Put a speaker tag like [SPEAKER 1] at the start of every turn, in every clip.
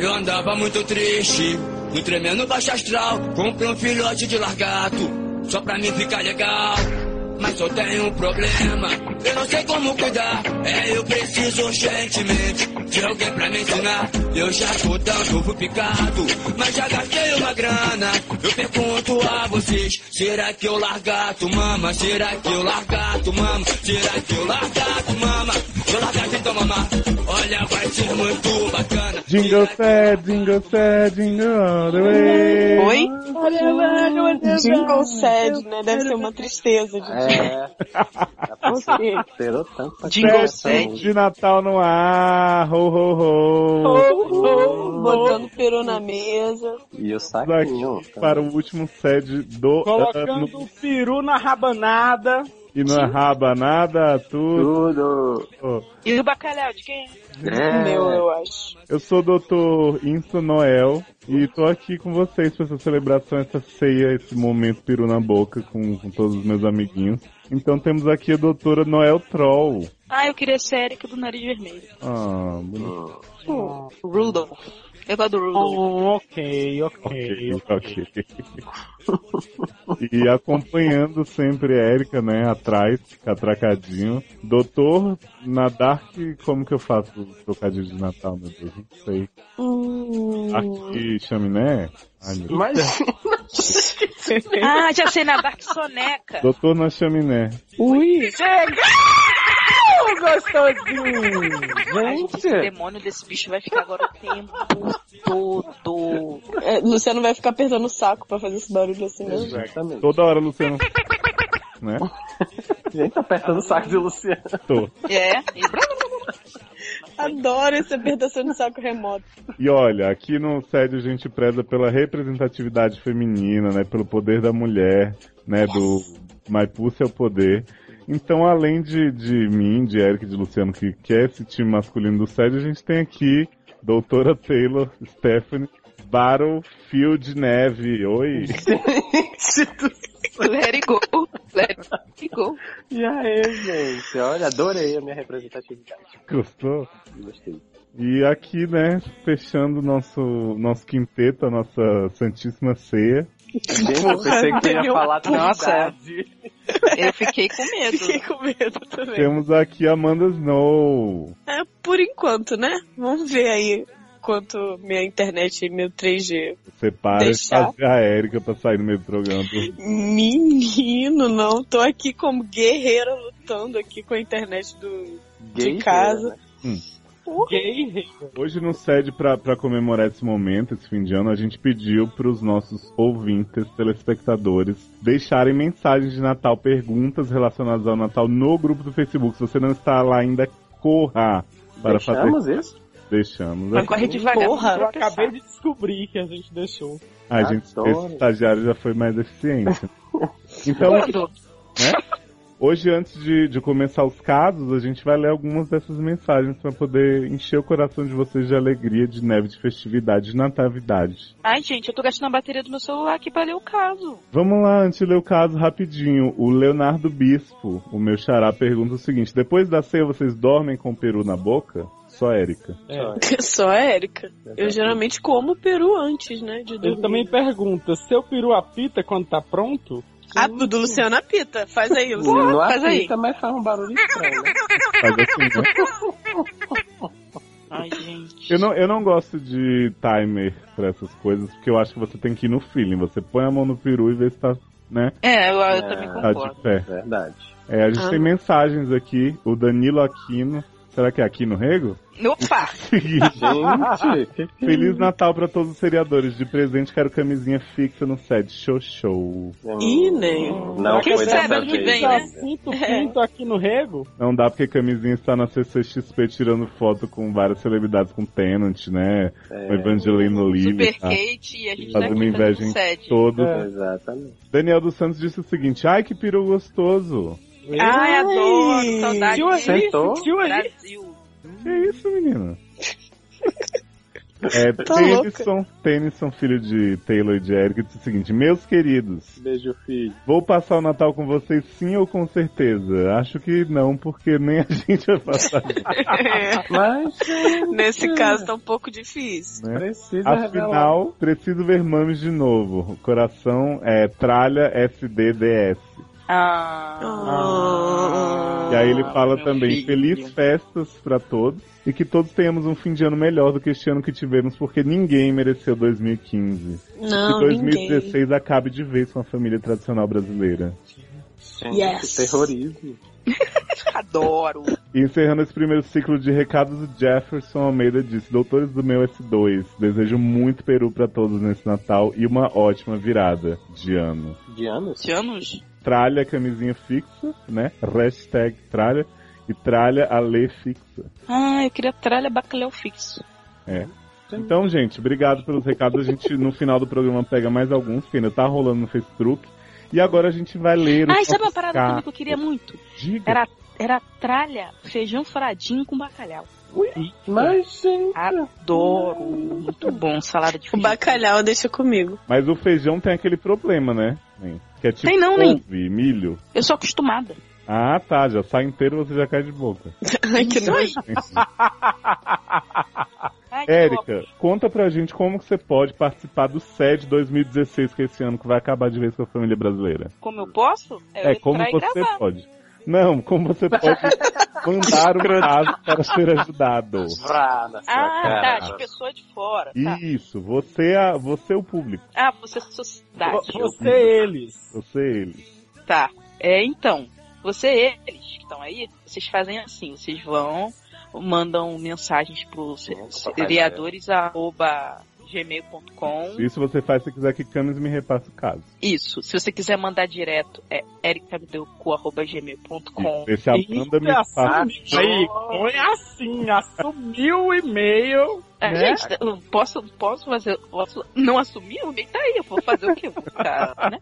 [SPEAKER 1] Eu andava muito triste, no tremendo baixo astral. Comprei um filhote de largato, só pra mim ficar legal. Mas só tenho um problema, eu não sei como cuidar. É, eu preciso urgentemente de alguém pra me ensinar. Eu já tô dando fui picado, mas já gastei uma grana. Eu pergunto a vocês: será que eu largato mama? Será que eu largato mama? Será que eu largato mama? Eu largato então mamar. Olha, vai ser muito bacana.
[SPEAKER 2] Jingle sad, jingle sad, jingle all the way.
[SPEAKER 3] Oi? Jingle sad, né? Deve ser uma tristeza de
[SPEAKER 4] É. A pessoa esperou tanto pra
[SPEAKER 3] Jingle
[SPEAKER 2] Sete
[SPEAKER 3] sad.
[SPEAKER 2] de Natal no ar, ho ho ho.
[SPEAKER 3] Botando peru na mesa.
[SPEAKER 4] E o saquinho. tá
[SPEAKER 2] Daqui para o último sede do
[SPEAKER 5] Colocando
[SPEAKER 2] ano.
[SPEAKER 5] o peru na rabanada.
[SPEAKER 2] E não arraba nada, tudo.
[SPEAKER 4] Tudo.
[SPEAKER 6] E o bacalhau de quem?
[SPEAKER 4] É.
[SPEAKER 3] Meu, eu acho.
[SPEAKER 2] Eu sou o Dr. Inso Noel e tô aqui com vocês para essa celebração, essa ceia, esse momento peru na boca com, com todos os meus amiguinhos. Então temos aqui a doutora Noel Troll.
[SPEAKER 6] Ah, eu queria ser Erika do nariz vermelho.
[SPEAKER 2] Ah, bonito.
[SPEAKER 3] Rudolph.
[SPEAKER 6] Eu gosto do Rudolph.
[SPEAKER 5] Oh, ok, ok,
[SPEAKER 2] Ok,
[SPEAKER 5] ok.
[SPEAKER 2] ok. e acompanhando sempre a Erika, né, atrás, catracadinho. Doutor, na Dark, como que eu faço o trocadilho de Natal, meu Deus? Não sei.
[SPEAKER 3] Hum.
[SPEAKER 2] Aqui, chaminé? Ai, meu Deus.
[SPEAKER 4] Mas
[SPEAKER 6] Ah, já sei nadar que soneca.
[SPEAKER 2] Doutor na chaminé.
[SPEAKER 5] Ui,
[SPEAKER 3] Chegou, gostosinho!
[SPEAKER 6] O
[SPEAKER 5] gente.
[SPEAKER 6] demônio desse bicho vai ficar agora o tempo todo.
[SPEAKER 3] É, Luciano vai ficar apertando o saco pra fazer esse barulho assim mesmo.
[SPEAKER 4] Exatamente.
[SPEAKER 2] Toda hora, Luciano. né?
[SPEAKER 4] Gente, tá apertando o saco de Luciano.
[SPEAKER 2] Tô.
[SPEAKER 6] É, e
[SPEAKER 3] Adoro essa apertação de saco remoto.
[SPEAKER 2] E olha, aqui no SED a gente preza pela representatividade feminina, né? Pelo poder da mulher, né? Do Maipu é o poder. Então, além de, de mim, de Eric e de Luciano, que, que é esse time masculino do SED, a gente tem aqui Doutora Taylor, Stephanie, Battlefield Neve. Oi!
[SPEAKER 6] let it go. Let it go.
[SPEAKER 4] E aí, gente? Olha, adorei a minha representatividade.
[SPEAKER 2] Gostou?
[SPEAKER 4] Gostei.
[SPEAKER 2] E aqui, né, fechando o nosso, nosso quinteto, a nossa Santíssima Ceia.
[SPEAKER 4] Gente, eu pensei que eu ia falar
[SPEAKER 6] Nossa.
[SPEAKER 4] novidade.
[SPEAKER 6] Eu fiquei com medo.
[SPEAKER 3] Fiquei com medo também.
[SPEAKER 2] Temos aqui Amanda Snow.
[SPEAKER 3] É, por enquanto, né? Vamos ver aí quanto minha internet e meu 3G.
[SPEAKER 2] Você para de
[SPEAKER 3] Deixar.
[SPEAKER 2] fazer a Érica pra sair no meio do programa.
[SPEAKER 3] Menino, não. Tô aqui como guerreira lutando aqui com a internet do...
[SPEAKER 4] Gay,
[SPEAKER 3] casa.
[SPEAKER 4] né?
[SPEAKER 5] Gay.
[SPEAKER 2] Hoje no SED, pra, pra comemorar esse momento, esse fim de ano, a gente pediu pros nossos ouvintes, telespectadores, deixarem mensagens de Natal, perguntas relacionadas ao Natal no grupo do Facebook. Se você não está lá ainda, corra para fazer.
[SPEAKER 4] Deixamos isso?
[SPEAKER 2] Deixamos.
[SPEAKER 6] Mas
[SPEAKER 2] né?
[SPEAKER 6] corre devagar.
[SPEAKER 3] Porra.
[SPEAKER 5] Eu acabei de descobrir que a gente deixou.
[SPEAKER 2] A gente, esse
[SPEAKER 4] Adoro.
[SPEAKER 2] estagiário já foi mais eficiente. Então, né?
[SPEAKER 6] Quando?
[SPEAKER 2] Hoje, antes de, de começar os casos, a gente vai ler algumas dessas mensagens pra poder encher o coração de vocês de alegria, de neve, de festividade, de natividade.
[SPEAKER 6] Ai, gente, eu tô gastando a bateria do meu celular aqui pra ler o caso.
[SPEAKER 2] Vamos lá, antes de ler o caso, rapidinho. O Leonardo Bispo, o meu xará, pergunta o seguinte: Depois da ceia, vocês dormem com o peru na boca? Só Érica.
[SPEAKER 5] É.
[SPEAKER 3] Só a Érica. Eu geralmente como peru antes, né? De
[SPEAKER 5] Ele
[SPEAKER 3] dormir.
[SPEAKER 5] também pergunta, seu peru apita quando tá pronto?
[SPEAKER 3] Ah, do do Luciano apita. Faz aí, Luciano.
[SPEAKER 4] Não
[SPEAKER 3] faz aí.
[SPEAKER 4] apita, mas faz um barulho estranho. né?
[SPEAKER 2] Faz assim, né?
[SPEAKER 6] Ai, gente.
[SPEAKER 2] Eu não, eu não gosto de timer pra essas coisas, porque eu acho que você tem que ir no feeling. Você põe a mão no peru e vê se tá, né,
[SPEAKER 6] É, eu, eu
[SPEAKER 4] É,
[SPEAKER 6] também
[SPEAKER 2] tá de
[SPEAKER 6] concordo.
[SPEAKER 2] pé.
[SPEAKER 4] Verdade.
[SPEAKER 2] É, a gente
[SPEAKER 3] Ah.
[SPEAKER 2] tem mensagens aqui. O Danilo Aquino. Será que é Aquino Rego?
[SPEAKER 6] Opa!
[SPEAKER 4] Gente,
[SPEAKER 2] Feliz Natal pra todos os seriadores. De presente, quero camisinha fixa no set. Show, show.
[SPEAKER 3] Ih, nem.
[SPEAKER 4] Não
[SPEAKER 6] Quem
[SPEAKER 4] foi
[SPEAKER 6] sabe
[SPEAKER 4] dessa
[SPEAKER 6] ano que
[SPEAKER 4] vez.
[SPEAKER 6] vem,
[SPEAKER 5] Tá
[SPEAKER 6] né?
[SPEAKER 4] ainda.
[SPEAKER 5] pinto, pinto aqui no rego?
[SPEAKER 2] Não dá porque camisinha está na CCXP tirando foto com várias celebridades, com Tenant, né? Com
[SPEAKER 4] É,
[SPEAKER 2] Evangelina Lima.
[SPEAKER 6] Super
[SPEAKER 2] Tá?
[SPEAKER 6] Kate e a gente tá
[SPEAKER 2] Fazendo
[SPEAKER 6] aqui
[SPEAKER 2] inveja em
[SPEAKER 6] fazendo sede.
[SPEAKER 2] Todo.
[SPEAKER 5] É.
[SPEAKER 4] né? Exatamente.
[SPEAKER 2] Daniel dos Santos disse o seguinte: Ai, que peru gostoso.
[SPEAKER 6] Ai, adoro, saudade.
[SPEAKER 5] Sentiu aí?
[SPEAKER 4] Sentou.
[SPEAKER 5] Sentiu aí?
[SPEAKER 6] Brasil.
[SPEAKER 2] Que isso, menina? É,
[SPEAKER 3] Tá
[SPEAKER 2] Tennyson, Tennyson, filho de Taylor e de Eric, disse o seguinte: Meus queridos,
[SPEAKER 5] Beijo, filho.
[SPEAKER 2] vou passar o Natal com vocês sim ou com certeza? Acho que não, porque nem a gente vai passar.
[SPEAKER 3] É,
[SPEAKER 5] Mas
[SPEAKER 3] Nesse caso tá um pouco difícil.
[SPEAKER 2] Né?
[SPEAKER 5] precisa revelar.
[SPEAKER 2] Afinal, preciso ver mames de novo. O coração é tralha SDDS.
[SPEAKER 6] Ah.
[SPEAKER 2] E aí ele fala
[SPEAKER 6] meu
[SPEAKER 2] também,
[SPEAKER 6] filho.
[SPEAKER 2] feliz festas pra todos e que todos tenhamos um fim de ano melhor do que este ano que tivemos, porque ninguém mereceu 2015. que
[SPEAKER 3] Não, ninguém.
[SPEAKER 2] 2016 acabe de vez com a família tradicional brasileira.
[SPEAKER 4] Gente,
[SPEAKER 3] Yes.
[SPEAKER 4] que terrorismo.
[SPEAKER 6] Adoro.
[SPEAKER 2] E encerrando esse primeiro ciclo de recados, o Jefferson Almeida disse: Doutores do meu S2, desejo muito peru pra todos nesse Natal e uma ótima virada de ano.
[SPEAKER 4] De anos?
[SPEAKER 6] De anos?
[SPEAKER 2] Tralha, camisinha fixa, né? Hashtag tralha. E tralha a lei fixa.
[SPEAKER 6] Ah, eu queria tralha bacalhau fixo.
[SPEAKER 2] Então, gente, obrigado pelos recados. A gente, no final do programa, pega mais alguns, que ainda tá rolando no Facebook. E agora a gente vai ler o.
[SPEAKER 6] Ai, sabe uma parada também que eu queria muito?
[SPEAKER 2] Diga.
[SPEAKER 6] Era, era tralha, feijão fradinho com bacalhau.
[SPEAKER 5] Mas gente,
[SPEAKER 6] Adoro. Muito bom, salada de
[SPEAKER 3] O
[SPEAKER 6] feijão.
[SPEAKER 3] bacalhau deixa comigo.
[SPEAKER 2] Mas o feijão tem aquele problema, né? Sim. Que é tipo
[SPEAKER 6] Tem não, nem.
[SPEAKER 2] couve, milho.
[SPEAKER 6] Eu sou acostumada.
[SPEAKER 2] Ah, tá. Já sai inteiro, você já cai de boca.
[SPEAKER 3] Ai, que
[SPEAKER 6] Isso aí.
[SPEAKER 3] nojo.
[SPEAKER 6] Ai, que
[SPEAKER 2] Érica, conta pra gente como que você pode participar do SED 2016, que é esse ano que vai acabar de vez com a família brasileira.
[SPEAKER 6] bom. Como eu posso?
[SPEAKER 2] É, como
[SPEAKER 6] entrar e
[SPEAKER 2] você
[SPEAKER 6] gravar.
[SPEAKER 2] pode. Não, como você pode mandar um caso para ser ajudado.
[SPEAKER 4] Vrá, na sua
[SPEAKER 6] Ah, tá,
[SPEAKER 4] cara.
[SPEAKER 6] de pessoa de fora. Tá.
[SPEAKER 2] Isso, você é, você é o público,
[SPEAKER 6] Ah, você é sociedade.
[SPEAKER 5] você eles.
[SPEAKER 2] você é ele.
[SPEAKER 6] Tá. É, então, você eles que estão aí, vocês fazem assim, vocês vão, mandam mensagens pros
[SPEAKER 4] Nossa,
[SPEAKER 3] é.
[SPEAKER 6] vereadores arroba gmail.com.
[SPEAKER 2] Isso você faz se quiser que Camis me repasse o caso.
[SPEAKER 6] Isso. Se você quiser mandar direto, é ericamedeucu.gmail.com.
[SPEAKER 2] Esse Amanda me
[SPEAKER 4] um
[SPEAKER 5] Eita,
[SPEAKER 6] Ah,
[SPEAKER 2] repassa.
[SPEAKER 5] sabe? Aí, põe é assim, assumiu o e-mail.
[SPEAKER 6] É,
[SPEAKER 5] Né?
[SPEAKER 6] Gente, eu posso, posso fazer. Posso não assumir? O meio tá aí, eu vou fazer o quê? Eu Vou ficar, né?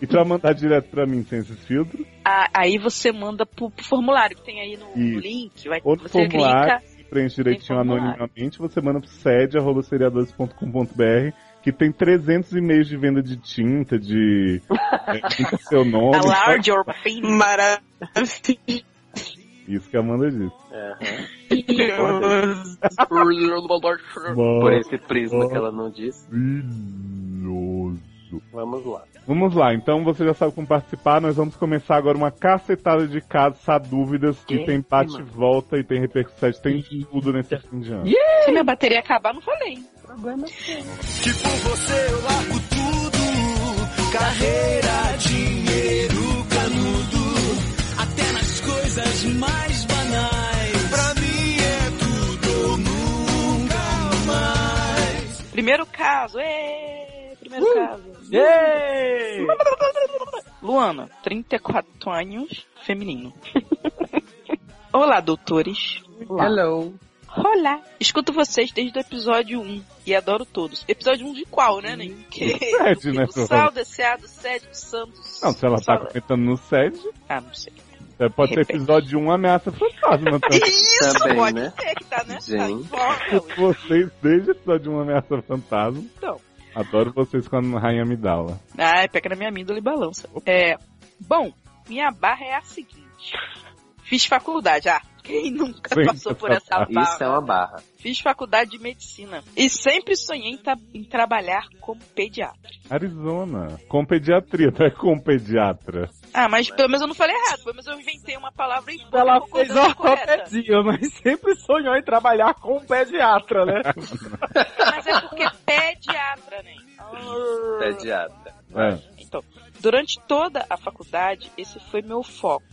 [SPEAKER 2] E pra mandar direto pra mim sem esses filtros,
[SPEAKER 6] Ah, Aí você manda pro, pro formulário que tem aí no, no
[SPEAKER 2] Isso.
[SPEAKER 6] link. Vai,
[SPEAKER 2] Outro
[SPEAKER 6] você
[SPEAKER 2] formulário.
[SPEAKER 6] clica.
[SPEAKER 2] se preenche direitinho
[SPEAKER 6] Tem formulário.
[SPEAKER 2] anonimamente, você manda pro sede.seriadores.com.br que tem 300 e-mails de venda de tinta, de é, tinta seu nome.
[SPEAKER 6] A large or pink.
[SPEAKER 3] Maravilhoso.
[SPEAKER 2] Isso que a Amanda disse.
[SPEAKER 4] É, aham. Por esse prisma que ela não disse.
[SPEAKER 2] Maravilhoso.
[SPEAKER 4] Vamos lá.
[SPEAKER 2] Vamos lá, então você já sabe como participar. Nós vamos começar agora uma cacetada de casos, há dúvidas, que
[SPEAKER 6] Que
[SPEAKER 2] tem bate e
[SPEAKER 6] mano.
[SPEAKER 2] volta e tem repercussão, tem tudo nesse fim de ano.
[SPEAKER 6] Se minha bateria acabar, não falei.
[SPEAKER 1] Que por você eu largo tudo. Carreira, dinheiro, canudo. Até nas coisas mais banais. Pra mim é tudo nunca mais.
[SPEAKER 6] Primeiro caso, ê, primeiro
[SPEAKER 2] Uh!
[SPEAKER 6] caso.
[SPEAKER 5] Ei!
[SPEAKER 6] Luana, 34 anos, feminino. Olá, doutores.
[SPEAKER 5] Hello.
[SPEAKER 6] Olá. Escuto vocês desde o episódio 1 e adoro todos. Episódio 1 de qual, né, Nen? Que-
[SPEAKER 2] Sede, né, provavelmente.
[SPEAKER 6] Do Sal, do SA, do Sede, do Santos.
[SPEAKER 2] Não, se ela tá comentando no SED,
[SPEAKER 6] Ah, não sei.
[SPEAKER 2] é, pode ser
[SPEAKER 6] Repete.
[SPEAKER 2] episódio 1 ameaça fantasma. Então,
[SPEAKER 6] Isso,
[SPEAKER 4] Também,
[SPEAKER 6] pode
[SPEAKER 4] né?
[SPEAKER 6] ser que tá, né?
[SPEAKER 4] Gente.
[SPEAKER 6] Tá em voga.
[SPEAKER 2] vocês, desde o episódio 1 ameaça fantasma,
[SPEAKER 6] Então.
[SPEAKER 2] adoro vocês com a Rainha Midala.
[SPEAKER 6] Ai, Ah, é, pega na minha amígdala e balança. É, bom, minha barra é a seguinte. Fiz faculdade, ah, quem nunca
[SPEAKER 2] Sim,
[SPEAKER 6] passou por essa
[SPEAKER 2] essa
[SPEAKER 6] barra?
[SPEAKER 4] Isso é uma barra.
[SPEAKER 6] Fiz faculdade de medicina e sempre sonhei em, tra- em trabalhar como pediatra.
[SPEAKER 2] Arizona. Com pediatria, não é com pediatra.
[SPEAKER 6] Ah, mas pelo menos eu não falei errado, pelo menos eu inventei uma palavra e
[SPEAKER 5] Ela
[SPEAKER 6] eu
[SPEAKER 5] fez
[SPEAKER 6] concordando com a correta.
[SPEAKER 5] ortopedia, mas sempre sonhou em trabalhar com um pediatra, né?
[SPEAKER 6] Mas é porque pediatra, né?
[SPEAKER 4] Pediatra.
[SPEAKER 2] É.
[SPEAKER 6] Então, durante toda a faculdade, esse foi meu foco.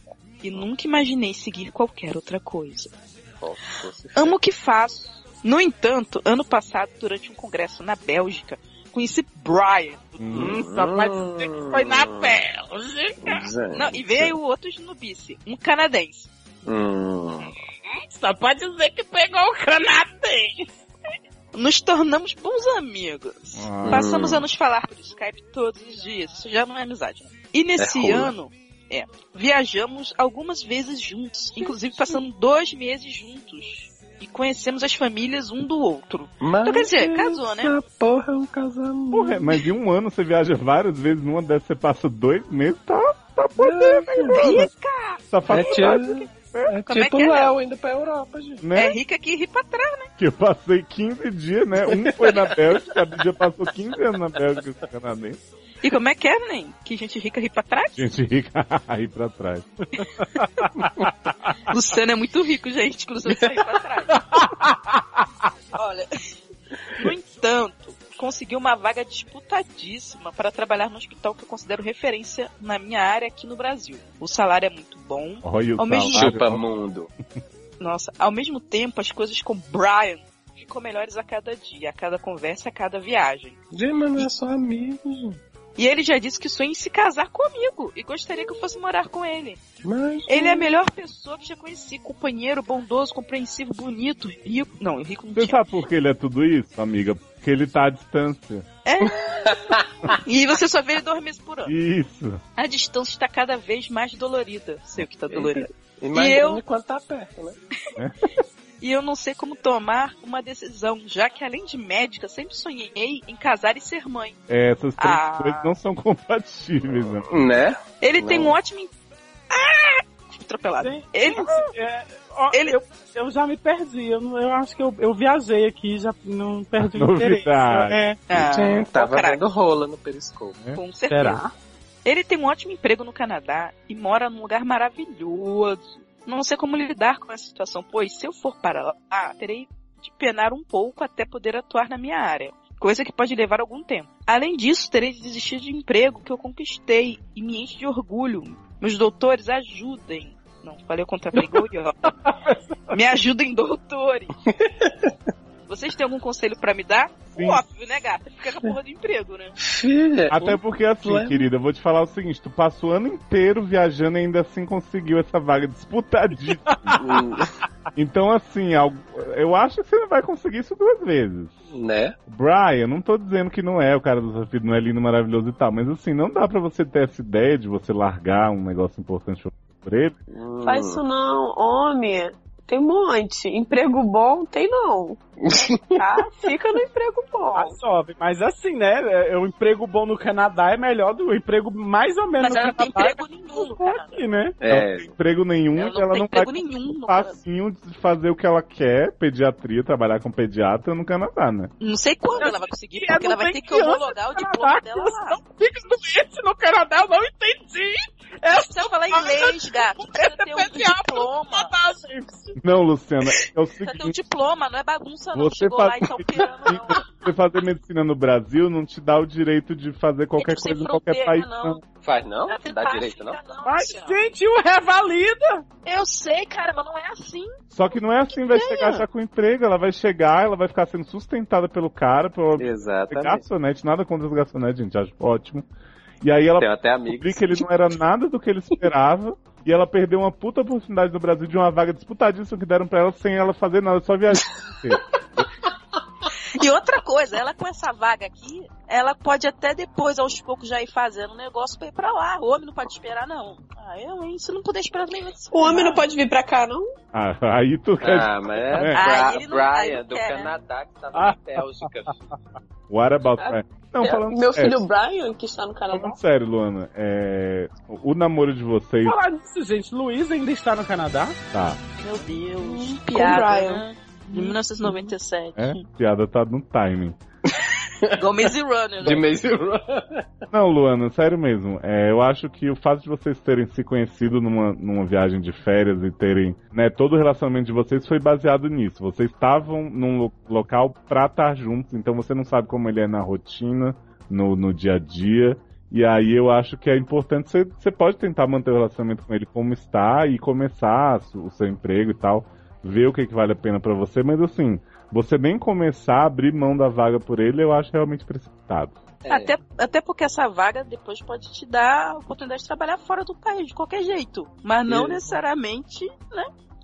[SPEAKER 6] E nunca imaginei seguir qualquer outra coisa.
[SPEAKER 4] Foco, fosse
[SPEAKER 6] Amo o que faço. No entanto, ano passado, durante um congresso na Bélgica, conheci Brian.
[SPEAKER 2] Hum.
[SPEAKER 5] Nossa, mas dizer que foi na
[SPEAKER 6] Bélgica!
[SPEAKER 4] Hum. Gente.
[SPEAKER 6] Não, e veio outro snobice, um canadense.
[SPEAKER 4] Hum.
[SPEAKER 6] Só pode dizer que pegou o canadense. Nos tornamos bons amigos.
[SPEAKER 2] Ah.
[SPEAKER 6] Passamos a nos falar por Skype todos os dias. Isso já não é amizade. Né? E nesse
[SPEAKER 4] rola.
[SPEAKER 6] ano, é, viajamos algumas vezes juntos. Inclusive passando dois meses juntos. e conhecemos as famílias um do outro.
[SPEAKER 4] Mas
[SPEAKER 6] Então quer dizer, casou, né?
[SPEAKER 4] essa porra é um casamento.
[SPEAKER 2] Porra, é, mas em um ano você viaja várias vezes, numa dessas você passa dois meses, tá, tá podendo, hein, brother? Tá
[SPEAKER 4] É
[SPEAKER 2] faculdade
[SPEAKER 4] tipo, é
[SPEAKER 6] Como é
[SPEAKER 4] tipo
[SPEAKER 6] que é?
[SPEAKER 4] Léo indo pra Europa, gente.
[SPEAKER 6] É
[SPEAKER 2] né?
[SPEAKER 6] rica que ri pra trás.
[SPEAKER 2] Que eu passei 15 dias, né? Um foi na Bélgica, a Bíblia passou 15 anos na Bélgica, esse canadense.
[SPEAKER 6] E como é que é, nem? Que gente rica ri pra trás?
[SPEAKER 2] Gente rica, aí pra trás.
[SPEAKER 6] Luciano é muito rico, gente. que o Luciano saiu pra trás. Olha, no entanto, conseguiu uma vaga disputadíssima para trabalhar no hospital que eu considero referência na minha área aqui no Brasil. O salário é muito bom.
[SPEAKER 2] Olha o
[SPEAKER 6] Ao mesmo
[SPEAKER 2] salário.
[SPEAKER 4] Chupa mundo.
[SPEAKER 6] Nossa, ao mesmo tempo, as coisas com Brian ficam melhores a cada dia, a cada conversa, a cada viagem.
[SPEAKER 4] Gente, mas não é só amigo, gente.
[SPEAKER 6] E ele já disse que sonha em se casar comigo e gostaria que eu fosse morar com ele.
[SPEAKER 4] Mas
[SPEAKER 6] Ele é a melhor pessoa que já conheci. Companheiro, bondoso, compreensivo, bonito, rico. Não, rico não
[SPEAKER 2] Você
[SPEAKER 6] tinha.
[SPEAKER 2] sabe por que ele é tudo isso, amiga? Porque ele tá à distância.
[SPEAKER 6] E você só vê ele dois meses por ano.
[SPEAKER 2] Isso.
[SPEAKER 6] A distância está cada vez mais dolorida. Sei o que tá dolorida.
[SPEAKER 4] imagina quando tá perto, né?
[SPEAKER 6] E eu não sei como tomar uma decisão, já que além de médica, sempre sonhei em casar e ser mãe.
[SPEAKER 2] É, essas três
[SPEAKER 6] Ah.
[SPEAKER 2] coisas não são compatíveis, né?
[SPEAKER 4] Né?
[SPEAKER 6] Ele
[SPEAKER 4] Não.
[SPEAKER 6] tem um ótimo. em- Ah! Fui Atropelado.
[SPEAKER 5] Sim.
[SPEAKER 6] Ele.
[SPEAKER 5] É, ó,
[SPEAKER 6] Ele-
[SPEAKER 5] eu, eu já me perdi. Eu, não- eu acho que eu, eu viajei aqui já não perdi o
[SPEAKER 2] Novidade.
[SPEAKER 5] interesse. É,
[SPEAKER 6] Ah,
[SPEAKER 4] gente, tava
[SPEAKER 6] caraca.
[SPEAKER 4] vendo rola no periscopo.
[SPEAKER 6] Com certeza.
[SPEAKER 5] será?
[SPEAKER 6] Ele tem um ótimo emprego no Canadá e mora num lugar maravilhoso. Não sei como lidar com essa situação, pois se eu for para lá, terei de penar um pouco até poder atuar na minha área, coisa que pode levar algum tempo. Além disso, terei de desistir de um emprego que eu conquistei e me enche de orgulho. Meus doutores, ajudem. Não, falei contra a Me ajudem, doutores. Vocês têm algum conselho pra me dar?
[SPEAKER 2] Sim.
[SPEAKER 6] Óbvio, né, gata? Fica com a porra do emprego, né?
[SPEAKER 4] Filha,
[SPEAKER 2] Até
[SPEAKER 4] É, o-
[SPEAKER 2] porque assim,
[SPEAKER 4] problema.
[SPEAKER 2] querida, eu vou te falar o seguinte, tu passou o ano inteiro viajando e ainda assim conseguiu essa vaga disputadíssima.
[SPEAKER 4] hum,
[SPEAKER 2] então assim, al- eu acho que você não vai conseguir isso duas vezes.
[SPEAKER 4] né?
[SPEAKER 2] Brian, não tô dizendo que não é o cara do desafio, não é lindo, maravilhoso e tal, mas assim, não dá pra você ter essa ideia de você largar um negócio importante por ele.
[SPEAKER 3] Faz
[SPEAKER 4] Hum.
[SPEAKER 3] isso não, homem. Tem um monte. Emprego bom tem não. Tá? Fica no emprego
[SPEAKER 5] Ah,
[SPEAKER 3] bom.
[SPEAKER 5] sobe. Mas assim, né? é, é, O emprego bom no Canadá é melhor do emprego mais ou menos
[SPEAKER 6] Mas
[SPEAKER 5] no
[SPEAKER 6] ela não tem
[SPEAKER 5] Canadá.
[SPEAKER 6] emprego nenhum no
[SPEAKER 5] do que
[SPEAKER 6] Canadá.
[SPEAKER 5] aqui, né?
[SPEAKER 4] É,
[SPEAKER 2] Ela não tem emprego nenhum,
[SPEAKER 6] Ela
[SPEAKER 2] ela
[SPEAKER 6] não
[SPEAKER 2] não, ela
[SPEAKER 6] tem
[SPEAKER 2] não vai
[SPEAKER 6] emprego nenhum no
[SPEAKER 2] facinho de fazer o que ela quer, pediatria, trabalhar com pediatra no Canadá, né?
[SPEAKER 6] Não sei quando ela vai conseguir,
[SPEAKER 5] Eu
[SPEAKER 6] porque ela
[SPEAKER 5] não
[SPEAKER 6] vai ter
[SPEAKER 5] tenho
[SPEAKER 6] que
[SPEAKER 5] criança
[SPEAKER 6] homologar o
[SPEAKER 5] no
[SPEAKER 6] diploma
[SPEAKER 5] Canadá,
[SPEAKER 6] dela
[SPEAKER 5] você
[SPEAKER 6] lá.
[SPEAKER 5] não fica doente no Canadá, eu não entendi.
[SPEAKER 6] Precisa falar inglês, gato. Precisa ter um diploma.
[SPEAKER 2] Não, Luciana, é o
[SPEAKER 6] Precisa ter um
[SPEAKER 2] seguinte,
[SPEAKER 6] diploma, não é bagunça não.
[SPEAKER 2] Você
[SPEAKER 6] Chegou lá
[SPEAKER 2] faz-
[SPEAKER 6] e tá operando não.
[SPEAKER 2] você fazer medicina no Brasil não te dá o direito de fazer qualquer
[SPEAKER 6] Médico sem
[SPEAKER 2] coisa em qualquer
[SPEAKER 6] fronteira,
[SPEAKER 2] país,
[SPEAKER 6] não.
[SPEAKER 2] não.
[SPEAKER 4] Faz não? Dá
[SPEAKER 6] Tá,
[SPEAKER 4] direito, não?
[SPEAKER 6] fica
[SPEAKER 5] Ai,
[SPEAKER 6] Luciano.
[SPEAKER 5] gente, o revalida.
[SPEAKER 6] Eu sei, cara, mas não é assim.
[SPEAKER 2] Só que não é assim, vai chegar já com emprego, ela vai chegar, ela vai ficar sendo sustentada pelo cara, pelo
[SPEAKER 4] Exatamente.
[SPEAKER 2] garçonete, nada contra os garçonetes, gente, acho ótimo. E aí ela
[SPEAKER 4] Tem até
[SPEAKER 2] descobriu
[SPEAKER 4] amigos.
[SPEAKER 2] que ele não era nada do que ele esperava, e ela perdeu uma puta oportunidade no Brasil de uma vaga disputadíssima que deram pra ela sem ela fazer nada, só viajar.
[SPEAKER 6] E outra coisa, ela com essa vaga aqui, ela pode até depois, aos poucos, já ir fazendo um negócio pra ir pra lá. O homem não pode esperar, não. Ah, eu, hein? Se não puder esperar também, vai se
[SPEAKER 3] O homem não pode vir pra cá, não?
[SPEAKER 2] Ah, aí tu quer
[SPEAKER 4] Ah, mas é
[SPEAKER 2] É.
[SPEAKER 6] Ah,
[SPEAKER 4] Bra-
[SPEAKER 6] ele não-
[SPEAKER 4] Brian,
[SPEAKER 6] ele
[SPEAKER 4] do
[SPEAKER 6] quer, né?
[SPEAKER 4] Canadá, que tava
[SPEAKER 2] Ah.
[SPEAKER 4] na Bélgica.
[SPEAKER 2] What about that? Não,
[SPEAKER 4] É,
[SPEAKER 2] falando
[SPEAKER 3] Meu
[SPEAKER 2] sério,
[SPEAKER 3] filho Brian, que está no Canadá.
[SPEAKER 2] falando sério, Luana, é, o o namoro de vocês
[SPEAKER 5] Falar disso, gente. Luiz ainda está no Canadá?
[SPEAKER 2] tá.
[SPEAKER 6] Meu Deus,
[SPEAKER 3] Brian.
[SPEAKER 6] piada, né? De 1997.
[SPEAKER 2] É, a piada tá no timing. É.
[SPEAKER 6] Igual Maze Runner, né?
[SPEAKER 4] De Maze
[SPEAKER 2] Não, Luana, sério mesmo. É, eu acho que o fato de vocês terem se conhecido numa, numa viagem de férias e terem, né, todo o relacionamento de vocês foi baseado nisso. Vocês estavam num lo- local pra estar juntos, então você não sabe como ele é na rotina, no, no dia a dia. E aí eu acho que é importante você, você pode tentar manter o relacionamento com ele como está e começar a su- o seu emprego e tal, ver o que, que vale a pena pra você, mas assim, você nem começar a abrir mão da vaga por ele, eu acho realmente precipitado.
[SPEAKER 4] É.
[SPEAKER 6] Até, até porque essa vaga depois pode te dar a oportunidade de trabalhar fora do país, de qualquer jeito. Mas não
[SPEAKER 4] Isso.
[SPEAKER 6] necessariamente.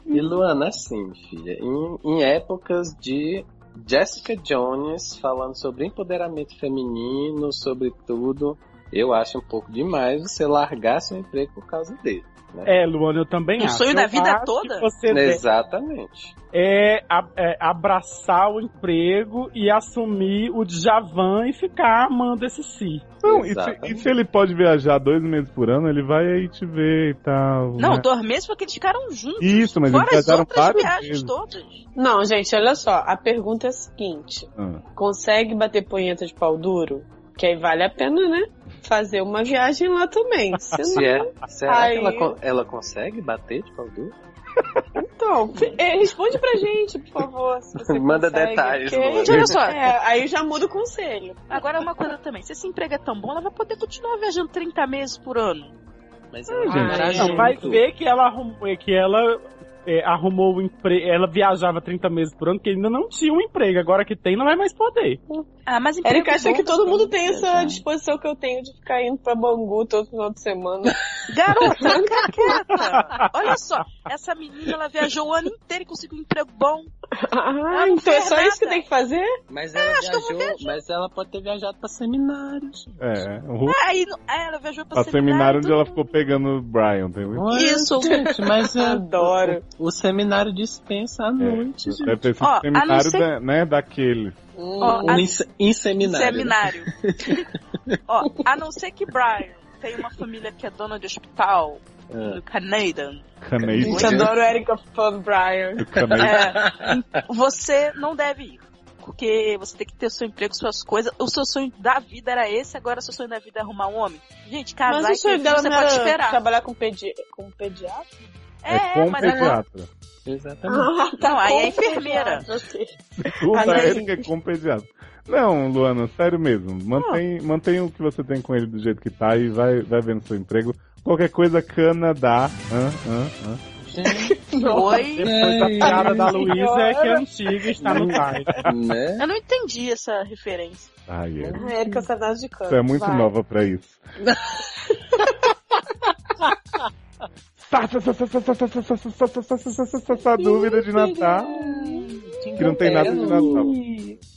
[SPEAKER 4] E Luana, assim, filha, em, em épocas de Jessica Jones falando sobre empoderamento feminino, sobre tudo, eu acho um pouco demais você largar seu emprego por causa dele. né?
[SPEAKER 5] É, Luana, eu também
[SPEAKER 6] Um
[SPEAKER 5] acho.
[SPEAKER 6] sonho
[SPEAKER 5] Eu
[SPEAKER 6] da vida
[SPEAKER 5] acho
[SPEAKER 6] toda?
[SPEAKER 5] que Você
[SPEAKER 4] É
[SPEAKER 5] deve-
[SPEAKER 4] Exatamente.
[SPEAKER 5] é, a- é abraçar o emprego e assumir o Djavan e ficar amando esse si.
[SPEAKER 2] Não, e se,
[SPEAKER 4] Exatamente.
[SPEAKER 2] e se ele pode viajar dois meses por ano, ele vai aí te ver e tal.
[SPEAKER 6] Não,
[SPEAKER 2] né?
[SPEAKER 6] dois meses porque eles ficaram juntos.
[SPEAKER 2] Isso, mas
[SPEAKER 6] Fora
[SPEAKER 2] eles
[SPEAKER 6] as
[SPEAKER 2] viajaram
[SPEAKER 6] outras
[SPEAKER 2] várias
[SPEAKER 6] viagens
[SPEAKER 2] vezes.
[SPEAKER 6] todas.
[SPEAKER 3] Não, gente, olha só. A pergunta é a seguinte:
[SPEAKER 2] Ah,
[SPEAKER 3] consegue bater punheta de pau duro? Que aí vale a pena, né? Fazer uma viagem lá também. Se
[SPEAKER 4] Se
[SPEAKER 3] não,
[SPEAKER 4] é, será
[SPEAKER 3] Aí-
[SPEAKER 4] que ela, con- ela consegue bater de pau duro?
[SPEAKER 3] então, é, responde pra gente, por favor. se você
[SPEAKER 4] Manda
[SPEAKER 3] consegue,
[SPEAKER 4] detalhes,
[SPEAKER 3] porque-
[SPEAKER 4] Luana.
[SPEAKER 6] Gente, olha só.
[SPEAKER 3] É, aí já muda o conselho.
[SPEAKER 6] Agora, uma coisa também. Se esse emprego é tão bom, ela vai poder continuar viajando 30 meses por ano.
[SPEAKER 4] Mas
[SPEAKER 6] Ah,
[SPEAKER 4] ela
[SPEAKER 3] gente,
[SPEAKER 4] vai
[SPEAKER 6] é
[SPEAKER 3] não,
[SPEAKER 5] Não,
[SPEAKER 4] junto.
[SPEAKER 5] vai ver que ela arrumou, é, que ela é, arrumou o emprego. Ela viajava 30 meses por ano, que ainda não tinha um emprego. Agora que tem, não vai mais poder.
[SPEAKER 6] Ah, mas emprego
[SPEAKER 3] Érica acha
[SPEAKER 6] bom
[SPEAKER 3] que todo
[SPEAKER 6] você
[SPEAKER 3] mundo
[SPEAKER 6] tem
[SPEAKER 3] tem essa
[SPEAKER 6] viajar.
[SPEAKER 3] disposição que eu tenho de ficar indo pra Bangu todo final de semana.
[SPEAKER 6] Garota, fica quieta. Olha só, essa menina, ela viajou o ano inteiro e conseguiu um emprego bom.
[SPEAKER 3] Ah,
[SPEAKER 6] Ah, não
[SPEAKER 3] então é
[SPEAKER 6] fez
[SPEAKER 3] só isso que
[SPEAKER 6] nada.
[SPEAKER 3] tem que fazer?
[SPEAKER 4] Mas ela viajou, mas ela pode ter viajado pra seminários.
[SPEAKER 2] É, o
[SPEAKER 6] Aí, não- aí ela viajou pra
[SPEAKER 2] a seminário onde
[SPEAKER 6] tudo.
[SPEAKER 2] ela ficou pegando o Brian, entendeu?
[SPEAKER 6] Isso.
[SPEAKER 4] gente, mas é-
[SPEAKER 3] Adoro.
[SPEAKER 4] O, o seminário
[SPEAKER 2] É.
[SPEAKER 4] dispensa à noite, gente.
[SPEAKER 2] Deve ter sido
[SPEAKER 6] Ó, a não
[SPEAKER 2] seminário
[SPEAKER 6] ser-
[SPEAKER 2] da- né, daquele.
[SPEAKER 5] Hum,
[SPEAKER 6] Ó,
[SPEAKER 4] Um inse- inseminário.
[SPEAKER 6] Seminário. Ó, a não ser que Brian tenha uma família que é dona de hospital
[SPEAKER 4] né?
[SPEAKER 2] É.
[SPEAKER 6] no Canadian.
[SPEAKER 2] Canadian.
[SPEAKER 3] Gente, adoro Erika falando Brian.
[SPEAKER 2] Canadian.
[SPEAKER 6] É, em- você não deve ir. Porque você tem que ter seu emprego, suas coisas. O seu sonho da vida era esse, agora seu sonho da vida é arrumar um homem. Gente, casar
[SPEAKER 3] Mas o
[SPEAKER 6] e ter
[SPEAKER 3] sonho
[SPEAKER 6] filho,
[SPEAKER 3] dela
[SPEAKER 6] você
[SPEAKER 3] não
[SPEAKER 6] pode
[SPEAKER 3] era
[SPEAKER 6] esperar.
[SPEAKER 3] trabalhar com, pedi com pediatra?
[SPEAKER 2] É, com
[SPEAKER 6] mas ela,
[SPEAKER 2] pediatra.
[SPEAKER 4] É, Exatamente.
[SPEAKER 6] não, aí é
[SPEAKER 3] Ah, Com
[SPEAKER 6] enfermeira.
[SPEAKER 3] pediatra, ok.
[SPEAKER 2] O
[SPEAKER 3] Ah,
[SPEAKER 2] da
[SPEAKER 3] não.
[SPEAKER 2] Erika é com pediatra. Não, Luana, sério mesmo. Mantém, mantém o que você tem com ele do jeito que tá e vai, vai vendo seu emprego. Qualquer coisa, Canadá. Hã, hã, hã.
[SPEAKER 4] Gente,
[SPEAKER 6] Oi.
[SPEAKER 5] Depois
[SPEAKER 4] Ai,
[SPEAKER 5] a piada da Luísa é que é
[SPEAKER 3] senhora.
[SPEAKER 5] antiga e está no site.
[SPEAKER 4] né?
[SPEAKER 6] Eu não entendi essa referência.
[SPEAKER 2] Ai, é. Erika.
[SPEAKER 3] Ah, Erika Saudades de canto.
[SPEAKER 2] Você é muito
[SPEAKER 3] vai.
[SPEAKER 2] nova pra isso. Tá, tá, tá, tá, tá, tá, tá, tá, tá, tá, tá, tá, tá, tá, tá, tá, Dúvida de Natal. Que não tem nada de Natal.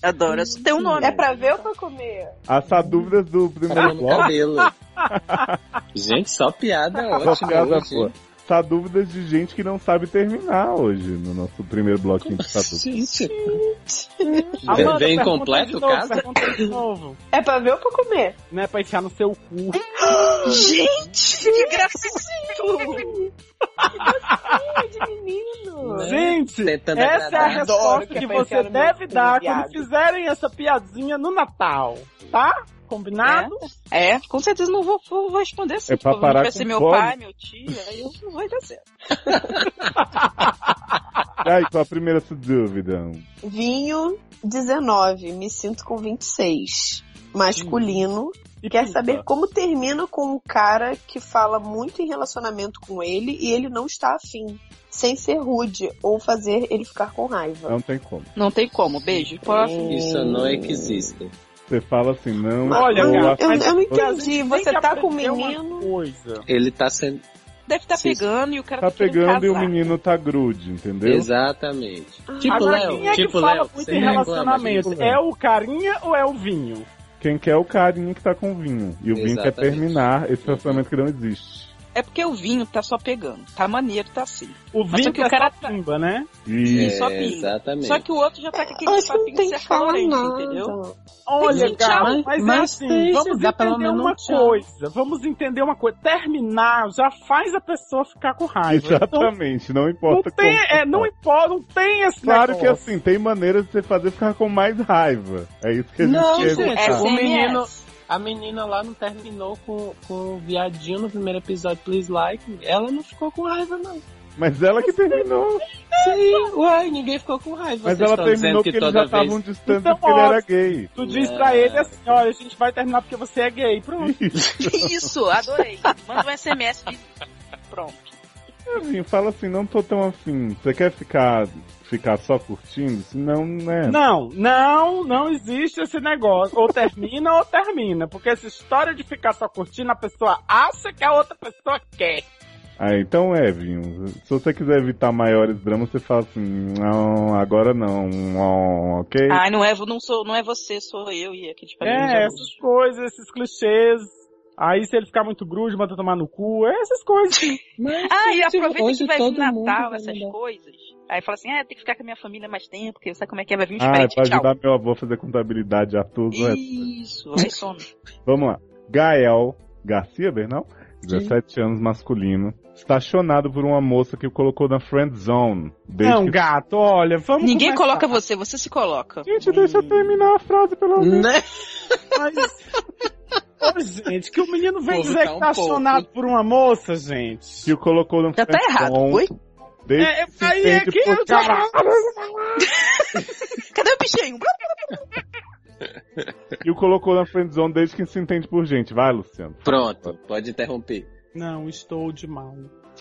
[SPEAKER 6] Adoro, isso tem um nome.
[SPEAKER 3] É pra ver ou pra comer?
[SPEAKER 2] As tá, dúvidas do primeiro
[SPEAKER 4] Cabelo.
[SPEAKER 2] bloco.
[SPEAKER 4] cabelo. Gente, só piada
[SPEAKER 2] Só
[SPEAKER 4] ótima.
[SPEAKER 2] piada
[SPEAKER 4] hoje.
[SPEAKER 2] boa. Tá dúvidas de gente que não sabe terminar hoje no nosso primeiro bloquinho de tatu.
[SPEAKER 4] Gente,
[SPEAKER 5] Amanda,
[SPEAKER 4] vem
[SPEAKER 5] pergunta
[SPEAKER 4] completo
[SPEAKER 5] de
[SPEAKER 4] o
[SPEAKER 5] novo,
[SPEAKER 4] caso?
[SPEAKER 5] pergunta de novo.
[SPEAKER 3] É pra ver ou pra comer?
[SPEAKER 5] Não é pra enfiar no seu cu.
[SPEAKER 6] Gente, que gracinha!
[SPEAKER 3] Ai, de menino.
[SPEAKER 4] Né?
[SPEAKER 5] Gente,
[SPEAKER 4] tentando
[SPEAKER 5] Essa é a
[SPEAKER 4] agradar.
[SPEAKER 5] resposta
[SPEAKER 3] Adoro que
[SPEAKER 5] que
[SPEAKER 3] é
[SPEAKER 5] você
[SPEAKER 3] pensar no
[SPEAKER 5] deve
[SPEAKER 3] meu
[SPEAKER 5] dar
[SPEAKER 3] viado.
[SPEAKER 5] quando fizerem essa piadinha no Natal, tá? Combinado?
[SPEAKER 6] É, com certeza não vou, vou vou responder assim.
[SPEAKER 2] É pra
[SPEAKER 6] tipo,
[SPEAKER 2] parar
[SPEAKER 6] vai ser
[SPEAKER 2] com
[SPEAKER 6] meu
[SPEAKER 2] fome.
[SPEAKER 6] pai, meu tio, aí eu não vou dar certo.
[SPEAKER 2] E aí, qual a primeira sua dúvida?
[SPEAKER 3] Vinho 19, me sinto com 26. Masculino.
[SPEAKER 5] E
[SPEAKER 3] Quer
[SPEAKER 5] puta,
[SPEAKER 3] saber como termina com um cara que fala muito em relacionamento com ele e ele não está afim. Sem ser rude ou fazer ele ficar com raiva.
[SPEAKER 2] Não tem como.
[SPEAKER 6] Não tem como, beijo. Próximo.
[SPEAKER 4] Isso não é existe.
[SPEAKER 2] Você fala assim, não. Tá
[SPEAKER 5] Olha,
[SPEAKER 2] eu
[SPEAKER 5] cara,
[SPEAKER 2] acho-
[SPEAKER 3] eu,
[SPEAKER 5] mas-
[SPEAKER 3] eu não
[SPEAKER 5] porque a gente
[SPEAKER 3] entendi.
[SPEAKER 5] tem
[SPEAKER 3] Você
[SPEAKER 5] que
[SPEAKER 3] tá com o
[SPEAKER 5] aprender uma
[SPEAKER 3] menino.
[SPEAKER 5] Coisa.
[SPEAKER 4] Ele tá sendo.
[SPEAKER 6] Deve estar
[SPEAKER 4] Sim.
[SPEAKER 6] pegando e o cara
[SPEAKER 2] Tá
[SPEAKER 6] querendo
[SPEAKER 2] pegando e o
[SPEAKER 6] casar.
[SPEAKER 2] menino tá grude, entendeu?
[SPEAKER 4] Exatamente. Tipo
[SPEAKER 5] Agora,
[SPEAKER 4] Léo.
[SPEAKER 5] quem é que
[SPEAKER 4] tipo
[SPEAKER 5] fala
[SPEAKER 4] Léo.
[SPEAKER 5] muito
[SPEAKER 4] sem
[SPEAKER 5] em relacionamento?
[SPEAKER 2] tipo Léo.
[SPEAKER 5] é o carinha ou é o vinho?
[SPEAKER 2] Quem quer é o carinho que tá com o vinho. E o vinho quer
[SPEAKER 4] Exatamente. Uhum.
[SPEAKER 2] terminar esse relacionamento que não existe.
[SPEAKER 6] É porque o vinho tá só pegando. Tá maneiro, tá assim.
[SPEAKER 5] O
[SPEAKER 6] Mas
[SPEAKER 5] vinho
[SPEAKER 6] só
[SPEAKER 5] que
[SPEAKER 6] que
[SPEAKER 5] é
[SPEAKER 6] o cara
[SPEAKER 5] só pimba, né?
[SPEAKER 2] E
[SPEAKER 6] só
[SPEAKER 4] É,
[SPEAKER 6] pinga.
[SPEAKER 4] exatamente.
[SPEAKER 6] Só que o outro já tá com aquele
[SPEAKER 3] Acho que não
[SPEAKER 6] papinho
[SPEAKER 3] tipo, tem
[SPEAKER 6] de
[SPEAKER 3] que falar
[SPEAKER 6] sertão
[SPEAKER 3] nada.
[SPEAKER 6] entendeu?
[SPEAKER 5] Olha,
[SPEAKER 6] Sim,
[SPEAKER 5] cara,
[SPEAKER 4] tchau.
[SPEAKER 5] mas, é
[SPEAKER 4] Mas
[SPEAKER 5] assim,
[SPEAKER 4] tem,
[SPEAKER 5] vamos
[SPEAKER 4] dá pelo
[SPEAKER 5] entender
[SPEAKER 4] menos um
[SPEAKER 5] uma
[SPEAKER 4] tchau.
[SPEAKER 5] coisa. Vamos entender uma coisa. Terminar já faz a pessoa ficar com raiva.
[SPEAKER 2] Ah,
[SPEAKER 5] Então,
[SPEAKER 2] Exatamente, não
[SPEAKER 5] não
[SPEAKER 2] importa
[SPEAKER 5] tem,
[SPEAKER 2] como.
[SPEAKER 5] é, não importa, não tem esse
[SPEAKER 2] Claro que
[SPEAKER 5] negócio.
[SPEAKER 2] assim, tem maneiras de você fazer ficar com mais raiva. É isso que a gente
[SPEAKER 4] Não,
[SPEAKER 2] quer
[SPEAKER 4] gente,
[SPEAKER 2] evitar.
[SPEAKER 4] É o
[SPEAKER 6] SMS.
[SPEAKER 4] menino. A menina lá não terminou com, com o viadinho no primeiro episódio, please like. Ela não ficou com raiva, não.
[SPEAKER 2] Mas ela que terminou.
[SPEAKER 4] Sim, uai, ninguém ficou com raiva.
[SPEAKER 2] Mas
[SPEAKER 4] Vocês
[SPEAKER 2] ela
[SPEAKER 4] estão dizendo
[SPEAKER 2] terminou porque
[SPEAKER 4] que
[SPEAKER 2] eles
[SPEAKER 4] toda
[SPEAKER 2] já
[SPEAKER 4] vez.
[SPEAKER 2] estavam distantes
[SPEAKER 5] Então,
[SPEAKER 2] porque ele
[SPEAKER 5] ó,
[SPEAKER 2] era gay.
[SPEAKER 5] Tu diz pra ele assim, olha, a gente vai terminar porque você é gay. Pronto.
[SPEAKER 6] Isso, adorei. Manda um SMS. e- Pronto.
[SPEAKER 2] Assim, fala assim, não tô tão afim. Você quer ficar, ficar só curtindo? Senão, né?
[SPEAKER 5] Não, não, não existe esse negócio. Ou termina ou termina. Porque essa história de ficar só curtindo, a pessoa acha que a outra pessoa quer.
[SPEAKER 2] Ah, então é, Vinho. Se você quiser evitar maiores dramas, você fala assim, não, agora não, não, ok?
[SPEAKER 6] Ah,
[SPEAKER 5] tá
[SPEAKER 6] Ai, não é, vo- não, sou, não é você, sou eu e aqui de
[SPEAKER 5] É, essas coisas, esses clichês. Aí se ele ficar muito grude, manda tomar no cu, essas coisas.
[SPEAKER 4] Mas,
[SPEAKER 6] Ah, e
[SPEAKER 4] gente,
[SPEAKER 6] aproveita
[SPEAKER 4] hoje
[SPEAKER 6] que vai vir
[SPEAKER 4] todo mundo
[SPEAKER 6] Natal,
[SPEAKER 4] vai
[SPEAKER 6] essas
[SPEAKER 4] mandar.
[SPEAKER 6] coisas. Aí fala assim, ah, tem que ficar com a minha família mais tempo, porque sabe como é que é, vai vir um
[SPEAKER 2] Ah, é
[SPEAKER 6] frete,
[SPEAKER 2] pra
[SPEAKER 6] tchau.
[SPEAKER 2] ajudar meu avô a fazer contabilidade a todos. né?
[SPEAKER 6] Isso, você some.
[SPEAKER 2] Vamos lá. Gael Garcia Bernal, 17 anos, masculino. Estacionado por uma moça que o colocou na friend zone. Desde
[SPEAKER 5] Não,
[SPEAKER 2] que...
[SPEAKER 5] gato, olha, vamos
[SPEAKER 6] Ninguém
[SPEAKER 5] começar.
[SPEAKER 6] coloca você, você se coloca.
[SPEAKER 2] Gente, deixa eu terminar a frase, pelo amor
[SPEAKER 4] Né?
[SPEAKER 5] Mas... Ô, gente, que o menino vem
[SPEAKER 4] Povo
[SPEAKER 5] dizer
[SPEAKER 4] tá
[SPEAKER 5] que
[SPEAKER 4] um
[SPEAKER 5] tá acionado por uma moça, gente.
[SPEAKER 2] Que o colocou na
[SPEAKER 6] Já
[SPEAKER 2] friend
[SPEAKER 6] tá errado,
[SPEAKER 2] zone.
[SPEAKER 6] oi?
[SPEAKER 2] Desde
[SPEAKER 5] É,
[SPEAKER 2] que se
[SPEAKER 5] aí é
[SPEAKER 2] entende
[SPEAKER 5] que
[SPEAKER 2] por
[SPEAKER 5] eu já-
[SPEAKER 2] caralho.
[SPEAKER 6] Cadê o bichinho?
[SPEAKER 2] E o colocou na friend zone desde que se entende por gente. Vai, Luciano.
[SPEAKER 4] Pronto, pode interromper.
[SPEAKER 5] Não, estou de mal.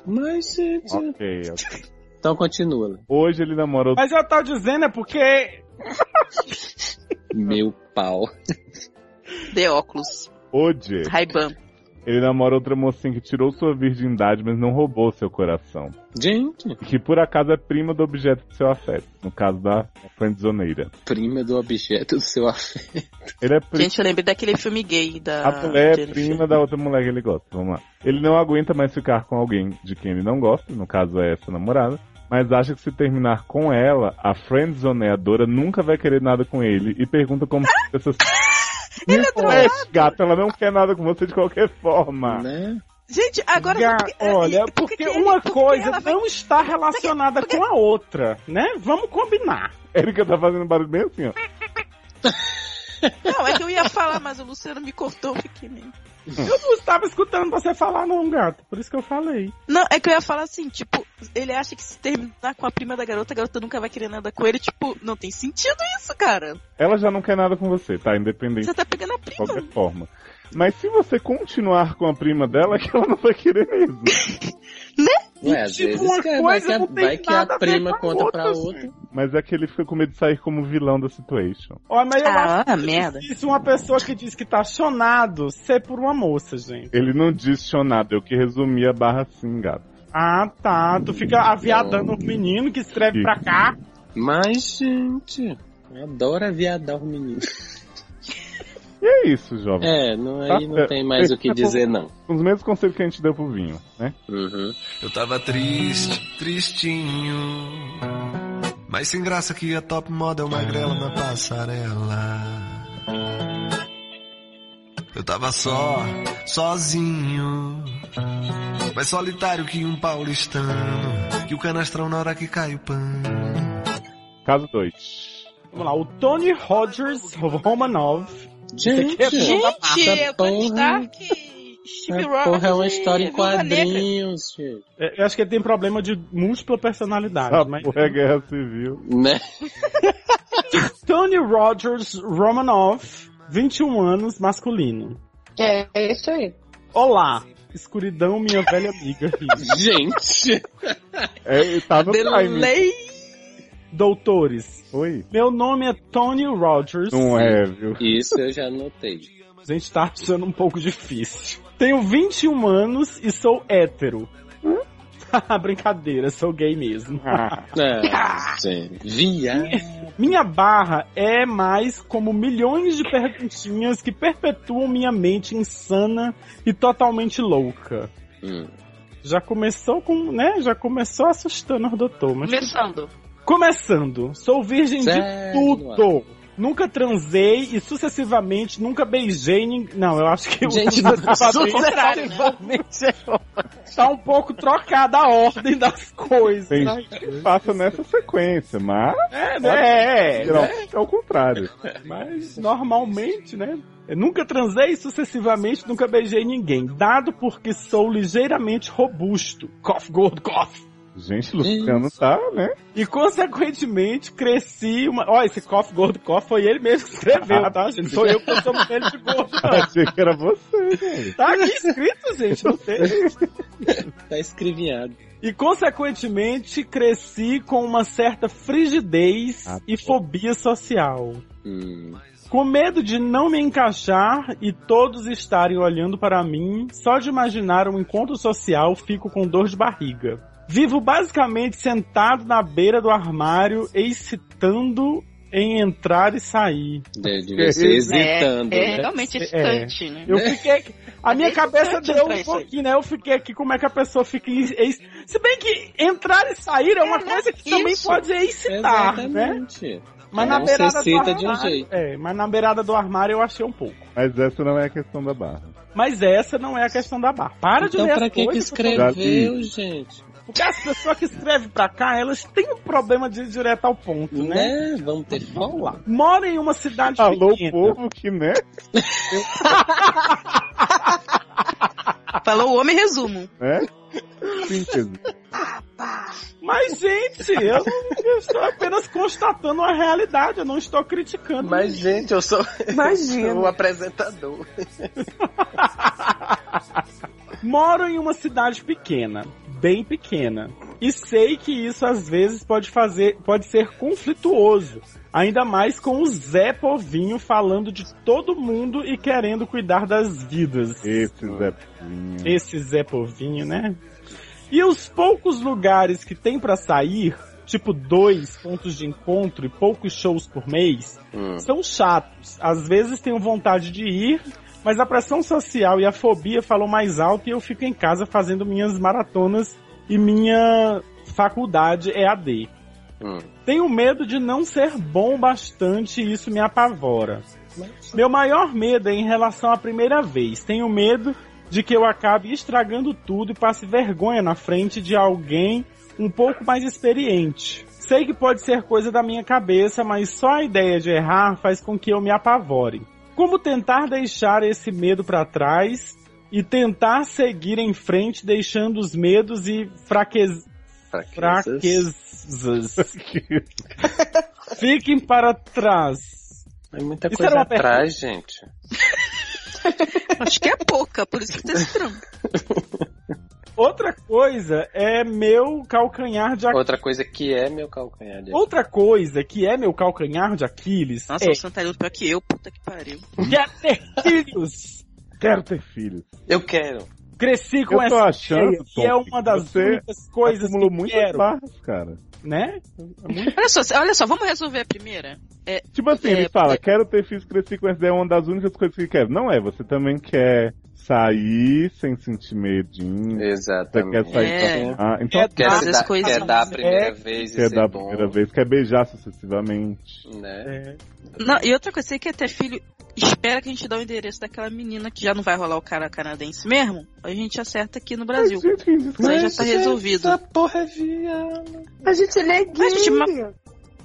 [SPEAKER 4] Mas, gente.
[SPEAKER 2] Ok, ok.
[SPEAKER 4] Então continua. Lu.
[SPEAKER 2] Hoje ele namora
[SPEAKER 5] Mas eu tava dizendo é porque
[SPEAKER 4] Meu pau.
[SPEAKER 6] De óculos,
[SPEAKER 2] Oje.
[SPEAKER 6] Ray-Ban.
[SPEAKER 2] Ele namora outra mocinha que tirou sua virgindade, mas não roubou seu coração.
[SPEAKER 4] Gente,
[SPEAKER 2] E que por acaso é prima do objeto do seu afeto. No caso da friendzoneira.
[SPEAKER 4] prima do objeto do seu afeto.
[SPEAKER 2] Ele é primo.
[SPEAKER 6] Gente, eu lembrei daquele filme gay da...
[SPEAKER 2] A mulher é
[SPEAKER 6] Jennifer.
[SPEAKER 2] prima da outra mulher que ele gosta. Vamos lá. Ele não aguenta mais ficar com alguém de quem ele não gosta, no caso é essa namorada, mas acha que se terminar com ela, a friendzoneadora nunca vai querer nada com ele e pergunta como essa Ah! Ele é gata, ela não quer nada com você de qualquer forma.
[SPEAKER 4] Né?
[SPEAKER 6] Gente, agora...
[SPEAKER 5] Ga-
[SPEAKER 6] por que- é,
[SPEAKER 5] olha,
[SPEAKER 6] por que
[SPEAKER 5] porque
[SPEAKER 6] que ele-
[SPEAKER 5] uma
[SPEAKER 6] por que
[SPEAKER 5] coisa
[SPEAKER 6] ela vai-
[SPEAKER 5] não está relacionada com a outra, né? Vamos combinar.
[SPEAKER 2] Erika tá fazendo barulho bem assim, ó.
[SPEAKER 6] Não, é que eu ia falar, mas o Luciano me cortou, eu fiquei meio...
[SPEAKER 5] Eu não estava escutando você falar não, gato. Por isso que eu falei.
[SPEAKER 6] Não, é que eu ia falar assim, tipo, ele acha que se terminar com a prima da garota, a garota nunca vai querer nada com ele. Tipo, não tem sentido isso, cara.
[SPEAKER 2] Ela já não quer nada com você, tá? Independente
[SPEAKER 6] Você tá pegando a
[SPEAKER 2] de
[SPEAKER 6] prima.
[SPEAKER 2] qualquer forma. Mas se você continuar com a prima dela, é que ela não vai querer mesmo.
[SPEAKER 4] Ué, às
[SPEAKER 5] Tipo,
[SPEAKER 4] vezes
[SPEAKER 5] uma
[SPEAKER 4] que- é, vai,
[SPEAKER 5] coisa
[SPEAKER 4] que a,
[SPEAKER 5] não tem
[SPEAKER 4] vai que a
[SPEAKER 5] nada a ver
[SPEAKER 4] prima
[SPEAKER 5] com a
[SPEAKER 4] conta pra
[SPEAKER 5] outra, assim.
[SPEAKER 4] outra.
[SPEAKER 2] Mas é que ele fica com medo de sair como vilão da situation.
[SPEAKER 5] Olha, mas eu acho
[SPEAKER 6] ah, merda.
[SPEAKER 5] que isso é uma pessoa que diz que tá chonado ser por uma moça, gente.
[SPEAKER 2] Ele não diz chonado, eu que resumi a barra assim, gato.
[SPEAKER 5] Ah, tá. Tu fica aviadando um menino que escreve pra cá.
[SPEAKER 4] Mas, gente, adora viadar o menino.
[SPEAKER 2] E é isso, jovem.
[SPEAKER 4] É, não, aí
[SPEAKER 2] Tá,
[SPEAKER 4] não
[SPEAKER 2] é,
[SPEAKER 4] tem mais o
[SPEAKER 2] é
[SPEAKER 4] que dizer, não.
[SPEAKER 2] Com Os mesmos conselhos que a gente deu pro vinho, né?
[SPEAKER 4] Uhum.
[SPEAKER 7] Eu tava triste, tristinho. Mas sem graça que a top model magrela na passarela. Eu tava só, sozinho. Mais solitário que um paulistano. Que o canastrão na hora que cai o pano.
[SPEAKER 2] Caso 2.
[SPEAKER 5] Vamos lá, o Tony Rogers Romanov.
[SPEAKER 4] Gente,
[SPEAKER 5] Gente,
[SPEAKER 6] Gente, eu tô
[SPEAKER 4] tá porra.
[SPEAKER 6] Stark. Steve
[SPEAKER 4] essa porra é uma história em
[SPEAKER 6] Viúva Negra.
[SPEAKER 4] quadrinhos, filho.
[SPEAKER 5] É, Eu acho que ele tem problema de múltipla personalidade.
[SPEAKER 2] Ah,
[SPEAKER 5] mas...
[SPEAKER 2] porra, é guerra civil.
[SPEAKER 4] Né?
[SPEAKER 5] Tony Rogers Romanov, 21 anos, masculino.
[SPEAKER 3] É, é isso aí.
[SPEAKER 5] Olá, escuridão, minha velha amiga. Riz.
[SPEAKER 4] Gente,
[SPEAKER 2] É, tá no time.
[SPEAKER 6] Delay.
[SPEAKER 5] Doutores,
[SPEAKER 2] Oi.
[SPEAKER 5] meu nome é Tony Rogers.
[SPEAKER 2] Não é, viu?
[SPEAKER 4] isso eu já notei.
[SPEAKER 5] A gente tá achando um pouco difícil. Tenho 21 anos e sou hétero. Brincadeira, sou gay mesmo.
[SPEAKER 4] Ah, gente. Viado.
[SPEAKER 5] Minha barra é mais como milhões de perguntinhas que perpetuam minha mente insana e totalmente louca.
[SPEAKER 4] Hum.
[SPEAKER 5] Já começou com, né? Já começou assustando o doutor, mas
[SPEAKER 6] Começando.
[SPEAKER 5] Começando, sou virgem de
[SPEAKER 4] Sério?
[SPEAKER 1] É,
[SPEAKER 5] tudo. Nunca transei e sucessivamente nunca beijei ninguém. Não, eu acho que o
[SPEAKER 4] Gente,
[SPEAKER 5] sucessivamente tá um pouco trocada a ordem das coisas. né?
[SPEAKER 2] Tem gente que passa nessa sequência, mas
[SPEAKER 5] É, né? É, né?
[SPEAKER 2] geralmente é o contrário.
[SPEAKER 5] Mas normalmente, né? Eu nunca transei e sucessivamente nunca beijei ninguém, dado porque sou ligeiramente robusto. Cough, gordo, cough.
[SPEAKER 2] Gente, Luciano tá, né?
[SPEAKER 5] E consequentemente cresci uma. Ó, esse cof gordo cof foi ele mesmo que escreveu,
[SPEAKER 2] Ah,
[SPEAKER 5] tá, gente? Sou eu que eu chamo ele de gordo. não.
[SPEAKER 2] Achei que era você, gente.
[SPEAKER 5] Tá aqui escrito, gente, não tem.
[SPEAKER 4] Tá escrevinhado.
[SPEAKER 5] E consequentemente cresci com uma certa frigidez
[SPEAKER 2] Ah,
[SPEAKER 5] e fobia social.
[SPEAKER 4] Hum.
[SPEAKER 5] Com medo de não me encaixar e todos estarem olhando para mim, só de imaginar um encontro social fico com dor de barriga. Vivo basicamente sentado na beira do armário, excitando em entrar e sair.
[SPEAKER 4] De, de você É, hesitando,
[SPEAKER 6] é,
[SPEAKER 4] né?
[SPEAKER 6] é realmente
[SPEAKER 5] É.
[SPEAKER 6] excitante, né?
[SPEAKER 5] Eu fiquei. A
[SPEAKER 4] É
[SPEAKER 5] minha cabeça
[SPEAKER 6] importante
[SPEAKER 5] deu
[SPEAKER 6] pra
[SPEAKER 5] um
[SPEAKER 6] isso aí.
[SPEAKER 5] pouquinho, né? Eu fiquei aqui como é que a pessoa fica. em- ex- Se bem que entrar e sair é uma coisa que também
[SPEAKER 6] Isso.
[SPEAKER 5] pode excitar, né?
[SPEAKER 4] né? Exatamente. É,
[SPEAKER 5] Mas na
[SPEAKER 4] Não se
[SPEAKER 5] beirada do
[SPEAKER 4] excita
[SPEAKER 5] armário.
[SPEAKER 4] de um jeito.
[SPEAKER 5] É, mas na beirada do armário eu achei um pouco.
[SPEAKER 2] Mas essa não é a questão da barra.
[SPEAKER 5] Mas essa não é a questão da barra. Para de
[SPEAKER 4] Então
[SPEAKER 5] ler
[SPEAKER 4] pra
[SPEAKER 5] as
[SPEAKER 4] que que
[SPEAKER 5] coisas,
[SPEAKER 4] escreveu, gente?
[SPEAKER 5] Porque as pessoas que escrevem pra cá, elas têm um problema de ir direto ao ponto, né?
[SPEAKER 4] Né? Vamos ter
[SPEAKER 5] Vamos
[SPEAKER 4] fome?
[SPEAKER 5] lá. Mora em uma cidade
[SPEAKER 2] Alô,
[SPEAKER 5] pequena.
[SPEAKER 2] povo que, né?
[SPEAKER 6] Ah, Falou o homem resumo.
[SPEAKER 2] né? Síntese.
[SPEAKER 5] Mas, gente, eu, não- eu estou apenas constatando a realidade, eu não estou criticando.
[SPEAKER 4] Mas, gente, eu sou
[SPEAKER 3] Imagina.
[SPEAKER 4] o apresentador.
[SPEAKER 5] Moro em uma cidade pequena, bem pequena, e sei que isso às vezes pode fazer, pode ser conflituoso, ainda mais com o Zé Povinho falando de todo mundo e querendo cuidar das vidas.
[SPEAKER 2] Esse Zé Pinho.
[SPEAKER 5] Esse Zé Povinho, né? E os poucos lugares que tem pra sair, tipo dois pontos de encontro e poucos shows por mês, são chatos. Às vezes tenho vontade de ir, mas a pressão social e a fobia falam mais alto e eu fico em casa fazendo minhas maratonas e minha faculdade é AD. Tenho medo de não ser bom bastante e isso me apavora. Meu maior medo é em relação à primeira vez. Tenho medo de que eu acabe estragando tudo e passe vergonha na frente de alguém um pouco mais experiente. Sei que pode ser coisa da minha cabeça, mas só a ideia de errar faz com que eu me apavore. Como tentar deixar esse medo pra trás e tentar seguir em frente deixando os medos e fraquezas fraquezas. Fiquem para trás.
[SPEAKER 4] É muita
[SPEAKER 5] Isso
[SPEAKER 4] coisa
[SPEAKER 5] era uma pergunta.
[SPEAKER 4] atrás, gente.
[SPEAKER 6] Acho que é pouca, por isso que tá estranho.
[SPEAKER 5] Outra coisa é meu calcanhar de Aquiles.
[SPEAKER 4] Outra coisa que é meu calcanhar de
[SPEAKER 5] Outra coisa que é meu calcanhar de Aquiles
[SPEAKER 6] Nossa,
[SPEAKER 5] é
[SPEAKER 6] o Santa é pior que eu, puta que pariu.
[SPEAKER 5] quero ter filhos.
[SPEAKER 2] Quero ter filhos.
[SPEAKER 4] Eu quero.
[SPEAKER 5] Cresci com
[SPEAKER 2] Eu tô
[SPEAKER 5] essa
[SPEAKER 2] achando,
[SPEAKER 5] ideia, que é
[SPEAKER 2] Tom, que
[SPEAKER 5] uma das
[SPEAKER 2] você
[SPEAKER 5] únicas coisas
[SPEAKER 2] Acumulou
[SPEAKER 5] que
[SPEAKER 2] muitas
[SPEAKER 5] quero,
[SPEAKER 2] barras, cara.
[SPEAKER 5] né?
[SPEAKER 6] Olha só, olha só, vamos resolver a primeira?
[SPEAKER 2] Tipo assim,
[SPEAKER 6] É,
[SPEAKER 2] ele fala,
[SPEAKER 6] porque-
[SPEAKER 2] quero ter filhos, cresci com essa ideia, é uma das únicas coisas que quero. Não é, você também quer sair sem sentir medinho. Você quer
[SPEAKER 4] Exatamente.
[SPEAKER 5] tá
[SPEAKER 2] sair
[SPEAKER 6] É.
[SPEAKER 2] pra... Ah, então
[SPEAKER 5] Quer
[SPEAKER 4] Quer,
[SPEAKER 6] Às
[SPEAKER 4] se
[SPEAKER 6] vezes
[SPEAKER 4] dar,
[SPEAKER 6] coisas
[SPEAKER 4] quer
[SPEAKER 6] são-
[SPEAKER 4] dar a primeira
[SPEAKER 5] é,
[SPEAKER 4] vez e
[SPEAKER 2] quer
[SPEAKER 4] ser
[SPEAKER 2] dar a
[SPEAKER 4] bom,
[SPEAKER 2] primeira vez, quer beijar sucessivamente.
[SPEAKER 4] Né?
[SPEAKER 5] É.
[SPEAKER 6] Não, e outra coisa, você quer ter filho, espera que a gente dá o endereço daquela menina que já não vai rolar o cara canadense mesmo, a gente acerta aqui no Brasil.
[SPEAKER 2] Mas, gente, quem disse que
[SPEAKER 6] Isso aí já tá
[SPEAKER 5] é
[SPEAKER 6] resolvido.
[SPEAKER 4] Essa porra é viado.
[SPEAKER 3] Mas, gente, ele é
[SPEAKER 6] Mas, gente,
[SPEAKER 3] gay.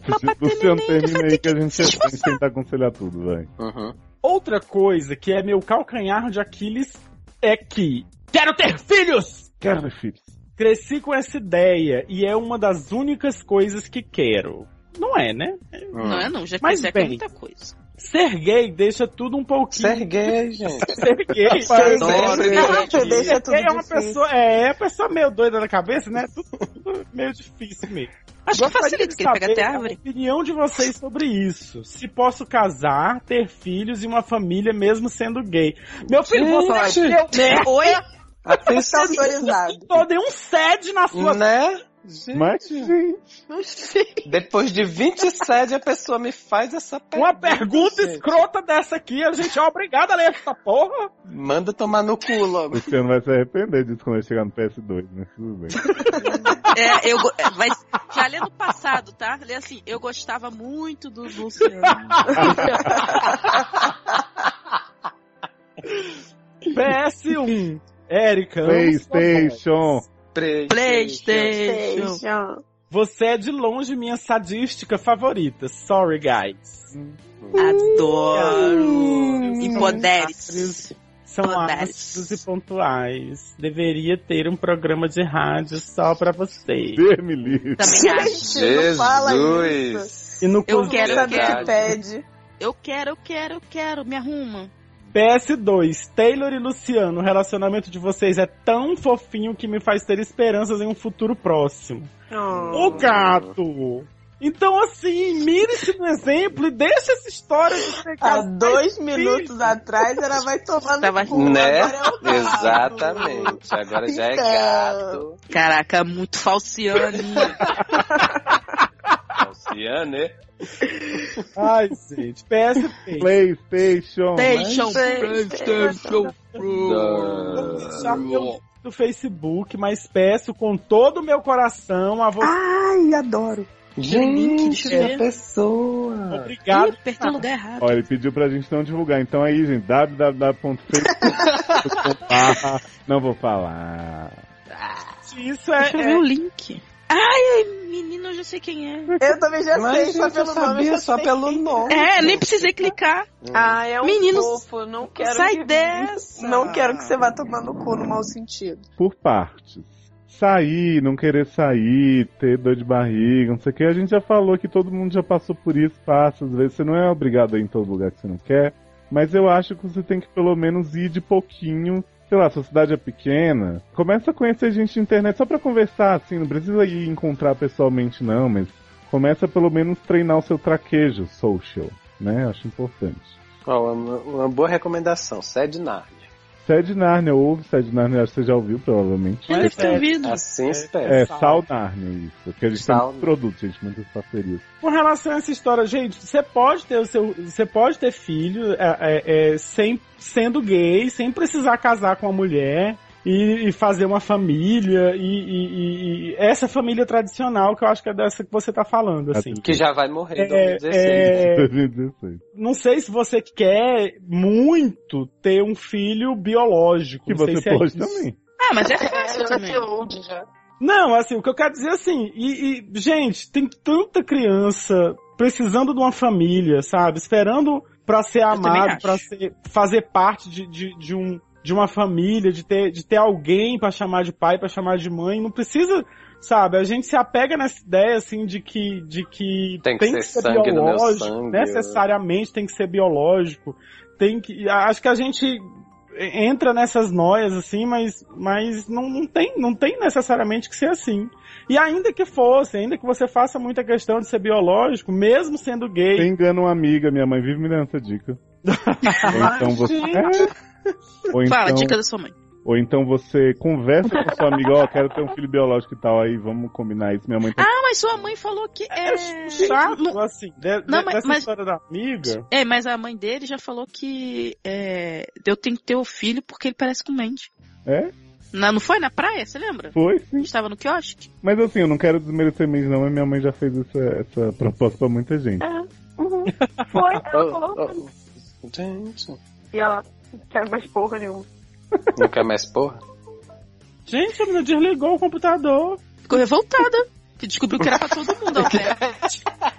[SPEAKER 6] Mas pra ter
[SPEAKER 2] Luciano,
[SPEAKER 6] neném,
[SPEAKER 2] termina aí que a gente
[SPEAKER 6] se esforçar.
[SPEAKER 2] vai tentar aconselhar tudo, vai.
[SPEAKER 4] Uhum.
[SPEAKER 5] Outra coisa que é meu calcanhar de Aquiles é que quero ter filhos.
[SPEAKER 2] Quero ter filhos.
[SPEAKER 5] Cresci com essa ideia e é uma das únicas coisas que quero. Não é, né?
[SPEAKER 4] Uhum.
[SPEAKER 6] Não é não, já que
[SPEAKER 5] Mas
[SPEAKER 6] você
[SPEAKER 5] bem.
[SPEAKER 6] é muita coisa.
[SPEAKER 5] Ser gay deixa tudo um pouquinho.
[SPEAKER 4] Ser gay, gente.
[SPEAKER 5] Ser gay.
[SPEAKER 3] Ser
[SPEAKER 2] é
[SPEAKER 4] Adoro,
[SPEAKER 3] gay,
[SPEAKER 4] eu
[SPEAKER 3] você deixa tudo
[SPEAKER 5] é uma
[SPEAKER 3] difícil.
[SPEAKER 5] pessoa, é, é uma pessoa meio doida na cabeça, né? Tudo, tudo meio difícil mesmo.
[SPEAKER 6] Acho que
[SPEAKER 5] Gostaria
[SPEAKER 6] facilita,
[SPEAKER 5] de
[SPEAKER 6] que ele pega
[SPEAKER 5] saber
[SPEAKER 6] até
[SPEAKER 5] a
[SPEAKER 6] árvore.
[SPEAKER 5] opinião de vocês sobre isso. Se posso casar, ter filhos e uma família mesmo sendo gay. Meu filho, você
[SPEAKER 4] Gente.
[SPEAKER 5] nasceu, né?
[SPEAKER 6] Oi?
[SPEAKER 3] Tá
[SPEAKER 4] Atenção.
[SPEAKER 3] autorizado.
[SPEAKER 5] Não deu um sede na sua
[SPEAKER 4] Né? Gente,
[SPEAKER 2] Mas, gente,
[SPEAKER 3] Não sei.
[SPEAKER 4] Depois de 27 a pessoa me faz essa
[SPEAKER 5] Uma
[SPEAKER 3] Hum.
[SPEAKER 4] pergunta.
[SPEAKER 5] pergunta
[SPEAKER 4] gente.
[SPEAKER 5] escrota dessa aqui, a gente é obrigado a ler essa porra.
[SPEAKER 4] Manda tomar no cu logo.
[SPEAKER 2] Luciano vai se arrepender disso quando ele chegar no PS2, mas né? tudo bem.
[SPEAKER 6] É, eu, go- é, vai, já lê no passado, tá? Lê assim, eu gostava muito do Luciano.
[SPEAKER 5] PS1. Érica. amo
[SPEAKER 2] PlayStation!
[SPEAKER 4] Play-
[SPEAKER 6] Playstation.
[SPEAKER 3] Seja.
[SPEAKER 5] Você é de longe minha sadística favorita. Sorry, guys.
[SPEAKER 6] Adoro. Empoderes.
[SPEAKER 5] São
[SPEAKER 6] Saudades.
[SPEAKER 5] ácidos e pontuais. Deveria ter um programa de rádio só pra vocês.
[SPEAKER 2] Deus me livre.
[SPEAKER 6] Também acho.
[SPEAKER 3] Gente, não fala isso.
[SPEAKER 5] E no
[SPEAKER 6] Eu
[SPEAKER 5] cu-
[SPEAKER 6] quero, eu
[SPEAKER 3] Essa
[SPEAKER 6] quero.
[SPEAKER 3] gente pede.
[SPEAKER 6] Eu quero, eu quero, eu quero. Me arruma.
[SPEAKER 5] PS2, Taylor e Luciano, o relacionamento de vocês é tão fofinho que me faz ter esperanças em um futuro próximo.
[SPEAKER 3] Hum.
[SPEAKER 5] O gato! Então, assim, mire-se no exemplo e deixa essa história de ser
[SPEAKER 3] Há
[SPEAKER 5] casado.
[SPEAKER 3] tá dois minutos atrás ela vai tomando
[SPEAKER 6] Tava-
[SPEAKER 3] cu,
[SPEAKER 4] Né?
[SPEAKER 3] agora é o gato.
[SPEAKER 4] Exatamente. Agora já é
[SPEAKER 3] Então,
[SPEAKER 4] gato.
[SPEAKER 6] Caraca, muito falciane.
[SPEAKER 4] Yane.
[SPEAKER 5] Ai, gente. PSP.
[SPEAKER 2] PlayStation.
[SPEAKER 6] Station.
[SPEAKER 1] Playstation Pro.
[SPEAKER 5] Já pelo do Facebook, mas peço com todo o meu coração a você.
[SPEAKER 3] Ai, adoro.
[SPEAKER 4] Gente, é
[SPEAKER 6] Gente.
[SPEAKER 4] a
[SPEAKER 6] Ah,
[SPEAKER 4] pessoa.
[SPEAKER 5] Obrigado.
[SPEAKER 6] Ih, apertei o lugar errado.
[SPEAKER 2] Ó, ele pediu pra gente não divulgar. Então aí, gente, www.facebook.com. Ah, não vou falar.
[SPEAKER 5] Isso é,
[SPEAKER 6] Deixa eu
[SPEAKER 5] é
[SPEAKER 6] ver o link. Ai, menino, eu já sei quem é.
[SPEAKER 3] Eu também já sei,
[SPEAKER 4] Mas
[SPEAKER 3] só
[SPEAKER 4] gente, eu
[SPEAKER 3] pelo nome.
[SPEAKER 4] sabia
[SPEAKER 3] eu já
[SPEAKER 4] só
[SPEAKER 3] sei.
[SPEAKER 4] pelo nome.
[SPEAKER 6] É, nem precisei clicar.
[SPEAKER 3] Ah, é um
[SPEAKER 6] Meninos,
[SPEAKER 3] fofo. Não quero
[SPEAKER 6] Sai
[SPEAKER 3] que...
[SPEAKER 6] dessa.
[SPEAKER 3] Não quero que você vá tomar no cu no mau sentido.
[SPEAKER 2] Por partes. Sair, não querer sair, ter dor de barriga, não sei o que. A gente já falou que todo mundo já passou por isso, passa. Às vezes você não é obrigado a ir em todo lugar que você não quer. Mas eu acho que você tem que pelo menos ir de pouquinho. Sei lá, sua cidade é pequena. Começa a conhecer gente na internet só pra conversar, assim. Não precisa ir encontrar pessoalmente, não. Mas começa pelo menos treinar o seu traquejo social, né? Acho importante.
[SPEAKER 4] Ó, uma, uma boa recomendação, sede Nárnia.
[SPEAKER 2] Sede Narnia, ouve Sede Narnia, acho que você já ouviu, provavelmente.
[SPEAKER 6] Eu deve ter
[SPEAKER 5] é,
[SPEAKER 6] ouvido.
[SPEAKER 4] Assim espero.
[SPEAKER 2] É,
[SPEAKER 5] Sal.
[SPEAKER 2] Sal Narnia, isso. Porque a gente
[SPEAKER 4] Sal.
[SPEAKER 2] tem muitos produtos, gente, muitas parcerias.
[SPEAKER 5] Com relação a essa história, gente, você pode ter o seu, você pode ter filho é, é, é, sem, sendo gay, sem precisar casar com uma mulher e, e fazer uma família e, e- e- e essa família tradicional que eu acho que é dessa que você tá
[SPEAKER 2] É
[SPEAKER 5] falando, assim.
[SPEAKER 4] Que já vai morrer em
[SPEAKER 5] É,
[SPEAKER 4] 2016.
[SPEAKER 5] é,
[SPEAKER 2] 2016.
[SPEAKER 5] não sei se você quer muito ter um filho biológico.
[SPEAKER 2] Que
[SPEAKER 5] não sei
[SPEAKER 2] você
[SPEAKER 5] se é
[SPEAKER 2] pode
[SPEAKER 5] isso.
[SPEAKER 2] também.
[SPEAKER 6] Ah, mas é fácil também.
[SPEAKER 3] old já.
[SPEAKER 5] Não, assim, o que eu quero dizer assim, e, e, gente, tem tanta criança precisando de uma família, sabe? Esperando pra ser
[SPEAKER 6] também
[SPEAKER 5] amado,
[SPEAKER 6] acho.
[SPEAKER 5] pra ser, fazer parte de, de, de um, de uma família, de ter, de ter alguém pra chamar de pai, pra chamar de mãe. Não precisa, sabe? A gente se apega nessa ideia, assim, de que, de que
[SPEAKER 4] Tem que ser sangue do meu
[SPEAKER 5] biológico,
[SPEAKER 4] sangue.
[SPEAKER 5] necessariamente tem que ser biológico, tem que, acho que a gente entra nessas noias assim, mas, mas não, não tem, não tem necessariamente que ser assim. E ainda que fosse, ainda que você faça muita questão de ser biológico, mesmo sendo gay,
[SPEAKER 2] Você engana uma amiga, minha mãe vive me dando essa dica. Ou então você. É. Ou
[SPEAKER 6] Fala,
[SPEAKER 2] então,
[SPEAKER 6] dica da sua mãe.
[SPEAKER 2] ou então você conversa com sua amiga, ó, quero ter um filho biológico e tal, aí vamos combinar isso. Minha mãe tá.
[SPEAKER 6] Ah, mas sua mãe falou que é.
[SPEAKER 5] é chato assim, de,
[SPEAKER 6] Não,
[SPEAKER 5] de-
[SPEAKER 6] mas-
[SPEAKER 5] dessa
[SPEAKER 6] mas-
[SPEAKER 5] história da amiga.
[SPEAKER 6] É, mas a mãe dele já falou que é, eu tenho que ter o filho porque ele parece com mente.
[SPEAKER 2] É?
[SPEAKER 6] Não, não foi na praia, você lembra?
[SPEAKER 2] Foi,
[SPEAKER 6] A
[SPEAKER 2] sim.
[SPEAKER 6] gente tava no quiosque?
[SPEAKER 2] Mas assim, eu não quero desmerecer mês, não, mas minha mãe já fez essa, essa proposta pra muita gente.
[SPEAKER 3] Uhum. Foi,
[SPEAKER 5] é.
[SPEAKER 3] ela
[SPEAKER 4] Oh,
[SPEAKER 3] falou.
[SPEAKER 4] oh, Gente,
[SPEAKER 3] E ela não quer mais porra nenhuma.
[SPEAKER 4] não quer mais porra?
[SPEAKER 5] Gente, a menina desligou o computador.
[SPEAKER 6] Ficou revoltada. Que descobriu que era pra todo mundo. É, a oferta.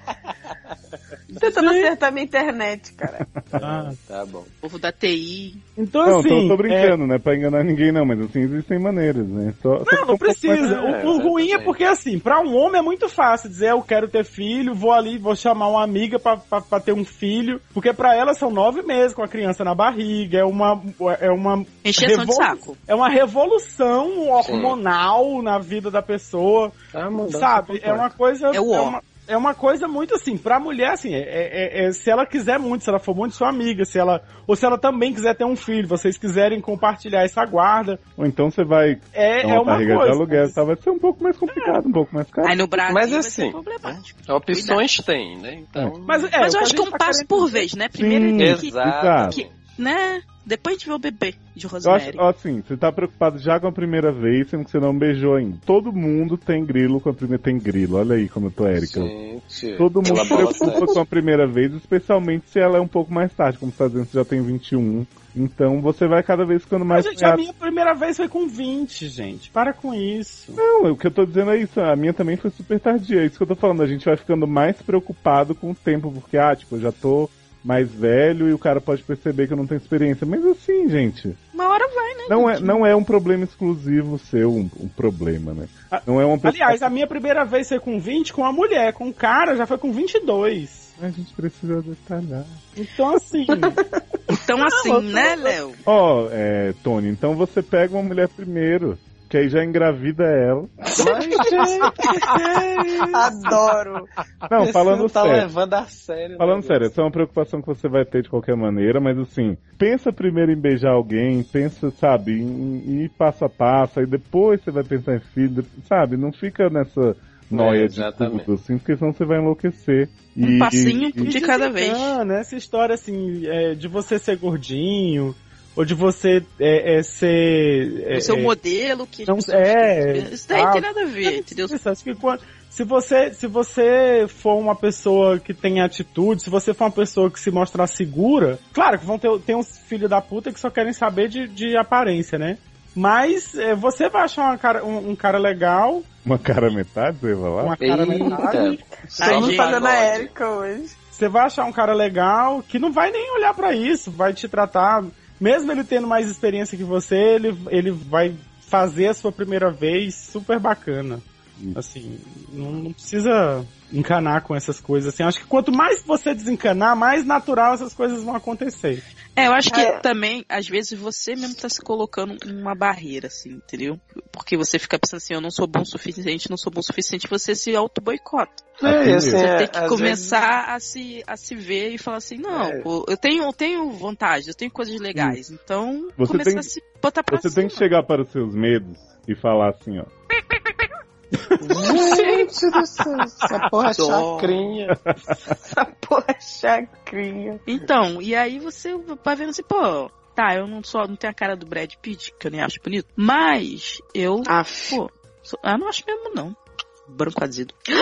[SPEAKER 3] Tentando acertar minha internet, cara.
[SPEAKER 5] Ah.
[SPEAKER 4] Tá bom.
[SPEAKER 6] O povo da TI.
[SPEAKER 5] Então
[SPEAKER 2] Não,
[SPEAKER 5] assim,
[SPEAKER 2] tô, tô
[SPEAKER 5] é,
[SPEAKER 2] brincando, né? Pra enganar ninguém, não, mas assim, existem maneiras, né? Só, só
[SPEAKER 5] Não, não precisa.
[SPEAKER 4] É,
[SPEAKER 5] O, o ruim é
[SPEAKER 4] exatamente.
[SPEAKER 5] porque, assim, pra um homem é muito fácil dizer eu quero ter filho, vou ali, vou chamar uma amiga pra, pra, pra ter um filho. Porque pra ela são nove meses com a criança na barriga, é uma, é uma,
[SPEAKER 6] Encheção de
[SPEAKER 5] Revol-
[SPEAKER 6] saco.
[SPEAKER 5] é uma revolução hormonal na vida da pessoa,
[SPEAKER 4] Tá, mudança
[SPEAKER 5] sabe? É
[SPEAKER 4] completa.
[SPEAKER 5] uma coisa...
[SPEAKER 6] É o ó.
[SPEAKER 5] uma, é uma coisa muito assim, pra mulher, assim, é, é- é- se ela quiser muito, se ela for muito sua amiga, se ela. Ou se ela também quiser ter um filho, vocês quiserem compartilhar essa guarda,
[SPEAKER 2] Ou então você vai
[SPEAKER 5] é,
[SPEAKER 2] dar
[SPEAKER 5] é
[SPEAKER 2] uma
[SPEAKER 5] uma
[SPEAKER 2] Então, barriga
[SPEAKER 5] coisa. É.
[SPEAKER 2] de aluguel e tal, vai ser um pouco mais complicado, um pouco mais caro.
[SPEAKER 6] Aí no Brasil
[SPEAKER 4] Mas,
[SPEAKER 6] vai
[SPEAKER 4] assim,
[SPEAKER 6] ser problemático.
[SPEAKER 4] Opções tem, né? Então.
[SPEAKER 5] Mas, é,
[SPEAKER 6] Mas
[SPEAKER 5] o
[SPEAKER 6] eu acho
[SPEAKER 5] a
[SPEAKER 6] que é
[SPEAKER 5] gente
[SPEAKER 6] um
[SPEAKER 5] tá
[SPEAKER 6] passo
[SPEAKER 5] querendo-
[SPEAKER 6] por vez, né? Primeiro
[SPEAKER 5] Hum,
[SPEAKER 2] Sim.
[SPEAKER 6] ele tem que,
[SPEAKER 4] Exato.
[SPEAKER 6] que- né? Depois a gente vê o bebê de
[SPEAKER 2] Eu acho,
[SPEAKER 6] Rosemary.
[SPEAKER 2] ó, assim, você tá preocupado já com a primeira vez, sendo que você não beijou ainda. Todo mundo tem grilo com a primeira. Tem grilo, olha aí como eu tô, Érica.
[SPEAKER 4] Gente,
[SPEAKER 2] Todo mundo se
[SPEAKER 4] elabora
[SPEAKER 2] preocupa com a primeira vez, especialmente se ela é um pouco mais tarde, como você tá dizendo, você já tem 21. Então você vai cada vez ficando mais
[SPEAKER 5] gente, a
[SPEAKER 2] cunhado.
[SPEAKER 5] minha primeira vez foi com 20, gente. Para com isso.
[SPEAKER 2] Não, o que eu tô dizendo é isso. A minha também foi super tardia. É isso que eu tô falando. A gente vai ficando mais preocupado com o tempo, porque, ah, tipo, eu já tô mais velho e o cara pode perceber que eu não tenho experiência. Mas assim, gente,
[SPEAKER 6] Uma hora vai.
[SPEAKER 2] não é, não é um problema exclusivo seu, um, um problema, né?
[SPEAKER 5] Ah,
[SPEAKER 2] Não é uma pessoa.
[SPEAKER 5] Aliás, a minha primeira vez foi com 20 com uma mulher, com um cara já foi com 22.
[SPEAKER 2] A gente precisa detalhar.
[SPEAKER 5] Então assim,
[SPEAKER 6] Então assim, né, Léo?
[SPEAKER 2] Ó, é, Tony, então você pega uma mulher primeiro, que aí já engravida ela.
[SPEAKER 3] Adoro.
[SPEAKER 2] Não,
[SPEAKER 4] Esse
[SPEAKER 2] falando
[SPEAKER 4] tá
[SPEAKER 2] sério.
[SPEAKER 4] levando a sério.
[SPEAKER 2] Falando
[SPEAKER 4] né?
[SPEAKER 2] sério, essa é uma preocupação que você vai ter de qualquer maneira, mas assim, pensa primeiro em beijar alguém, pensa, sabe, em em ir passo a passo, aí depois você vai pensar em filho, sabe? Não fica nessa noia
[SPEAKER 4] É,
[SPEAKER 2] de
[SPEAKER 4] exatamente.
[SPEAKER 2] tudo, assim, porque senão você vai enlouquecer.
[SPEAKER 6] Um passinho
[SPEAKER 2] e-
[SPEAKER 6] de cada vez.
[SPEAKER 5] Bacana, né? essa história assim, é, de você ser gordinho, ou de você é, é, ser. é,
[SPEAKER 6] o seu
[SPEAKER 5] é,
[SPEAKER 6] modelo que.
[SPEAKER 5] Não-
[SPEAKER 6] as pessoas
[SPEAKER 5] é,
[SPEAKER 6] estão- Isso daí
[SPEAKER 5] ah,
[SPEAKER 6] não tem nada a ver, entendeu?
[SPEAKER 5] Isso, acho que quando- se você, se você for uma pessoa que tem atitude, se você for uma pessoa que se mostrar segura, claro que vão ter tem uns filhos da puta que só querem saber de, de aparência, né? Mas é, você vai achar uma cara- um, um cara legal,
[SPEAKER 2] Uma cara à metade, você vai lá?
[SPEAKER 3] tá
[SPEAKER 5] uma cara metade,
[SPEAKER 4] Eita,
[SPEAKER 6] Ai,
[SPEAKER 4] só
[SPEAKER 3] Estamos
[SPEAKER 6] gente,
[SPEAKER 3] fazendo a
[SPEAKER 4] pagode.
[SPEAKER 3] Erika hoje.
[SPEAKER 5] você vai achar um cara legal que não vai nem olhar pra isso, vai te tratar, mesmo ele tendo mais experiência que você, ele, ele vai fazer a sua primeira vez super bacana. Assim, não, não precisa encanar com essas coisas. Assim, acho que quanto mais você desencanar, mais natural essas coisas vão acontecer.
[SPEAKER 6] É, eu acho que
[SPEAKER 3] É.
[SPEAKER 6] também, às vezes, você mesmo tá se colocando uma barreira, assim, entendeu? Porque você fica pensando assim, eu não sou bom o suficiente, não sou bom o suficiente, você se auto-boicota.
[SPEAKER 4] É, e assim,
[SPEAKER 6] Você
[SPEAKER 4] é,
[SPEAKER 6] tem que
[SPEAKER 4] às
[SPEAKER 6] começar a, se, a se ver e falar assim, não,
[SPEAKER 4] É.
[SPEAKER 6] pô, eu tenho, eu tenho vontade, eu tenho coisas legais, então
[SPEAKER 2] Você
[SPEAKER 6] começa
[SPEAKER 2] tem-
[SPEAKER 6] a se botar pra
[SPEAKER 2] Você
[SPEAKER 6] cima.
[SPEAKER 2] tem que chegar para os seus medos e falar assim, ó.
[SPEAKER 4] Gente do céu, essa porra é
[SPEAKER 6] Dó.
[SPEAKER 4] chacrinha.
[SPEAKER 3] Essa porra é chacrinha.
[SPEAKER 6] Então, e aí você vai vendo assim, pô, tá, eu não só não tenho a cara do Brad Pitt, que eu nem acho bonito, mas eu,
[SPEAKER 4] Ah,
[SPEAKER 3] Aff.
[SPEAKER 6] pô, sou- eu não acho mesmo não. Branco azido.
[SPEAKER 3] Ih,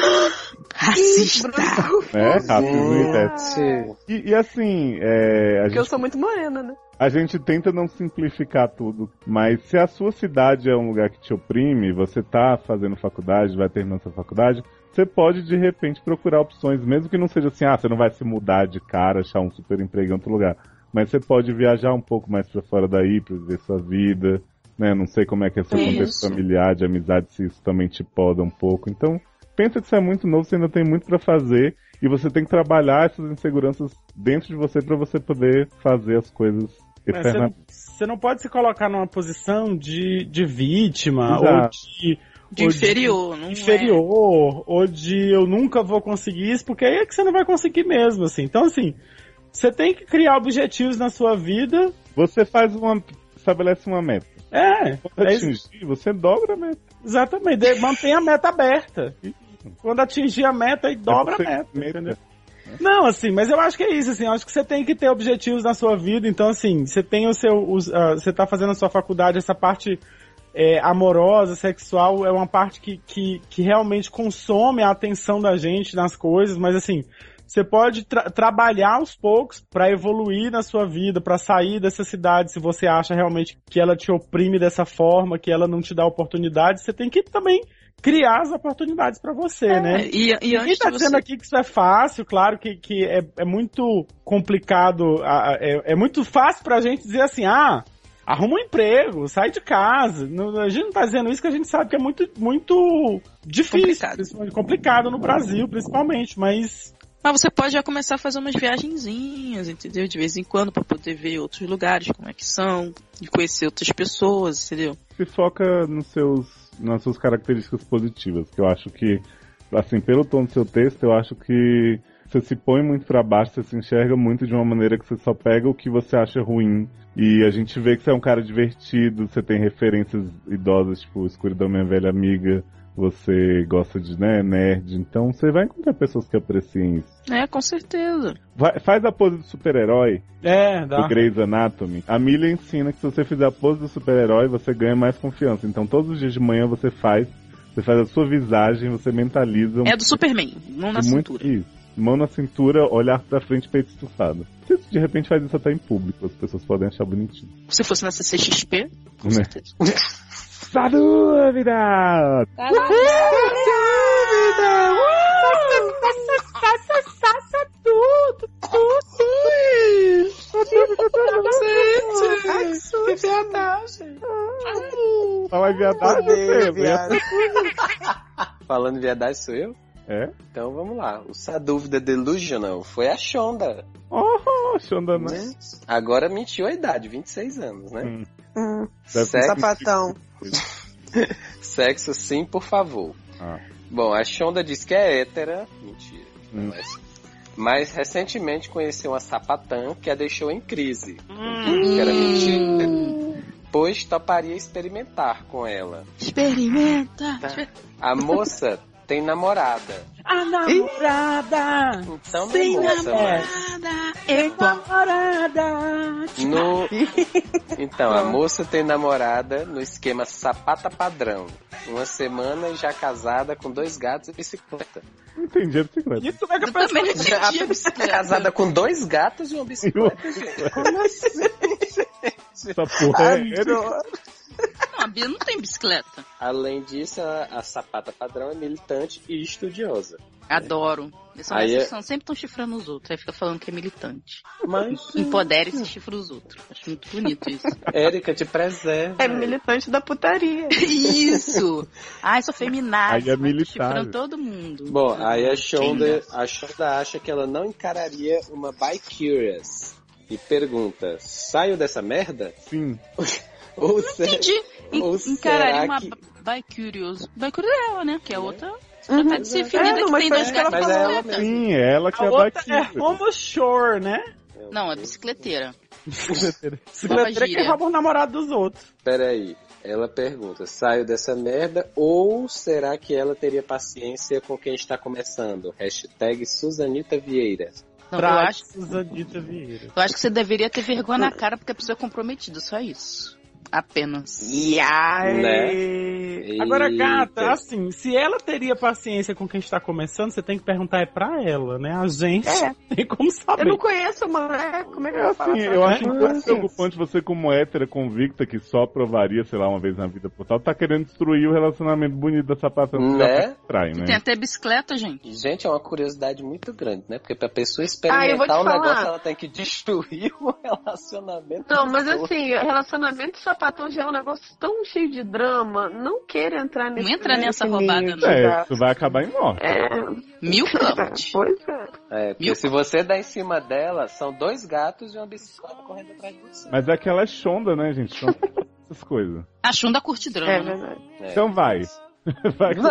[SPEAKER 6] Racista.
[SPEAKER 3] Bruno,
[SPEAKER 2] É, rápido, né?
[SPEAKER 4] Gente.
[SPEAKER 2] E, e assim, é, a
[SPEAKER 3] Porque eu
[SPEAKER 2] gente
[SPEAKER 3] sou muito morena, né?
[SPEAKER 2] A gente tenta não simplificar tudo, mas se a sua cidade é um lugar que te oprime, você tá fazendo faculdade, vai terminando sua faculdade, você pode de repente procurar opções, mesmo que não seja assim, ah, você não vai se mudar de cara, achar um super emprego em outro lugar, mas você pode viajar um pouco mais pra fora daí pra viver sua vida, né? Não sei como é que é seu
[SPEAKER 6] Isso.
[SPEAKER 2] contexto familiar, de amizade, se isso também te poda um pouco. Então, pensa que você é muito novo, você ainda tem muito pra fazer. E você tem que trabalhar essas inseguranças dentro de você pra você poder fazer as coisas
[SPEAKER 5] Né? Você, não,
[SPEAKER 2] eternamente.
[SPEAKER 5] você não pode se colocar numa posição de, de vítima,
[SPEAKER 2] Exato.
[SPEAKER 5] ou de
[SPEAKER 6] De
[SPEAKER 5] Ou de-
[SPEAKER 6] inferior, não é.
[SPEAKER 5] inferior, ou de eu nunca vou conseguir isso, porque aí é que você não vai conseguir mesmo, assim. Então, assim, você tem que criar objetivos na sua vida.
[SPEAKER 2] Você faz uma. estabelece uma meta.
[SPEAKER 5] É,
[SPEAKER 2] Quando
[SPEAKER 5] é isso-
[SPEAKER 2] atingir, você dobra a meta.
[SPEAKER 5] exatamente. De- Mantém a meta aberta. Quando atingir a meta, aí
[SPEAKER 2] É,
[SPEAKER 5] dobra
[SPEAKER 2] Você
[SPEAKER 5] a meta.
[SPEAKER 2] meta.
[SPEAKER 5] entendeu? Não, assim, mas eu acho que é isso, assim, eu acho que você tem que ter objetivos na sua vida, então assim, você tem o seu, os, ah, você tá fazendo a sua faculdade, essa parte é, amorosa, sexual, é uma parte que, que, que realmente consome a atenção da gente nas coisas, mas assim, você pode tra- trabalhar aos poucos pra evoluir na sua vida, pra sair dessa cidade, se você acha realmente que ela te oprime dessa forma, que ela não te dá oportunidades, você tem que também criar as oportunidades pra você, né?
[SPEAKER 6] É, E, e
[SPEAKER 5] Ninguém
[SPEAKER 6] antes
[SPEAKER 5] tá
[SPEAKER 6] de
[SPEAKER 5] dizendo
[SPEAKER 6] você...
[SPEAKER 5] aqui que isso é fácil, claro que, que é, é muito complicado, a- a- é, é muito fácil pra gente dizer assim, ah, arruma um emprego, sai de casa. Não- a gente não tá dizendo isso que a gente sabe que é muito, muito difícil,
[SPEAKER 6] Complicado.
[SPEAKER 5] principalmente complicado no Brasil, principalmente, mas
[SPEAKER 6] Mas você pode já começar a fazer umas viagenzinhas, entendeu? De vez em quando, pra poder ver outros lugares, como é que são, e conhecer outras pessoas, entendeu?
[SPEAKER 2] se foca nos seus, nas suas características positivas, que eu acho que, assim, pelo tom do seu texto, eu acho que você se põe muito pra baixo, você se enxerga muito de uma maneira que você só pega o que você acha ruim. E a gente vê que você é um cara divertido, você tem referências idosas, tipo Escuridão Minha Velha Amiga, você gosta de, né, nerd, então você vai encontrar pessoas que apreciem isso.
[SPEAKER 6] É, com certeza.
[SPEAKER 2] Vai- faz a pose do super-herói,
[SPEAKER 5] é, dá.
[SPEAKER 2] do Grey's Anatomy, a Milha ensina que se você fizer a pose do super-herói, você ganha mais confiança. Então todos os dias de manhã você faz, você faz a sua visagem, você mentaliza um
[SPEAKER 6] É do Superman, não na
[SPEAKER 2] muito
[SPEAKER 6] cintura.
[SPEAKER 2] isso. Mão na cintura, olhar pra frente, peito estufado. Você de repente faz isso até em público, as pessoas podem achar bonitinho.
[SPEAKER 6] Se fosse na CCXP, com
[SPEAKER 2] Né?
[SPEAKER 6] certeza.
[SPEAKER 2] Tá dúvida!
[SPEAKER 3] Que viadagem.
[SPEAKER 2] Fala viadagem
[SPEAKER 3] Odeio
[SPEAKER 2] você, né?
[SPEAKER 3] viagem.
[SPEAKER 4] Falando verdade, sou eu?
[SPEAKER 2] É?
[SPEAKER 4] Então vamos lá. O Sa Dúvida Delusional foi a Shonda.
[SPEAKER 2] Oh, Shonda Rhimes.
[SPEAKER 4] Né? Agora mentiu a idade, 26 anos, né?
[SPEAKER 2] Hum.
[SPEAKER 3] Hum,
[SPEAKER 2] Deve
[SPEAKER 4] Sexo-
[SPEAKER 3] sapatão.
[SPEAKER 4] Sexo sim, por favor.
[SPEAKER 2] Ah.
[SPEAKER 4] Bom, a Shonda diz que é hétera. Mentira.
[SPEAKER 2] Hum.
[SPEAKER 4] não é. Mas recentemente conheceu uma sapatã que a deixou em crise.
[SPEAKER 5] Hum,
[SPEAKER 4] Entendeu que era mentira. Pois toparia experimentar com ela. Tá.
[SPEAKER 6] Experimenta.
[SPEAKER 4] A moça tem namorada.
[SPEAKER 5] A namorada!
[SPEAKER 4] Então não
[SPEAKER 5] Tem
[SPEAKER 4] é moça,
[SPEAKER 5] namorada.
[SPEAKER 4] mas...
[SPEAKER 5] É namorada!
[SPEAKER 4] No... Então, a moça tem namorada no esquema sapata padrão. Uma semana e já casada com dois gatos e bicicleta. Ah,
[SPEAKER 2] Não entendi a bicicleta.
[SPEAKER 5] Isso é que
[SPEAKER 6] Eu também não entendi a
[SPEAKER 4] Casada
[SPEAKER 6] bicicleta.
[SPEAKER 4] com dois gatos e uma bicicleta, gente. Como assim?
[SPEAKER 2] Essa porra é. é-
[SPEAKER 6] Não, a Bia não tem bicicleta.
[SPEAKER 4] Além disso, a, a sapata padrão é militante e estudiosa.
[SPEAKER 6] Adoro. Essa
[SPEAKER 4] Aí é-
[SPEAKER 6] são sempre estão chifrando os outros. Aí fica falando que é militante.
[SPEAKER 4] Mas,
[SPEAKER 6] Empodere-se e chifra os outros. Acho muito bonito isso.
[SPEAKER 4] Érica, te preserva.
[SPEAKER 3] É militante da putaria.
[SPEAKER 6] Isso! Ai, sou
[SPEAKER 2] Aí
[SPEAKER 6] feminazi.
[SPEAKER 2] é
[SPEAKER 6] mas tô
[SPEAKER 2] militar.
[SPEAKER 6] Chifrando todo mundo.
[SPEAKER 4] Bom, aí é a Shonda,
[SPEAKER 6] Tinga.
[SPEAKER 4] a Shonda acha que ela não encararia uma bi-curious. E pergunta, saio dessa merda?
[SPEAKER 2] Sim.
[SPEAKER 4] Ou será,
[SPEAKER 6] Entendi. En-
[SPEAKER 4] ou será
[SPEAKER 6] Encararia uma
[SPEAKER 4] que...
[SPEAKER 6] By Curious. By Curious é ela, né? Que é outra.
[SPEAKER 3] Uhum.
[SPEAKER 6] Tá de ser finida
[SPEAKER 3] É,
[SPEAKER 6] que
[SPEAKER 3] mas foi
[SPEAKER 6] tem dois
[SPEAKER 3] isso que ela
[SPEAKER 6] gatos.
[SPEAKER 4] falou.
[SPEAKER 6] na bicicleta.
[SPEAKER 2] Sim, é ela que
[SPEAKER 5] A
[SPEAKER 2] é
[SPEAKER 5] outra é
[SPEAKER 2] batida.
[SPEAKER 5] Homo Shore, né?
[SPEAKER 6] Não, é bicicleteira.
[SPEAKER 5] Secretária que
[SPEAKER 6] gíria.
[SPEAKER 5] rouba o namorado dos outros.
[SPEAKER 4] Peraí, ela pergunta, saio dessa merda? Ou será que ela teria paciência com quem está começando? Hashtag Suzanita Vieira.
[SPEAKER 6] Não, eu
[SPEAKER 5] Pra
[SPEAKER 6] acho,
[SPEAKER 5] Suzanita Vieira.
[SPEAKER 6] eu acho que você deveria ter vergonha
[SPEAKER 3] Ah.
[SPEAKER 6] na cara porque a pessoa é comprometida. Só isso. Apenas.
[SPEAKER 3] Iai.
[SPEAKER 5] Agora, gata,
[SPEAKER 4] Eita.
[SPEAKER 5] assim, se ela teria paciência com quem está começando, você tem que perguntar é pra ela, né? A gente
[SPEAKER 3] É.
[SPEAKER 5] não tem como saber.
[SPEAKER 3] Eu não conheço, mano. É, como é que eu vou falar?
[SPEAKER 2] Sim,
[SPEAKER 3] sobre
[SPEAKER 2] eu acho é
[SPEAKER 3] isso?
[SPEAKER 2] muito preocupante você, como hétera convicta, que só provaria, sei lá, uma vez na vida por tal, tá querendo destruir o relacionamento bonito da sapata
[SPEAKER 4] Né?
[SPEAKER 2] que trai,
[SPEAKER 6] Tem
[SPEAKER 2] né?
[SPEAKER 6] até bicicleta, gente.
[SPEAKER 4] Gente, é uma curiosidade muito grande, né? Porque pra pessoa
[SPEAKER 3] Ah, eu vou te
[SPEAKER 4] experimentar um
[SPEAKER 3] falar.
[SPEAKER 4] negócio, ela tem que destruir o relacionamento.
[SPEAKER 3] Não, mas
[SPEAKER 4] da pessoa.
[SPEAKER 3] assim, relacionamento de sapatão já é um negócio tão cheio de drama. Não quero entrar nesse
[SPEAKER 6] entra nessa
[SPEAKER 3] nesse
[SPEAKER 6] roubada,
[SPEAKER 3] nível,
[SPEAKER 6] não.
[SPEAKER 2] É,
[SPEAKER 3] tá?
[SPEAKER 2] isso vai acabar em morte.
[SPEAKER 3] É,
[SPEAKER 6] Mil camas.
[SPEAKER 3] pois é.
[SPEAKER 4] É, porque
[SPEAKER 6] Mil-
[SPEAKER 4] se você dá em cima dela, são dois gatos e uma bicicleta correndo atrás de você.
[SPEAKER 2] Mas é que ela é chonda, né, gente? Chonda essas coisas.
[SPEAKER 6] A Xunda curte drama,
[SPEAKER 3] É
[SPEAKER 6] né?
[SPEAKER 3] verdade.
[SPEAKER 4] É.
[SPEAKER 2] Então vai. Vai com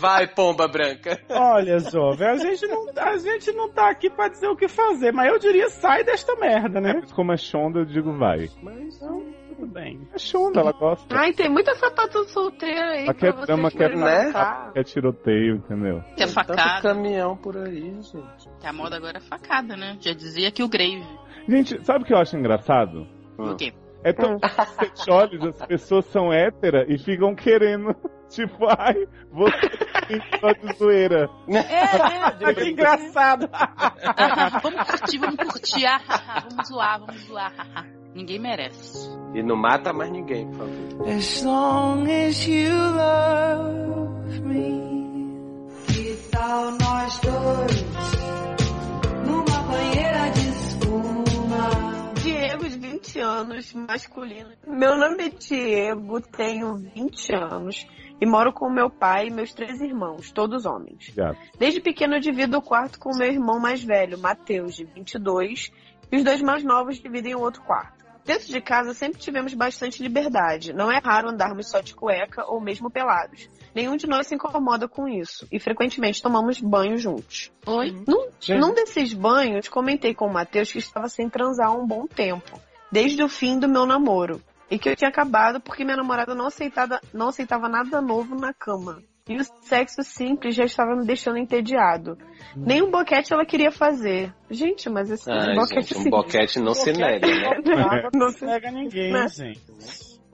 [SPEAKER 4] Vai, pomba branca.
[SPEAKER 5] Olha, jovem, a gente, não, a gente não tá aqui pra dizer o que fazer, mas eu diria sai desta merda, né?
[SPEAKER 2] isso. Como é chonda, eu digo vai.
[SPEAKER 4] é
[SPEAKER 5] Mas
[SPEAKER 4] um
[SPEAKER 5] não, tudo bem.
[SPEAKER 2] É chonda, ela gosta.
[SPEAKER 3] Ai, tem muita sapatão solteira aí
[SPEAKER 2] Ela quer
[SPEAKER 3] pra
[SPEAKER 2] drama,
[SPEAKER 3] vocês
[SPEAKER 2] quer,
[SPEAKER 4] né?
[SPEAKER 3] experimentar.
[SPEAKER 2] quer é tiroteio, entendeu?
[SPEAKER 6] Que é
[SPEAKER 4] Tanto
[SPEAKER 6] facada.
[SPEAKER 4] caminhão por aí, gente.
[SPEAKER 6] Que a moda agora é facada, né? Já dizia que o Grave.
[SPEAKER 2] Gente, sabe o que eu acho engraçado?
[SPEAKER 4] Hum.
[SPEAKER 6] O quê?
[SPEAKER 2] É tão sexuales, as pessoas são hétera e ficam querendo. Tipo, ai, você tem só de zoeira.
[SPEAKER 5] Ah, que engraçado.
[SPEAKER 6] Ah, vamos curtir, vamos curtir. Ah, ah, ah, vamos zoar, vamos zoar. ah, ah. Ninguém merece.
[SPEAKER 4] E não mata mais ninguém, por favor.
[SPEAKER 8] As long as you love me. Que tal nós dois numa banheira de espuma?
[SPEAKER 3] Diego, de 20 anos, masculino. Meu nome é Diego, tenho 20 anos e moro com meu pai e meus três irmãos, todos homens.
[SPEAKER 2] Gato.
[SPEAKER 3] Desde pequeno eu divido o quarto com meu irmão mais velho, Matheus, de 22, e os dois mais novos dividem o outro quarto. Dentro de casa sempre tivemos bastante liberdade. Não é raro andarmos só de cueca ou mesmo pelados. Nenhum de nós se incomoda com isso e frequentemente tomamos banho juntos.
[SPEAKER 6] Oi?
[SPEAKER 3] Num desses banhos, comentei com o Matheus que estava sem transar há um bom tempo, desde o fim do meu namoro. E que eu tinha acabado porque minha namorada não aceitava, não aceitava nada novo na cama. E o sexo simples já estava me deixando entediado.
[SPEAKER 5] Hum.
[SPEAKER 3] Nem um boquete ela queria fazer. Gente, mas esse
[SPEAKER 4] Ai,
[SPEAKER 3] boquete assim,
[SPEAKER 4] gente, um boquete não se nega, né?
[SPEAKER 3] não se
[SPEAKER 5] Não pega ninguém,
[SPEAKER 3] Né?
[SPEAKER 5] gente.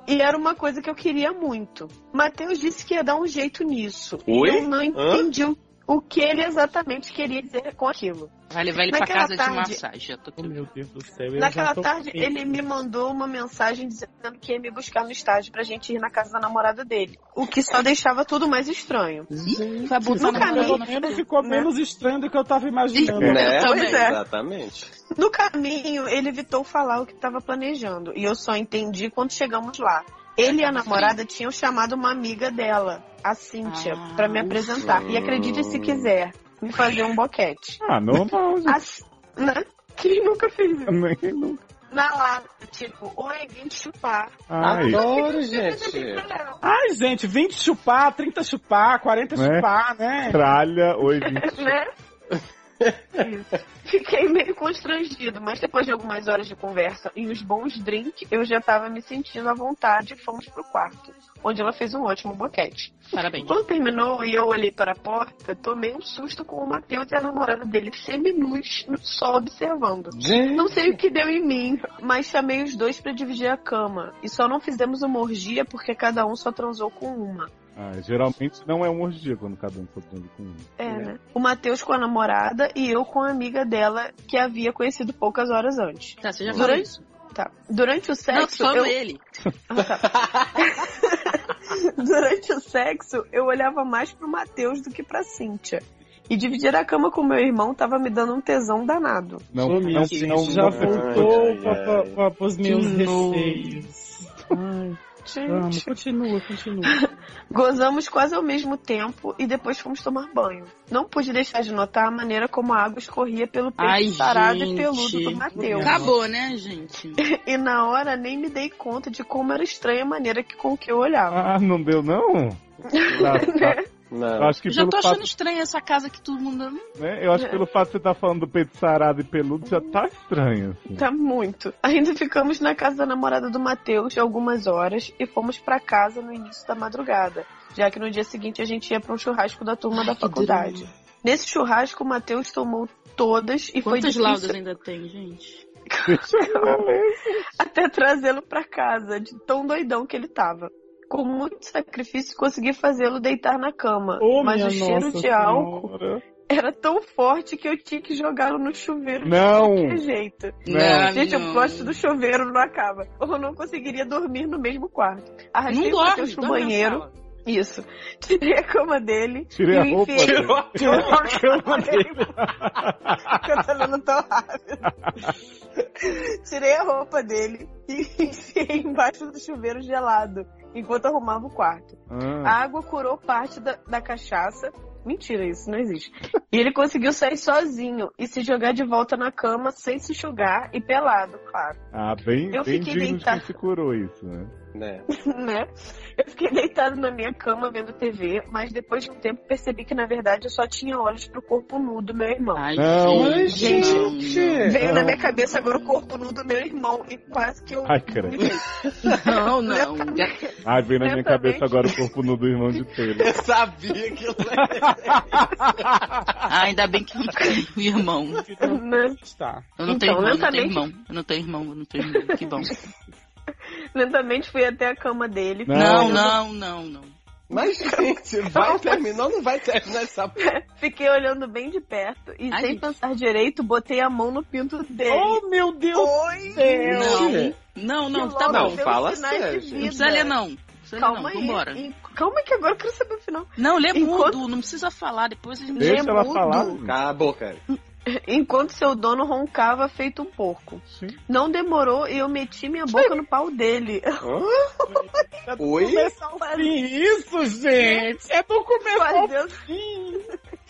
[SPEAKER 3] e era uma coisa que eu queria muito. Matheus disse que ia dar um jeito nisso.
[SPEAKER 4] Oi?
[SPEAKER 3] Eu não entendi o- o que ele exatamente queria dizer com aquilo.
[SPEAKER 6] Vai levar ele pra
[SPEAKER 3] Naquela
[SPEAKER 6] casa de
[SPEAKER 3] é tarde-
[SPEAKER 6] massagem. Já tô
[SPEAKER 5] Oh, meu Deus do céu. eu já
[SPEAKER 3] Naquela
[SPEAKER 5] tô
[SPEAKER 3] tarde,
[SPEAKER 5] com medo.
[SPEAKER 3] ele me mandou uma mensagem dizendo que ia me buscar no estádio pra gente ir na casa da namorada dele. O que só deixava tudo mais estranho.
[SPEAKER 6] Ih, Vai botar
[SPEAKER 3] no
[SPEAKER 6] na
[SPEAKER 3] caminho-
[SPEAKER 5] Pelo
[SPEAKER 6] bola.
[SPEAKER 5] menos ficou
[SPEAKER 3] Né?
[SPEAKER 5] menos estranho do que eu tava imaginando.
[SPEAKER 6] Ih,
[SPEAKER 4] Né?
[SPEAKER 6] Também.
[SPEAKER 4] Pois é. Exatamente.
[SPEAKER 3] No caminho, ele evitou falar o que estava planejando. E eu só entendi quando chegamos lá. Ele e
[SPEAKER 4] Ah,
[SPEAKER 3] a namorada tinham chamado uma amiga dela, a Cíntia,
[SPEAKER 6] Ah,
[SPEAKER 3] pra me apresentar. E acredite se quiser, me fazer um boquete.
[SPEAKER 2] Ah, normal, gente.
[SPEAKER 3] A C- né? Quem nunca fez isso?
[SPEAKER 2] Ninguém nunca.
[SPEAKER 3] Na lata, tipo, oi, vim te chupar.
[SPEAKER 2] Ai,
[SPEAKER 4] Adoro,
[SPEAKER 3] Não tem
[SPEAKER 4] gente.
[SPEAKER 3] problema.
[SPEAKER 5] Ai, gente, 20 chupar, 30 chupar, 40
[SPEAKER 2] Né?
[SPEAKER 5] chupar, né?
[SPEAKER 2] tralha, oi, gente.
[SPEAKER 3] né? Fiquei meio constrangido, mas depois de algumas horas de conversa e os bons drinks, eu já tava me sentindo à vontade e fomos pro quarto, onde ela fez um ótimo boquete.
[SPEAKER 9] Parabéns.
[SPEAKER 3] Quando terminou e eu olhei para a porta, tomei um susto com o Matheus e a namorada dele seminus no sol observando.
[SPEAKER 4] Gente,
[SPEAKER 3] Não sei o que deu em mim, mas chamei os dois pra dividir a cama. E só não fizemos uma orgia porque cada um só transou com uma.
[SPEAKER 2] Ah, geralmente não é um orgia quando cada um tá dando com um.
[SPEAKER 3] É, né? O Matheus com a namorada e eu com a amiga dela que havia conhecido poucas horas antes.
[SPEAKER 9] Tá, você já falou
[SPEAKER 3] Durante,
[SPEAKER 9] isso.
[SPEAKER 3] tá. Durante
[SPEAKER 9] Não,
[SPEAKER 3] o sexo.
[SPEAKER 9] só
[SPEAKER 3] eu-
[SPEAKER 9] ele.
[SPEAKER 3] Durante o sexo, eu olhava mais pro Matheus do que pra Cíntia. E dividir a cama com meu irmão tava me dando um tesão danado.
[SPEAKER 2] Não,
[SPEAKER 5] Ô, minha
[SPEAKER 2] não,
[SPEAKER 5] gente,
[SPEAKER 2] não,
[SPEAKER 5] já
[SPEAKER 2] não-
[SPEAKER 5] voltou
[SPEAKER 4] Ai, ai, ai.
[SPEAKER 5] para os meus
[SPEAKER 9] Que nojo.
[SPEAKER 5] receios. Ai, vamos, continua, continua.
[SPEAKER 3] Gozamos quase ao mesmo tempo e depois fomos tomar banho. Não pude deixar de notar a maneira como a água escorria pelo
[SPEAKER 9] Ai,
[SPEAKER 3] peito sarado e
[SPEAKER 9] gente.
[SPEAKER 3] peludo do Matheus.
[SPEAKER 2] É.
[SPEAKER 9] Acabou, né, gente?
[SPEAKER 3] E na hora nem me dei conta de como era estranha a maneira que, com que eu olhava.
[SPEAKER 2] Ah, não deu não? Tá, tá. Eu
[SPEAKER 4] Não.
[SPEAKER 2] acho que
[SPEAKER 9] Já
[SPEAKER 2] pelo
[SPEAKER 9] tô achando
[SPEAKER 2] fato,
[SPEAKER 9] estranha essa casa que todo mundo.
[SPEAKER 2] né? Eu acho que pelo fato de você tá falando do peito sarado e peludo, já tá estranho, assim.
[SPEAKER 3] Tá muito. Ainda ficamos na casa da namorada do Matheus algumas horas e fomos pra casa no início da madrugada, já que no dia seguinte a gente ia pra um churrasco da turma da
[SPEAKER 9] que
[SPEAKER 3] faculdade. Nesse churrasco o Matheus tomou todas e foi
[SPEAKER 9] Quantas
[SPEAKER 3] difícil
[SPEAKER 9] laudas ainda tem, gente?
[SPEAKER 3] até trazê-lo pra casa, de tão doidão que ele tava. Com muito sacrifício consegui fazê-lo deitar na cama,
[SPEAKER 5] Ô,
[SPEAKER 3] mas
[SPEAKER 5] minha
[SPEAKER 3] o cheiro
[SPEAKER 5] Nossa
[SPEAKER 3] de álcool
[SPEAKER 5] Senhora.
[SPEAKER 3] era tão forte que eu tinha que jogá-lo no chuveiro
[SPEAKER 2] Não!
[SPEAKER 3] de qualquer jeito.
[SPEAKER 2] Não.
[SPEAKER 3] Gente, o plot do chuveiro não acaba. Eu não conseguiria dormir no mesmo quarto.
[SPEAKER 9] Não
[SPEAKER 3] Arrastei o
[SPEAKER 9] dorme,
[SPEAKER 3] Matheus pro
[SPEAKER 9] dorme na
[SPEAKER 3] banheiro.
[SPEAKER 9] sala.
[SPEAKER 3] Isso. Tirei a cama dele.
[SPEAKER 2] Tirei
[SPEAKER 3] e
[SPEAKER 2] a
[SPEAKER 3] o
[SPEAKER 2] roupa
[SPEAKER 3] enfiei-
[SPEAKER 2] dele.
[SPEAKER 3] Tirei a cama dele. Eu tô lendo tão rápido. Tirei a roupa dele e enfiei embaixo do chuveiro gelado, enquanto arrumava o quarto.
[SPEAKER 2] Ah,
[SPEAKER 3] A água curou parte da, da cachaça. Mentira, isso não existe. E ele conseguiu sair sozinho e se jogar de volta na cama sem se enxugar e pelado, claro.
[SPEAKER 2] ah, bem,
[SPEAKER 3] Eu
[SPEAKER 2] bem
[SPEAKER 3] fiquei
[SPEAKER 2] digno de quem
[SPEAKER 3] deitada.
[SPEAKER 2] se curou isso, né?
[SPEAKER 4] Né?
[SPEAKER 3] né? Eu fiquei deitado na minha cama vendo TV, mas depois de um tempo percebi que na verdade eu só tinha olhos pro corpo nu do meu irmão.
[SPEAKER 2] Ah,
[SPEAKER 9] Ai,
[SPEAKER 2] Não,
[SPEAKER 9] gente.
[SPEAKER 2] é.
[SPEAKER 3] Veio na minha cabeça agora o corpo nu do meu irmão e quase que eu.
[SPEAKER 2] Ai, credo.
[SPEAKER 9] Não, não.
[SPEAKER 2] Ai, veio na
[SPEAKER 3] Eu
[SPEAKER 2] minha
[SPEAKER 3] também.
[SPEAKER 2] cabeça agora o corpo nu do irmão de Taylor.
[SPEAKER 4] Eu sabia que eu
[SPEAKER 9] Ah, ainda bem que eu não tenho irmão.
[SPEAKER 3] Né?
[SPEAKER 5] Tá.
[SPEAKER 9] Eu não tenho irmão,
[SPEAKER 3] Então,
[SPEAKER 9] eu não tenho
[SPEAKER 3] lentamente-
[SPEAKER 9] irmão. Eu não tenho irmão, eu não tenho irmão. Que bom.
[SPEAKER 3] Lentamente fui até a cama dele.
[SPEAKER 2] Não.
[SPEAKER 9] Não, não, não, não.
[SPEAKER 4] Mas, gente, vai terminar ou não vai terminar essa porra?
[SPEAKER 3] Fiquei olhando bem de perto e
[SPEAKER 9] Ai,
[SPEAKER 3] sem
[SPEAKER 9] gente.
[SPEAKER 3] pensar direito, botei a mão no pinto dele.
[SPEAKER 5] Oh, meu Deus!
[SPEAKER 3] Oi!
[SPEAKER 9] Não, não, não, tá
[SPEAKER 4] Não,
[SPEAKER 9] bom.
[SPEAKER 3] Pelos
[SPEAKER 4] fala
[SPEAKER 3] sinais
[SPEAKER 4] sério,
[SPEAKER 3] de
[SPEAKER 4] gente.
[SPEAKER 9] Não
[SPEAKER 3] vida.
[SPEAKER 9] precisa ler, não. Não precisa ler,
[SPEAKER 3] Calma
[SPEAKER 9] não.
[SPEAKER 3] aí.
[SPEAKER 9] Vambora.
[SPEAKER 3] E- Calma aí que agora eu quero saber o final.
[SPEAKER 9] Não, lê
[SPEAKER 3] Enquanto-
[SPEAKER 9] mudo, não precisa falar, depois eles
[SPEAKER 2] Deixa
[SPEAKER 9] Lê
[SPEAKER 2] ela
[SPEAKER 9] mudo.
[SPEAKER 6] É
[SPEAKER 2] falar.
[SPEAKER 4] Cala a boca.
[SPEAKER 3] Enquanto seu dono roncava feito um porco.
[SPEAKER 2] Sim.
[SPEAKER 3] Não demorou e eu meti minha boca no pau dele.
[SPEAKER 4] Oi?
[SPEAKER 5] Começar assim, isso, gente! É do começo
[SPEAKER 3] Fazendo,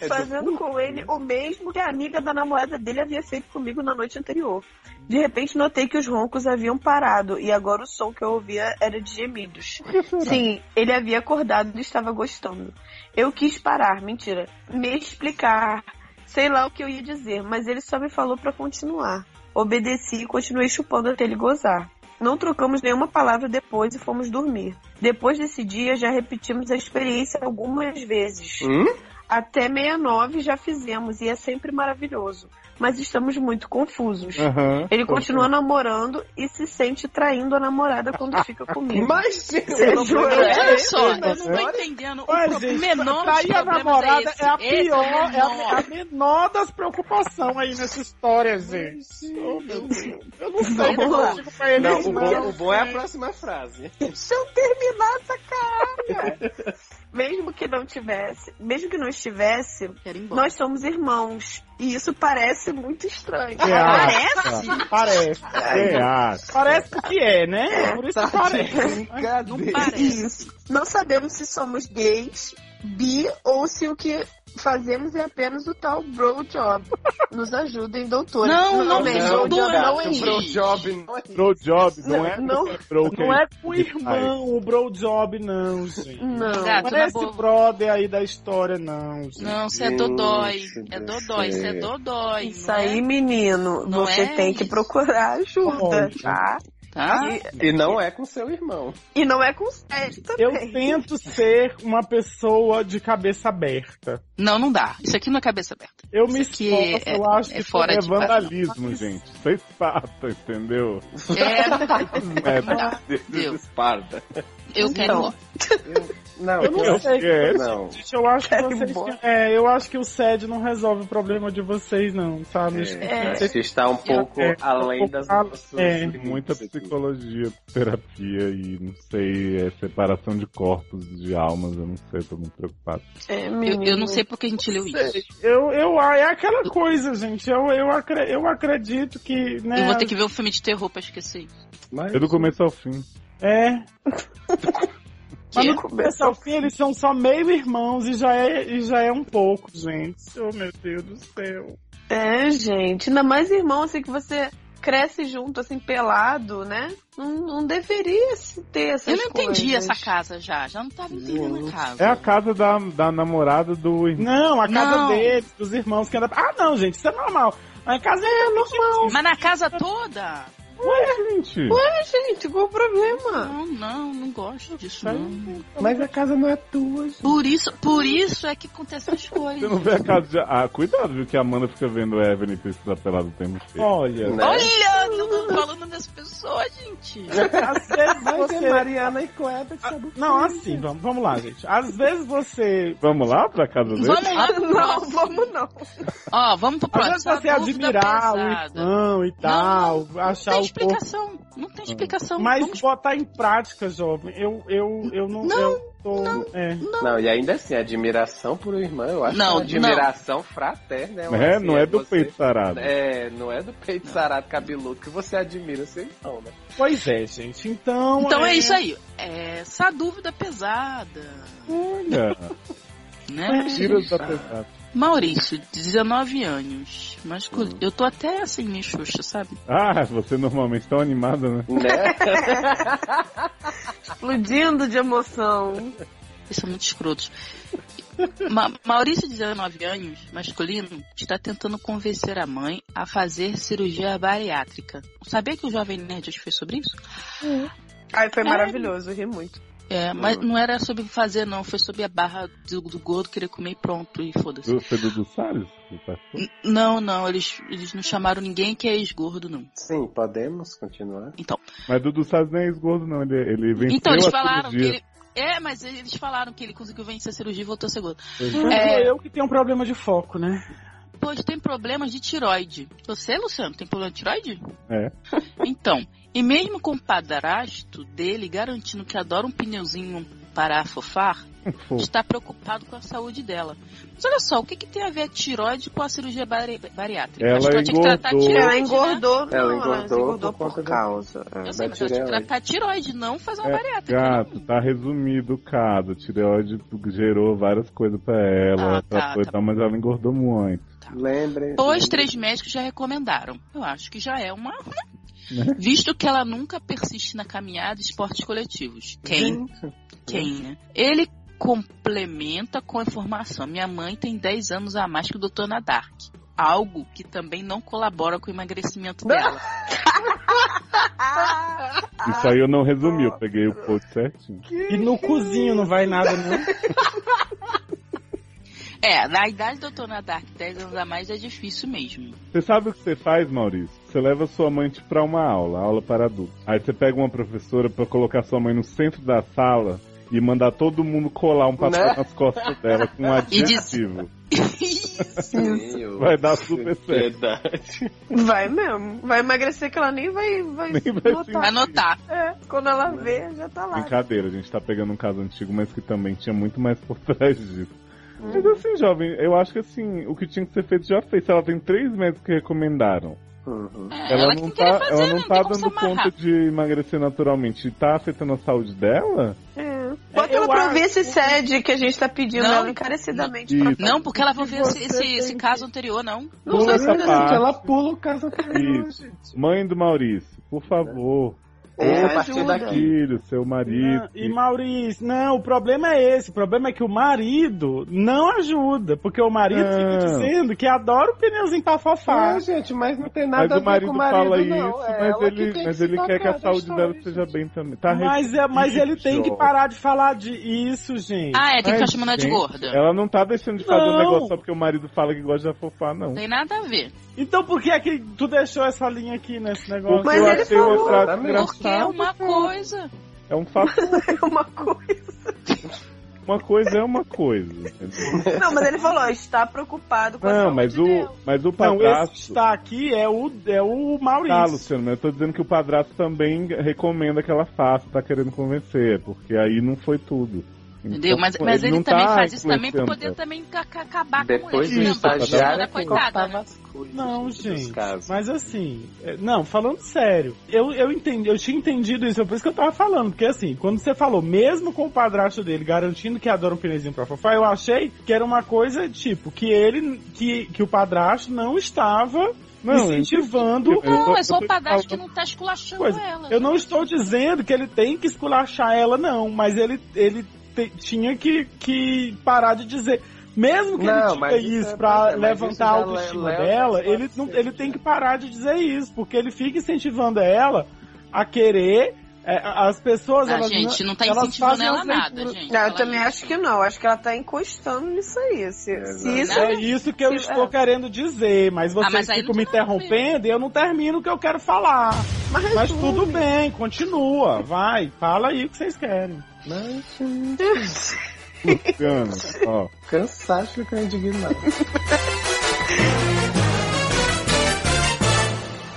[SPEAKER 4] É do
[SPEAKER 3] fazendo com ele o mesmo que a amiga da namorada dele havia feito comigo na noite anterior. De repente notei que os roncos haviam parado e agora o som que eu ouvia era de gemidos. Sim, ele havia acordado e estava gostando. Eu quis parar, mentira, me explicar. Sei lá o que eu ia dizer, mas ele só me falou pra continuar. Obedeci e continuei chupando até ele gozar. Não trocamos nenhuma palavra depois e fomos dormir. Depois desse dia, já repetimos a experiência algumas vezes.
[SPEAKER 4] Hum?
[SPEAKER 3] Até 69 já fizemos e é sempre maravilhoso. Mas estamos muito confusos.
[SPEAKER 5] Ah,
[SPEAKER 2] Aham.
[SPEAKER 3] Ele continua namorando e se sente traindo a namorada quando fica comigo.
[SPEAKER 4] Mas, gente,
[SPEAKER 3] Você
[SPEAKER 4] eu não
[SPEAKER 3] jura?
[SPEAKER 4] vou-
[SPEAKER 3] É.
[SPEAKER 9] Olha só, eu
[SPEAKER 5] Mas
[SPEAKER 9] não tô entendendo. O
[SPEAKER 5] Olha,
[SPEAKER 9] pro-
[SPEAKER 5] gente,
[SPEAKER 9] menor
[SPEAKER 5] tá
[SPEAKER 9] dos
[SPEAKER 5] aí a
[SPEAKER 9] problemas
[SPEAKER 5] namorada,
[SPEAKER 9] esse.
[SPEAKER 5] é a
[SPEAKER 9] Esse o
[SPEAKER 5] pior,
[SPEAKER 9] menor.
[SPEAKER 5] é, a, é a menor das preocupações aí nessa história, gente. Oh, meu Deus. Eu não sei o que
[SPEAKER 3] Vamos lá.
[SPEAKER 5] eu digo pra ele, um
[SPEAKER 4] Não, o
[SPEAKER 5] não.
[SPEAKER 4] bom, o bom é a próxima frase.
[SPEAKER 3] Deixa eu terminar essa caralho. mesmo que não tivesse, mesmo que não estivesse,
[SPEAKER 9] Quero ir embora.
[SPEAKER 3] nós somos irmãos. E isso parece muito estranho.
[SPEAKER 5] Parece? Parece.
[SPEAKER 2] É, ah,
[SPEAKER 5] Parece que é, né? Por isso que parece.
[SPEAKER 4] Cadê?
[SPEAKER 9] Parece.
[SPEAKER 3] Isso. Não sabemos se somos gays, bi ou se o que fazemos é apenas o tal bro job. Nos ajudem, doutor.
[SPEAKER 6] Não, não,
[SPEAKER 3] é
[SPEAKER 6] são
[SPEAKER 3] bro job,
[SPEAKER 6] duas.
[SPEAKER 3] não é
[SPEAKER 4] O
[SPEAKER 3] isso.
[SPEAKER 4] Bro Job não
[SPEAKER 2] Bro job, não,
[SPEAKER 3] Não,
[SPEAKER 2] é
[SPEAKER 3] não.
[SPEAKER 2] porque é bro que
[SPEAKER 5] Não é
[SPEAKER 2] que
[SPEAKER 5] pro
[SPEAKER 2] faz.
[SPEAKER 5] irmão, o bro job, não, gente.
[SPEAKER 3] Não.
[SPEAKER 6] Gato,
[SPEAKER 5] Não
[SPEAKER 6] na
[SPEAKER 5] é esse
[SPEAKER 6] boa.
[SPEAKER 5] brother aí da história, não, gente.
[SPEAKER 6] Não, você é Dodói.
[SPEAKER 4] Gente
[SPEAKER 6] É
[SPEAKER 4] do
[SPEAKER 6] Dodói,
[SPEAKER 4] céu.
[SPEAKER 6] você é Dodói. não
[SPEAKER 3] Isso
[SPEAKER 6] é?
[SPEAKER 3] aí, menino,
[SPEAKER 6] Não
[SPEAKER 3] você
[SPEAKER 6] é
[SPEAKER 3] tem
[SPEAKER 6] isso.
[SPEAKER 3] que procurar ajuda,
[SPEAKER 5] Lógico.
[SPEAKER 3] tá?
[SPEAKER 6] Tá?
[SPEAKER 4] Ah, E não é com seu irmão.
[SPEAKER 3] E não é com sede
[SPEAKER 5] Eu
[SPEAKER 3] também.
[SPEAKER 5] tento ser uma pessoa de cabeça aberta.
[SPEAKER 6] Não, não dá. Isso aqui não é cabeça aberta.
[SPEAKER 5] Eu me
[SPEAKER 6] Isso aqui
[SPEAKER 5] esforço,
[SPEAKER 6] é-
[SPEAKER 5] eu acho
[SPEAKER 6] é
[SPEAKER 5] que
[SPEAKER 6] fora
[SPEAKER 5] isso
[SPEAKER 2] É
[SPEAKER 6] de
[SPEAKER 2] vandalismo, gente. Isso é esparta, entendeu?
[SPEAKER 6] É, não dá.
[SPEAKER 2] É,
[SPEAKER 6] Não dá.
[SPEAKER 4] Deus
[SPEAKER 6] Deu.
[SPEAKER 4] Esparta.
[SPEAKER 6] Eu quero.
[SPEAKER 4] Não,
[SPEAKER 5] Eu não
[SPEAKER 4] eu-
[SPEAKER 5] sei.
[SPEAKER 2] É,
[SPEAKER 4] Não.
[SPEAKER 5] Gente, eu acho que
[SPEAKER 3] Quero ir
[SPEAKER 5] vocês.
[SPEAKER 3] embora.
[SPEAKER 5] É, eu acho que o SED não resolve o problema de vocês, não, sabe?
[SPEAKER 4] É,
[SPEAKER 5] Vocês-
[SPEAKER 4] Isso está um pouco
[SPEAKER 5] É.
[SPEAKER 4] além das Né?
[SPEAKER 5] É.
[SPEAKER 4] nossas
[SPEAKER 2] Tem muita
[SPEAKER 4] limites aqui.
[SPEAKER 2] psicologia, terapia e não sei, é separação de corpos, de almas, eu não sei, tô muito preocupado.
[SPEAKER 3] É,
[SPEAKER 6] Eu,
[SPEAKER 3] menino.
[SPEAKER 6] eu não sei porque a gente leu isso.
[SPEAKER 5] Eu, eu, é aquela coisa, gente. Eu, eu, acre- eu acredito que, né?
[SPEAKER 6] Eu vou ter que ver um filme de terror pra esquecer isso.
[SPEAKER 4] Mas-
[SPEAKER 2] É do começo ao fim.
[SPEAKER 5] É. Mas
[SPEAKER 6] Que?
[SPEAKER 5] no começo ao fim, eles são só meio irmãos e já é, e já é um pouco, gente. Oh, meu Deus do céu.
[SPEAKER 3] É, gente. Ainda mais irmão, assim, que você cresce junto, assim, pelado, né? Não, não deveria se ter essas
[SPEAKER 6] Eu não entendi
[SPEAKER 3] coisas.
[SPEAKER 6] essa casa já. Já não tava entendendo a casa.
[SPEAKER 2] É a casa da, da namorada do irmão.
[SPEAKER 5] Não, a casa
[SPEAKER 6] Não.
[SPEAKER 5] deles, dos irmãos que andam. Ah, não, gente, isso é normal. A casa é normal.
[SPEAKER 6] Mas na casa toda?
[SPEAKER 2] Gente,
[SPEAKER 3] É, gente, qual o problema?
[SPEAKER 6] Não, não, não gosto disso.
[SPEAKER 5] Vai.
[SPEAKER 6] Não.
[SPEAKER 4] Mas a casa não é tua, gente.
[SPEAKER 6] Por isso, por isso é que acontecem as
[SPEAKER 2] você
[SPEAKER 6] coisas.
[SPEAKER 2] não vê a casa de. Ah, cuidado, viu, que a Amanda fica vendo Evelyn precisa pelar do tempo cheio.
[SPEAKER 5] Olha,
[SPEAKER 4] Né?
[SPEAKER 6] Olha, não tô falando das pessoas, gente.
[SPEAKER 5] às vezes você.
[SPEAKER 4] Mariana e Kleber que sabe o
[SPEAKER 5] Não, assim, vamos, vamos lá, gente. Às vezes você.
[SPEAKER 2] Vamos lá pra casa dele?
[SPEAKER 6] Vamos lá pro
[SPEAKER 3] Não,
[SPEAKER 6] próximo.
[SPEAKER 3] vamos não.
[SPEAKER 6] Ó, vamos pro
[SPEAKER 5] Às
[SPEAKER 6] próximo.
[SPEAKER 5] vezes você
[SPEAKER 6] Adulto um da
[SPEAKER 5] admirar o
[SPEAKER 6] pesada.
[SPEAKER 5] irmão e tal, achar
[SPEAKER 6] Não tem
[SPEAKER 5] o corpo.
[SPEAKER 6] explicação. Não tem explicação.
[SPEAKER 5] Mas
[SPEAKER 6] Então, Vamos-
[SPEAKER 5] botar em prática, jovem, eu, eu, eu não.
[SPEAKER 6] Não,
[SPEAKER 5] eu tô, é.
[SPEAKER 4] Não, e ainda assim, admiração por um irmão, eu acho
[SPEAKER 6] Não,
[SPEAKER 4] que é uma admiração fraterna. eu
[SPEAKER 2] É,
[SPEAKER 4] acho,
[SPEAKER 2] não
[SPEAKER 4] assim,
[SPEAKER 2] é do
[SPEAKER 4] você-
[SPEAKER 2] peito sarado.
[SPEAKER 4] É, não é do peito sarado cabeludo que você admira seu irmão, né?
[SPEAKER 5] Pois é, gente. Então.
[SPEAKER 6] Então é isso aí. Essa dúvida pesada.
[SPEAKER 2] Olha,
[SPEAKER 6] Né?
[SPEAKER 2] tiras da pesada.
[SPEAKER 6] Maurício, 19 anos. Mas
[SPEAKER 5] Hum.
[SPEAKER 6] eu tô até assim, meio Xuxa, sabe?
[SPEAKER 2] Ah, você normalmente tão animada, né?
[SPEAKER 4] Né?
[SPEAKER 3] Explodindo de emoção.
[SPEAKER 6] Eles são muito escrotos. Ma Maurício, 19 anos, masculino, está tentando convencer a mãe a fazer cirurgia bariátrica. Sabia que o Jovem Nerd já fez sobre isso?
[SPEAKER 3] Ai, foi maravilhoso, ri muito.
[SPEAKER 6] É, mas não era sobre fazer, não. Foi sobre a barra do, do gordo querer comer e pronto e foda-se.
[SPEAKER 2] Do, foi do, do é Salles? que participou?
[SPEAKER 6] N- Não, não, eles, eles não chamaram ninguém que é ex-gordo, não.
[SPEAKER 4] Sim, podemos continuar.
[SPEAKER 6] Então,
[SPEAKER 2] Mas Dudu Salles nem é esgordo, não. Ele, ele venceu
[SPEAKER 6] então eles
[SPEAKER 2] a
[SPEAKER 6] falaram que
[SPEAKER 2] cirurgia.
[SPEAKER 6] ele. É, mas eles falaram que ele conseguiu vencer a cirurgia e voltou a ser gordo.
[SPEAKER 5] Mas
[SPEAKER 6] É.
[SPEAKER 5] sou eu que tenho um problema de foco, né?
[SPEAKER 6] Pois tem problemas de tiroide. Você, Luciano, tem problema de tiroide?
[SPEAKER 2] É.
[SPEAKER 6] Então, e mesmo com o padrasto dele garantindo que adora um pneuzinho para afofar,
[SPEAKER 2] Fofo.
[SPEAKER 6] está preocupado com a saúde dela. Mas olha só, o que, que tem a ver a tiroide com a cirurgia bari bariátrica?
[SPEAKER 2] Ela
[SPEAKER 6] Acho que tinha que tratar a
[SPEAKER 2] engordou.
[SPEAKER 3] Ela
[SPEAKER 6] tireoide, né?
[SPEAKER 3] engordou,
[SPEAKER 4] Ela
[SPEAKER 3] não, ela
[SPEAKER 4] engordou
[SPEAKER 3] engordou
[SPEAKER 4] por
[SPEAKER 3] por,
[SPEAKER 4] conta da-
[SPEAKER 3] causa. é.
[SPEAKER 6] Eu sei, mas ela tinha que tratar a tiroide, não fazer uma
[SPEAKER 2] É,
[SPEAKER 6] bariátrica.
[SPEAKER 2] Gato,
[SPEAKER 6] não.
[SPEAKER 2] tá resumido o caso. A tireoide gerou várias coisas pra ela,
[SPEAKER 6] Ah,
[SPEAKER 2] essa
[SPEAKER 6] tá,
[SPEAKER 2] coisa,
[SPEAKER 6] tá.
[SPEAKER 2] mas ela engordou muito.
[SPEAKER 4] Lembrem.
[SPEAKER 6] Dois, três médicos já recomendaram. Eu acho que já é uma.
[SPEAKER 2] Né?
[SPEAKER 6] Visto que ela nunca persiste na caminhada e esportes coletivos. Quem? Quem, né? Ele complementa com a informação. Minha mãe tem 10 anos a mais que o Dr. Nadark. Algo que também não colabora com o emagrecimento dela.
[SPEAKER 3] Ah!
[SPEAKER 6] Ah,
[SPEAKER 2] Isso aí eu não resumi, eu peguei o post certinho.
[SPEAKER 5] E no cozinho não vai nada, né? não.
[SPEAKER 6] É, na idade do Dr. Nadark, 10 anos a mais é difícil mesmo.
[SPEAKER 2] Você sabe o que você faz, Maurício? Você leva sua mãe tipo, pra uma aula, aula para adultos. Aí você pega uma professora pra colocar sua mãe no centro da sala e mandar todo mundo colar um papel
[SPEAKER 4] Né?
[SPEAKER 2] nas costas dela com um
[SPEAKER 6] E diz-
[SPEAKER 2] adjetivo.
[SPEAKER 4] Sim,
[SPEAKER 2] Vai dar super certo.
[SPEAKER 4] Verdade.
[SPEAKER 3] Vai mesmo. Vai emagrecer que ela nem vai, vai,
[SPEAKER 2] Nem vai
[SPEAKER 3] notar.
[SPEAKER 6] Vai notar.
[SPEAKER 3] É, quando ela vê, já tá lá.
[SPEAKER 2] Brincadeira, a gente tá pegando um caso antigo, mas que também tinha muito mais por trás disso. Mas
[SPEAKER 3] Hum,
[SPEAKER 2] assim, jovem, eu acho que assim, o que tinha que ser feito já fez. Se Ela tem três médicos que recomendaram.
[SPEAKER 4] Uhum.
[SPEAKER 6] É,
[SPEAKER 2] Ela,
[SPEAKER 6] que
[SPEAKER 2] não
[SPEAKER 6] queria
[SPEAKER 2] tá, ela não
[SPEAKER 6] não
[SPEAKER 2] tá
[SPEAKER 6] tem como se
[SPEAKER 2] dando
[SPEAKER 6] amarrar.
[SPEAKER 2] conta de emagrecer naturalmente. E tá afetando a saúde dela?
[SPEAKER 3] É. Pode Bota ela
[SPEAKER 5] eu
[SPEAKER 3] pra
[SPEAKER 5] acho
[SPEAKER 3] ver esse sede que a gente tá pedindo
[SPEAKER 9] Não.
[SPEAKER 3] ela encarecidamente
[SPEAKER 2] Não.
[SPEAKER 3] pra
[SPEAKER 2] Isso.
[SPEAKER 9] Não, porque ela vai ver esse,
[SPEAKER 5] Você
[SPEAKER 9] esse-
[SPEAKER 5] tem
[SPEAKER 9] esse
[SPEAKER 5] que-
[SPEAKER 9] caso anterior, não.
[SPEAKER 3] Não
[SPEAKER 5] Pula
[SPEAKER 3] sei se
[SPEAKER 5] essa
[SPEAKER 3] ainda-
[SPEAKER 5] parte.
[SPEAKER 10] Ela pula o caso anterior,
[SPEAKER 2] Isso.
[SPEAKER 10] gente.
[SPEAKER 2] Mãe do Maurício, por favor,
[SPEAKER 4] É,
[SPEAKER 3] É,
[SPEAKER 4] a partir
[SPEAKER 3] ajuda.
[SPEAKER 4] daqui.
[SPEAKER 2] filho, seu marido.
[SPEAKER 5] Não, e Maurício, não, o problema é esse. O problema é que o marido não ajuda, porque o marido
[SPEAKER 2] Não.
[SPEAKER 5] fica dizendo que adora o pneuzinho pra fofar.
[SPEAKER 4] É,
[SPEAKER 10] Ah, gente, mas não tem
[SPEAKER 2] Mas
[SPEAKER 10] nada
[SPEAKER 2] o
[SPEAKER 10] a ver
[SPEAKER 2] marido
[SPEAKER 10] com o marido,
[SPEAKER 2] fala
[SPEAKER 10] não.
[SPEAKER 2] isso,
[SPEAKER 10] É
[SPEAKER 2] mas
[SPEAKER 10] ela
[SPEAKER 2] ele,
[SPEAKER 10] que tem
[SPEAKER 2] mas
[SPEAKER 10] se
[SPEAKER 2] ele quer que
[SPEAKER 10] tocar
[SPEAKER 2] a
[SPEAKER 10] da
[SPEAKER 2] saúde
[SPEAKER 10] história,
[SPEAKER 2] dela seja
[SPEAKER 10] gente.
[SPEAKER 2] bem também. Tá re-
[SPEAKER 5] mas, é, mas ele tem que
[SPEAKER 2] Idiota.
[SPEAKER 5] parar de falar de isso, gente.
[SPEAKER 9] Ah, é, tem que ficar
[SPEAKER 2] Ai,
[SPEAKER 9] chamando ela de
[SPEAKER 2] gente,
[SPEAKER 9] gorda.
[SPEAKER 2] Ela não tá deixando de fazer um
[SPEAKER 5] Não.
[SPEAKER 2] negócio só porque o marido fala que gosta de afofar, não.
[SPEAKER 9] Tem nada a ver.
[SPEAKER 5] Então por que é que tu deixou essa linha aqui nesse negócio?
[SPEAKER 2] Porque
[SPEAKER 3] Mas
[SPEAKER 2] eu
[SPEAKER 3] ele
[SPEAKER 2] achei uma
[SPEAKER 3] falou.
[SPEAKER 2] frase
[SPEAKER 4] Exatamente.
[SPEAKER 9] Porque é
[SPEAKER 2] engraçada.
[SPEAKER 9] uma coisa.
[SPEAKER 2] É um fato.
[SPEAKER 3] É uma coisa.
[SPEAKER 2] Uma coisa é uma coisa. entendeu?
[SPEAKER 3] Não, mas ele falou, está preocupado com a
[SPEAKER 2] Não,
[SPEAKER 3] saúde
[SPEAKER 2] mas o,
[SPEAKER 3] dela.
[SPEAKER 2] mas o
[SPEAKER 5] Não, esse que
[SPEAKER 2] padrasto.
[SPEAKER 5] está aqui é o, é o
[SPEAKER 2] Tá,
[SPEAKER 5] Maurício.
[SPEAKER 2] Luciano, mas eu tô dizendo que o padrasto também recomenda que ela faça, tá querendo convencer, porque aí não foi tudo.
[SPEAKER 9] Entendeu?
[SPEAKER 2] Então,
[SPEAKER 9] Mas, mas ele
[SPEAKER 2] não
[SPEAKER 9] também
[SPEAKER 2] tá
[SPEAKER 9] faz isso também pra
[SPEAKER 2] influenciando
[SPEAKER 9] poder também ca- ca- acabar com a mulher.
[SPEAKER 4] Depois do
[SPEAKER 9] Não, porque
[SPEAKER 4] estagiário
[SPEAKER 9] ela,
[SPEAKER 4] é que
[SPEAKER 9] coitada,
[SPEAKER 4] cortava
[SPEAKER 9] né?
[SPEAKER 4] as coisas.
[SPEAKER 5] Não, gente.
[SPEAKER 4] Casos.
[SPEAKER 5] Mas assim, é, não, falando sério, eu, eu entendi, eu tinha entendido isso, é por isso que eu tava falando, porque assim, quando você falou, mesmo com o padrasto dele garantindo que adora um pneuzinho pra fofá, eu achei que era uma coisa tipo, que ele, que, que o padrasto não estava
[SPEAKER 2] Não,
[SPEAKER 5] incentivando.
[SPEAKER 2] eu- eu-
[SPEAKER 9] Não,
[SPEAKER 2] tô-
[SPEAKER 9] é só
[SPEAKER 2] tô
[SPEAKER 9] o padrasto que
[SPEAKER 2] falando-
[SPEAKER 9] não tá esculachando
[SPEAKER 5] Pois,
[SPEAKER 9] ela.
[SPEAKER 5] Eu não estou dizendo que ele tem que esculachar ela, não, mas ele, ele te- tinha que, que parar de dizer. Mesmo que
[SPEAKER 4] Não,
[SPEAKER 5] ele
[SPEAKER 4] mas
[SPEAKER 5] diga
[SPEAKER 4] isso
[SPEAKER 5] isso
[SPEAKER 4] é-
[SPEAKER 5] pra
[SPEAKER 4] mas isso
[SPEAKER 5] levantar
[SPEAKER 4] já
[SPEAKER 5] a autoestima
[SPEAKER 4] le- leva
[SPEAKER 5] dela,
[SPEAKER 4] pra
[SPEAKER 5] ele, não,
[SPEAKER 4] cacete,
[SPEAKER 5] ele tem
[SPEAKER 4] né?
[SPEAKER 5] que parar de dizer isso, porque ele fica incentivando ela a querer. é, a- as pessoas.
[SPEAKER 9] A
[SPEAKER 5] elas
[SPEAKER 9] gente não tá
[SPEAKER 5] elas
[SPEAKER 9] incentivando
[SPEAKER 5] fazem
[SPEAKER 9] ela
[SPEAKER 5] as
[SPEAKER 9] nada,
[SPEAKER 5] leituras.
[SPEAKER 9] gente.
[SPEAKER 3] Não, eu
[SPEAKER 9] Ela-
[SPEAKER 3] também acho que não. Acho que ela tá encostando nisso aí. Se, se
[SPEAKER 4] Exato.
[SPEAKER 3] isso
[SPEAKER 5] É isso que eu
[SPEAKER 3] Sim,
[SPEAKER 5] estou
[SPEAKER 3] é.
[SPEAKER 5] querendo dizer, mas vocês
[SPEAKER 9] Ah, mas aí
[SPEAKER 5] ficam
[SPEAKER 9] não
[SPEAKER 5] me
[SPEAKER 9] tem nada a ver.
[SPEAKER 5] interrompendo e eu não termino o que eu quero falar.
[SPEAKER 3] Mas,
[SPEAKER 5] Mas tudo bem, continua, vai, fala aí o que vocês querem.
[SPEAKER 2] Luciano, ó.
[SPEAKER 4] Cansado de ficar indignado.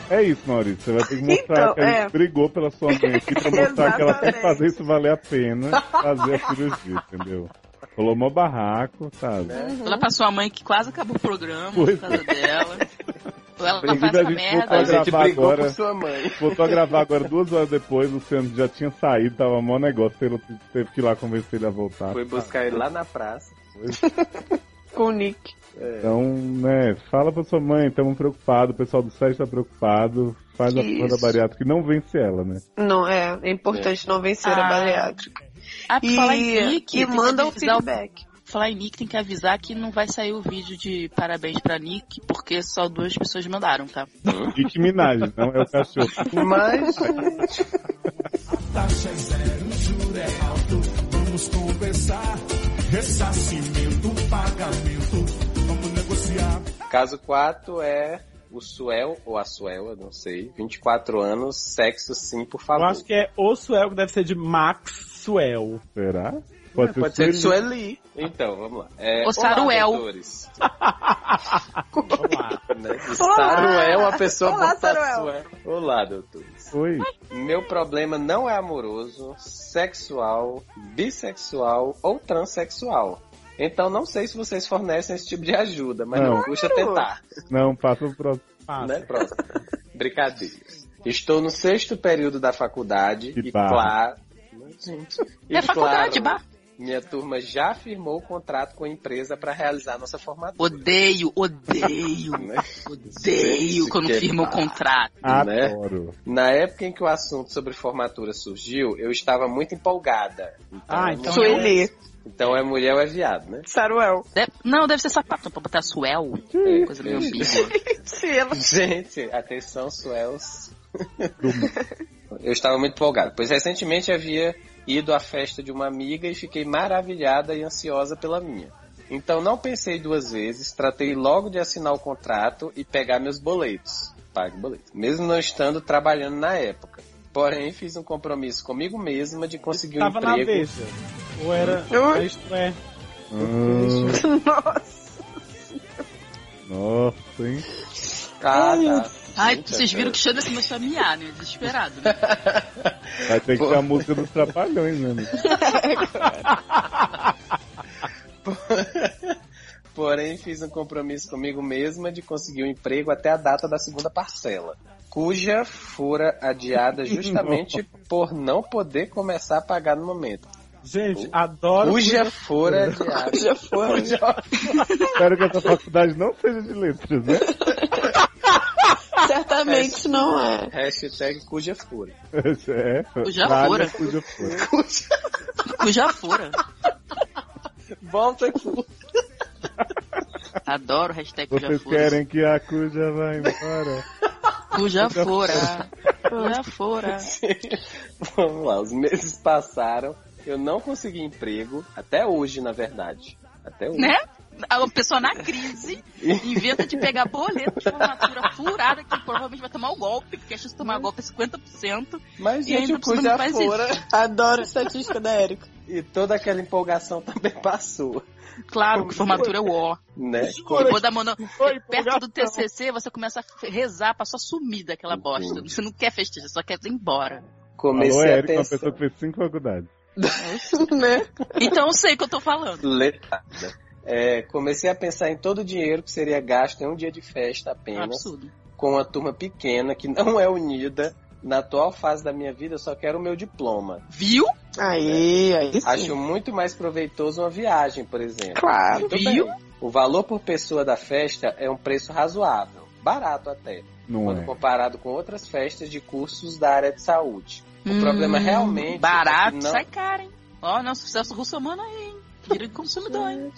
[SPEAKER 2] É isso, Maurício. Você vai ter que mostrar
[SPEAKER 3] Então,
[SPEAKER 2] que a gente
[SPEAKER 3] é.
[SPEAKER 2] brigou pela sua mãe aqui pra mostrar que ela tem que
[SPEAKER 3] Exatamente.
[SPEAKER 2] fazer isso valer a pena fazer a cirurgia, entendeu? Rolou mó barraco, tá? sabe?
[SPEAKER 3] É.
[SPEAKER 9] Ela passou a mãe que quase acabou o programa
[SPEAKER 2] Pois
[SPEAKER 9] por causa dela. Ou ela não faz
[SPEAKER 2] Inclusive, a
[SPEAKER 9] essa
[SPEAKER 2] gente
[SPEAKER 4] A
[SPEAKER 2] Vai
[SPEAKER 9] merda. né?
[SPEAKER 4] gente
[SPEAKER 2] gravar
[SPEAKER 4] brigou
[SPEAKER 2] agora.
[SPEAKER 4] com sua mãe.
[SPEAKER 2] Voltou a gravar agora duas horas depois, o Luciano já tinha saído, tava mó negócio, ele teve que ir lá convencer ele a voltar.
[SPEAKER 4] Foi buscar ele lá na praça.
[SPEAKER 3] com o Nick.
[SPEAKER 2] Então, né, fala pra sua mãe, estamos preocupados, o pessoal do site tá preocupado, faz a porra da
[SPEAKER 3] Isso.
[SPEAKER 2] bariátrica que não vence ela, né?
[SPEAKER 3] Não, é, é importante não vencer
[SPEAKER 9] Ah,
[SPEAKER 3] a bariátrica.
[SPEAKER 9] Ah, pra
[SPEAKER 3] E,
[SPEAKER 9] falar em Nick, tem que
[SPEAKER 3] e manda o
[SPEAKER 9] avisar o-
[SPEAKER 3] feedback.
[SPEAKER 9] Falar em Nick tem que avisar que não vai sair o vídeo de parabéns pra Nick, porque só duas pessoas mandaram, tá?
[SPEAKER 2] E que Minaj, não é o cachorro.
[SPEAKER 4] Mas Caso 4 é o Suel, ou a Suel, eu não sei. 24 anos, sexo sim, por
[SPEAKER 5] Eu
[SPEAKER 4] favor.
[SPEAKER 5] acho que é o Suel, que deve ser de Maxwell.
[SPEAKER 2] Será? Pode ser,
[SPEAKER 4] Pode ser
[SPEAKER 2] Sueli.
[SPEAKER 4] Sueli. Então, vamos lá. É,
[SPEAKER 9] Ou Saruel.
[SPEAKER 4] Olá, doutores.
[SPEAKER 5] Vamos lá.
[SPEAKER 4] Né? Saruel, a pessoa
[SPEAKER 3] Olá,
[SPEAKER 4] botar
[SPEAKER 3] Saruel.
[SPEAKER 4] Suel. Olá, doutores.
[SPEAKER 2] Oi.
[SPEAKER 4] Meu problema não é amoroso, sexual, bissexual ou transexual. Então não sei se vocês fornecem esse tipo de ajuda, mas não,
[SPEAKER 2] Não.
[SPEAKER 4] custa tentar.
[SPEAKER 2] Não, passa o próximo.
[SPEAKER 9] Ah,
[SPEAKER 5] Passa.
[SPEAKER 4] Né? Pronto. Brincadeira. Estou no sexto período da faculdade
[SPEAKER 2] Que
[SPEAKER 4] e
[SPEAKER 2] barra.
[SPEAKER 4] claro. Gente, e
[SPEAKER 9] é faculdade,
[SPEAKER 4] claro,
[SPEAKER 9] bah.
[SPEAKER 4] minha turma já firmou o contrato com a empresa para realizar nossa formatura.
[SPEAKER 9] Odeio, odeio,
[SPEAKER 4] né?
[SPEAKER 9] odeio
[SPEAKER 4] Gente,
[SPEAKER 9] quando
[SPEAKER 4] que
[SPEAKER 9] firma o
[SPEAKER 4] pá.
[SPEAKER 9] contrato.
[SPEAKER 4] Né?
[SPEAKER 2] Adoro.
[SPEAKER 4] Na época em que o assunto sobre formatura surgiu, eu estava muito empolgada. Então,
[SPEAKER 5] Ah, então
[SPEAKER 4] é mulher,
[SPEAKER 3] Sueli,
[SPEAKER 4] então é mulher ou é viado, né?
[SPEAKER 3] Saruel.
[SPEAKER 9] Deve- não, deve ser sapatão pra botar suel. Coisa meio ambígua.
[SPEAKER 3] Se ela
[SPEAKER 4] Gente, atenção, Suels. Eu estava muito empolgado, pois recentemente havia ido à festa de uma amiga e fiquei maravilhada e ansiosa pela minha. Então não pensei duas vezes, tratei logo de assinar o contrato e pegar meus boletos. Pague boleto. Mesmo não estando trabalhando na época. Porém, fiz um compromisso comigo mesma de conseguir um
[SPEAKER 5] Tava na
[SPEAKER 4] emprego.
[SPEAKER 5] veja. Ou era.
[SPEAKER 3] Ui.
[SPEAKER 5] Isto é.
[SPEAKER 2] Hum,
[SPEAKER 3] Nossa.
[SPEAKER 2] nossa, hein?
[SPEAKER 4] Ah, tá.
[SPEAKER 9] Ai,
[SPEAKER 4] Gente,
[SPEAKER 9] vocês viram
[SPEAKER 4] eu-
[SPEAKER 9] que Xander começou a miar, né? Desesperado. Né?
[SPEAKER 2] Vai ter que ter a música dos trapalhões, né? amigo?
[SPEAKER 4] Porém, fiz um compromisso comigo mesma de conseguir um emprego até a data da segunda parcela, cuja fora adiada justamente por não poder começar a pagar no momento.
[SPEAKER 5] Gente, adoro.
[SPEAKER 4] Cuja fora de arte.
[SPEAKER 5] Cuja fora.
[SPEAKER 2] Espero que essa faculdade não seja de letras, né?
[SPEAKER 3] Certamente
[SPEAKER 4] Hashtag-
[SPEAKER 3] não é.
[SPEAKER 4] Hashtag cuja fura.
[SPEAKER 2] É.
[SPEAKER 6] Cuja
[SPEAKER 2] Vale
[SPEAKER 6] fora.
[SPEAKER 2] Cuja fora.
[SPEAKER 6] Cuja fora.
[SPEAKER 4] Volta cu.
[SPEAKER 6] Adoro hashtag cuja
[SPEAKER 2] Vocês
[SPEAKER 6] fora.
[SPEAKER 2] querem que a cuja vá embora?
[SPEAKER 6] Cuja fora. Cuja fora.
[SPEAKER 4] Vamos lá, os meses passaram. Eu não consegui emprego. Até hoje, na verdade. Até hoje.
[SPEAKER 6] Né? A pessoa na crise inventa de pegar boleto de formatura furada que provavelmente vai tomar o golpe, porque a chance de tomar o golpe é 50%.
[SPEAKER 4] Mas,
[SPEAKER 6] E
[SPEAKER 4] gente,
[SPEAKER 6] ainda
[SPEAKER 4] o
[SPEAKER 6] por cima
[SPEAKER 4] cuja
[SPEAKER 6] faz
[SPEAKER 4] fora.
[SPEAKER 3] Adoro a estatística da Érica.
[SPEAKER 4] E toda aquela empolgação também passou.
[SPEAKER 6] Claro que formatura é o ó.
[SPEAKER 4] Né?
[SPEAKER 6] Depois da mono... Perto do TCC, você começa a rezar pra só sumir daquela bosta. Você não quer festejar, só quer ir embora.
[SPEAKER 2] Alô,
[SPEAKER 4] Comecei a
[SPEAKER 2] Eric, uma
[SPEAKER 4] pensar.
[SPEAKER 2] pessoa que fez cinco faculdades.
[SPEAKER 3] né?
[SPEAKER 6] Então eu sei o que eu tô falando.
[SPEAKER 4] letrada. É, comecei a pensar em todo o dinheiro que seria gasto em um dia de festa
[SPEAKER 6] É um
[SPEAKER 4] apenas,
[SPEAKER 6] absurdo.
[SPEAKER 4] com uma turma pequena que não é unida. Na atual fase da minha vida, eu só quero o meu diploma.
[SPEAKER 6] Viu?
[SPEAKER 3] Aí, aí.
[SPEAKER 4] Acho muito mais proveitoso uma viagem, por exemplo.
[SPEAKER 3] Claro.
[SPEAKER 4] Muito
[SPEAKER 6] Viu?
[SPEAKER 4] Ah, bem. O valor por pessoa da festa é um preço razoável, barato até,
[SPEAKER 2] Não
[SPEAKER 4] quando
[SPEAKER 2] é.
[SPEAKER 4] comparado com outras festas de cursos da área de saúde. O problema realmente é que
[SPEAKER 6] Hum, Barato,
[SPEAKER 4] não-
[SPEAKER 6] sai caro, hein? Ó, nosso sucesso russomano aí, hein? Direito do consumidor,
[SPEAKER 4] É,
[SPEAKER 6] hein?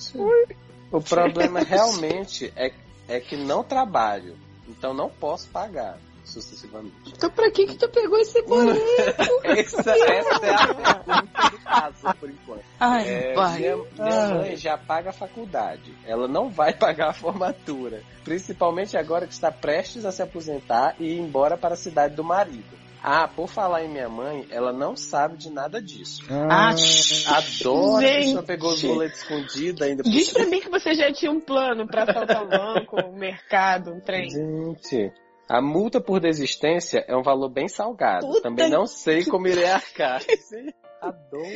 [SPEAKER 4] O problema realmente é, é que não trabalho, então não posso pagar sucessivamente.
[SPEAKER 3] Então pra que que tu pegou esse bolinho?
[SPEAKER 4] Essa, essa é a pergunta do caso, por enquanto.
[SPEAKER 6] Ai,
[SPEAKER 4] É,
[SPEAKER 6] pai.
[SPEAKER 4] minha, minha
[SPEAKER 3] Ah.
[SPEAKER 4] mãe já paga a faculdade, ela não vai pagar a formatura, principalmente agora que está prestes a se aposentar e ir embora para a cidade do marido. Ah, por falar em minha mãe, ela não sabe de nada disso.
[SPEAKER 6] Ah,
[SPEAKER 4] Adora que a pessoa
[SPEAKER 3] Gente.
[SPEAKER 4] pegou os boletos escondidos ainda. por
[SPEAKER 3] Diz pra mim que você já tinha um plano pra assaltar um banco, um mercado, um trem.
[SPEAKER 4] Gente, a multa por desistência é um valor bem salgado.
[SPEAKER 3] Puta Tá
[SPEAKER 4] Também não sei como irei arcar. Sim, Adoro.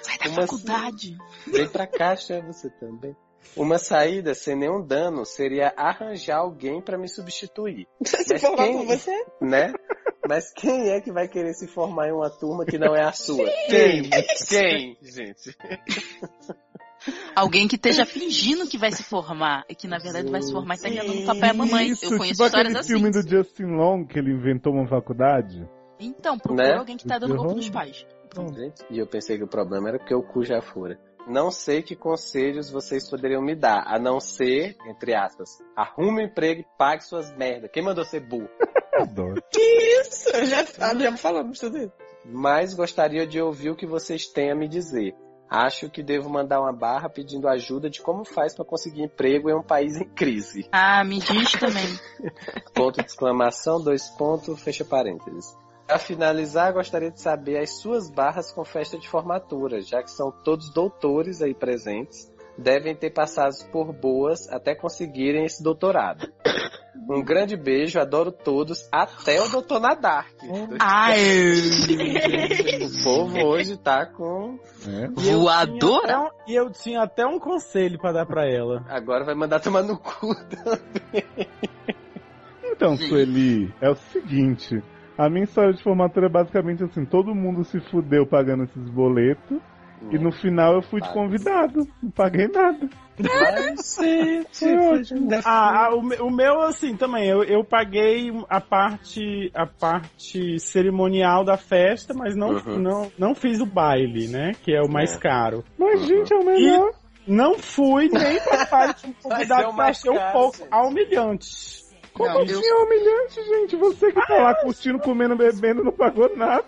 [SPEAKER 6] sai da
[SPEAKER 4] uma-
[SPEAKER 6] faculdade.
[SPEAKER 4] Vem pra cá, Chan, você também. Uma saída sem nenhum dano seria arranjar alguém pra me substituir,
[SPEAKER 3] Se
[SPEAKER 4] Mas
[SPEAKER 3] for lá
[SPEAKER 4] quem-
[SPEAKER 3] com você,
[SPEAKER 4] né? Mas quem é que vai querer se formar em uma turma que não é a sua? Quem? Quem, gente?
[SPEAKER 6] Alguém que esteja fingindo que vai se formar e que na verdade vai se formar e tá enganando o papai e a mamãe.
[SPEAKER 2] Isso,
[SPEAKER 6] eu conheço
[SPEAKER 2] tipo
[SPEAKER 6] histórias
[SPEAKER 2] aquele
[SPEAKER 6] assim.
[SPEAKER 2] filme do Justin Long que ele inventou uma faculdade.
[SPEAKER 6] Então, procura
[SPEAKER 4] Né?
[SPEAKER 6] alguém que tá dando golpe
[SPEAKER 5] Uhum.
[SPEAKER 6] nos pais.
[SPEAKER 4] Gente, E eu pensei que o problema era porque o cu já fora. Não sei que conselhos vocês poderiam me dar, a não ser, entre aspas, arrume um emprego e pague suas merdas. Quem mandou ser burro?
[SPEAKER 2] Adoro.
[SPEAKER 3] isso, eu já, ah, já falamos tudo isso.
[SPEAKER 4] mas gostaria de ouvir o que vocês têm a me dizer. Acho que devo mandar uma barra pedindo ajuda de como faz pra conseguir emprego em um país em crise.
[SPEAKER 6] Ah, me diz também.
[SPEAKER 4] Ponto de exclamação, dois pontos, fecha parênteses. Para finalizar, gostaria de saber as suas barras com festa de formatura, já que são todos doutores aí presentes, devem ter passado por boas até conseguirem esse doutorado. Um grande beijo, adoro todos, até o doutor Nadark.
[SPEAKER 6] Ah. Ai,
[SPEAKER 4] O povo hoje tá com
[SPEAKER 2] É.
[SPEAKER 6] voadora.
[SPEAKER 5] Então, e eu tinha até um conselho pra dar pra ela.
[SPEAKER 4] Agora vai mandar tomar no cu.
[SPEAKER 2] Então,
[SPEAKER 6] Sim.
[SPEAKER 2] Sueli, é o seguinte. A minha história de formatura é basicamente assim, todo mundo se fudeu pagando esses boletos e no final eu fui de
[SPEAKER 4] Pago.
[SPEAKER 2] convidado, não paguei nada.
[SPEAKER 5] Ah, ah, o, me- o meu, assim, também, eu, eu paguei a parte, a parte cerimonial da festa, mas não,
[SPEAKER 4] Uhum.
[SPEAKER 5] não, não fiz o baile, né? Que é o mais
[SPEAKER 4] É.
[SPEAKER 5] caro.
[SPEAKER 2] Mas
[SPEAKER 4] Uhum.
[SPEAKER 2] gente, é o melhor.
[SPEAKER 5] Não fui nem pra parte de
[SPEAKER 4] Mas é
[SPEAKER 5] convidado
[SPEAKER 4] o
[SPEAKER 5] que eu
[SPEAKER 4] mais
[SPEAKER 5] achei um
[SPEAKER 4] caro,
[SPEAKER 5] pouco
[SPEAKER 4] gente.
[SPEAKER 5] humilhante.
[SPEAKER 2] Como
[SPEAKER 6] Não,
[SPEAKER 2] assim
[SPEAKER 6] eu-
[SPEAKER 2] é humilhante, gente? Você que tá lá curtindo, comendo, bebendo, não pagou nada.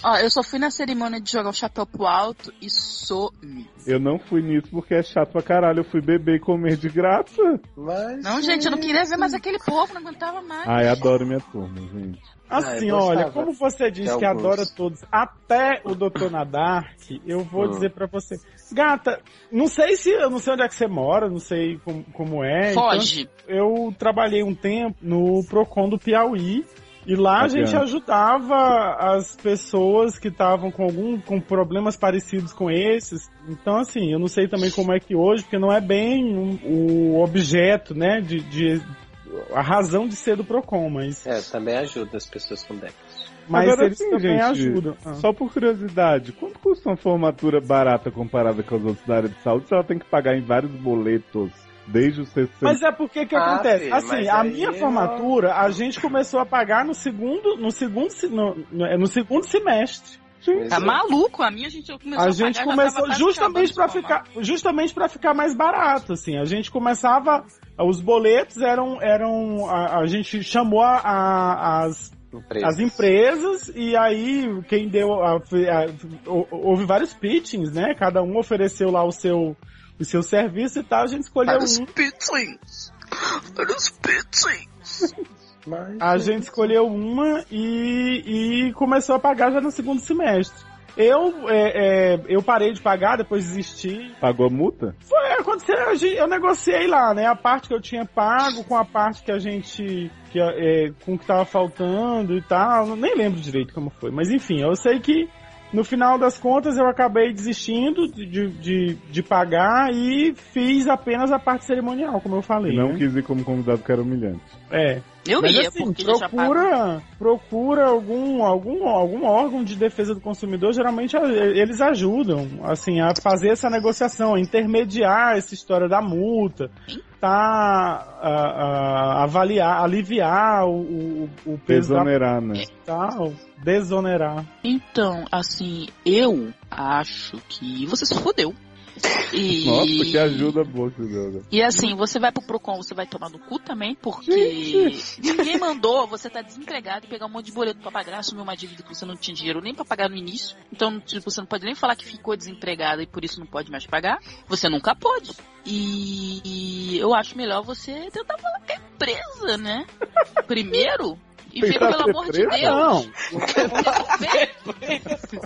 [SPEAKER 6] Ó, eu só fui na cerimônia de jogar o chapéu pro alto e some.
[SPEAKER 2] Eu não fui nisso porque é chato pra caralho. Eu fui beber e comer de graça.
[SPEAKER 4] Mas...
[SPEAKER 6] Não, gente, eu não queria ver mais aquele povo, não aguentava mais.
[SPEAKER 5] Ah,
[SPEAKER 2] Ai, adoro minha turma, gente.
[SPEAKER 5] Assim,
[SPEAKER 4] Ah, eu gostava.
[SPEAKER 5] olha, como você disse
[SPEAKER 4] Tem
[SPEAKER 5] que
[SPEAKER 4] alguns.
[SPEAKER 5] adora todos, até o Dr. Nadark, eu vou
[SPEAKER 4] Hum.
[SPEAKER 5] dizer pra você. Gata, não sei se, eu não sei onde é que você mora, não sei como, como é.
[SPEAKER 6] Foge.
[SPEAKER 5] então, eu trabalhei um tempo no Procon do Piauí. E lá a
[SPEAKER 2] Bacana.
[SPEAKER 5] gente ajudava as pessoas que estavam com algum com problemas parecidos com esses. Então, assim, eu não sei também como é que hoje, porque não é bem um- o objeto, né, de, de- a razão de ser do Procon, mas
[SPEAKER 4] É, também ajuda as pessoas com déficit.
[SPEAKER 5] Mas
[SPEAKER 2] Agora
[SPEAKER 5] eles
[SPEAKER 2] sim,
[SPEAKER 5] também
[SPEAKER 2] gente,
[SPEAKER 5] ajudam. Ah.
[SPEAKER 2] Só por curiosidade, quanto custa uma formatura barata comparada com as outras da área de saúde? Se ela tem que pagar em vários boletos, desde o sexto
[SPEAKER 5] Mas é porque que
[SPEAKER 4] Ah,
[SPEAKER 5] acontece?
[SPEAKER 4] filho,
[SPEAKER 5] assim,
[SPEAKER 4] mas
[SPEAKER 5] a
[SPEAKER 4] aí
[SPEAKER 5] minha
[SPEAKER 4] não-
[SPEAKER 5] formatura, a gente começou a pagar no segundo, no segundo, se- no, no, é, no segundo semestre.
[SPEAKER 6] Tá maluco? A minha a gente começou
[SPEAKER 5] a
[SPEAKER 6] pagar,
[SPEAKER 5] gente
[SPEAKER 6] já
[SPEAKER 5] começou
[SPEAKER 6] tava
[SPEAKER 5] justamente para
[SPEAKER 6] praticamente
[SPEAKER 5] ficar, justamente para ficar mais barato, assim. A gente começava, os boletos eram, eram, a, a gente chamou a- a- as as empresas e aí quem deu a- a- hou- houve vários pitchings, né? Cada um ofereceu lá o seu o seu serviço e tal, a gente escolheu
[SPEAKER 6] Vários
[SPEAKER 5] um,
[SPEAKER 6] pitchings. Vários pitchings.
[SPEAKER 5] a gente escolheu uma e, e começou a pagar já no segundo semestre. Eu é, é, eu parei de pagar, depois desisti.
[SPEAKER 2] Pagou a multa?
[SPEAKER 5] Foi É, aconteceu, a gente- eu negociei lá, né? A parte que eu tinha pago com a parte que a gente que é, com o que tava faltando e tal. Eu Nem lembro direito como foi, mas enfim, eu sei que no final das contas eu acabei desistindo de, de, de- de pagar e fiz apenas a parte cerimonial, como eu falei.
[SPEAKER 2] E não
[SPEAKER 5] né?
[SPEAKER 2] quis ir como convidado que era humilhante.
[SPEAKER 5] É.
[SPEAKER 6] Eu
[SPEAKER 5] Mas,
[SPEAKER 6] ia,
[SPEAKER 5] assim,
[SPEAKER 6] porque ele é já
[SPEAKER 5] procura, procura algum, algum, algum órgão de defesa do consumidor, geralmente a- eles ajudam, assim, a fazer essa negociação, a intermediar essa história da multa, tá, a- a- avaliar, aliviar o, o, o peso da
[SPEAKER 2] Exonerar, né?
[SPEAKER 5] tal, desonerar.
[SPEAKER 6] Então, assim, eu acho que você se fodeu. E...
[SPEAKER 2] Nossa, que ajuda boa, que deu, né?
[SPEAKER 6] E assim, você vai pro Procon, você vai tomar no cu também, porque ninguém mandou, você tá desempregado e pegar um monte de boleto pra pagar, assumir uma dívida que você não tinha dinheiro nem pra pagar no início. Então, tipo, você não pode nem falar que ficou desempregado e por isso não pode mais pagar. Você nunca pode. E eu acho melhor você tentar falar que é presa, né? Primeiro. E ver,
[SPEAKER 2] Tentar
[SPEAKER 6] pelo
[SPEAKER 2] ser
[SPEAKER 6] amor de
[SPEAKER 2] presa?
[SPEAKER 6] Deus. Ver-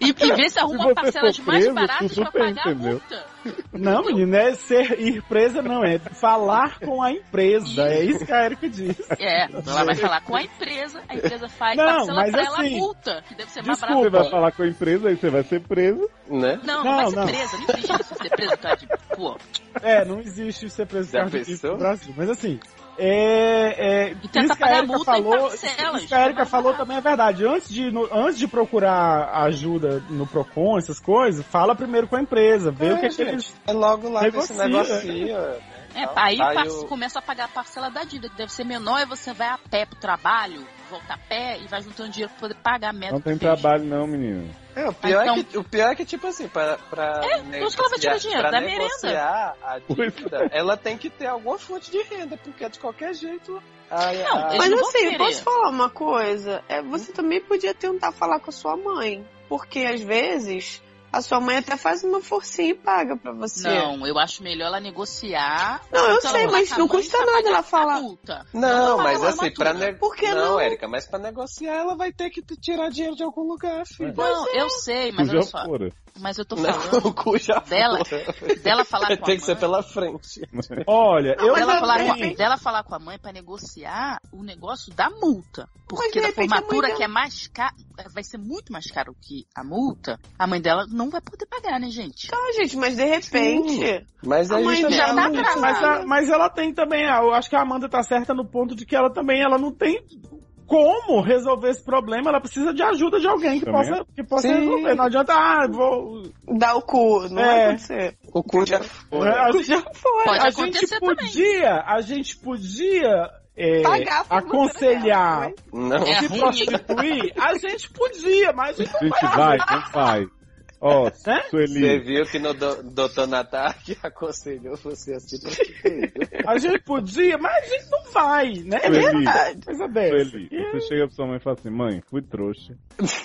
[SPEAKER 6] E, e ver se arruma
[SPEAKER 2] você
[SPEAKER 6] parcelas
[SPEAKER 2] for
[SPEAKER 6] mais
[SPEAKER 2] preso,
[SPEAKER 6] baratas
[SPEAKER 2] tu
[SPEAKER 6] pra
[SPEAKER 2] super
[SPEAKER 6] pagar a
[SPEAKER 2] entendeu.
[SPEAKER 6] multa.
[SPEAKER 5] Não, menina, é ser, ir presa não, é falar com a empresa, é isso que a Erika diz.
[SPEAKER 6] É, ela vai falar com a empresa, a empresa faz,
[SPEAKER 5] Não,
[SPEAKER 6] parcela
[SPEAKER 5] mas
[SPEAKER 6] pra ela a
[SPEAKER 5] assim,
[SPEAKER 6] multa, que deve ser mais
[SPEAKER 5] desculpa,
[SPEAKER 2] Você
[SPEAKER 6] barato.
[SPEAKER 2] vai falar com a empresa aí, você vai ser preso.
[SPEAKER 4] Né?
[SPEAKER 6] Não, não, vai
[SPEAKER 5] Não,
[SPEAKER 6] ser
[SPEAKER 5] não.
[SPEAKER 6] presa, não existe isso, ser presa, tá? Tipo, pô.
[SPEAKER 5] É, não existe ser preso
[SPEAKER 4] Já
[SPEAKER 5] por causa disso
[SPEAKER 4] pensou?
[SPEAKER 5] no Brasil. Mas assim, é. é
[SPEAKER 6] E tentar
[SPEAKER 5] isso que a
[SPEAKER 6] pagar
[SPEAKER 5] Erika
[SPEAKER 6] multa em
[SPEAKER 5] falou.
[SPEAKER 6] parcelas,
[SPEAKER 5] Isso que a Erika
[SPEAKER 6] mais
[SPEAKER 5] falou
[SPEAKER 6] barato.
[SPEAKER 5] também é verdade. Antes de, no- antes de procurar ajuda no PROCON, essas coisas, fala primeiro com a empresa, vê o que, é que eles.
[SPEAKER 4] É logo lá que
[SPEAKER 5] Negocia.
[SPEAKER 4] se negocia.
[SPEAKER 6] É,
[SPEAKER 4] Não,
[SPEAKER 6] aí
[SPEAKER 4] aí
[SPEAKER 6] par-
[SPEAKER 4] eu-
[SPEAKER 6] começa a pagar a parcela da dívida, que deve ser menor, e você vai a pé pro trabalho, volta a pé e vai juntando dinheiro pra poder pagar a meta.
[SPEAKER 2] Não
[SPEAKER 6] que
[SPEAKER 2] tem
[SPEAKER 6] fez.
[SPEAKER 2] trabalho não, menino.
[SPEAKER 4] É, o pior,
[SPEAKER 6] Então-
[SPEAKER 4] é que, o pior é que, tipo assim, pra, pra
[SPEAKER 6] eu acho que ela vai tirar dinheiro
[SPEAKER 4] pra
[SPEAKER 6] da
[SPEAKER 4] negociar a dívida, ela tem que ter alguma fonte de renda, porque de qualquer jeito... A,
[SPEAKER 6] Não,
[SPEAKER 4] a-
[SPEAKER 6] Eles
[SPEAKER 3] Mas
[SPEAKER 6] não vão
[SPEAKER 3] assim,
[SPEAKER 6] querer.
[SPEAKER 3] posso falar uma coisa? É, você também podia tentar falar com a sua mãe. Porque às vezes a sua mãe até faz uma forcinha e paga pra você.
[SPEAKER 6] Não, eu acho melhor ela negociar.
[SPEAKER 3] Não, eu
[SPEAKER 6] Então,
[SPEAKER 3] sei,
[SPEAKER 6] ela
[SPEAKER 3] mas
[SPEAKER 6] tá
[SPEAKER 3] não
[SPEAKER 6] mãe
[SPEAKER 3] custa
[SPEAKER 6] pra
[SPEAKER 3] nada
[SPEAKER 6] pagar
[SPEAKER 3] ela
[SPEAKER 6] a
[SPEAKER 3] falar.
[SPEAKER 6] multa.
[SPEAKER 4] Não,
[SPEAKER 6] Não, é
[SPEAKER 4] mas
[SPEAKER 6] não,
[SPEAKER 4] assim,
[SPEAKER 6] não,
[SPEAKER 4] pra
[SPEAKER 6] não.
[SPEAKER 4] negociar.
[SPEAKER 3] Por que
[SPEAKER 4] Não,
[SPEAKER 3] não?
[SPEAKER 4] Érica, mas pra negociar ela vai ter que t- tirar dinheiro de algum lugar, filho.
[SPEAKER 6] Não, eu sei, mas
[SPEAKER 2] Já
[SPEAKER 6] olha só.
[SPEAKER 2] fora.
[SPEAKER 6] Mas eu tô
[SPEAKER 4] Não,
[SPEAKER 6] falando
[SPEAKER 4] o cu já
[SPEAKER 6] dela,
[SPEAKER 4] foi.
[SPEAKER 6] dela falar
[SPEAKER 4] Tem
[SPEAKER 6] com a
[SPEAKER 4] que ser
[SPEAKER 6] mãe.
[SPEAKER 4] pela frente.
[SPEAKER 5] Olha, eu.
[SPEAKER 3] mas
[SPEAKER 6] dela,
[SPEAKER 3] ela
[SPEAKER 6] falar com a,
[SPEAKER 3] tem-
[SPEAKER 6] dela falar com a mãe pra negociar o negócio da multa. Porque
[SPEAKER 3] de
[SPEAKER 6] da
[SPEAKER 3] repente a mãe
[SPEAKER 6] formatura
[SPEAKER 3] dela-
[SPEAKER 6] que é mais caro, vai ser muito mais caro que a multa, a mãe dela não vai poder pagar, né, gente?
[SPEAKER 3] Então, gente, mas de repente.
[SPEAKER 4] Mas é
[SPEAKER 3] A
[SPEAKER 4] aí
[SPEAKER 5] é.
[SPEAKER 3] mãe
[SPEAKER 4] justamente-
[SPEAKER 6] já
[SPEAKER 3] dela-
[SPEAKER 6] tá atrasada.
[SPEAKER 5] Mas, a- mas ela tem também, eu acho que a Amanda tá certa no ponto de que ela também ela não tem como resolver esse problema, ela precisa de ajuda de alguém que
[SPEAKER 2] Também.
[SPEAKER 5] possa, que possa
[SPEAKER 4] Sim.
[SPEAKER 5] resolver. Não adianta, ah, vou,
[SPEAKER 3] Dá o cu, não vai
[SPEAKER 5] É.
[SPEAKER 3] acontecer.
[SPEAKER 4] O cu já foi.
[SPEAKER 5] A gente-
[SPEAKER 3] Já foi.
[SPEAKER 6] Pode
[SPEAKER 5] a
[SPEAKER 6] acontecer
[SPEAKER 5] gente
[SPEAKER 6] também.
[SPEAKER 5] podia, a gente podia é,
[SPEAKER 3] Pagar a formatura
[SPEAKER 5] aconselhar,
[SPEAKER 3] dela,
[SPEAKER 4] Não.
[SPEAKER 6] É
[SPEAKER 5] se
[SPEAKER 6] ruim, hein?
[SPEAKER 5] prostituir, a gente podia, mas a gente não
[SPEAKER 2] Gente, vai,
[SPEAKER 5] vai.
[SPEAKER 2] não vai. Ó,
[SPEAKER 5] Né?
[SPEAKER 4] Você
[SPEAKER 2] Sueli,
[SPEAKER 4] viu que no do, Dr. Natak aconselhou você assim pra
[SPEAKER 5] A gente podia, mas a gente não vai, né?
[SPEAKER 2] É verdade.
[SPEAKER 5] Coisa dessa.
[SPEAKER 2] Sueli, você chega pra sua mãe e fala assim, mãe, fui trouxa,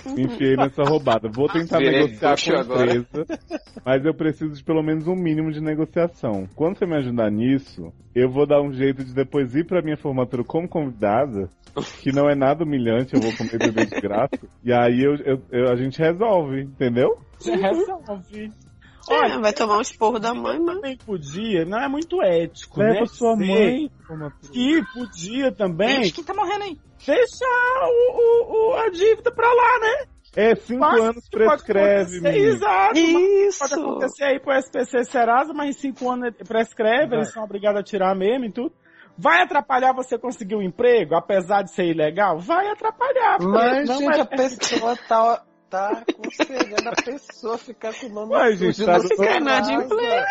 [SPEAKER 2] me enfiei nessa roubada, vou tentar
[SPEAKER 4] Virei
[SPEAKER 2] negociar com a
[SPEAKER 4] trouxa agora.
[SPEAKER 2] empresa, mas eu preciso de pelo menos um mínimo de negociação. Quando você me ajudar nisso, eu vou dar um jeito de depois ir pra minha formatura como convidada, que não é nada humilhante, eu vou comer bebê de graça, e aí eu- eu- eu- a gente resolve, entendeu?
[SPEAKER 5] Você resolve.
[SPEAKER 3] É, vai tomar um esporro da mãe, mas.
[SPEAKER 5] Também podia, não é muito ético,
[SPEAKER 2] Leva
[SPEAKER 5] né?
[SPEAKER 2] sua
[SPEAKER 5] Sei
[SPEAKER 2] mãe.
[SPEAKER 5] Que podia também
[SPEAKER 6] Gente, quem tá morrendo aí?
[SPEAKER 5] deixar o, o- o- a dívida pra lá, né?
[SPEAKER 2] É, cinco
[SPEAKER 5] Fácil,
[SPEAKER 2] anos
[SPEAKER 5] pode
[SPEAKER 2] prescreve,
[SPEAKER 5] acontecer,
[SPEAKER 2] menino.
[SPEAKER 5] Exato, Pode
[SPEAKER 3] Isso!
[SPEAKER 5] acontecer aí pro SPC Serasa, mas em cinco anos prescreve, eles são obrigados a tirar mesmo e tudo. Vai atrapalhar você conseguir um emprego, apesar de ser ilegal? Vai atrapalhar. porque
[SPEAKER 4] Mas,
[SPEAKER 5] não
[SPEAKER 4] gente,
[SPEAKER 5] é-
[SPEAKER 4] a pessoa tá, tá aconselhando a pessoa a ficar com o nome
[SPEAKER 5] Mas,
[SPEAKER 4] sujo
[SPEAKER 5] gente, tá
[SPEAKER 4] na
[SPEAKER 5] do-
[SPEAKER 4] sua
[SPEAKER 5] Sacanagem,
[SPEAKER 4] casa.
[SPEAKER 5] mulher.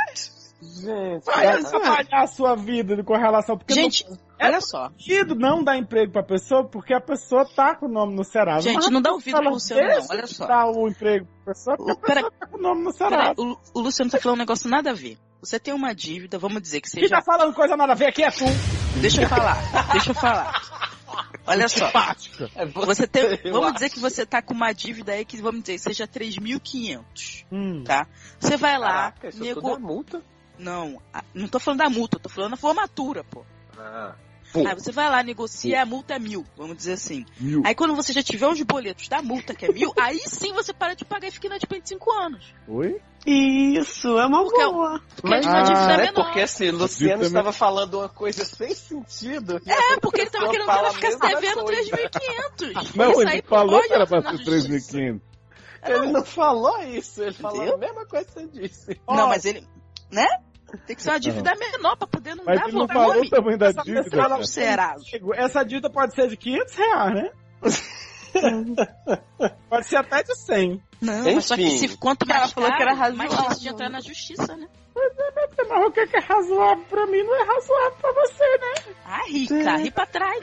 [SPEAKER 4] Gente,
[SPEAKER 5] Vai
[SPEAKER 4] tá-
[SPEAKER 5] atrapalhar a sua vida com relação... Porque
[SPEAKER 6] é, Gente,
[SPEAKER 5] não-
[SPEAKER 6] É, olha só.
[SPEAKER 5] sentido não dar emprego pra pessoa porque a pessoa tá com o nome no Serasa.
[SPEAKER 6] Gente,
[SPEAKER 5] Mas
[SPEAKER 6] não dá
[SPEAKER 5] a
[SPEAKER 6] ouvido
[SPEAKER 5] pessoa
[SPEAKER 6] pro Luciano, não,
[SPEAKER 5] deixa
[SPEAKER 6] olha
[SPEAKER 5] de
[SPEAKER 6] só.
[SPEAKER 5] Dar o emprego pra pessoa porque a
[SPEAKER 6] O-
[SPEAKER 5] pessoa
[SPEAKER 6] pera-
[SPEAKER 5] tá com o nome no
[SPEAKER 6] Peraí,
[SPEAKER 5] Serasa.
[SPEAKER 6] o, o Luciano tá falando um negócio nada a ver. Você tem uma dívida, vamos dizer que
[SPEAKER 5] Quem
[SPEAKER 6] seja.
[SPEAKER 5] tá falando coisa nada a ver aqui é tu.
[SPEAKER 6] Deixa eu falar, deixa eu falar. Olha só.
[SPEAKER 5] Simpática.
[SPEAKER 4] é você-
[SPEAKER 6] Você tem,
[SPEAKER 4] Eu
[SPEAKER 6] vamos
[SPEAKER 4] acho.
[SPEAKER 6] dizer que você tá com uma dívida aí que, vamos dizer, seja 3.500,
[SPEAKER 5] Hum.
[SPEAKER 6] tá? Você vai lá,
[SPEAKER 4] Caraca, isso tudo é
[SPEAKER 6] nego...
[SPEAKER 4] multa?
[SPEAKER 6] Não, a- não tô falando da multa, tô falando da formatura, pô.
[SPEAKER 4] Ah,
[SPEAKER 6] Aí você vai lá, negocia, a multa é mil, vamos dizer assim.
[SPEAKER 2] Mil.
[SPEAKER 6] Aí quando você já tiver uns boletos da multa, que é mil, aí sim você para de pagar e fica inadimplente de 5 anos.
[SPEAKER 2] Oi?
[SPEAKER 3] Isso, é uma
[SPEAKER 6] Porque-
[SPEAKER 3] boa.
[SPEAKER 6] Porque a
[SPEAKER 5] Ah,
[SPEAKER 6] a dívida é
[SPEAKER 4] né?
[SPEAKER 6] menor.
[SPEAKER 4] Porque assim, Luciano
[SPEAKER 2] Dívida
[SPEAKER 4] estava falando uma coisa sem sentido.
[SPEAKER 6] É, porque ele tava
[SPEAKER 4] pessoa
[SPEAKER 6] querendo que
[SPEAKER 4] fala
[SPEAKER 6] ela
[SPEAKER 4] a
[SPEAKER 6] ficasse
[SPEAKER 4] mesma
[SPEAKER 6] devendo
[SPEAKER 4] coisa.
[SPEAKER 6] 3.500.
[SPEAKER 2] Não,
[SPEAKER 6] Isso
[SPEAKER 2] ele
[SPEAKER 6] aí um
[SPEAKER 2] falou
[SPEAKER 6] pode
[SPEAKER 2] que era pra
[SPEAKER 6] assinar
[SPEAKER 2] ser
[SPEAKER 6] justiça.
[SPEAKER 2] 3.500.
[SPEAKER 4] Ele não falou isso, ele falou a mesma coisa que você disse.
[SPEAKER 6] Não, mas ele. Né? Tem que ser uma dívida menor pra poder não
[SPEAKER 2] Mas
[SPEAKER 6] dar
[SPEAKER 2] ele não
[SPEAKER 6] valor É um
[SPEAKER 2] falou o
[SPEAKER 6] nome.
[SPEAKER 2] tamanho da
[SPEAKER 5] Essa
[SPEAKER 2] dívida.
[SPEAKER 5] pessoa
[SPEAKER 2] cara.
[SPEAKER 5] não-
[SPEAKER 6] Será?
[SPEAKER 5] Essa dívida pode ser de 500 reais, né? pode ser até de 100.
[SPEAKER 6] Não,
[SPEAKER 4] Enfim.
[SPEAKER 6] mas só que se quanto mais
[SPEAKER 11] Ela falou que
[SPEAKER 6] caro,
[SPEAKER 11] era
[SPEAKER 6] mais
[SPEAKER 11] razoável.
[SPEAKER 6] chance de entrar na justiça, né?
[SPEAKER 5] Mas o que que é razoável pra mim não é razoável pra você, né?
[SPEAKER 6] Ah,
[SPEAKER 2] É.
[SPEAKER 6] rica, ri pra trás.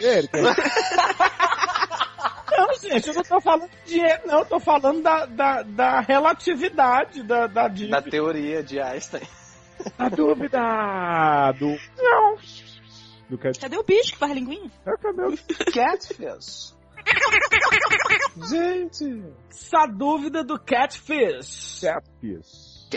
[SPEAKER 5] Não, gente, eu não tô falando de dinheiro, não. Eu tô falando da, da, da relatividade da, da
[SPEAKER 4] Da
[SPEAKER 5] dívida.
[SPEAKER 4] teoria de Einstein.
[SPEAKER 5] A dúvida do... Não.
[SPEAKER 2] Do cat...
[SPEAKER 6] Cadê o bicho que faz linguinha?
[SPEAKER 4] Catfish. Gente.
[SPEAKER 5] Essa dúvida do catfish.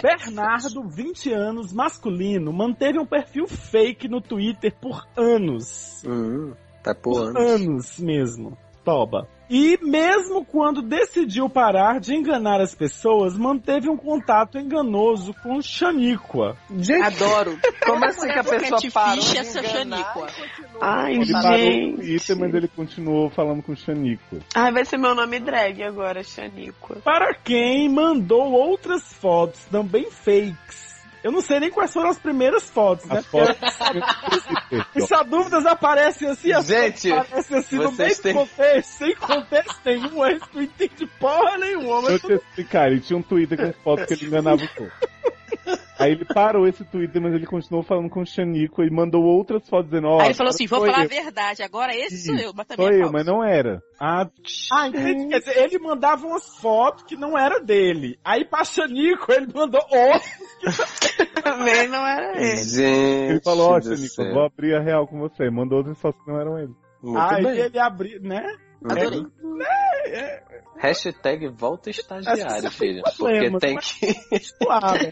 [SPEAKER 5] Bernardo, 20 anos, masculino, manteve um perfil fake no Twitter por anos.
[SPEAKER 4] Hum, tá
[SPEAKER 5] Por
[SPEAKER 4] porra.
[SPEAKER 5] anos mesmo. Toba. E mesmo quando decidiu parar de enganar as pessoas, manteve um contato enganoso com Xaníqua.
[SPEAKER 6] Adoro. é
[SPEAKER 4] Como assim que a pessoa parou de
[SPEAKER 6] Catfish, essa é
[SPEAKER 4] enganar?
[SPEAKER 6] chaníqua.
[SPEAKER 3] é Ai,
[SPEAKER 2] Ele parou o
[SPEAKER 3] gente.
[SPEAKER 2] Twitter, mas ele continuou falando com o Xanico.
[SPEAKER 3] Ai, vai ser meu nome drag agora, Xanico.
[SPEAKER 5] Para quem mandou outras fotos, também fakes. Eu não sei nem quais foram as primeiras fotos, né?
[SPEAKER 2] As fotos.
[SPEAKER 5] Essas dúvidas aparecem assim, as
[SPEAKER 4] Gente,
[SPEAKER 5] fotos aparecem assim, no meio
[SPEAKER 4] vocês
[SPEAKER 5] do
[SPEAKER 4] têm-
[SPEAKER 5] contexto, sem contexto nenhum, aí tu não entende porra nenhuma.
[SPEAKER 2] Deixa
[SPEAKER 5] Mas
[SPEAKER 2] eu te explicar, ele tinha um Twitter com fotos que ele enganava o povo. Aí ele parou esse Twitter, mas ele continuou falando com o Xanico e mandou outras fotos dizendo, ó,
[SPEAKER 6] Aí ele falou assim, vou
[SPEAKER 2] sou
[SPEAKER 6] falar a
[SPEAKER 2] eu,
[SPEAKER 6] verdade, agora esse sou
[SPEAKER 2] Ih,
[SPEAKER 6] eu, mas também
[SPEAKER 2] Sou
[SPEAKER 6] é
[SPEAKER 2] eu,
[SPEAKER 6] falso.
[SPEAKER 2] mas não era.
[SPEAKER 5] Ah, entendi. Quer dizer, ele mandava umas fotos que não era dele. Aí pra Xanico ele mandou outras.
[SPEAKER 3] Também não era ele.
[SPEAKER 4] Gente.
[SPEAKER 2] Ele falou, ó,
[SPEAKER 4] do
[SPEAKER 2] Xanico,
[SPEAKER 4] céu.
[SPEAKER 2] vou abrir a real com você. Mandou outras fotos que não eram ele.
[SPEAKER 4] Muito
[SPEAKER 5] Aí
[SPEAKER 4] bem.
[SPEAKER 5] ele abriu, né?
[SPEAKER 6] Adorei.
[SPEAKER 4] Hashtag volta
[SPEAKER 5] Essa é
[SPEAKER 4] estagiário, filho. Porque
[SPEAKER 5] problema,
[SPEAKER 4] tem
[SPEAKER 5] mas-
[SPEAKER 4] que.
[SPEAKER 5] Claro.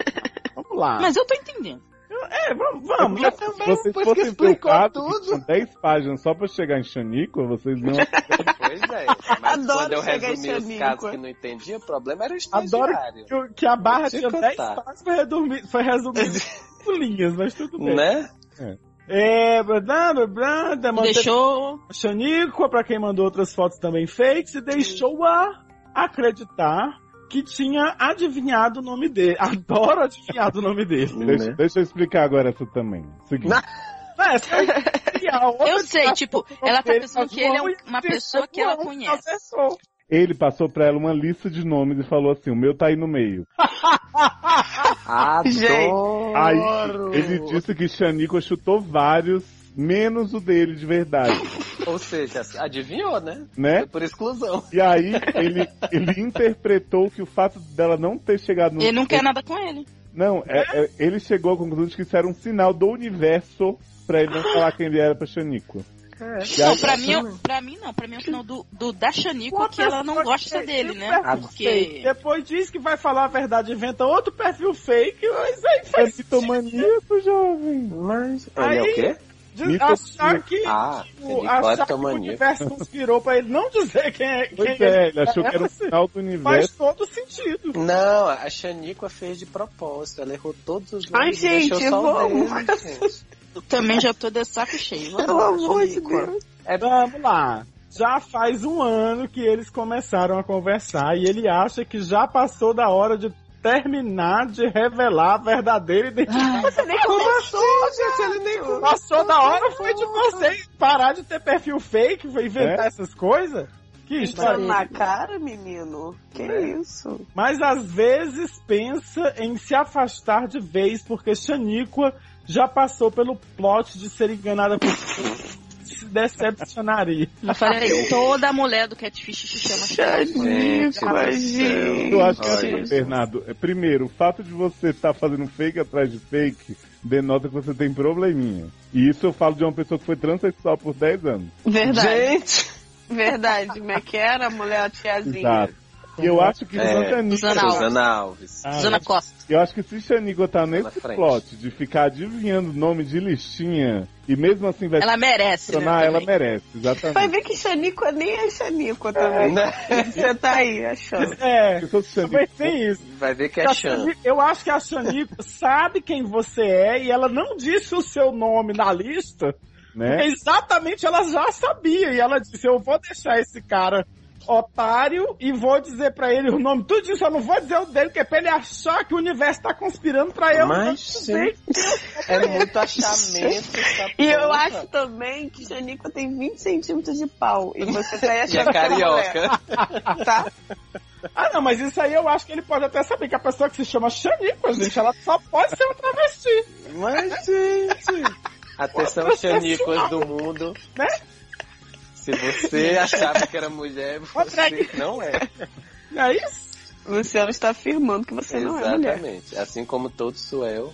[SPEAKER 5] Vamos lá.
[SPEAKER 6] Mas eu tô entendendo.
[SPEAKER 5] É, vamos, vamos.
[SPEAKER 4] Eu também,
[SPEAKER 2] Vocês
[SPEAKER 4] pois
[SPEAKER 2] fossem
[SPEAKER 4] que
[SPEAKER 2] ver o
[SPEAKER 4] explicou
[SPEAKER 2] caso, que
[SPEAKER 4] tudo.
[SPEAKER 2] tinha 10 páginas só pra chegar em Xanico, vocês iam...
[SPEAKER 4] Pois é. Mas
[SPEAKER 3] Adoro
[SPEAKER 4] quando eu
[SPEAKER 3] chegar em
[SPEAKER 4] resumi os
[SPEAKER 3] Xanico.
[SPEAKER 4] casos que não entendi, o problema era o
[SPEAKER 5] Adoro
[SPEAKER 4] estagiário.
[SPEAKER 5] que, o- que a barra
[SPEAKER 4] Vou te
[SPEAKER 5] tinha 10
[SPEAKER 4] contar.
[SPEAKER 5] páginas, foi, redumi- foi resumida em cinco linhas, mas tudo bem.
[SPEAKER 4] Né?
[SPEAKER 5] É, blá, blá, blá, blá, mandou
[SPEAKER 6] Deixou...
[SPEAKER 5] a Xanico, pra quem mandou outras fotos também fakes, e deixou-a acreditar que tinha adivinhado o nome dele. Adoro adivinhar do nome dele.
[SPEAKER 4] Né?
[SPEAKER 2] deixa, deixa eu explicar agora essa também. Seguinte,
[SPEAKER 5] Mas,
[SPEAKER 6] Eu sei, tipo, ela tá pensando que ele é um- uma pessoa que ela conhece.
[SPEAKER 2] ele passou pra ela uma lista de nomes e falou assim, o meu tá aí no meio.
[SPEAKER 4] Adoro.
[SPEAKER 2] Aí ele disse que Xanico chutou vários, menos o dele de verdade,
[SPEAKER 4] Ou seja, adivinhou, né?
[SPEAKER 2] né?
[SPEAKER 4] É por exclusão.
[SPEAKER 2] E aí ele, ele interpretou que o fato dela não ter chegado no.
[SPEAKER 6] Ele não quer nada com ele.
[SPEAKER 2] Não, é- é- ele chegou à conclusão de que isso era um sinal do universo pra ele não falar quem ele era pra Xanico.
[SPEAKER 6] Não, pra mim, eu- pra mim não. Pra mim é o final do, do da Xanico que ela não gosta dele, né? Porque...
[SPEAKER 5] Depois diz que vai falar a verdade, inventa outro perfil fake, mas aí
[SPEAKER 2] É
[SPEAKER 5] faz
[SPEAKER 2] mitomaníaco, jovem.
[SPEAKER 4] Mas. Ele
[SPEAKER 5] Aí-
[SPEAKER 4] é o quê?
[SPEAKER 5] diz,
[SPEAKER 2] Mito
[SPEAKER 5] achar que,
[SPEAKER 4] Ah,
[SPEAKER 5] o,
[SPEAKER 4] ele
[SPEAKER 5] achar que o
[SPEAKER 4] cleptomania.
[SPEAKER 5] universo conspirou pra ele não dizer quem é, quem
[SPEAKER 2] Pois é, né? ele achou
[SPEAKER 5] é,
[SPEAKER 2] que era um
[SPEAKER 5] mas-
[SPEAKER 2] sinal do
[SPEAKER 5] faz
[SPEAKER 2] universo.
[SPEAKER 5] todo sentido.
[SPEAKER 4] Não, a Xaníqua fez de propósito. Ela errou todos os nomes.
[SPEAKER 3] Ai,
[SPEAKER 4] e deixou
[SPEAKER 3] gente,
[SPEAKER 4] só o
[SPEAKER 3] vamos.
[SPEAKER 4] dele, gente.
[SPEAKER 6] Eu também já tô de saco cheio. Vamos
[SPEAKER 3] Pelo
[SPEAKER 6] lá,
[SPEAKER 3] amor de
[SPEAKER 6] Xanico.
[SPEAKER 3] Deus.
[SPEAKER 5] Vamos lá. Já faz um ano que eles começaram a conversar e ele acha que já passou da hora de terminar de revelar a verdadeira identidade.
[SPEAKER 3] Você nem começou,
[SPEAKER 5] gente? Ele nem passou da hora, foi de vocês parar de ter perfil fake, foi inventar
[SPEAKER 2] É.
[SPEAKER 5] essas coisas? Que
[SPEAKER 3] Entrando
[SPEAKER 5] história. é
[SPEAKER 3] na cara, menino. Que isso?
[SPEAKER 5] Mas às vezes pensa em se afastar de vez porque Xaníqua já passou pelo plot de ser enganada por se decepcionaria.
[SPEAKER 9] Eu falei, toda mulher do catfish se chama
[SPEAKER 3] Gente, imagina.
[SPEAKER 2] Eu acho que
[SPEAKER 4] Olha
[SPEAKER 2] assim,
[SPEAKER 4] isso.
[SPEAKER 2] Bernardo, é, primeiro, o fato de você estar fazendo fake atrás de fake denota que você tem probleminha. E isso eu falo de uma pessoa que foi transexual por 10 anos.
[SPEAKER 3] Verdade. Verdade. Como é que era a mulher, a tiazinha?
[SPEAKER 2] Exato. E eu acho que
[SPEAKER 4] É,
[SPEAKER 2] Santa Nica-
[SPEAKER 9] Suzana Alves.
[SPEAKER 4] Suzana Alves.
[SPEAKER 5] Ah,
[SPEAKER 9] Zona Costa.
[SPEAKER 2] Eu acho que se Xanigo tá nesse
[SPEAKER 4] frente.
[SPEAKER 2] plot de ficar adivinhando o nome de listinha e mesmo assim vai
[SPEAKER 9] Ela merece, né?
[SPEAKER 2] funcionar, ela
[SPEAKER 9] também.
[SPEAKER 2] merece,
[SPEAKER 3] Vai
[SPEAKER 2] exatamente.
[SPEAKER 3] ver que Xanico nem é Xanico também.
[SPEAKER 4] Né?
[SPEAKER 3] Você tá aí achando.
[SPEAKER 5] É,
[SPEAKER 2] Se fosse Xanigo,
[SPEAKER 5] também tem isso.
[SPEAKER 4] Vai ver que
[SPEAKER 5] A
[SPEAKER 4] é Chan.
[SPEAKER 5] Xani- Eu acho que a Xanico sabe quem você é e ela não disse o seu nome na lista. porque
[SPEAKER 2] né?
[SPEAKER 5] Exatamente, ela já sabia. E ela disse: Eu vou deixar esse cara otário e vou dizer pra ele o nome. Tudo isso eu não vou dizer o dele, que é pra ele achar que o universo tá conspirando pra eu.
[SPEAKER 4] Mas,
[SPEAKER 5] não dizer.
[SPEAKER 4] É muito achamento. essa
[SPEAKER 3] E eu
[SPEAKER 4] porra.
[SPEAKER 3] acho também que Xanico tem 20 centímetros de pau. E você tá aí
[SPEAKER 4] E é
[SPEAKER 3] achando que é mulher,
[SPEAKER 4] carioca.
[SPEAKER 3] tá?
[SPEAKER 5] Ah, não, mas isso aí eu acho que ele pode até saber que a pessoa que se chama Xanico, gente, ela só pode ser um travesti.
[SPEAKER 4] Mas, gente. Atenção, Xanícoas do mundo.
[SPEAKER 5] Né?
[SPEAKER 4] Se você achava que era mulher, você não é.
[SPEAKER 5] Não é isso?
[SPEAKER 3] Luciano está afirmando que você não é mulher.
[SPEAKER 4] Exatamente. assim como todo Suel.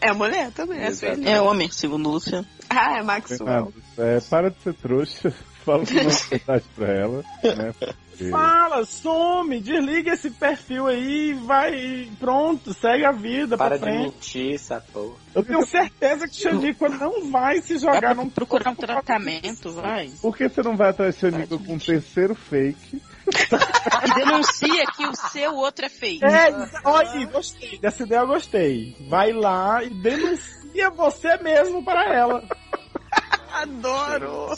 [SPEAKER 3] É mulher também, é sua
[SPEAKER 4] Exato.
[SPEAKER 3] irmã.
[SPEAKER 9] É homem, segundo o Luciano.
[SPEAKER 3] Ah, é Maxwell.
[SPEAKER 2] Bernardo, é, para de ser trouxa, fala que não é verdade pra ela, né? Porque-
[SPEAKER 5] Fala, some, desliga esse perfil aí, vai, pronto, segue a vida
[SPEAKER 4] Para de
[SPEAKER 5] pra frente.
[SPEAKER 4] mentir, essa porra.
[SPEAKER 5] Eu tenho certeza que Xanico não vai se
[SPEAKER 9] Vai
[SPEAKER 5] jogar num
[SPEAKER 9] procurar um tratamento, vai.
[SPEAKER 2] Por que você não vai atrás de Xanigo com um terceiro fake?
[SPEAKER 9] E Ah, denuncia que o seu outro é fake.
[SPEAKER 5] É, olha aí, gostei. Dessa ideia eu gostei. Vai lá e denuncia você mesmo para ela.
[SPEAKER 3] Adoro!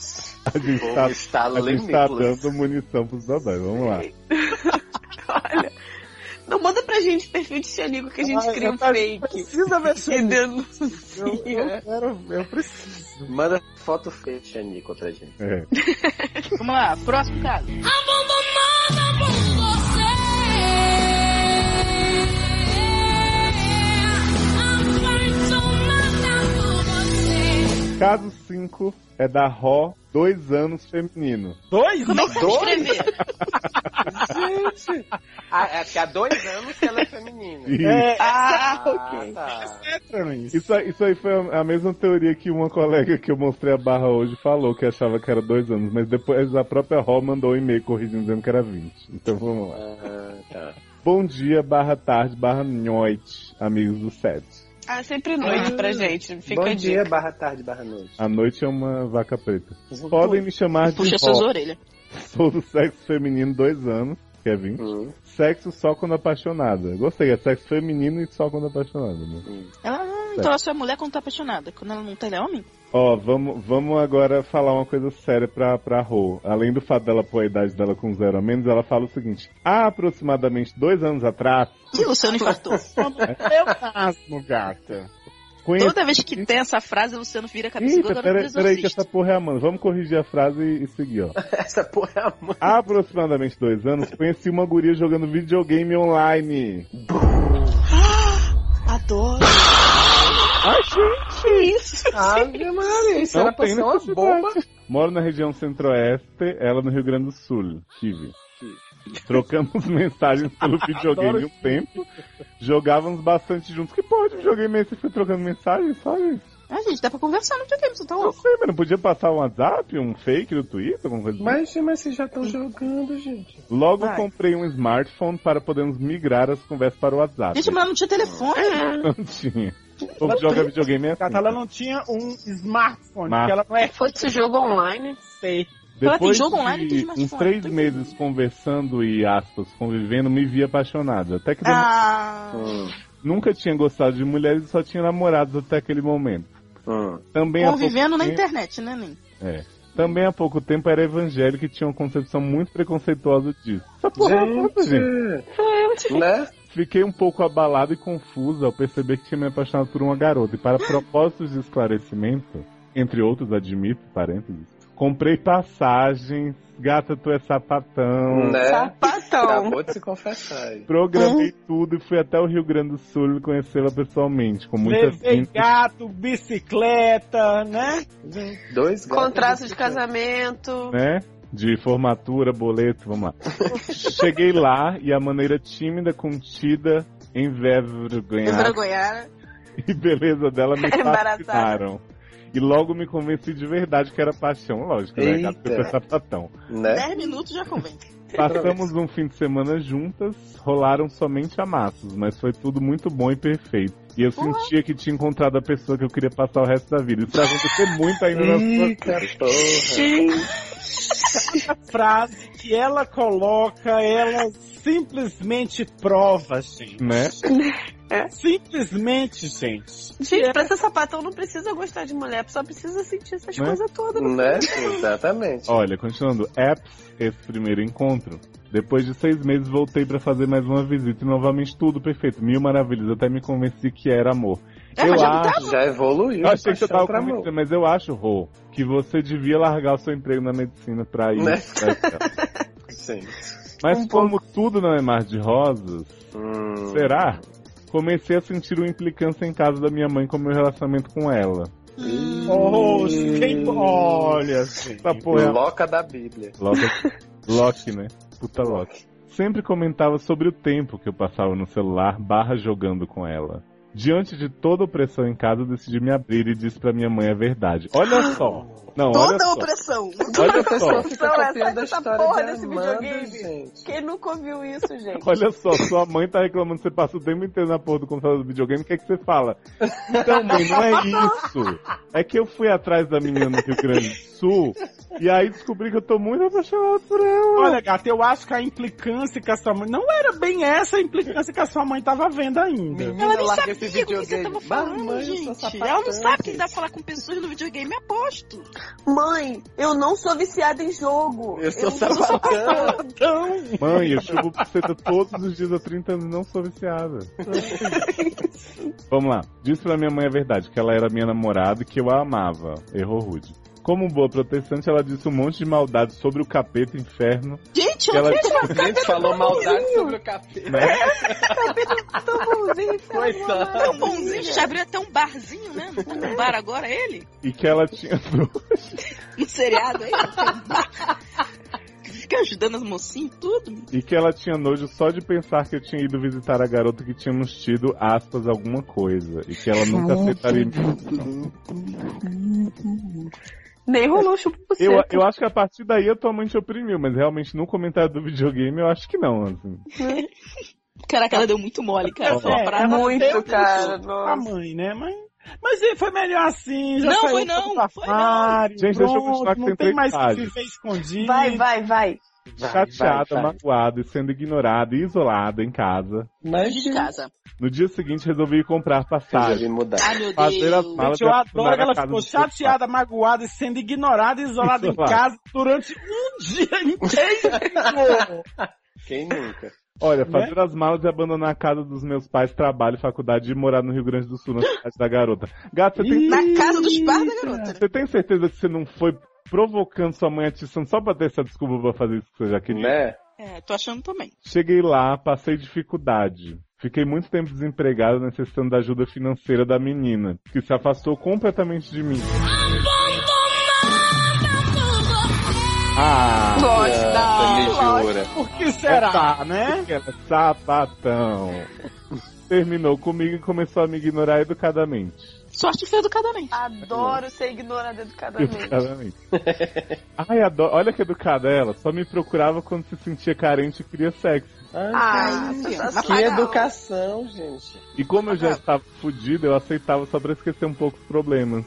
[SPEAKER 2] A gente
[SPEAKER 4] O
[SPEAKER 2] tá,
[SPEAKER 4] povo está
[SPEAKER 2] a gente tá
[SPEAKER 4] limitless.
[SPEAKER 2] dando munição pros dodói, vamos lá.
[SPEAKER 3] Olha. Não manda pra gente perfil de Xanico que a gente
[SPEAKER 5] Ai,
[SPEAKER 3] cria um
[SPEAKER 5] rapaz,
[SPEAKER 3] fake.
[SPEAKER 5] Precisa ver se
[SPEAKER 3] E denuncia.
[SPEAKER 5] eu, eu quero. Eu preciso.
[SPEAKER 4] Manda foto feia de Xanico pra gente.
[SPEAKER 2] É.
[SPEAKER 9] Vamos lá, próximo caso.
[SPEAKER 2] Caso 5 é da Ró, dois anos feminino.
[SPEAKER 5] Dois?
[SPEAKER 9] Como é que sabe escrever?
[SPEAKER 4] Ah, é que há dois anos que ela é feminina.
[SPEAKER 2] E
[SPEAKER 5] É,
[SPEAKER 3] Ah,
[SPEAKER 4] Ah,
[SPEAKER 3] ok.
[SPEAKER 4] tá.
[SPEAKER 5] Trans.
[SPEAKER 2] isso, aí- isso aí foi a, a mesma teoria que uma colega que eu mostrei a barra hoje falou, que achava que era dois anos, mas depois a própria Ró mandou um e-mail corrigindo dizendo que era 20. Então vamos lá.
[SPEAKER 4] Ah, tá.
[SPEAKER 2] Bom dia, barra tarde, barra noite, amigos do set.
[SPEAKER 3] Ah, sempre noite pra gente. Fica
[SPEAKER 4] Bom
[SPEAKER 3] a
[SPEAKER 4] dia,
[SPEAKER 3] dica.
[SPEAKER 4] barra tarde, barra noite.
[SPEAKER 2] A noite é uma vaca preta. Podem me chamar de
[SPEAKER 9] Puxa suas
[SPEAKER 2] Ró.
[SPEAKER 9] orelhas.
[SPEAKER 2] Sou do sexo feminino dois anos, é quer vir?
[SPEAKER 4] Hum,
[SPEAKER 2] Sexo só quando apaixonada. Gostei, é sexo feminino e só quando apaixonada, né?
[SPEAKER 4] hum.
[SPEAKER 9] Ela não entroça a mulher quando tá apaixonada. Quando ela não tá, ela é homem?
[SPEAKER 2] Ó, vamos, vamos agora falar uma coisa séria pra, pra Rô. Além do fato dela pôr a idade dela com zero a menos, ela fala o seguinte: há aproximadamente dois anos atrás,
[SPEAKER 9] E o Luciano infartou.
[SPEAKER 5] Pleonasmo, gata.
[SPEAKER 2] conheci.
[SPEAKER 9] Toda vez que tem essa frase, o Luciano vira a cabeça igual
[SPEAKER 2] Eita,
[SPEAKER 9] agora
[SPEAKER 2] peraí,
[SPEAKER 9] um
[SPEAKER 2] peraí, que
[SPEAKER 9] exorcista.
[SPEAKER 2] essa porra é a mano. Vamos corrigir a frase e, e seguir, ó.
[SPEAKER 4] Essa porra é a mãe.
[SPEAKER 2] Há aproximadamente dois anos, conheci uma guria jogando videogame online.
[SPEAKER 3] Adoro.
[SPEAKER 2] Ai, gente!
[SPEAKER 3] Que isso?
[SPEAKER 4] Ave Maria, isso era pra ser uma
[SPEAKER 2] necessidade.
[SPEAKER 4] bomba.
[SPEAKER 2] Moro na região centro-oeste, ela no Rio Grande do Sul, Tive. Trocamos mensagens pelo videogame um tempo. Jogávamos bastante juntos. Que porra de videogame é esse? Fui trocando mensagem, sabe?
[SPEAKER 9] Ah, gente, dá pra conversar no videogame, você tá
[SPEAKER 2] Não
[SPEAKER 9] louco.
[SPEAKER 2] sei, mas não podia passar um WhatsApp, um fake no Twitter, alguma coisa assim.
[SPEAKER 4] Mas, mas vocês já estão jogando, gente.
[SPEAKER 2] Logo
[SPEAKER 9] Vai.
[SPEAKER 2] comprei um smartphone para podermos migrar as conversas para o WhatsApp.
[SPEAKER 9] Gente, mas ela não tinha telefone.
[SPEAKER 2] Não tinha. O povo joga videogame é assim.
[SPEAKER 5] Gata, ela não tinha um smartphone,
[SPEAKER 2] Mas-
[SPEAKER 5] porque ela não é
[SPEAKER 3] Foi esse jogo online?
[SPEAKER 5] feia.
[SPEAKER 9] Ela tem
[SPEAKER 2] Depois
[SPEAKER 9] jogo online e tem
[SPEAKER 2] de
[SPEAKER 9] smartphone,
[SPEAKER 2] uns três
[SPEAKER 9] tá
[SPEAKER 2] meses conversando e, aspas, convivendo, me vi apaixonado. Até que demo-
[SPEAKER 9] Ah,
[SPEAKER 4] Hum,
[SPEAKER 2] nunca tinha gostado de mulheres e só tinha namorados até aquele momento.
[SPEAKER 4] hum.
[SPEAKER 2] Também há, pouco
[SPEAKER 9] né? convivendo na
[SPEAKER 2] tempo,
[SPEAKER 9] internet, né, Nen?
[SPEAKER 2] também há pouco tempo era evangélico e tinha uma concepção muito preconceituosa disso. Essa porra é uma coisa, gente.
[SPEAKER 4] Né?
[SPEAKER 2] Fiquei um pouco abalada e confusa ao perceber que tinha me apaixonado por uma garota. E para propósitos de esclarecimento, entre outros, admito, parênteses, comprei passagens, gata, tu é sapatão.
[SPEAKER 9] Tá.
[SPEAKER 4] Né?
[SPEAKER 3] Sapatão.
[SPEAKER 4] Acabou de se confessar aí.
[SPEAKER 2] Programei tudo e fui até o Rio Grande do Sul conhecê-la pessoalmente, com muita
[SPEAKER 5] Levei
[SPEAKER 2] simples.
[SPEAKER 5] gato, bicicleta, né?
[SPEAKER 4] Dois gatos
[SPEAKER 3] Contrato de casamento.
[SPEAKER 2] né? De formatura, boleto, vamos lá. Cheguei lá e a maneira tímida, contida, envergonhada
[SPEAKER 3] Envergonhada.
[SPEAKER 2] e beleza dela me
[SPEAKER 3] Embaraçada.
[SPEAKER 2] fascinaram. E logo me convenci de verdade que era paixão, lógico, né? Gato
[SPEAKER 4] Eita.
[SPEAKER 2] é sapatão.
[SPEAKER 4] Né?
[SPEAKER 9] 10 minutos já convence.
[SPEAKER 2] Passamos um fim de semana juntas, rolaram somente amassos, mas foi tudo muito bom e perfeito. E eu sentia que tinha encontrado a pessoa que eu queria passar o resto da vida. Isso vai acontecer muito ainda na sua
[SPEAKER 4] Eita porra.
[SPEAKER 5] Frase que ela coloca, ela simplesmente prova, gente. É
[SPEAKER 2] né?
[SPEAKER 5] Simplesmente, gente.
[SPEAKER 3] Gente, pra ser sapatão não precisa gostar de mulher, só precisa sentir essas
[SPEAKER 2] Né?
[SPEAKER 3] coisas todas.
[SPEAKER 4] Né? Exatamente.
[SPEAKER 2] Olha, continuando, apps, esse primeiro encontro. Depois de seis meses voltei pra fazer mais uma visita e novamente tudo perfeito. Mil maravilhas, até me convenci que era amor.
[SPEAKER 3] É,
[SPEAKER 2] eu
[SPEAKER 3] mas já não
[SPEAKER 2] acho,
[SPEAKER 4] Já evoluiu.
[SPEAKER 2] eu achei que você
[SPEAKER 4] paixão
[SPEAKER 2] tava
[SPEAKER 4] pra amor.
[SPEAKER 2] convencido, mas eu acho, Rô, que você devia largar o seu emprego na medicina pra ir.
[SPEAKER 4] Né? Um
[SPEAKER 2] pra-
[SPEAKER 4] Sim.
[SPEAKER 2] Mas como tudo não é mar de rosas,
[SPEAKER 4] Hum.
[SPEAKER 2] será? Comecei a sentir uma implicância em casa da minha mãe com o meu relacionamento com ela.
[SPEAKER 5] Oh, quem... Olha, gente.
[SPEAKER 2] Essa porra é a
[SPEAKER 4] Loca da Bíblia.
[SPEAKER 2] Loki, Loki, né? Puta Loki. Sempre comentava sobre o tempo que eu passava no celular barra jogando com ela. Diante de toda opressão em casa, eu decidi me abrir e disse pra minha mãe a verdade. Olha só! Não, olha
[SPEAKER 3] Toda
[SPEAKER 2] só.
[SPEAKER 3] opressão.
[SPEAKER 2] Olha só,
[SPEAKER 4] pessoa fica
[SPEAKER 3] Não, é,
[SPEAKER 4] copiando
[SPEAKER 3] sabe
[SPEAKER 4] a
[SPEAKER 3] essa
[SPEAKER 4] história
[SPEAKER 3] porra
[SPEAKER 4] de
[SPEAKER 3] desse
[SPEAKER 4] Amanda,
[SPEAKER 3] videogame?
[SPEAKER 4] gente.
[SPEAKER 3] Quem nunca ouviu isso, gente?
[SPEAKER 2] olha só, sua mãe tá reclamando que você passa o tempo inteiro na porra do computador do videogame, o que é que você fala? Então, mãe, não é isso. É que eu fui atrás da menina no Rio Grande do Sul e aí descobri que eu tô muito apaixonado por ela.
[SPEAKER 5] Olha, gata, eu acho que a implicância que a sua mãe. Não era bem essa a implicância que a sua mãe tava vendo ainda.
[SPEAKER 4] Menina,
[SPEAKER 6] Ela nem
[SPEAKER 4] larga
[SPEAKER 6] sabia
[SPEAKER 4] esse
[SPEAKER 6] o que você
[SPEAKER 4] videogame.
[SPEAKER 6] tava falando,
[SPEAKER 4] Mamãe, eu sou
[SPEAKER 6] gente.
[SPEAKER 4] sapatão,
[SPEAKER 6] Ela não sabe que
[SPEAKER 4] É, gente.
[SPEAKER 6] dá pra falar com pessoas no videogame,
[SPEAKER 9] é
[SPEAKER 6] aposto.
[SPEAKER 3] Mãe, eu não sou viciada em jogo.
[SPEAKER 4] Eu
[SPEAKER 3] não
[SPEAKER 4] sou sapatão.
[SPEAKER 5] Então,
[SPEAKER 2] Mãe, eu chupo buceta todos os dias há 30 anos e não sou viciada. Vamos lá. Disse pra minha mãe a verdade, que ela era minha namorada e que eu a amava. Errou rude. Como boa protestante, ela disse um monte de maldade sobre o capeta inferno.
[SPEAKER 9] Gente,
[SPEAKER 2] Que ela,
[SPEAKER 4] Gente, falou maldade sobre o capeta.
[SPEAKER 2] né?
[SPEAKER 3] Tão bonzinho,
[SPEAKER 4] Coitado.
[SPEAKER 3] tão
[SPEAKER 6] Tão bonzinho, já abriu até um barzinho, né? Não Tá num bar agora, ele?
[SPEAKER 2] E que ela tinha.
[SPEAKER 6] Um seriado aí? não tem um bar. Fica ajudando as mocinhas e tudo.
[SPEAKER 2] E que ela tinha nojo só de pensar que eu tinha ido visitar a garota que tínhamos tido, aspas, alguma coisa. E que ela nunca aceitaria.
[SPEAKER 3] Nem rolou chupa pro
[SPEAKER 2] Eu,
[SPEAKER 3] seco.
[SPEAKER 2] eu acho que a partir daí a tua mãe te oprimiu, mas realmente no comentário do videogame eu acho que não, assim.
[SPEAKER 6] Caraca, ela deu muito mole, cara. Foi uma
[SPEAKER 5] É,
[SPEAKER 6] parada-
[SPEAKER 3] Muito, cara.
[SPEAKER 5] a mãe, né? Mas, mas ele foi melhor assim. Já
[SPEAKER 6] Não,
[SPEAKER 5] saiu
[SPEAKER 6] foi
[SPEAKER 5] um pouco
[SPEAKER 6] não,
[SPEAKER 5] pra
[SPEAKER 6] foi
[SPEAKER 5] fora,
[SPEAKER 2] Gente, deixa eu
[SPEAKER 5] pronto,
[SPEAKER 2] continuar que
[SPEAKER 5] Não
[SPEAKER 2] tem
[SPEAKER 5] tem
[SPEAKER 2] três
[SPEAKER 5] mais que
[SPEAKER 2] páginas.
[SPEAKER 5] viver escondido.
[SPEAKER 3] Vai, vai, vai.
[SPEAKER 2] chateada, magoada e sendo ignorada e isolada em casa.
[SPEAKER 4] Mas
[SPEAKER 9] de casa.
[SPEAKER 2] No dia seguinte resolvi comprar passagem.
[SPEAKER 4] deve mudar.
[SPEAKER 9] Ai, meu
[SPEAKER 2] Fazer as
[SPEAKER 9] Deus.
[SPEAKER 2] malas
[SPEAKER 5] Gente, eu
[SPEAKER 2] pra
[SPEAKER 5] adoro que ela
[SPEAKER 2] a casa
[SPEAKER 5] ficou
[SPEAKER 2] dos seus
[SPEAKER 5] chateada, magoada e sendo ignorada e isolada em
[SPEAKER 2] Isolada.
[SPEAKER 5] casa durante um dia inteiro.
[SPEAKER 4] Quem nunca?
[SPEAKER 2] pais. Olha,
[SPEAKER 5] né?
[SPEAKER 2] fazer as malas e abandonar a casa dos meus pais, trabalho, faculdade e morar no Rio Grande do Sul, na cidade da garota. Gato, você tem,
[SPEAKER 5] Ih,
[SPEAKER 9] Na casa dos pais da garota.
[SPEAKER 2] você tem certeza que você não foi provocando sua mãe atiçando só pra ter essa desculpa pra fazer isso que você já queria?
[SPEAKER 4] Né?
[SPEAKER 6] É, tô achando também.
[SPEAKER 2] Cheguei lá, passei dificuldade. Fiquei muito tempo desempregado, necessitando da ajuda financeira da menina, que se afastou completamente de mim. Ah,
[SPEAKER 3] Gosto
[SPEAKER 4] Ah, me jura.
[SPEAKER 5] Por que será, né?
[SPEAKER 2] que ela- sapatão. Terminou comigo e começou a me ignorar educadamente.
[SPEAKER 9] Sorte foi educadamente.
[SPEAKER 3] Adoro ser ignorada educadamente.
[SPEAKER 2] Educadamente. Ai, adoro. Olha que educada ela. Só me procurava quando se sentia carente e queria sexo.
[SPEAKER 3] Ah,
[SPEAKER 9] Ai,
[SPEAKER 4] Que
[SPEAKER 3] sensacional.
[SPEAKER 4] é educação, gente.
[SPEAKER 2] E como eu já estava fudido, eu aceitava só pra esquecer um pouco os problems.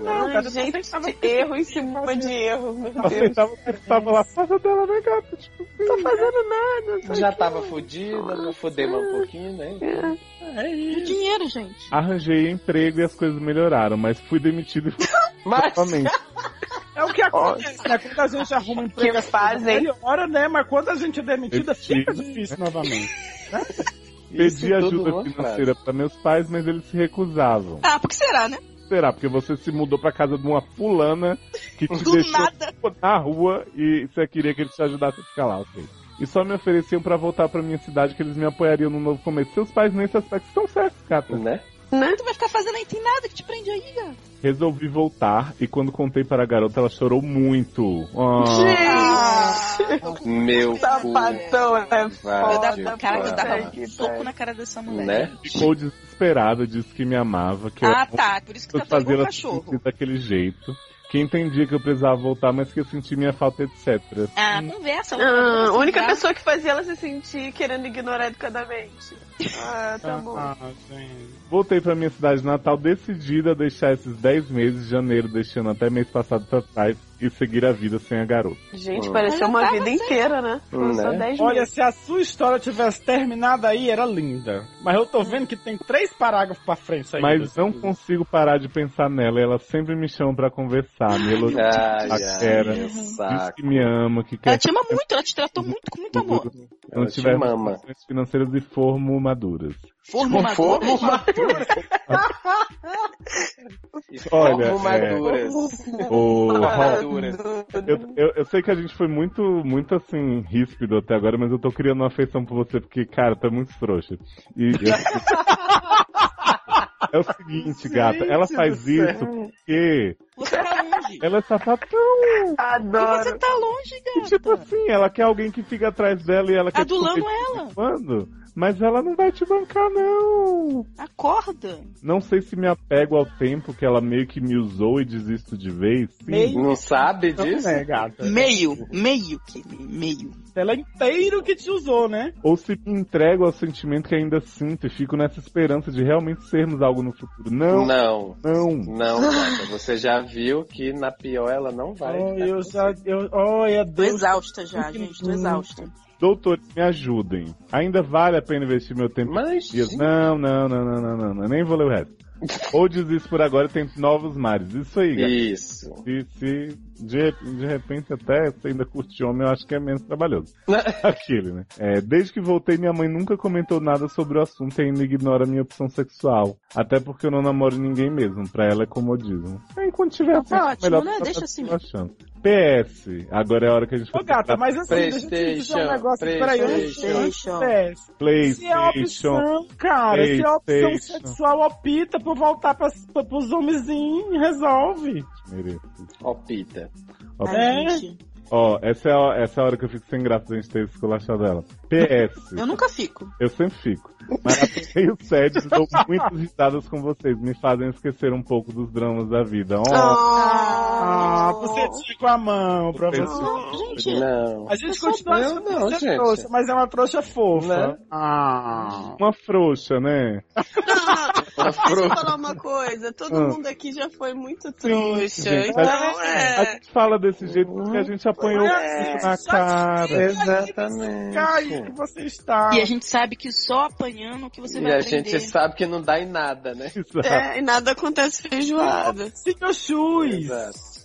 [SPEAKER 5] Não,
[SPEAKER 3] Ai,
[SPEAKER 5] cara,
[SPEAKER 3] gente, erro em cima de erro, meu
[SPEAKER 2] Eu
[SPEAKER 3] Deus.
[SPEAKER 2] aceitava que estava lá, faça dela, né, gata? Tipo,
[SPEAKER 6] Tá
[SPEAKER 3] Não tô fazendo nada. só
[SPEAKER 4] Já
[SPEAKER 3] que-
[SPEAKER 4] tava fudida, não fudeu mais um pouquinho, né?
[SPEAKER 3] É
[SPEAKER 9] E dinheiro, gente.
[SPEAKER 2] Arranjei emprego e as coisas melhoraram, mas fui demitido
[SPEAKER 4] Mas
[SPEAKER 2] novamente.
[SPEAKER 5] é o que acontece, né? Quando a gente arruma um emprego,
[SPEAKER 3] Que
[SPEAKER 5] assim,
[SPEAKER 3] fazem.
[SPEAKER 5] melhora, né? Mas quando a gente é demitida, fica
[SPEAKER 2] Demitida.
[SPEAKER 5] difícil novamente.
[SPEAKER 4] Isso
[SPEAKER 2] Pedi
[SPEAKER 4] em tudo
[SPEAKER 2] ajuda
[SPEAKER 4] uma
[SPEAKER 2] financeira para meus pais, mas eles se recusavam.
[SPEAKER 6] Ah, porque será, né?
[SPEAKER 2] Será? Porque você se mudou pra casa de uma fulana que te
[SPEAKER 6] Do
[SPEAKER 2] deixou
[SPEAKER 6] nada.
[SPEAKER 2] na rua e você queria que ele te ajudasse a ficar lá, ok. E só me ofereciam pra voltar pra minha cidade que eles me apoiariam no novo começo. Seus pais nesse aspecto estão certos, Cata.
[SPEAKER 4] Né?
[SPEAKER 3] Né?
[SPEAKER 6] Tu vai ficar fazendo aí, tem nada que te prende aí, cara.
[SPEAKER 2] Resolvi voltar e quando contei para a garota, ela chorou muito. Ah,
[SPEAKER 4] Meu
[SPEAKER 6] Ah.
[SPEAKER 4] cu.
[SPEAKER 3] Sapatão é
[SPEAKER 6] Eu
[SPEAKER 4] Vai,
[SPEAKER 3] foda.
[SPEAKER 6] dava, caraca, eu dava
[SPEAKER 3] que
[SPEAKER 6] um soco
[SPEAKER 3] pariu.
[SPEAKER 6] na cara dessa mulher.
[SPEAKER 4] tá Né?
[SPEAKER 2] ficou desesperada, disse que me amava, que eu
[SPEAKER 6] Ah,
[SPEAKER 2] era
[SPEAKER 6] tá. Por isso que
[SPEAKER 2] eu
[SPEAKER 6] tá todo
[SPEAKER 2] fazia
[SPEAKER 6] igual um
[SPEAKER 2] ela se sentir
[SPEAKER 6] cachorro.
[SPEAKER 2] daquele jeito. Que entendia que eu precisava voltar, mas que eu senti minha falta, etc.
[SPEAKER 6] Ah, conversa.
[SPEAKER 3] Ah, a única pessoa
[SPEAKER 6] pessoa.
[SPEAKER 3] que fazia ela se sentir querendo ignorar educadamente. Ah, tá bom.
[SPEAKER 5] Ah, gente.
[SPEAKER 2] Voltei pra minha cidade natal decidida a deixar esses 10 meses de janeiro, deixando até mês passado pra trás e seguir a vida sem a garota.
[SPEAKER 3] Gente,
[SPEAKER 4] Hum.
[SPEAKER 3] pareceu
[SPEAKER 6] Olha
[SPEAKER 3] uma
[SPEAKER 6] pra
[SPEAKER 3] vida inteira, né? Foram só
[SPEAKER 4] Né?
[SPEAKER 3] 10
[SPEAKER 5] Olha,
[SPEAKER 3] meses.
[SPEAKER 5] se a sua história tivesse terminado aí, era linda. Mas eu
[SPEAKER 4] Hum.
[SPEAKER 5] tô vendo que tem três parágrafos pra frente ainda. assim.
[SPEAKER 2] Mas não
[SPEAKER 5] um
[SPEAKER 2] consigo parar de pensar nela, ela sempre me chama pra conversar, me elogia,
[SPEAKER 4] Ai, ai,
[SPEAKER 2] Paquera.
[SPEAKER 4] meu
[SPEAKER 2] diz
[SPEAKER 4] saco.
[SPEAKER 2] que me ama, que
[SPEAKER 9] Ela
[SPEAKER 2] quer
[SPEAKER 9] te ama muito, ela te tratou muito com muito amor.
[SPEAKER 2] não
[SPEAKER 4] Ela te
[SPEAKER 2] tiver
[SPEAKER 4] mama.
[SPEAKER 2] condições financeiras e formaduras.
[SPEAKER 9] Formadora.
[SPEAKER 2] Olha, é.
[SPEAKER 4] Formaduras.
[SPEAKER 2] Ô, Ro-
[SPEAKER 4] Formaduras.
[SPEAKER 2] eu, eu, eu sei que a gente foi muito, muito assim, ríspido até agora, mas eu tô criando uma afeição por você, porque, cara, tá muito frouxa. E eu- É o seguinte, gata, ela faz isso porque
[SPEAKER 6] Você tá longe.
[SPEAKER 2] ela é sapatão.
[SPEAKER 3] Adoro.
[SPEAKER 6] Você tá longe,
[SPEAKER 2] E, tipo
[SPEAKER 6] gata.
[SPEAKER 2] assim, ela quer alguém que fica atrás dela e ela quer
[SPEAKER 6] Adulando
[SPEAKER 9] é
[SPEAKER 2] te
[SPEAKER 6] ela.
[SPEAKER 2] quando, mas ela não vai te bancar, não.
[SPEAKER 6] Acorda.
[SPEAKER 2] Não sei se me apego ao tempo que ela meio que me usou e desisto de vez. Sim.
[SPEAKER 5] Meio
[SPEAKER 4] Não sabe disso?
[SPEAKER 2] é,
[SPEAKER 5] né, gata?
[SPEAKER 9] Meio, meio, que meio.
[SPEAKER 5] Ela inteiro que te usou, né?
[SPEAKER 2] Ou se me entrego ao sentimento que ainda sinto e fico nessa esperança de realmente sermos algo no futuro. Não, não.
[SPEAKER 4] Não. Não, gata. Você já viu que na pior ela não vai.
[SPEAKER 5] Oh,
[SPEAKER 4] ficar
[SPEAKER 5] eu
[SPEAKER 4] com
[SPEAKER 5] já. Eu, olha,
[SPEAKER 9] Tô
[SPEAKER 5] Deus.
[SPEAKER 9] exausta já, gente, tô exausta.
[SPEAKER 2] Doutores, me ajudem. Ainda vale a pena investir meu tempo
[SPEAKER 4] Mas,
[SPEAKER 2] em dias? né? Não, não, não, não, não, não, não. Nem vou ler o resto. Ou desisto por agora e tento novos mares. Isso aí, galera.
[SPEAKER 4] Isso.
[SPEAKER 2] Se, se de, de repente até você ainda curte homem, eu acho que é menos trabalhoso. Aquele, né? É, desde que voltei, minha mãe nunca comentou nada sobre o assunto e ainda ignora a minha opção sexual. Até porque eu não namoro ninguém mesmo. Pra ela é comodismo. É, Enquanto tiver
[SPEAKER 9] Tá ótimo,
[SPEAKER 2] melhor
[SPEAKER 9] né?
[SPEAKER 2] pra
[SPEAKER 9] Deixa
[SPEAKER 2] tá
[SPEAKER 9] assim.
[SPEAKER 2] relaxando. PS, agora é a hora que a gente
[SPEAKER 5] Ô, gata, mas assim, deixa eu te dizer um
[SPEAKER 4] PlayStation,
[SPEAKER 5] negócio. aqui, Peraí, antes
[SPEAKER 9] PlayStation.
[SPEAKER 5] antes- Se é a
[SPEAKER 2] Playstation.
[SPEAKER 5] opção, cara, se é a opção
[SPEAKER 2] PlayStation.
[SPEAKER 5] sexual, opta por voltar pra, pra, pros homenzinhos, resolve.
[SPEAKER 2] Mereço.
[SPEAKER 4] Ó, Pita.
[SPEAKER 2] Ó,
[SPEAKER 9] Ai,
[SPEAKER 5] É.
[SPEAKER 9] gente,
[SPEAKER 2] ó, essa é, a, essa é a hora que eu fico sem graça da gente ter esculachado ela. PS.
[SPEAKER 9] eu nunca fico.
[SPEAKER 2] Eu sempre fico. Mas apoiei o sede, estou muito irritadas com vocês. Me fazem esquecer um pouco dos dramas da vida. Oh,
[SPEAKER 5] Ah,
[SPEAKER 3] Ah,
[SPEAKER 5] você com a mão pra
[SPEAKER 2] Você-
[SPEAKER 5] você.
[SPEAKER 9] Gente,
[SPEAKER 4] Não.
[SPEAKER 5] A gente
[SPEAKER 4] Eu sou
[SPEAKER 5] continua
[SPEAKER 4] doido,
[SPEAKER 5] achando
[SPEAKER 4] não,
[SPEAKER 5] que você é
[SPEAKER 4] gente.
[SPEAKER 5] trouxa, mas é uma trouxa fofa.
[SPEAKER 4] Né?
[SPEAKER 5] Ah.
[SPEAKER 2] Uma frouxa, né?
[SPEAKER 6] Ah.
[SPEAKER 3] Deixa eu falar uma coisa. Todo
[SPEAKER 4] Hum.
[SPEAKER 2] Ah.
[SPEAKER 3] mundo aqui já foi muito trouxa.
[SPEAKER 2] gente,
[SPEAKER 3] então,
[SPEAKER 2] A
[SPEAKER 3] é.
[SPEAKER 2] gente fala desse jeito porque a gente apanhou
[SPEAKER 5] É,
[SPEAKER 2] na cara.
[SPEAKER 4] Exatamente.
[SPEAKER 5] Caio que você está.
[SPEAKER 9] E a gente sabe que só apanhando que você
[SPEAKER 4] E
[SPEAKER 9] vai
[SPEAKER 4] a
[SPEAKER 9] aprender.
[SPEAKER 4] gente sabe que não dá em nada, né?
[SPEAKER 2] Exato.
[SPEAKER 3] É, e nada acontece feijoada.
[SPEAKER 5] Sing your shoes.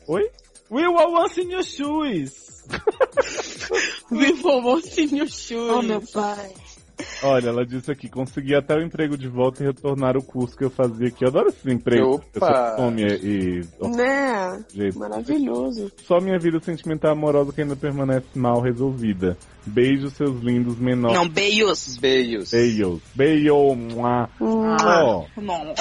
[SPEAKER 2] Oi?
[SPEAKER 5] We will once in your shoes.
[SPEAKER 3] Vivo o mocinho Chus.
[SPEAKER 9] Oh, meu pai.
[SPEAKER 2] Olha, ela disse aqui, consegui até o emprego de volta e retornar o curso que eu fazia aqui. Eu adoro esses empregos.
[SPEAKER 4] Opa!
[SPEAKER 2] que a pessoa some e... e- ó,
[SPEAKER 3] Né?
[SPEAKER 2] jeito.
[SPEAKER 3] Maravilhoso.
[SPEAKER 2] Só minha vida sentimental amorosa que ainda permanece mal resolvida. Beijo, seus lindos menores.
[SPEAKER 9] Não, beijos.
[SPEAKER 4] Beijos.
[SPEAKER 2] Beijos. Beijo. mua.
[SPEAKER 4] Ah,
[SPEAKER 2] Ó.
[SPEAKER 9] Não.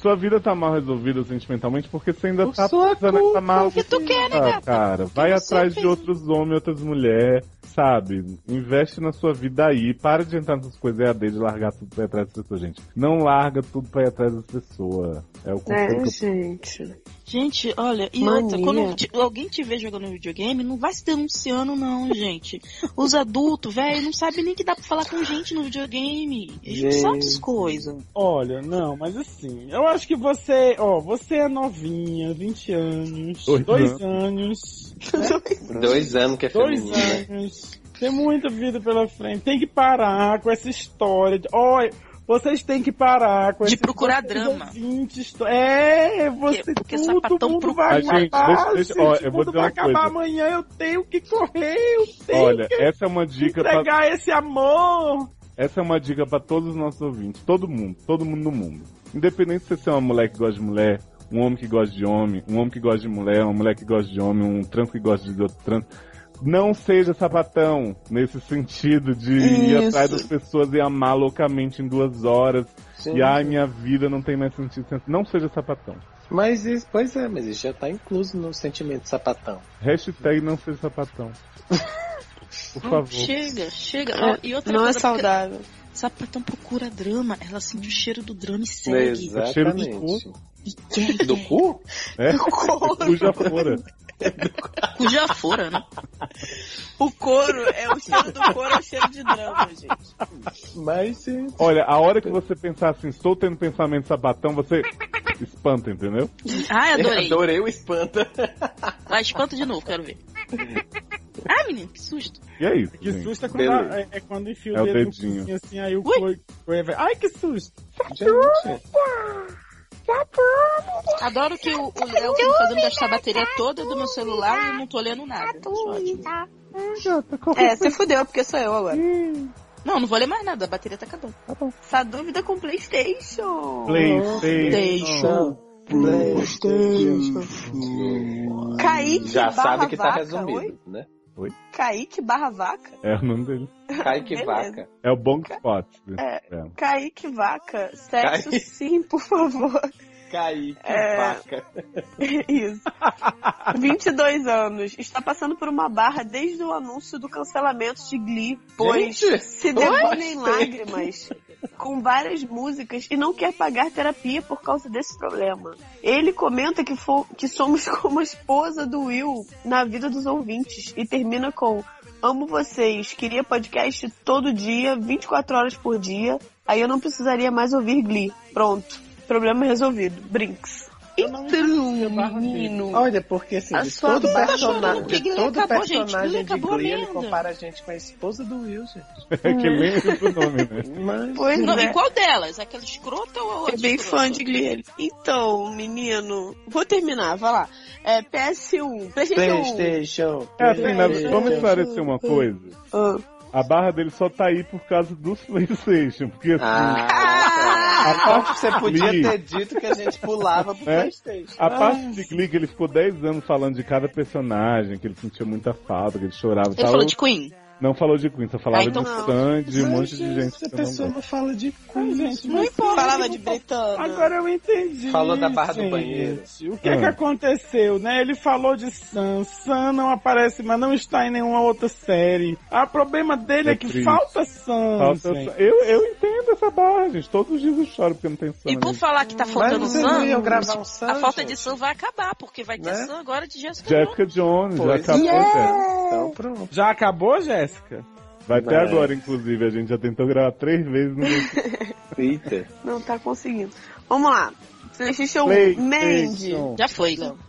[SPEAKER 2] Sua vida tá mal resolvida sentimentalmente porque você ainda tá presa nessa mal.
[SPEAKER 9] Porque tu quer, né, gata?
[SPEAKER 2] cara. Vai
[SPEAKER 9] você
[SPEAKER 2] atrás
[SPEAKER 9] fez-
[SPEAKER 2] de outros homens, outras mulheres, sabe? Investe na sua vida aí. Para de entrar nessas coisas EAD de largar tudo pra ir atrás das pessoas, gente. Não larga tudo pra ir atrás das pessoas. É o conselho
[SPEAKER 3] É,
[SPEAKER 2] que
[SPEAKER 3] gente.
[SPEAKER 9] Gente, olha, e
[SPEAKER 3] Mania.
[SPEAKER 9] outra, quando te- alguém te vê jogando videogame, não vai se denunciando, não, gente. Os adultos, velho, não sabem nem que dá pra falar com gente no videogame. Gente.
[SPEAKER 4] Gente.
[SPEAKER 9] Só essas coisas.
[SPEAKER 5] Olha, não, mas assim, eu acho que você, ó, você é novinha, 20 anos,
[SPEAKER 2] Dois
[SPEAKER 5] dois, anos,
[SPEAKER 4] Dois anos que é
[SPEAKER 5] dois
[SPEAKER 4] feminino, né?
[SPEAKER 5] anos, tem muita vida pela frente, tem que parar com essa história de, olha, vocês têm que parar com
[SPEAKER 9] De
[SPEAKER 5] essa
[SPEAKER 9] procurar
[SPEAKER 5] vocês
[SPEAKER 9] drama.
[SPEAKER 5] ouvintes, to- é, você,
[SPEAKER 9] porque tá
[SPEAKER 5] tudo,
[SPEAKER 9] sapatão
[SPEAKER 5] mundo
[SPEAKER 9] procura.
[SPEAKER 5] vai
[SPEAKER 2] Ah, gente,
[SPEAKER 5] acabar,
[SPEAKER 2] deixa-
[SPEAKER 5] gente,
[SPEAKER 2] deixa- ó, eu vou
[SPEAKER 5] o mundo
[SPEAKER 2] dizer
[SPEAKER 5] vai
[SPEAKER 2] uma coisa.
[SPEAKER 5] acabar amanhã, eu tenho que correr, eu tenho
[SPEAKER 2] Olha,
[SPEAKER 5] que
[SPEAKER 2] essa é uma dica pra
[SPEAKER 5] entregar esse amor.
[SPEAKER 2] Essa é uma dica pra todos os nossos ouvintes, todo mundo, todo mundo no mundo. Independente se você é uma mulher que gosta de mulher, um homem que gosta de homem, um homem que gosta de mulher, uma mulher que gosta de homem, um trans que gosta de outro trans. Não seja sapatão nesse sentido de ir
[SPEAKER 12] Isso.
[SPEAKER 2] atrás das pessoas e amar loucamente em duas horas.
[SPEAKER 4] Sim.
[SPEAKER 2] E ai, minha vida não tem mais sentido. Não seja sapatão.
[SPEAKER 4] Mas isso, pois é, mas isso já tá incluso no sentimento sapatão.
[SPEAKER 2] Hashtag não seja sapatão. Por
[SPEAKER 9] Não,
[SPEAKER 2] favor.
[SPEAKER 9] Chega, chega. Ó, e outra
[SPEAKER 3] Não é
[SPEAKER 9] coisa, porque-
[SPEAKER 3] saudável.
[SPEAKER 9] Sapatão então procura drama, ela sente o cheiro do drama e
[SPEAKER 6] É,
[SPEAKER 9] segue.
[SPEAKER 4] Exatamente.
[SPEAKER 9] Quem?
[SPEAKER 4] Do cu?
[SPEAKER 2] É?
[SPEAKER 9] couro.
[SPEAKER 2] já fora.
[SPEAKER 9] Cu já fora, né?
[SPEAKER 3] O couro, é o cheiro do couro é o cheiro de drama, gente.
[SPEAKER 4] Mas sim.
[SPEAKER 2] Olha, a hora que você pensar assim, estou tendo pensamento sapatão, você espanta, entendeu?
[SPEAKER 9] Ai, É, adorei.
[SPEAKER 4] Adorei o espanta.
[SPEAKER 9] Vai, espanta de novo, quero ver. Ai, menino, que susto.
[SPEAKER 2] E é isso.
[SPEAKER 5] Que
[SPEAKER 2] gente.
[SPEAKER 5] susto é quando,
[SPEAKER 4] Beleza.
[SPEAKER 5] a- é, é quando enfia
[SPEAKER 2] É o
[SPEAKER 5] o dedo no
[SPEAKER 2] dedinho.
[SPEAKER 5] cozinho, assim, aí o coi- coi- vai- Ai, que susto!
[SPEAKER 4] Gente,
[SPEAKER 9] Adoro que o o Léo fica fazendo gastar a bateria toda do meu celular e eu não tô lendo nada. Isso é ótimo.
[SPEAKER 3] É, você fudeu, porque sou eu agora.
[SPEAKER 9] Não, não vou ler mais nada, a bateria tá acabando.
[SPEAKER 3] Essa dúvida é com Playstation.
[SPEAKER 2] Playstation.
[SPEAKER 3] Kaique
[SPEAKER 4] já
[SPEAKER 3] barra
[SPEAKER 4] sabe que tá
[SPEAKER 3] vaca, Oi?
[SPEAKER 4] resumido, né?
[SPEAKER 3] Kaique barra vaca.
[SPEAKER 2] É o nome dele.
[SPEAKER 4] Cai que
[SPEAKER 3] Beleza.
[SPEAKER 4] vaca.
[SPEAKER 2] É o Bong Spot.
[SPEAKER 3] É.
[SPEAKER 2] É.
[SPEAKER 3] Kaique vaca. Sexo
[SPEAKER 4] Kaique.
[SPEAKER 3] sim, por favor.
[SPEAKER 4] Cai que
[SPEAKER 3] É.
[SPEAKER 4] vaca.
[SPEAKER 3] Isso. 22 anos. Está passando por uma barra desde o anúncio do cancelamento de Glee, pois
[SPEAKER 4] Gente,
[SPEAKER 3] se debulha em
[SPEAKER 4] Oi?
[SPEAKER 3] lágrimas com várias músicas e não quer pagar terapia por causa desse problema. Ele comenta que, fo- que somos como a esposa do Will na vida dos ouvintes e termina com Amo vocês, queria podcast todo dia, 24 horas por dia, aí eu não precisaria mais ouvir Glee. Pronto, problema resolvido. Brinks. Então, menino.
[SPEAKER 10] Olha, porque assim,
[SPEAKER 3] A
[SPEAKER 10] de
[SPEAKER 3] sua
[SPEAKER 10] todo
[SPEAKER 3] barba
[SPEAKER 10] personagem,
[SPEAKER 9] chorando, Glee
[SPEAKER 10] de todo
[SPEAKER 9] acabou, gente, Glee
[SPEAKER 10] personagem de
[SPEAKER 9] acabou a
[SPEAKER 10] Glee, ele
[SPEAKER 9] merda.
[SPEAKER 10] compara a gente com a esposa do Will, gente.
[SPEAKER 2] É que lembra o nome, né?
[SPEAKER 10] Mas...
[SPEAKER 3] Pois
[SPEAKER 9] Não,
[SPEAKER 3] é.
[SPEAKER 9] e qual delas? Aquela escrota ou a outra?
[SPEAKER 3] É bem
[SPEAKER 9] escrota?
[SPEAKER 3] fã de Glee. Então, menino, vou terminar, vai lá. É PS1, PlayStation 1.
[SPEAKER 10] Playstation.
[SPEAKER 2] É assim, na-
[SPEAKER 10] Playstation.
[SPEAKER 2] vamos esclarecer uma coisa.
[SPEAKER 3] Ah.
[SPEAKER 2] A barra dele só tá aí por causa dos Playstation. Porque assim,
[SPEAKER 4] Ah,
[SPEAKER 2] a parte
[SPEAKER 4] você podia ter dito que a gente pulava pro
[SPEAKER 2] É.
[SPEAKER 4] Playstation.
[SPEAKER 2] A parte de Glee, que ele ficou 10 anos falando de cada personagem, que ele sentia muita falta, que ele chorava e
[SPEAKER 9] Ele
[SPEAKER 2] tal.
[SPEAKER 9] falou de Queen.
[SPEAKER 2] Não falou de Queen, só falava
[SPEAKER 9] Ah, então
[SPEAKER 2] de
[SPEAKER 3] não.
[SPEAKER 2] Sandy, um
[SPEAKER 10] Mas,
[SPEAKER 2] monte de gente.
[SPEAKER 10] Essa
[SPEAKER 2] que eu não
[SPEAKER 10] pessoa
[SPEAKER 2] gosto.
[SPEAKER 10] não fala de
[SPEAKER 5] Ai,
[SPEAKER 10] cu,
[SPEAKER 5] gente,
[SPEAKER 10] gente.
[SPEAKER 5] não importa.
[SPEAKER 3] Falava de Britânia.
[SPEAKER 5] Agora eu entendi.
[SPEAKER 4] Falou da barra do
[SPEAKER 5] gente.
[SPEAKER 4] banheiro.
[SPEAKER 5] O que é que
[SPEAKER 2] Ah.
[SPEAKER 5] aconteceu, né? Ele falou de Sam. Sam não aparece, mas não está em nenhuma outra série. Ah, o problema dele é,
[SPEAKER 2] É
[SPEAKER 5] que
[SPEAKER 2] triste.
[SPEAKER 5] falta Sam.
[SPEAKER 2] Falta-
[SPEAKER 5] gente.
[SPEAKER 2] eu, eu entendo essa barra, gente. Todos os dias eu choro porque não tem
[SPEAKER 9] E
[SPEAKER 2] Sandy.
[SPEAKER 9] por falar que tá
[SPEAKER 4] Mas
[SPEAKER 9] faltando
[SPEAKER 4] vocês não iam
[SPEAKER 9] sangue,
[SPEAKER 4] gravar um Sam,
[SPEAKER 9] a falta
[SPEAKER 4] gente?
[SPEAKER 9] de sangue vai acabar, porque vai ter
[SPEAKER 4] Né?
[SPEAKER 9] sangue agora de Jessica Jones.
[SPEAKER 2] Jessica Jones, já
[SPEAKER 4] Pois
[SPEAKER 2] acabou, Jessica.
[SPEAKER 4] Então pronto.
[SPEAKER 5] Já acabou, Jéssica?
[SPEAKER 2] Vai até
[SPEAKER 4] Mas-
[SPEAKER 2] agora, inclusive. A gente já tentou gravar três vezes no
[SPEAKER 4] Eita.
[SPEAKER 3] Não tá conseguindo. Vamos lá. PlayStation 1, Mandy.
[SPEAKER 2] Playstation.
[SPEAKER 9] Já foi, então. Léo.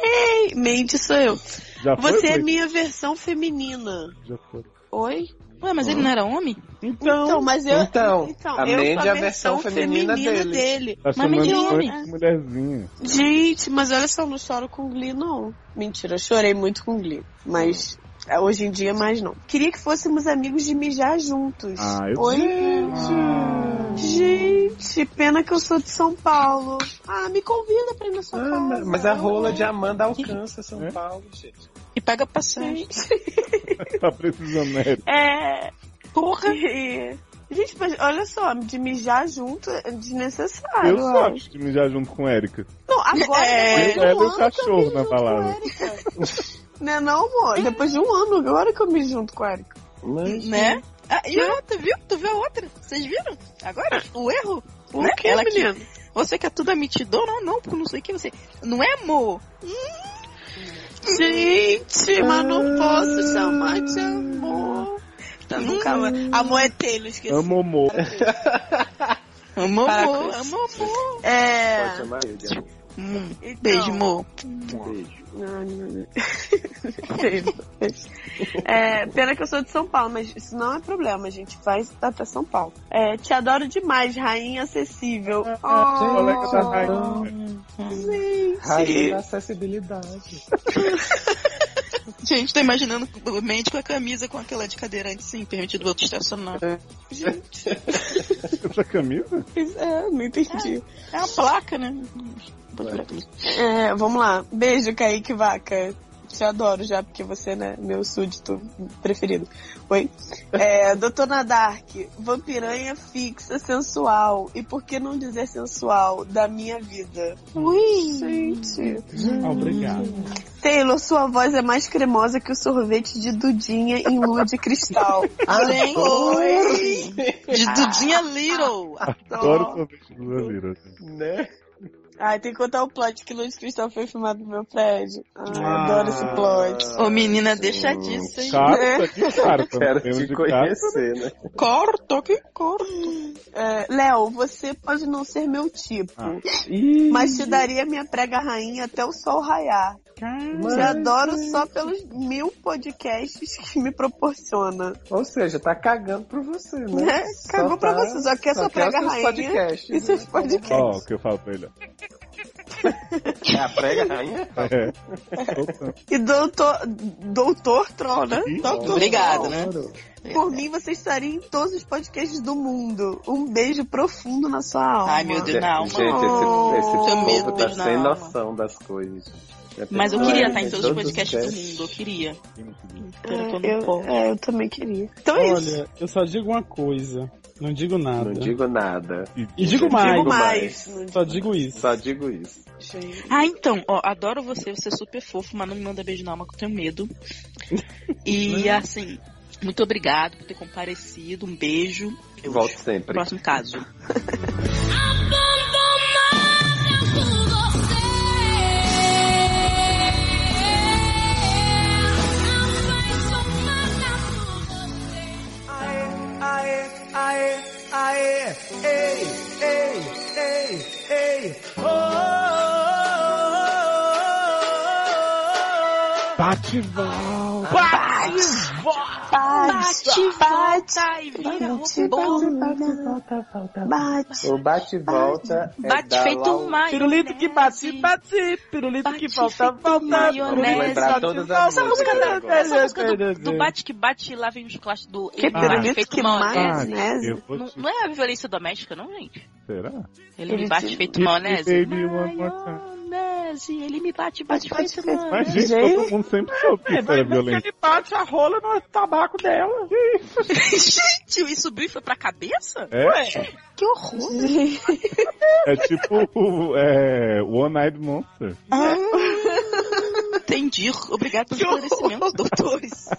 [SPEAKER 3] Ei, Mandy sou eu.
[SPEAKER 2] Já
[SPEAKER 4] Ah,
[SPEAKER 2] foi,
[SPEAKER 3] Você é
[SPEAKER 2] Play-
[SPEAKER 3] minha versão feminina.
[SPEAKER 2] Já foi.
[SPEAKER 3] Oi?
[SPEAKER 9] Ué, mas ele não era homem?
[SPEAKER 3] Então, mas eu.
[SPEAKER 4] Então, a
[SPEAKER 3] eu
[SPEAKER 4] Mandy
[SPEAKER 3] sou
[SPEAKER 4] é a versão feminina dele.
[SPEAKER 2] Tá chamando
[SPEAKER 9] de
[SPEAKER 2] de
[SPEAKER 9] homem,
[SPEAKER 2] Sandy de mulherzinha.
[SPEAKER 3] Gente, mas olha só, eu não choro com Glee, não. Mentira, eu chorei muito com Glee. Mas é, hoje em dia, mais não. Queria que fôssemos amigos de mijar juntos.
[SPEAKER 2] Ah, eu-
[SPEAKER 3] Oi? Gente, pena que eu sou de São Paulo. Ah, me convida pra ir na sua
[SPEAKER 4] Ah,
[SPEAKER 3] casa.
[SPEAKER 4] mas- mas a rola de Amanda alcança São
[SPEAKER 2] É?
[SPEAKER 4] Paulo, gente.
[SPEAKER 9] E paga passagem.
[SPEAKER 2] Tá precisando, né?
[SPEAKER 3] É. Porra! Gente, mas olha só, de mijar junto é
[SPEAKER 4] Ah,
[SPEAKER 3] desnecessário.
[SPEAKER 2] Eu
[SPEAKER 3] ó.
[SPEAKER 2] gosto de mijar junto com o Erika.
[SPEAKER 3] Não, agora
[SPEAKER 2] Eu,
[SPEAKER 4] É.
[SPEAKER 3] depois de um
[SPEAKER 2] ela e o
[SPEAKER 3] ano que eu me
[SPEAKER 2] cachorro na
[SPEAKER 3] junto
[SPEAKER 2] palavra.
[SPEAKER 3] com a Erika. Não é não, amor? Depois de um ano, agora que eu me junto com a Erika.
[SPEAKER 4] Mas,
[SPEAKER 9] Né? Ah, e a outra, viu? Tu viu a outra? Vocês viram? Agora?
[SPEAKER 3] Ah.
[SPEAKER 9] O erro?
[SPEAKER 3] O
[SPEAKER 9] né?
[SPEAKER 3] que,
[SPEAKER 9] Ela que-
[SPEAKER 3] menino?
[SPEAKER 9] Você que é tudo amitidor? Não, não, porque não sei o que você. Não é amor.
[SPEAKER 3] Gente, mas não posso chamar de amor. Tá, nunca mais. Amor é telho, esqueci.
[SPEAKER 2] Amo amor.
[SPEAKER 9] Amor,
[SPEAKER 3] Para
[SPEAKER 9] amor,
[SPEAKER 3] com isso.
[SPEAKER 9] amor.
[SPEAKER 4] Pode
[SPEAKER 3] É.
[SPEAKER 4] chamar eu de amor.
[SPEAKER 9] Hum,
[SPEAKER 3] então-
[SPEAKER 9] Beijo, amor.
[SPEAKER 4] Beijo.
[SPEAKER 3] Ai, meu Deus. Beijo. é, pena que eu sou de São Paulo, mas isso não é problema, gente. Vai até São Paulo. É, te adoro demais, rainha acessível.
[SPEAKER 2] O
[SPEAKER 3] Oh,
[SPEAKER 2] colega da Rainha.
[SPEAKER 4] Rainha da acessibilidade.
[SPEAKER 6] Gente, tô imaginando o Mandy com a camisa com aquela de cadeirante, sim, permitido o outro estacionar. Gente,
[SPEAKER 2] Essa camisa?
[SPEAKER 3] É, não entendi.
[SPEAKER 6] é uma placa, né? Bota pra mim.
[SPEAKER 3] É, vamos lá. Beijo, Kaique Vaca. Te adoro já, porque você, né, meu súdito preferido. Oi. É, Doutora Dark, vampiranha fixa, sensual. E por que não dizer sensual da minha vida? Ui! Gente.
[SPEAKER 5] Hum. Obrigado.
[SPEAKER 3] Taylor, sua voz é mais cremosa que o sorvete de Dudinha em lua de cristal. Além. Oi!
[SPEAKER 6] De
[SPEAKER 3] Ah,
[SPEAKER 6] Dudinha Little.
[SPEAKER 2] Adoro o sorvete de lua lira.
[SPEAKER 10] Né?
[SPEAKER 3] Ai, tem que contar o plot que Lua de Cristal foi filmado no meu prédio. Ai,
[SPEAKER 5] Ah.
[SPEAKER 3] adoro esse plot.
[SPEAKER 6] Ô, menina, deixa disso,
[SPEAKER 5] Tá?
[SPEAKER 6] hein?
[SPEAKER 2] Carta, que carta?
[SPEAKER 4] Quero
[SPEAKER 2] Lembro
[SPEAKER 4] te
[SPEAKER 2] de
[SPEAKER 4] conhecer, né?
[SPEAKER 6] Corto, que corto.
[SPEAKER 3] É, Léo, você pode não ser meu tipo,
[SPEAKER 10] Ih,
[SPEAKER 3] mas te daria minha prega rainha até o sol raiar. Te adoro só pelos mil podcasts que me proporciona.
[SPEAKER 4] Ou seja, tá cagando pra você, né?
[SPEAKER 3] Né? Cagou pra você, só quer sua prega
[SPEAKER 4] é os seus
[SPEAKER 3] rainha
[SPEAKER 4] podcasts,
[SPEAKER 3] e seus
[SPEAKER 4] né?
[SPEAKER 3] podcasts.
[SPEAKER 2] Ó, o que eu falo pra ele. ó.
[SPEAKER 4] É a prega rainha?
[SPEAKER 2] É.
[SPEAKER 3] E doutor, doutor Troll, né?
[SPEAKER 2] Ih,
[SPEAKER 3] Doutor
[SPEAKER 6] Obrigado,
[SPEAKER 3] Troll.
[SPEAKER 6] né?
[SPEAKER 3] Por mim, você estaria em todos os podcasts do mundo. Um beijo profundo na sua alma.
[SPEAKER 6] Ai, meu Deus, na alma.
[SPEAKER 4] Gente, esse, esse
[SPEAKER 3] Oh.
[SPEAKER 6] Tenho
[SPEAKER 4] povo
[SPEAKER 6] medo
[SPEAKER 4] tá
[SPEAKER 6] de na
[SPEAKER 4] sem
[SPEAKER 6] alma.
[SPEAKER 4] noção das coisas. Já
[SPEAKER 6] Mas eu
[SPEAKER 4] pensou, né?
[SPEAKER 6] queria estar
[SPEAKER 4] Tem
[SPEAKER 6] em todos os podcasts do
[SPEAKER 4] testes.
[SPEAKER 6] mundo, eu queria. Pera, eu tô
[SPEAKER 3] É,
[SPEAKER 6] no
[SPEAKER 3] eu,
[SPEAKER 6] ponto.
[SPEAKER 3] é, eu também queria. Então é isso.
[SPEAKER 5] Olha, eu só digo uma coisa. Não digo nada.
[SPEAKER 4] Não digo nada.
[SPEAKER 5] E digo mais.
[SPEAKER 3] Digo mais.
[SPEAKER 4] mais.
[SPEAKER 5] Só digo isso.
[SPEAKER 4] Só digo isso.
[SPEAKER 6] Ah, então, ó, adoro você, você é super fofo, mas não me manda beijo na alma que eu tenho medo. E assim, muito obrigado por ter comparecido, um beijo. Eu
[SPEAKER 4] Volto sempre.
[SPEAKER 6] Próximo caso.
[SPEAKER 5] Bate e volta.
[SPEAKER 3] Bate, bate,
[SPEAKER 6] Sai, vira,
[SPEAKER 3] bate,
[SPEAKER 6] roubou.
[SPEAKER 3] bate, bate, bate.
[SPEAKER 4] O bate-volta é
[SPEAKER 6] Bate
[SPEAKER 4] dar lá
[SPEAKER 6] feito
[SPEAKER 4] o-
[SPEAKER 6] mais. né,
[SPEAKER 5] Pirulito que bate, bate. Pirulito que
[SPEAKER 6] Bate
[SPEAKER 5] volta,
[SPEAKER 6] feito
[SPEAKER 5] volta.
[SPEAKER 6] maionese.
[SPEAKER 4] Vamos lembrar todas as
[SPEAKER 6] Essa música
[SPEAKER 4] músicas
[SPEAKER 6] da,
[SPEAKER 4] agora.
[SPEAKER 5] né,
[SPEAKER 6] essa
[SPEAKER 5] é
[SPEAKER 6] música do, do bate que bate lá vem os clássicos do
[SPEAKER 3] Que
[SPEAKER 5] Ah,
[SPEAKER 3] pirulito
[SPEAKER 6] feito
[SPEAKER 3] que
[SPEAKER 6] maionese.
[SPEAKER 3] maionese.
[SPEAKER 2] Eu Ah, vou
[SPEAKER 6] É, Não,
[SPEAKER 2] te...
[SPEAKER 6] não é a violência doméstica, não, gente.
[SPEAKER 2] Será?
[SPEAKER 6] Ele,
[SPEAKER 3] Ele
[SPEAKER 6] me bate
[SPEAKER 3] te-
[SPEAKER 6] feito né, maionese.
[SPEAKER 2] Baby, one more time.
[SPEAKER 6] Maionese, ele me bate, bate,
[SPEAKER 3] Bate, né?
[SPEAKER 6] feito
[SPEAKER 3] bate,
[SPEAKER 2] Mas, gente,
[SPEAKER 6] maionese.
[SPEAKER 3] Gente.
[SPEAKER 2] todo mundo sempre soube que
[SPEAKER 5] É,
[SPEAKER 2] isso era
[SPEAKER 5] vai ver que
[SPEAKER 2] violência.
[SPEAKER 5] ele bate a rola no tabaco dela.
[SPEAKER 6] Gente, e subiu e foi pra cabeça?
[SPEAKER 2] É,
[SPEAKER 6] Que horror.
[SPEAKER 2] é tipo o é, One Eyed Monster.
[SPEAKER 6] Entendi. Obrigado pelo esclarecimento, doutores.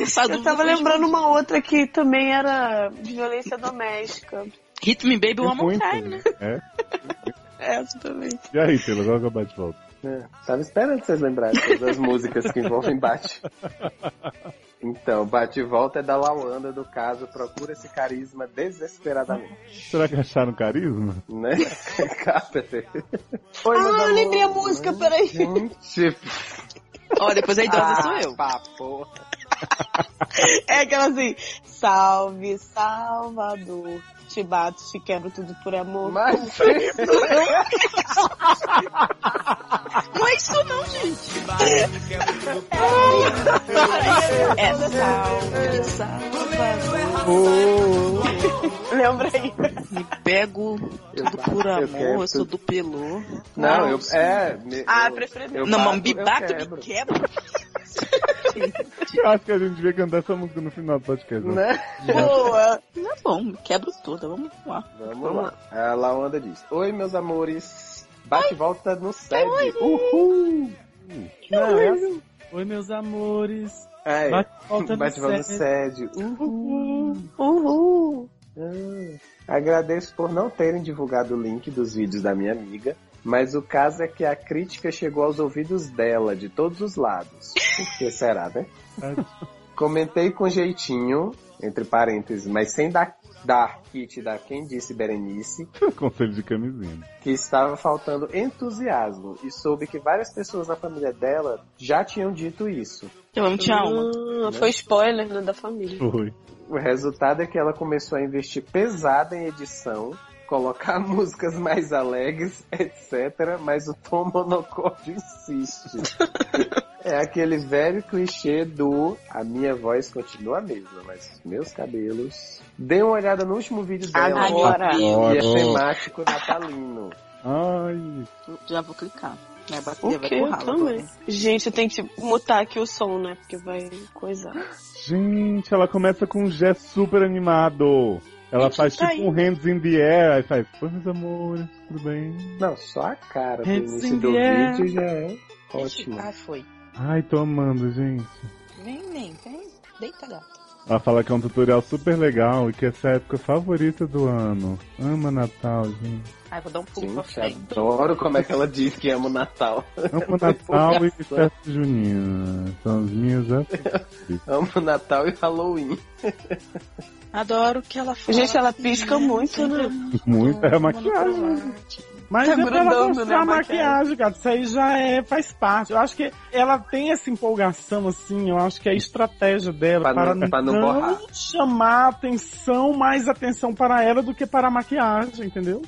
[SPEAKER 6] Essa
[SPEAKER 3] Eu
[SPEAKER 6] dúvida
[SPEAKER 3] tava
[SPEAKER 6] foi de-
[SPEAKER 3] lembrando uma outra que também era de violência doméstica.
[SPEAKER 6] Hit me baby one more
[SPEAKER 2] Muito.
[SPEAKER 6] time, né?
[SPEAKER 2] É.
[SPEAKER 3] É, Essa também.
[SPEAKER 2] E aí, Taylor, qual que eu bate volta?
[SPEAKER 4] É, Tava esperando vocês lembrarem todas as músicas que envolvem bate. Então, bate e volta é da Lawanda do caso Procura esse Carisma Desesperadamente.
[SPEAKER 2] Será que acharam carisma?
[SPEAKER 4] Né? Capter.
[SPEAKER 3] Ah, eu lembrei a música, peraí.
[SPEAKER 4] Tipo,
[SPEAKER 6] Ó, depois a idosa
[SPEAKER 4] ah,
[SPEAKER 6] sou eu.
[SPEAKER 4] pá, porra.
[SPEAKER 3] É aquela assim. Salve, Salvador. Te bato, te quebro tudo por amor.
[SPEAKER 4] Mas
[SPEAKER 6] Não é isso não, gente.
[SPEAKER 3] É salve, Salvador. Lembra aí?
[SPEAKER 6] Me pego tudo por
[SPEAKER 4] eu
[SPEAKER 6] amor, eu
[SPEAKER 4] quero
[SPEAKER 6] sou
[SPEAKER 4] tudo.
[SPEAKER 6] do pelô.
[SPEAKER 4] Não, eu. É. me-
[SPEAKER 3] Ah,
[SPEAKER 4] eu-
[SPEAKER 3] preferência.
[SPEAKER 4] eu
[SPEAKER 6] Não, mas
[SPEAKER 4] bato,
[SPEAKER 6] me
[SPEAKER 4] eu
[SPEAKER 6] bato, me
[SPEAKER 3] é
[SPEAKER 4] quebro.
[SPEAKER 6] quebra.
[SPEAKER 2] Eu acho que a gente devia cantar essa música no final do podcast. Né?
[SPEAKER 4] Né?
[SPEAKER 3] Boa.
[SPEAKER 6] Tá bom, me quebro toda, vamos lá.
[SPEAKER 4] Vamos lá. A Lawanda diz: Oi, meus amores. Bate e volta
[SPEAKER 3] Então,
[SPEAKER 4] no sede. Uh, Uhul! Não, é assim.
[SPEAKER 5] Oi, meus amores.
[SPEAKER 4] É,
[SPEAKER 5] Bate, volta no
[SPEAKER 4] bate e volta no
[SPEAKER 5] sede.
[SPEAKER 4] sede.
[SPEAKER 3] Uhul.
[SPEAKER 4] Agradeço por não terem divulgado o link dos vídeos da minha amiga, mas o caso é que a crítica chegou aos ouvidos dela, de todos os lados. Por que será, né? Comentei com jeitinho, entre parênteses, mas sem dar, dar kit da quem disse Berenice,
[SPEAKER 2] Conselho de camisinha.
[SPEAKER 4] que estava faltando entusiasmo e soube que várias pessoas na família dela já tinham dito isso.
[SPEAKER 6] Eu amo te amo.
[SPEAKER 3] Ah, foi spoiler né, da família.
[SPEAKER 2] Foi.
[SPEAKER 4] O resultado é que ela começou a investir pesada em edição, colocar músicas mais alegres, etc. Mas o Tom Monocórdio insiste. É aquele velho clichê do a minha voz continua a mesma, mas os meus cabelos. Dê uma olhada no último vídeo dela.
[SPEAKER 9] Agora.
[SPEAKER 4] E é temático natalino.
[SPEAKER 2] Ai,
[SPEAKER 9] Já vou clicar. Vai
[SPEAKER 3] O
[SPEAKER 9] bater, vai
[SPEAKER 3] quê?
[SPEAKER 9] com
[SPEAKER 3] Eu
[SPEAKER 9] rala
[SPEAKER 3] também.
[SPEAKER 9] agora.
[SPEAKER 3] Gente, eu tenho que mutar aqui o som, né? Porque vai coisar.
[SPEAKER 2] gente, ela começa com um gesto super animado. Ela
[SPEAKER 3] Gente,
[SPEAKER 2] faz
[SPEAKER 3] tá
[SPEAKER 2] tipo um hands in the air, aí faz, oi meus amores, tudo bem?
[SPEAKER 4] Não, só a cara do
[SPEAKER 5] Hands
[SPEAKER 4] início
[SPEAKER 5] in
[SPEAKER 4] do
[SPEAKER 5] the air.
[SPEAKER 4] vídeo já é ótimo.
[SPEAKER 9] Ah, foi.
[SPEAKER 2] Ai, tô amando, gente.
[SPEAKER 9] Vem, vem, vem. Deita, gato.
[SPEAKER 2] Ela fala que é um tutorial super legal e que essa é a época favorita do ano. Ama Natal, gente.
[SPEAKER 9] Ai, vou dar um pulo pra
[SPEAKER 4] Gente,
[SPEAKER 9] frente.
[SPEAKER 4] adoro como é que ela diz que ama o Natal.
[SPEAKER 2] Ama Natal e festa junina. São as minhas é,
[SPEAKER 4] Amo o Natal e Halloween.
[SPEAKER 9] Adoro que ela fala.
[SPEAKER 3] Gente, ela pisca muito, né?
[SPEAKER 2] Muito é a maquiagem.
[SPEAKER 5] Mas
[SPEAKER 3] Tá
[SPEAKER 5] é pra ela
[SPEAKER 3] grudando,
[SPEAKER 5] mostrar
[SPEAKER 3] né,
[SPEAKER 5] a
[SPEAKER 3] a
[SPEAKER 5] maquiagem,
[SPEAKER 3] maquiagem.
[SPEAKER 5] gato. Isso aí já é, faz parte. Eu acho que ela tem essa empolgação, assim, eu acho que é a estratégia dela
[SPEAKER 4] Pra
[SPEAKER 5] para
[SPEAKER 4] não- pra não borrar.
[SPEAKER 5] chamar atenção, mais atenção para ela do que para a maquiagem, entendeu?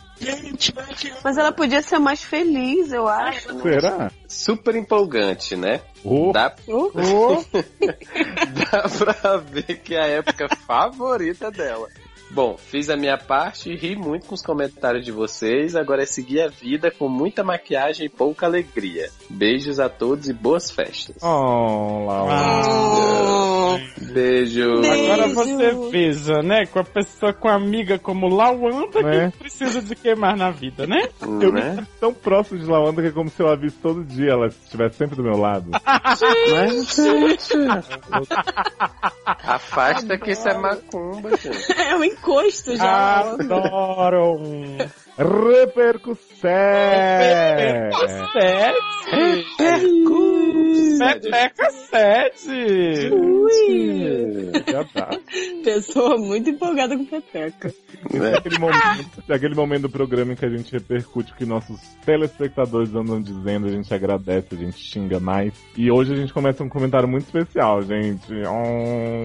[SPEAKER 3] Mas ela podia ser mais feliz, eu acho. né?
[SPEAKER 2] Será?
[SPEAKER 4] Super empolgante, né?
[SPEAKER 2] Oh,
[SPEAKER 4] Dá,
[SPEAKER 5] Oh,
[SPEAKER 4] dá pra ver que é a época favorita dela. Bom, fiz a minha parte, ri muito com os comentários de vocês. Agora é seguir a vida com muita maquiagem e pouca alegria. Beijos a todos e boas festas.
[SPEAKER 2] oh Laura.
[SPEAKER 4] Beijo.
[SPEAKER 5] Agora você veja, né? Com a pessoa, com a amiga como Lawanda,
[SPEAKER 2] Né?
[SPEAKER 5] que precisa de queimar na vida, né?
[SPEAKER 2] Eu me
[SPEAKER 4] né?
[SPEAKER 2] sinto tão próximo de Lawanda que é como se eu a visse todo dia, ela estivesse sempre do meu lado.
[SPEAKER 4] Afasta que isso é macumba, gente.
[SPEAKER 3] É um encosto já.
[SPEAKER 5] Adoro! um
[SPEAKER 2] Repercussé!
[SPEAKER 5] Sete! Pepeca sete!
[SPEAKER 2] Já tá.
[SPEAKER 3] Pessoa muito empolgada com pepeca.
[SPEAKER 2] É
[SPEAKER 4] Né?
[SPEAKER 2] aquele momento, é aquele momento do programa em que a gente repercute o que nossos telespectadores andam dizendo, a gente agradece, a gente xinga mais. E hoje a gente começa um comentário muito especial, gente. Um
[SPEAKER 4] Hum.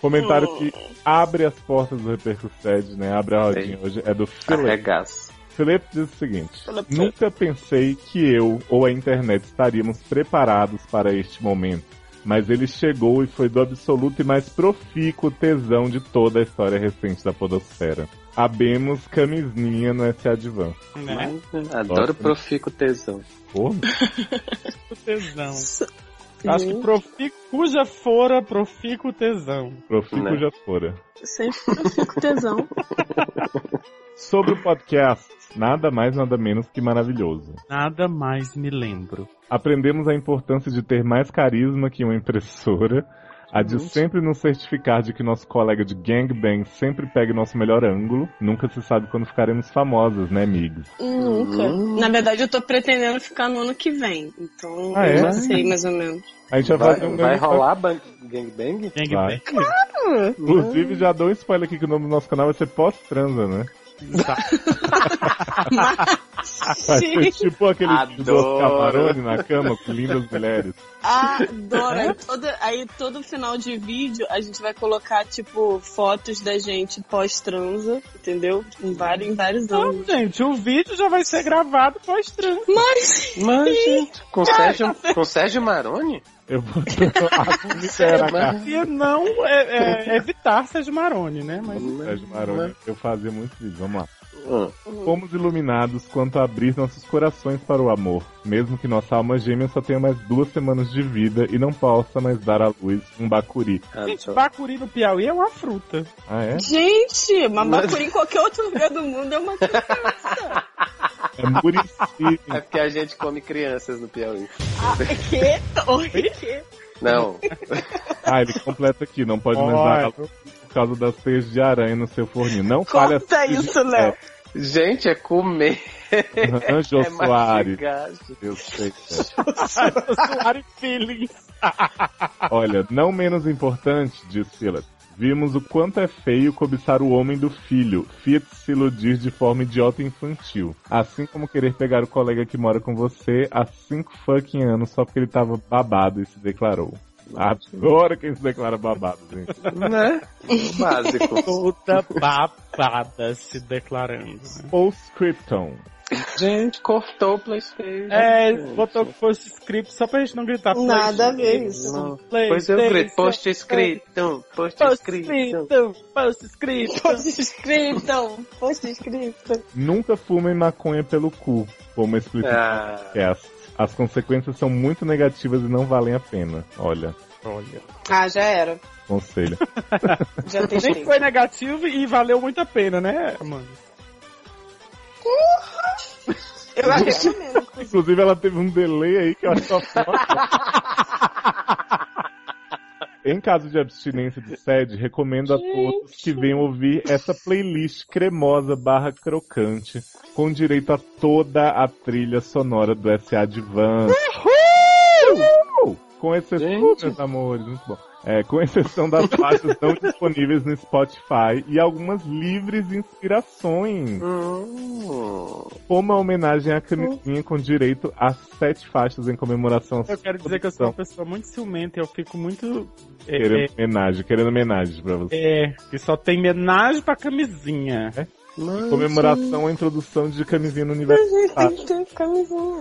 [SPEAKER 2] comentário que abre as portas do Repercussed, né? Abre a rodinha hoje. É do Philip.
[SPEAKER 4] Arregaço.
[SPEAKER 2] Philip diz o seguinte:
[SPEAKER 3] Philip.
[SPEAKER 2] Nunca pensei que eu ou a internet estaríamos preparados para este momento. Mas ele chegou e foi do absoluto e mais profícuo tesão de toda a história recente da Podosfera. Abemos camisinha no SA Divan.
[SPEAKER 5] Né?
[SPEAKER 4] Adoro
[SPEAKER 2] Ótimo.
[SPEAKER 4] profico tesão.
[SPEAKER 2] Porra,
[SPEAKER 5] Profico tesão. Acho que profico, cuja fora, profico tesão.
[SPEAKER 2] profícuo
[SPEAKER 4] Né?
[SPEAKER 2] já fora.
[SPEAKER 3] Sempre eu fico assim tesão.
[SPEAKER 2] Sobre o podcast, nada mais, nada menos que maravilhoso.
[SPEAKER 5] Nada mais me lembro.
[SPEAKER 2] Aprendemos a importância de ter mais carisma que uma impressora, a de sempre nos certificar de que nosso colega de gangbang sempre pegue nosso melhor ângulo. Nunca se sabe quando ficaremos famosas, né, amigos?
[SPEAKER 3] Hum, Nunca. Na verdade, eu tô pretendendo ficar no ano que vem. Então,
[SPEAKER 2] Ah, é?
[SPEAKER 3] eu já sei mais ou menos.
[SPEAKER 2] A gente vai,
[SPEAKER 4] Vai,
[SPEAKER 2] fazer um
[SPEAKER 4] vai
[SPEAKER 2] grande-
[SPEAKER 4] rolar ban- gangbang?
[SPEAKER 5] Gangbang.
[SPEAKER 2] Inclusive, já dou um spoiler aqui que o nome do nosso canal vai ser Pós-Transa, né?
[SPEAKER 3] Ah,
[SPEAKER 2] Vai ser tipo aquele vídeo do Oscar
[SPEAKER 4] Adoro.
[SPEAKER 2] Maroni na cama com lindas mulheres.
[SPEAKER 3] Adoro. Aí, todo, aí todo final de vídeo a gente vai colocar, tipo, fotos da gente pós-transa, entendeu? Em vários, em vários anos.
[SPEAKER 5] Então, gente, o vídeo já vai ser gravado pós-trans.
[SPEAKER 4] Mas, gente, com Sérgio, com Sérgio Maroni?
[SPEAKER 2] Eu vou a comida era a
[SPEAKER 4] né?
[SPEAKER 2] cara.
[SPEAKER 5] E não é, é, evitar Sérgio Maroni, né? Mas
[SPEAKER 2] Sérgio Maroni, eu fazia muitos vídeos, vamos lá.
[SPEAKER 4] Hum.
[SPEAKER 2] Fomos iluminados quanto a abrir nossos corações para o amor, mesmo que nossa alma gêmea só tenha mais duas semanas de vida e não possa mais dar à luz um bacuri.
[SPEAKER 5] Gente,
[SPEAKER 4] Adoro.
[SPEAKER 5] bacuri no Piauí é uma fruta.
[SPEAKER 2] Ah, é?
[SPEAKER 3] Gente, mamacuri em qualquer outro lugar do mundo é uma
[SPEAKER 2] É murici.
[SPEAKER 4] É porque a gente come crianças no Piauí.
[SPEAKER 3] queta. Oi, que?
[SPEAKER 4] Não,
[SPEAKER 2] Ah, ele completa aqui, não pode mais dar à luz por causa das teias de aranha no seu forninho. Não fale
[SPEAKER 3] Corta
[SPEAKER 2] assim,
[SPEAKER 3] isso, Léo.
[SPEAKER 4] gente, é comer.
[SPEAKER 2] é, Anjo
[SPEAKER 4] É
[SPEAKER 2] Soares.
[SPEAKER 4] mastigar.
[SPEAKER 2] Eu sei, cara.
[SPEAKER 5] Suari feeling.
[SPEAKER 2] Olha, não menos importante, diz Silas, vimos o quanto é feio cobiçar o homem do filho, Fiat se iludir de forma idiota e infantil. Assim como querer pegar o colega que mora com você há cinco fucking anos só porque ele tava babado e se declarou. Adoro quem se declara babado, gente.
[SPEAKER 4] Né? O básico.
[SPEAKER 5] Toda babada se declarando. né?
[SPEAKER 2] Postscriptum.
[SPEAKER 4] Gente, cortou o Playstation.
[SPEAKER 5] É,
[SPEAKER 4] gente.
[SPEAKER 5] botou que fosse script só pra gente não
[SPEAKER 2] é,
[SPEAKER 5] gritar.
[SPEAKER 3] Nada a ver
[SPEAKER 4] Não.
[SPEAKER 3] isso.
[SPEAKER 5] Play,
[SPEAKER 4] Pois eu grito, post escrito, post escrito.
[SPEAKER 5] post escrito.
[SPEAKER 3] Post-scriptum! Post-scriptum!
[SPEAKER 2] Nunca fumem maconha pelo cu, como eu expliquei
[SPEAKER 4] Ah,
[SPEAKER 2] no podcast. As consequências são muito negativas e não valem a pena. Olha,
[SPEAKER 5] Olha.
[SPEAKER 3] Ah, já era.
[SPEAKER 2] conselho.
[SPEAKER 3] Já tem
[SPEAKER 5] Nem
[SPEAKER 3] jeito.
[SPEAKER 5] foi negativo e valeu muito a pena, né, mano?
[SPEAKER 3] Eu acho mesmo.
[SPEAKER 2] Inclusive, ela teve um delay aí que eu acho que ela ficou Em caso de abstinência de sede, recomendo a todos que venham ouvir essa playlist cremosa barra crocante, com direito a toda a trilha sonora do S.A. Divan. Uhul! Com exceção,
[SPEAKER 4] Gente.
[SPEAKER 2] meus amores, muito bom. É, com exceção das faixas não disponíveis no Spotify e algumas livres inspirações
[SPEAKER 4] hum.
[SPEAKER 2] como uma homenagem à camisinha com direito a sete faixas em comemoração. à
[SPEAKER 5] Eu quero dizer que eu sou uma pessoa muito ciumenta e eu fico muito. é,
[SPEAKER 2] Querendo homenagem, querendo homenagem pra você.
[SPEAKER 5] É, é, que só tem homenagem pra camisinha.
[SPEAKER 2] Comemoração à introdução de camisinha no universo.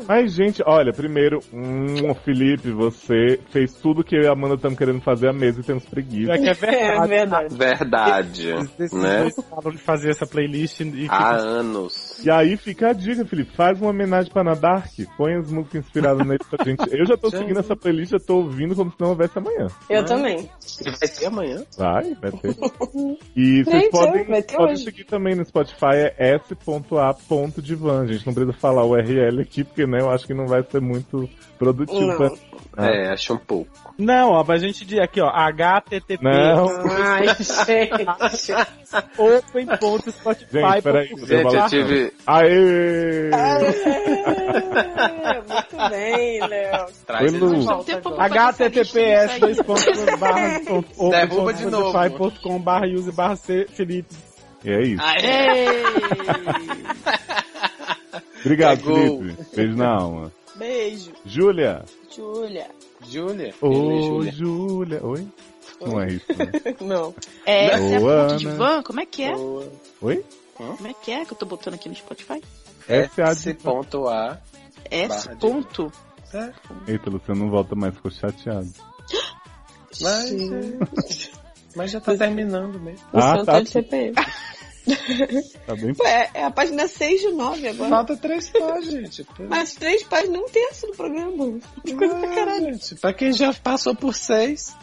[SPEAKER 2] Mas, gente, olha, primeiro, hum, Felipe, você fez tudo que eu e a Amanda estamos querendo fazer há meses e temos preguiça.
[SPEAKER 5] Já que é
[SPEAKER 3] É
[SPEAKER 5] verdade.
[SPEAKER 3] verdade.
[SPEAKER 4] Verdade,
[SPEAKER 5] Esses
[SPEAKER 4] né? Ah.
[SPEAKER 5] dois falam de fazer essa playlist e ficam
[SPEAKER 4] Há anos.
[SPEAKER 2] E aí fica a dica, Felipe. Faz uma homenagem pra Nadark. Põe as músicas inspiradas nele pra gente. Eu já tô seguindo essa playlist, já tô ouvindo como se não houvesse amanhã.
[SPEAKER 3] Eu também.
[SPEAKER 4] E vai ter amanhã?
[SPEAKER 2] Vai, vai ter. E vocês
[SPEAKER 3] Gente, é um
[SPEAKER 2] podem,
[SPEAKER 3] vai ter
[SPEAKER 2] podem
[SPEAKER 3] hoje.
[SPEAKER 2] seguir também no Spotify, é s.a.divan. A gente não precisa falar o URL aqui, porque né, eu acho que não vai ser muito produtivo.
[SPEAKER 3] Não.
[SPEAKER 2] pra- Ah.
[SPEAKER 4] É, acho um pouco.
[SPEAKER 5] Não, ó, a gente diz aqui, ó, http
[SPEAKER 2] Não,
[SPEAKER 3] Ai, gente.
[SPEAKER 2] Gente, peraí, Eu
[SPEAKER 5] open.spotify.com.
[SPEAKER 4] Gente,
[SPEAKER 2] vou
[SPEAKER 4] eu
[SPEAKER 2] lá.
[SPEAKER 4] tive.
[SPEAKER 2] aê!
[SPEAKER 3] É, muito bem, Léo.
[SPEAKER 4] Traz
[SPEAKER 2] Oi,
[SPEAKER 4] ele de
[SPEAKER 2] Lu.
[SPEAKER 4] volta.
[SPEAKER 9] Tempo bom pra
[SPEAKER 5] https
[SPEAKER 9] essa lista
[SPEAKER 5] dois
[SPEAKER 9] não sair.
[SPEAKER 5] pontos barra
[SPEAKER 4] Derruba de novo.
[SPEAKER 5] spotify.com barra use barra c felipe
[SPEAKER 2] E é isso.
[SPEAKER 9] Aê!
[SPEAKER 2] Obrigado,
[SPEAKER 4] Pegou.
[SPEAKER 2] Felipe. Beijo na alma.
[SPEAKER 3] Beijo,
[SPEAKER 2] Júlia!
[SPEAKER 3] Júlia.
[SPEAKER 4] Júlia. Ele e
[SPEAKER 2] Ô,
[SPEAKER 4] Júlia.
[SPEAKER 2] Júlia! Oi? Não é isso, né?
[SPEAKER 3] Não.
[SPEAKER 9] É, essa é a
[SPEAKER 2] Boa,
[SPEAKER 9] ponto de
[SPEAKER 2] né?
[SPEAKER 9] van? Como é que é?
[SPEAKER 4] Boa.
[SPEAKER 9] Como é que é que eu tô botando aqui no Spotify?
[SPEAKER 2] S.A.
[SPEAKER 4] Esse ponto A.
[SPEAKER 9] S.
[SPEAKER 4] Barra de
[SPEAKER 9] Ponto.
[SPEAKER 4] É,
[SPEAKER 2] Eita, Luciano não volta mais, ficou chateado.
[SPEAKER 4] Mas, mas já tá terminando mesmo.
[SPEAKER 3] O
[SPEAKER 2] Ah,
[SPEAKER 3] Santo
[SPEAKER 2] tá,
[SPEAKER 3] é de CPM.
[SPEAKER 2] tá bem.
[SPEAKER 3] Pô, é, é a página 6 de 9 agora.
[SPEAKER 4] Falta três pós, gente.
[SPEAKER 3] Mas três páginas, um terço do programa. Que coisa pra caralho.
[SPEAKER 4] gente. Pra quem já passou por seis.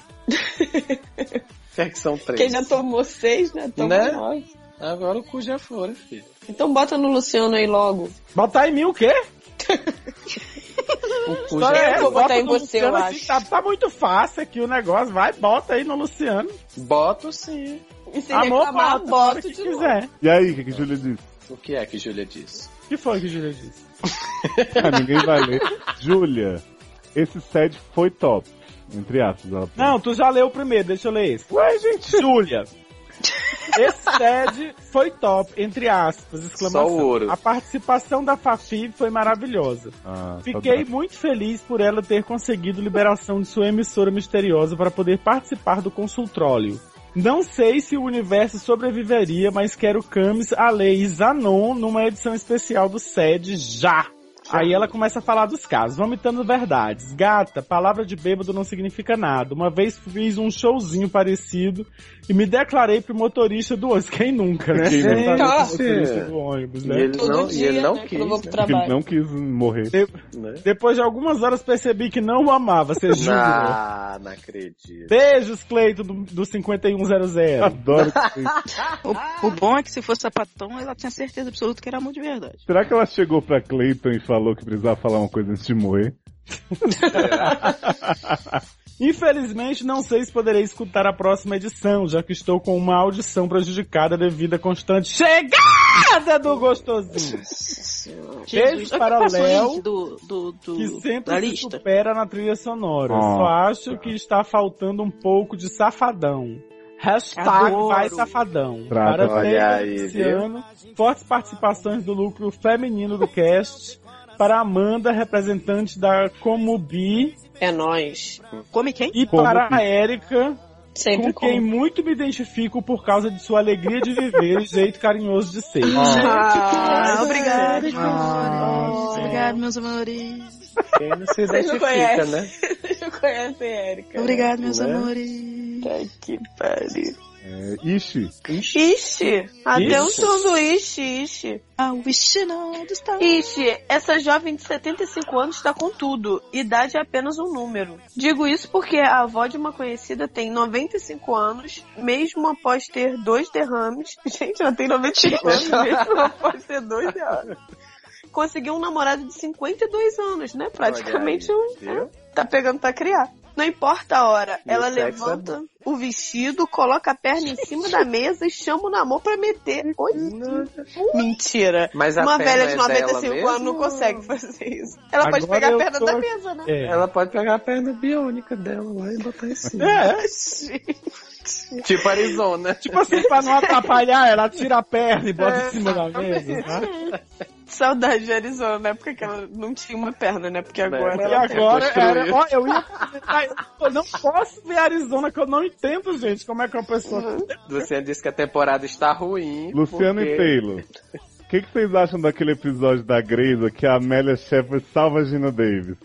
[SPEAKER 4] Quer que são três?
[SPEAKER 3] Quem já tomou seis, né? Tomou
[SPEAKER 4] Né?
[SPEAKER 3] nove.
[SPEAKER 4] Agora o cu já fora, filho.
[SPEAKER 3] Então bota no Luciano aí logo.
[SPEAKER 5] botar em mim o quê?
[SPEAKER 4] O cu
[SPEAKER 5] História
[SPEAKER 4] já
[SPEAKER 5] é essa?
[SPEAKER 3] vou botar
[SPEAKER 5] Bota
[SPEAKER 3] em
[SPEAKER 5] no
[SPEAKER 3] você,
[SPEAKER 5] Luciano
[SPEAKER 3] eu
[SPEAKER 5] aqui,
[SPEAKER 3] acho.
[SPEAKER 5] Tá, tá muito fácil aqui o negócio, vai, bota aí no Luciano.
[SPEAKER 4] Boto sim.
[SPEAKER 3] E se
[SPEAKER 5] Amor,
[SPEAKER 3] reclamar,
[SPEAKER 5] bota, bota o
[SPEAKER 3] bota
[SPEAKER 5] que
[SPEAKER 3] de novo.
[SPEAKER 5] quiser.
[SPEAKER 2] E aí, o que, que Júlia disse?
[SPEAKER 4] O que é que Júlia disse?
[SPEAKER 5] O que foi que o Júlio disse?
[SPEAKER 2] Ah, ninguém vai ler. Júlia, esse sede foi top. Entre aspas, ela põe.
[SPEAKER 5] Não, tu já leu o primeiro, deixa eu ler esse. Ué, gente. Júlia. Esse TED foi top, entre aspas,
[SPEAKER 4] Só
[SPEAKER 5] exclamação.
[SPEAKER 4] o ouro.
[SPEAKER 5] A participação da Fafi foi maravilhosa.
[SPEAKER 2] Ah,
[SPEAKER 5] Fiquei
[SPEAKER 2] saudade.
[SPEAKER 5] muito feliz por ela ter conseguido liberação de sua emissora misteriosa para poder participar do consultróleo. Não sei se o universo sobreviveria, mas quero Camis, Ale e Zanon numa edição especial do SED já. Aí ela começa a falar dos casos, vomitando verdades. Gata, palavra de bêbado não significa nada. Uma vez fiz um showzinho parecido e me declarei pro motorista do ônibus. Quem nunca, né?
[SPEAKER 2] Quem nunca?
[SPEAKER 5] Declarar pro motorista do ônibus,
[SPEAKER 4] E
[SPEAKER 5] né?
[SPEAKER 4] ele
[SPEAKER 3] Todo
[SPEAKER 4] não, e
[SPEAKER 3] dia,
[SPEAKER 4] ele não
[SPEAKER 3] né?
[SPEAKER 4] quis.
[SPEAKER 3] Quando eu vou pro
[SPEAKER 4] Né?
[SPEAKER 2] Ele
[SPEAKER 3] trabalho.
[SPEAKER 2] não quis morrer.
[SPEAKER 4] Né?
[SPEAKER 5] Depois de algumas horas percebi que não o amava, você jura?
[SPEAKER 4] Ah, não acredito.
[SPEAKER 5] Beijos, Cleito, do, do 5100.
[SPEAKER 2] Adoro. que isso.
[SPEAKER 9] O, o bom é que se fosse sapatão, ela tinha certeza absoluta que era amor de verdade.
[SPEAKER 2] Será que ela chegou pra Clayton e falou que precisava falar uma coisa antes de morrer?
[SPEAKER 5] Infelizmente, não sei se poderei escutar a próxima edição, já que estou com uma audição prejudicada devido à constante chegada do gostosinho, Beijos
[SPEAKER 9] olha
[SPEAKER 5] para
[SPEAKER 9] que passou
[SPEAKER 5] Léo,
[SPEAKER 9] aí do, do, do-
[SPEAKER 5] que
[SPEAKER 9] da
[SPEAKER 5] sempre se
[SPEAKER 9] lista.
[SPEAKER 5] supera na trilha sonora.
[SPEAKER 2] Ah.
[SPEAKER 5] Só acho que está faltando um pouco de safadão. Hashtag
[SPEAKER 9] Adoro.
[SPEAKER 5] vai safadão.
[SPEAKER 2] Traga.
[SPEAKER 5] Parabéns
[SPEAKER 4] Olha
[SPEAKER 5] ao
[SPEAKER 4] aí,
[SPEAKER 5] Luciano. Fortes participações do lucro feminino do cast. Para Amanda, representante da Comubi,
[SPEAKER 3] É nóis.
[SPEAKER 9] Come quem?
[SPEAKER 5] E
[SPEAKER 2] Como
[SPEAKER 5] para
[SPEAKER 2] que-
[SPEAKER 5] a Érica, com
[SPEAKER 3] Sempre com.
[SPEAKER 5] quem muito me identifico por causa de sua alegria de viver e jeito carinhoso de ser.
[SPEAKER 3] Ah, obrigada.
[SPEAKER 9] Obrigado, meus amores.
[SPEAKER 2] Ah,
[SPEAKER 9] Obrigado, meus amores.
[SPEAKER 10] Quem não se
[SPEAKER 3] Vocês não
[SPEAKER 10] identifica, né?
[SPEAKER 3] Vocês não conhecem a Erika.
[SPEAKER 9] Obrigado, meus
[SPEAKER 10] Né?
[SPEAKER 9] amores.
[SPEAKER 3] Puta que pariu.
[SPEAKER 2] É, ixi,
[SPEAKER 3] Ixi, até um sanduíche, ixi.
[SPEAKER 9] Ah, o Ishinaldo está.
[SPEAKER 3] Ixi, essa jovem de 75 anos está com tudo. Idade é apenas um número. Digo isso porque a avó de uma conhecida tem 95 anos, mesmo após ter dois derrames. Gente, ela tem 95 anos, mesmo após ter dois derrames. Conseguiu um namorado de 52 anos, né? Praticamente
[SPEAKER 4] Olha
[SPEAKER 3] um.
[SPEAKER 4] aí, viu?
[SPEAKER 3] Tá pegando pra criar. Não importa a hora,
[SPEAKER 4] E
[SPEAKER 3] ela
[SPEAKER 4] o sexo é
[SPEAKER 3] levanta o vestido, coloca a perna em cima da mesa e chama o namor pra meter. Oi? Mentira.
[SPEAKER 4] Mas a
[SPEAKER 3] Uma
[SPEAKER 4] perna
[SPEAKER 3] velha assim, de
[SPEAKER 4] é dela
[SPEAKER 3] 95
[SPEAKER 4] mesmo?
[SPEAKER 3] anos não consegue fazer isso. Ela pode
[SPEAKER 5] Agora
[SPEAKER 3] pegar a
[SPEAKER 5] eu
[SPEAKER 3] perna
[SPEAKER 5] tô-
[SPEAKER 3] da mesa, né?
[SPEAKER 5] É.
[SPEAKER 10] Ela pode pegar a perna biônica dela lá e botar em cima.
[SPEAKER 5] É,
[SPEAKER 4] Tipo Arizona.
[SPEAKER 5] tipo assim, pra não atrapalhar, ela tira a perna e bota em cima da mesa. tá?
[SPEAKER 3] Saudade de Arizona, na época que ela não tinha uma perna, né?
[SPEAKER 4] É.
[SPEAKER 3] Porque agora
[SPEAKER 5] E
[SPEAKER 3] ela
[SPEAKER 5] agora
[SPEAKER 4] construiu.
[SPEAKER 5] era. Ó, eu ia. comentar, Eu não posso ver Arizona, que eu não entendo, gente, como é que uma pessoa.
[SPEAKER 4] Luciano disse que a temporada está ruim.
[SPEAKER 2] Luciano
[SPEAKER 4] porque...
[SPEAKER 2] e Taylor. O que, que vocês acham daquele episódio da Greysa que a Amélia Shepard salva a Gina Davis?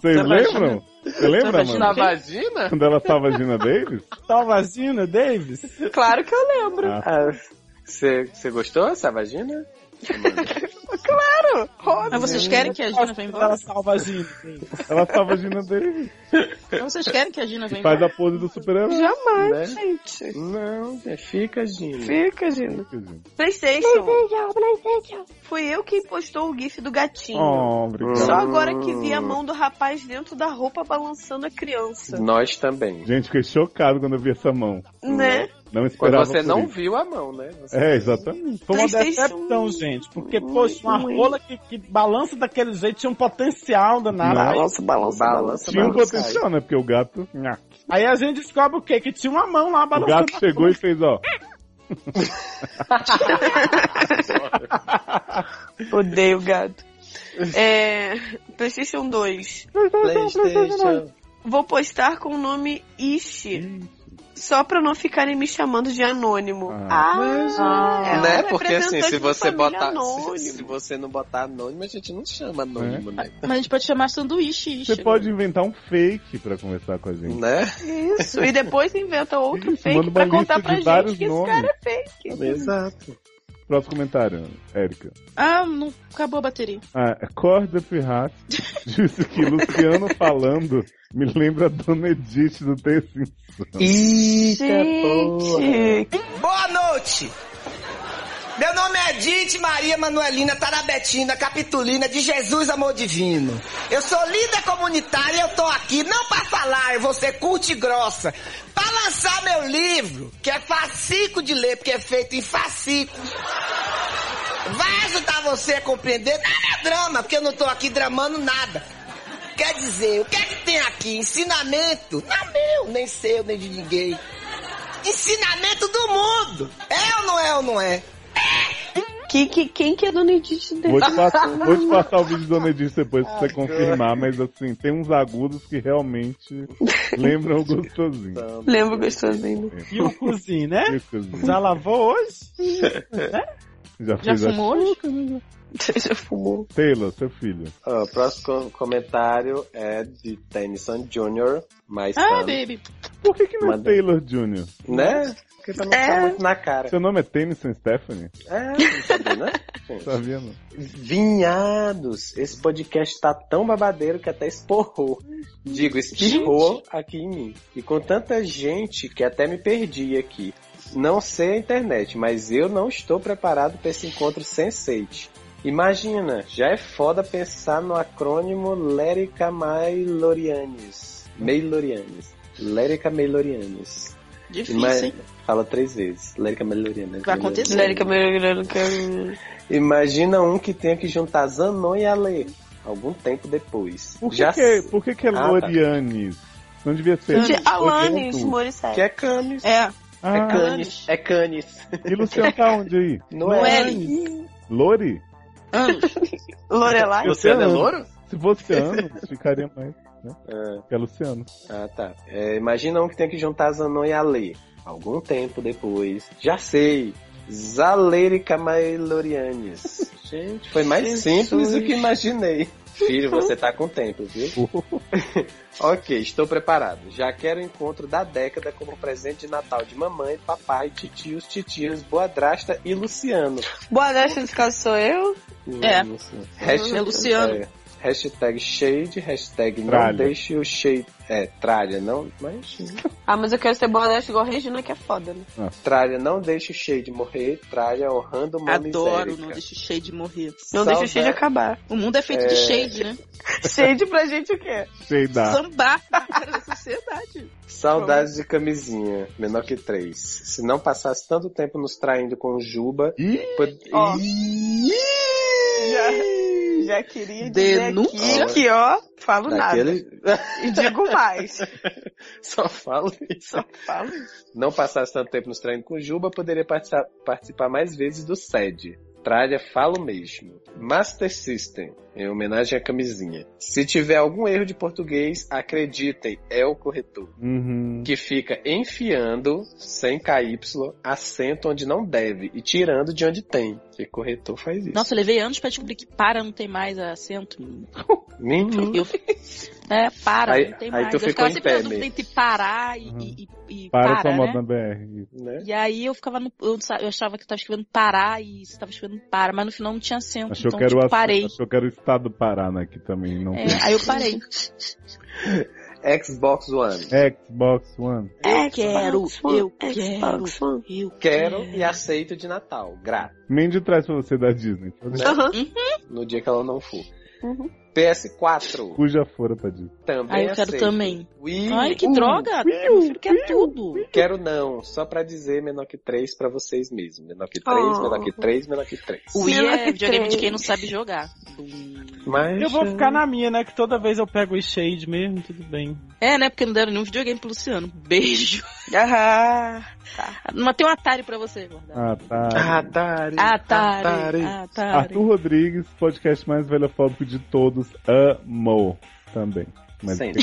[SPEAKER 2] Vocês lembram? Você lembra,
[SPEAKER 4] Na
[SPEAKER 2] mano?
[SPEAKER 4] vagina?
[SPEAKER 2] Quando ela salva a Gina Davis?
[SPEAKER 5] Salva a Gina Davis?
[SPEAKER 3] tem. Claro que eu lembro.
[SPEAKER 2] Ah,
[SPEAKER 4] Você você gostou dessa vagina?
[SPEAKER 9] Mas vocês querem que a Gina vá embora?
[SPEAKER 5] Ela salva a Gina. sim.
[SPEAKER 2] ela salva a Gina Davis.
[SPEAKER 9] Mas Vocês querem que a Gina vá
[SPEAKER 2] Faz
[SPEAKER 9] embora?
[SPEAKER 2] a pose do super-herói.
[SPEAKER 3] Jamais,
[SPEAKER 4] Né?
[SPEAKER 3] gente.
[SPEAKER 4] Não, é fica, Gina.
[SPEAKER 3] Fica, Gina. Playstation. Fui eu quem postou o gif do gatinho.
[SPEAKER 2] Oh,
[SPEAKER 3] Só
[SPEAKER 2] obrigado.
[SPEAKER 3] agora que vi a mão do rapaz dentro da roupa balançando a criança.
[SPEAKER 4] Nós também.
[SPEAKER 2] Gente, fiquei chocado quando eu vi essa mão.
[SPEAKER 4] Uhum.
[SPEAKER 3] Né?
[SPEAKER 2] Não
[SPEAKER 4] Quando
[SPEAKER 2] esperava
[SPEAKER 4] você
[SPEAKER 2] por
[SPEAKER 4] não
[SPEAKER 2] isso.
[SPEAKER 4] viu a mão, né? Você-
[SPEAKER 2] É, exatamente.
[SPEAKER 5] Foi uma
[SPEAKER 3] PlayStation.
[SPEAKER 5] decepção, gente. Porque, poxa, uma rola que, que balança daquele jeito tinha um potencial danado. Aí-
[SPEAKER 3] Balança, balança,
[SPEAKER 4] Balança,
[SPEAKER 2] Tinha um
[SPEAKER 4] balança,
[SPEAKER 2] potencial, né? Porque o gato...
[SPEAKER 5] Aí a gente descobre o quê? Que tinha uma mão lá
[SPEAKER 2] O
[SPEAKER 5] balançando.
[SPEAKER 2] gato chegou e fez, ó...
[SPEAKER 4] Uhum.
[SPEAKER 3] Odeio gato. É, PlayStation 2.
[SPEAKER 4] Né?
[SPEAKER 10] PlayStation.
[SPEAKER 3] Vou postar com o nome Ishi. Só pra não ficarem me chamando de anônimo.
[SPEAKER 2] Ah.
[SPEAKER 3] é um
[SPEAKER 4] né? Porque assim,
[SPEAKER 3] representante da
[SPEAKER 4] se você
[SPEAKER 3] família
[SPEAKER 4] botar.
[SPEAKER 3] anônimo.
[SPEAKER 4] Se, se você não botar anônimo, a gente não
[SPEAKER 2] É.
[SPEAKER 4] chama anônimo, né?
[SPEAKER 9] Mas a gente pode chamar sanduíche.
[SPEAKER 2] Você pode inventar um fake pra conversar com a gente.
[SPEAKER 4] Né?
[SPEAKER 3] Isso. E depois inventa outro
[SPEAKER 2] Isso, manda
[SPEAKER 3] Um fake
[SPEAKER 2] uma
[SPEAKER 3] pra contar
[SPEAKER 2] lista
[SPEAKER 3] pra
[SPEAKER 2] de
[SPEAKER 3] gente
[SPEAKER 2] vários
[SPEAKER 3] que
[SPEAKER 2] nomes.
[SPEAKER 3] esse cara é fake.
[SPEAKER 4] Exato.
[SPEAKER 2] Próximo comentário, Érica.
[SPEAKER 9] Ah, não acabou a bateria.
[SPEAKER 2] Ah, Corda Pirrat disse que Luciano falando me lembra a Dona Edith do Tessin.
[SPEAKER 3] Gente,
[SPEAKER 12] Boa noite! Meu nome é Edith Maria Manuelina Tarabetina Tá Capitulina de Jesus Amor Divino. Eu sou líder comunitária e eu tô aqui não pra falar, eu vou ser curta e grossa, pra lançar meu livro, que é fascículo de ler, porque é feito em fascículo. Vai ajudar você a compreender? Nada é drama, porque eu não tô aqui dramando nada. Quer dizer, o que é que tem aqui? Ensinamento? Não é meu, nem seu, nem de ninguém ensinamento do mundo. É ou não é ou não é?
[SPEAKER 3] que, que, quem que é Dona Edith
[SPEAKER 2] Vou
[SPEAKER 3] dele?
[SPEAKER 2] te, passar, vou te passar o vídeo da Dona Edith depois pra você confirmar, mas assim, tem uns agudos que realmente lembram o gostosinho.
[SPEAKER 3] Lembro gostosinho.
[SPEAKER 5] E o cozinho, né?
[SPEAKER 2] Gostosinho.
[SPEAKER 5] Já lavou hoje?
[SPEAKER 2] Já
[SPEAKER 9] Já
[SPEAKER 2] fez a...
[SPEAKER 9] fumou É. hoje?
[SPEAKER 3] Você já fumou?
[SPEAKER 2] Taylor, seu filho.
[SPEAKER 4] Ó, o próximo com- comentário é de Tennyson Jr., mais
[SPEAKER 9] Ah,
[SPEAKER 4] ah,
[SPEAKER 9] baby.
[SPEAKER 2] Por que, que não é
[SPEAKER 4] Manda.
[SPEAKER 2] Taylor Jr.?
[SPEAKER 4] né? Porque pra não ficar muito na cara.
[SPEAKER 2] Seu nome é Tennyson Stephanie?
[SPEAKER 4] É, não sabe, né?
[SPEAKER 2] Sabia não?
[SPEAKER 4] Vinhados, esse podcast tá tão babadeiro que até esporrou. Digo, espirrou aqui em mim. E com tanta gente que até me perdi aqui. Não sei a internet, mas eu não estou preparado para esse encontro sensate. Imagina, já é foda pensar no acrônimo Lérica Maylorianes. Maylorianes. Lérica Maylorianes.
[SPEAKER 9] É Difícil,
[SPEAKER 4] Mas-
[SPEAKER 9] hein?
[SPEAKER 4] Fala três vezes. Lérica Maylorianes.
[SPEAKER 9] Vai acontecer.
[SPEAKER 3] Lérica Mergulhando Caminho.
[SPEAKER 4] Imagina um que tenha que juntar Zanon e Ale algum tempo depois.
[SPEAKER 2] Por que,
[SPEAKER 4] Já
[SPEAKER 2] que é, por que que é
[SPEAKER 4] Ah, tá.
[SPEAKER 2] Lorianes? Não devia ser.
[SPEAKER 3] De Alanis
[SPEAKER 2] Odonto.
[SPEAKER 4] que
[SPEAKER 3] Morissette.
[SPEAKER 4] é Canis.
[SPEAKER 9] É,
[SPEAKER 4] É
[SPEAKER 2] Ah,
[SPEAKER 4] Canis. É Canis.
[SPEAKER 2] e Luciano tá onde aí?
[SPEAKER 4] Não é.
[SPEAKER 2] Lori?
[SPEAKER 9] anos.
[SPEAKER 3] Lorelai?
[SPEAKER 4] Luciano é louro?
[SPEAKER 2] Se fosse anos, ficaria mais. né? Que é Luciano.
[SPEAKER 4] Ah, tá. É, imagina um que tem que juntar Zanon e Ale. Algum tempo depois. Já sei. Zalerica Mailorianes. Gente, foi mais
[SPEAKER 13] Jesus.
[SPEAKER 4] simples do que imaginei. Filho, você tá com tempo, viu? ok, estou preparado. Já quero o encontro da década como presente de Natal de mamãe, papai, titios, titios, boadrasta e Luciano.
[SPEAKER 3] Boa noite, nesse caso sou eu.
[SPEAKER 4] É. Hashtag, é, hashtag shade, hashtag
[SPEAKER 3] Tralha.
[SPEAKER 4] não deixe o shade. É, tralha, não. Mas.
[SPEAKER 3] Ah, mas eu quero ser boa noite igual a Regina, que é foda, né?
[SPEAKER 4] Tralha, não deixe o shade morrer. Tralha, honrando uma
[SPEAKER 3] Adoro,
[SPEAKER 4] misérica.
[SPEAKER 3] não deixa o shade morrer.
[SPEAKER 4] Não deixa o shade
[SPEAKER 3] acabar. O mundo é feito
[SPEAKER 4] É. Ah.
[SPEAKER 3] de shade, né? shade pra gente o quê?
[SPEAKER 2] Shadear.
[SPEAKER 3] Sambar na cara da sociedade.
[SPEAKER 4] Saudades de camisinha, menor que três. Se não passasse tanto tempo nos traindo com Juba. pod-
[SPEAKER 3] Ó.
[SPEAKER 4] Ih!
[SPEAKER 3] Já, já queria
[SPEAKER 4] Denúncia.
[SPEAKER 3] dizer aqui que, ó, falo
[SPEAKER 4] Daquele-
[SPEAKER 3] nada. E digo mais.
[SPEAKER 4] Só falo isso. Só
[SPEAKER 3] falo
[SPEAKER 4] Não passasse tanto tempo nos traindo com Juba, poderia participar, participar mais vezes do SED. Tralha, falo mesmo. Master System, em homenagem à camisinha. Se tiver algum erro de português, acreditem, é o corretor.
[SPEAKER 2] Uhum.
[SPEAKER 4] Que fica enfiando, sem KY, acento onde não deve e tirando de onde tem. Que corretor faz isso.
[SPEAKER 6] Nossa, eu levei anos pra descobrir que para não tem mais acento,
[SPEAKER 3] Uhum.
[SPEAKER 6] menino.
[SPEAKER 4] Menino.
[SPEAKER 6] Eu- É, para,
[SPEAKER 4] Aí-
[SPEAKER 6] não tem
[SPEAKER 4] aí
[SPEAKER 6] mais.
[SPEAKER 4] tu
[SPEAKER 6] Eu
[SPEAKER 4] ficou
[SPEAKER 6] ficava
[SPEAKER 4] em
[SPEAKER 6] sempre
[SPEAKER 4] pé
[SPEAKER 6] na dúvida
[SPEAKER 4] mesmo.
[SPEAKER 6] entre parar e, e- e- e
[SPEAKER 2] Uhum. Para, sua
[SPEAKER 6] né?
[SPEAKER 2] moda na BR.
[SPEAKER 4] né?
[SPEAKER 6] E aí eu ficava no, eu, não sa- eu achava que eu tava escrevendo parar e você tava escrevendo para, mas no final não tinha acento.
[SPEAKER 2] Achou
[SPEAKER 6] então
[SPEAKER 2] que era
[SPEAKER 6] tipo,
[SPEAKER 2] o assunto-
[SPEAKER 6] parei.
[SPEAKER 2] achou que era o estado do Pará, né? Que também não
[SPEAKER 6] É,
[SPEAKER 2] tem.
[SPEAKER 6] aí eu parei.
[SPEAKER 4] Xbox One.
[SPEAKER 2] Xbox One.
[SPEAKER 6] Eu quero, eu quero,
[SPEAKER 4] Xbox
[SPEAKER 6] eu
[SPEAKER 4] Quero e aceito de Natal. Grato.
[SPEAKER 2] Mandy traz pra você da Disney.
[SPEAKER 4] Né? No dia que ela não for. PS4.
[SPEAKER 2] Cuja fora pra Disney.
[SPEAKER 4] Também
[SPEAKER 6] Uhum.
[SPEAKER 3] É
[SPEAKER 6] Aí eu quero
[SPEAKER 4] aceito.
[SPEAKER 6] também.
[SPEAKER 4] Ui,
[SPEAKER 6] Ai, que
[SPEAKER 2] Uh,
[SPEAKER 4] ui,
[SPEAKER 6] droga! Meu filho quer tudo.
[SPEAKER 4] Quero não, só pra dizer menor que 3 pra vocês mesmos. Menor que 3,
[SPEAKER 6] Oh.
[SPEAKER 4] menor que 3, menor que 3.
[SPEAKER 2] uh.
[SPEAKER 6] O I é videogame de quem não sabe jogar.
[SPEAKER 4] Mas...
[SPEAKER 5] Eu vou ficar na minha, né? Que toda vez eu pego o shade mesmo, tudo bem.
[SPEAKER 6] É, né? Porque não deram nenhum videogame pro Luciano. Beijo.
[SPEAKER 3] Ah,
[SPEAKER 6] Mas tem um Atari pra você, guardar.
[SPEAKER 2] Ah,
[SPEAKER 4] Ah,
[SPEAKER 2] Atari.
[SPEAKER 4] Atari.
[SPEAKER 6] Atari. Atari.
[SPEAKER 2] Arthur Rodrigues, podcast mais velhofóbico de todos. Amou. Também. Mas
[SPEAKER 6] Sempre.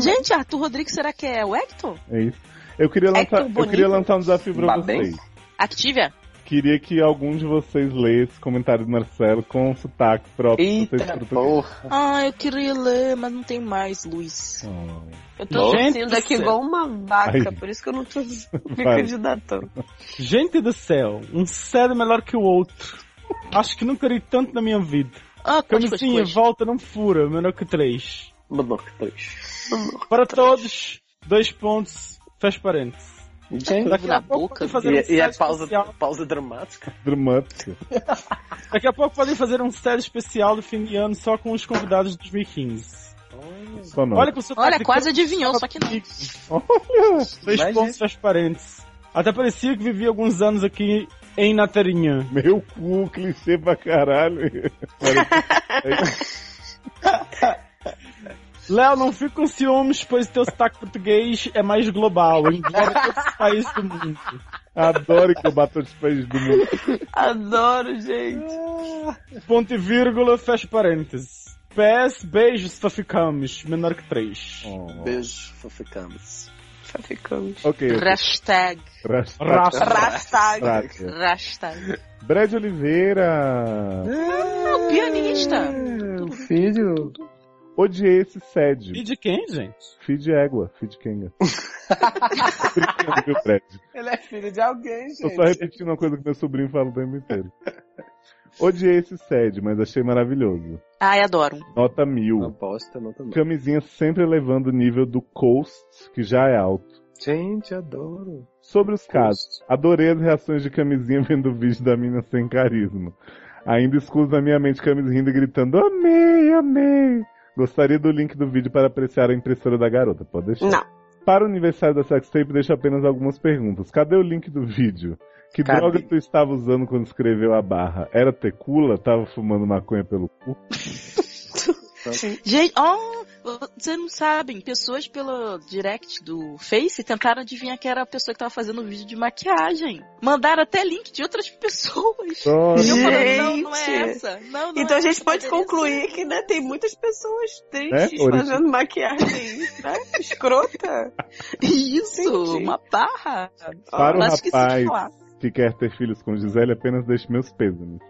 [SPEAKER 6] Gente, Arthur Rodrigues, será que é o Hector?
[SPEAKER 2] é isso. Eu queria lançar, eu
[SPEAKER 6] bonito.
[SPEAKER 2] queria lançar um desafio pra
[SPEAKER 6] Babem.
[SPEAKER 2] vocês.
[SPEAKER 6] Activia?
[SPEAKER 2] Queria que algum de vocês lesse comentário do Marcelo com sotaque próprio.
[SPEAKER 6] Eita,
[SPEAKER 2] vocês portugueses.
[SPEAKER 6] Ah, eu queria ler, mas não tem mais, Luiz.
[SPEAKER 2] Oh,
[SPEAKER 3] Eu
[SPEAKER 6] tô
[SPEAKER 3] Gente é
[SPEAKER 6] tossindo
[SPEAKER 3] do
[SPEAKER 6] aqui
[SPEAKER 3] céu.
[SPEAKER 6] igual uma vaca,
[SPEAKER 5] Ai.
[SPEAKER 6] por isso que eu não tô me
[SPEAKER 5] Vai.
[SPEAKER 3] candidatando.
[SPEAKER 5] Gente do céu, um sério melhor que o outro. Acho que nunca li tanto na minha vida.
[SPEAKER 6] Ah,
[SPEAKER 3] cois,
[SPEAKER 5] Camisinha,
[SPEAKER 3] cois, cois.
[SPEAKER 5] volta, não fura, menor que três.
[SPEAKER 4] Menor que três.
[SPEAKER 5] Para todos, dois pontos, fecha parênteses.
[SPEAKER 4] Gente,
[SPEAKER 5] daqui a
[SPEAKER 4] na
[SPEAKER 5] pouco
[SPEAKER 4] boca.
[SPEAKER 5] podem fazer
[SPEAKER 4] E-
[SPEAKER 5] um
[SPEAKER 4] e a
[SPEAKER 5] set
[SPEAKER 4] pausa-
[SPEAKER 5] especial.
[SPEAKER 4] pausa dramática.
[SPEAKER 2] Dramático.
[SPEAKER 5] Daqui a pouco podem fazer um série especial do fim de ano só com os convidados de 2015.
[SPEAKER 2] Só não.
[SPEAKER 5] Olha pro sotaque
[SPEAKER 6] Olha,
[SPEAKER 5] de
[SPEAKER 6] quase
[SPEAKER 5] cada-
[SPEAKER 6] adivinhou, só que não.
[SPEAKER 5] Olha, dois
[SPEAKER 6] Mas,
[SPEAKER 5] pontos transparentes. Até parecia que vivi alguns anos aqui em Natarinha.
[SPEAKER 2] Meu cu, clichê pra caralho.
[SPEAKER 5] Léo, não fica com ciúmes, pois teu sotaque português é mais global, engloba todos os países do mundo.
[SPEAKER 2] Adoro que eu bato os pés do mundo.
[SPEAKER 3] Adoro, gente.
[SPEAKER 5] Ponto e vírgula, fecha parênteses. PS, beijos, faficamos, menor que três.
[SPEAKER 4] Beijo, foficamos.
[SPEAKER 3] Faficamos.
[SPEAKER 2] Ok.
[SPEAKER 6] Hashtag.
[SPEAKER 2] Rasta-
[SPEAKER 5] Rasta.
[SPEAKER 4] Ah,
[SPEAKER 6] Hashtag.
[SPEAKER 2] Rasta.
[SPEAKER 6] Hashtag.
[SPEAKER 2] Brad Oliveira.
[SPEAKER 6] Ah, o pianista.
[SPEAKER 2] Filho. Odiei esse sede.
[SPEAKER 5] Feed quem, gente?
[SPEAKER 2] Feed égua. Feed Kenga. Tô brincando, viu, Brad?
[SPEAKER 4] Ele é filho de alguém,
[SPEAKER 2] Tô só repetindo uma coisa que meu sobrinho fala o tempo inteiro. Odiei esse sede, mas achei maravilhoso.
[SPEAKER 6] Ai, adoro.
[SPEAKER 2] Nota
[SPEAKER 4] Tá
[SPEAKER 2] mil.
[SPEAKER 4] Aposta, nota mil.
[SPEAKER 2] Camisinha sempre elevando o nível do Coast, que já é alto.
[SPEAKER 4] Gente, adoro.
[SPEAKER 2] Sobre os casos, adorei as reações de camisinha vendo o vídeo da mina sem carisma. Ainda escuso na minha mente camisinha rindo e gritando: Amei, amei! Gostaria do link do vídeo para apreciar a impressora da garota, pode deixar?
[SPEAKER 3] Não.
[SPEAKER 2] Para o aniversário da sextape, deixo apenas algumas perguntas. Cadê o link do vídeo? Que
[SPEAKER 4] Cadê?
[SPEAKER 2] droga tu estava usando quando escreveu a barra? Era tecula? Tava fumando maconha pelo cu?
[SPEAKER 6] Gente, ó,
[SPEAKER 9] Vocês não sabem, pessoas pelo direct do Face tentaram adivinhar que era a pessoa que tava fazendo o vídeo de maquiagem. Mandaram até link de outras pessoas.
[SPEAKER 3] Nossa.
[SPEAKER 9] E eu falei, não,
[SPEAKER 3] Gente.
[SPEAKER 9] não é essa. Não, não
[SPEAKER 3] então
[SPEAKER 9] é
[SPEAKER 3] a gente
[SPEAKER 9] essa,
[SPEAKER 3] pode
[SPEAKER 9] poderia
[SPEAKER 3] concluir que né, tem muitas pessoas tristes
[SPEAKER 9] Ori?
[SPEAKER 3] fazendo maquiagem, né? Escrota.
[SPEAKER 9] Isso, uma barra.
[SPEAKER 2] Para o
[SPEAKER 9] Mas esqueci de
[SPEAKER 2] rapaz
[SPEAKER 9] falar.
[SPEAKER 2] que quer ter filhos com Gisele, apenas deixe meus pêsames.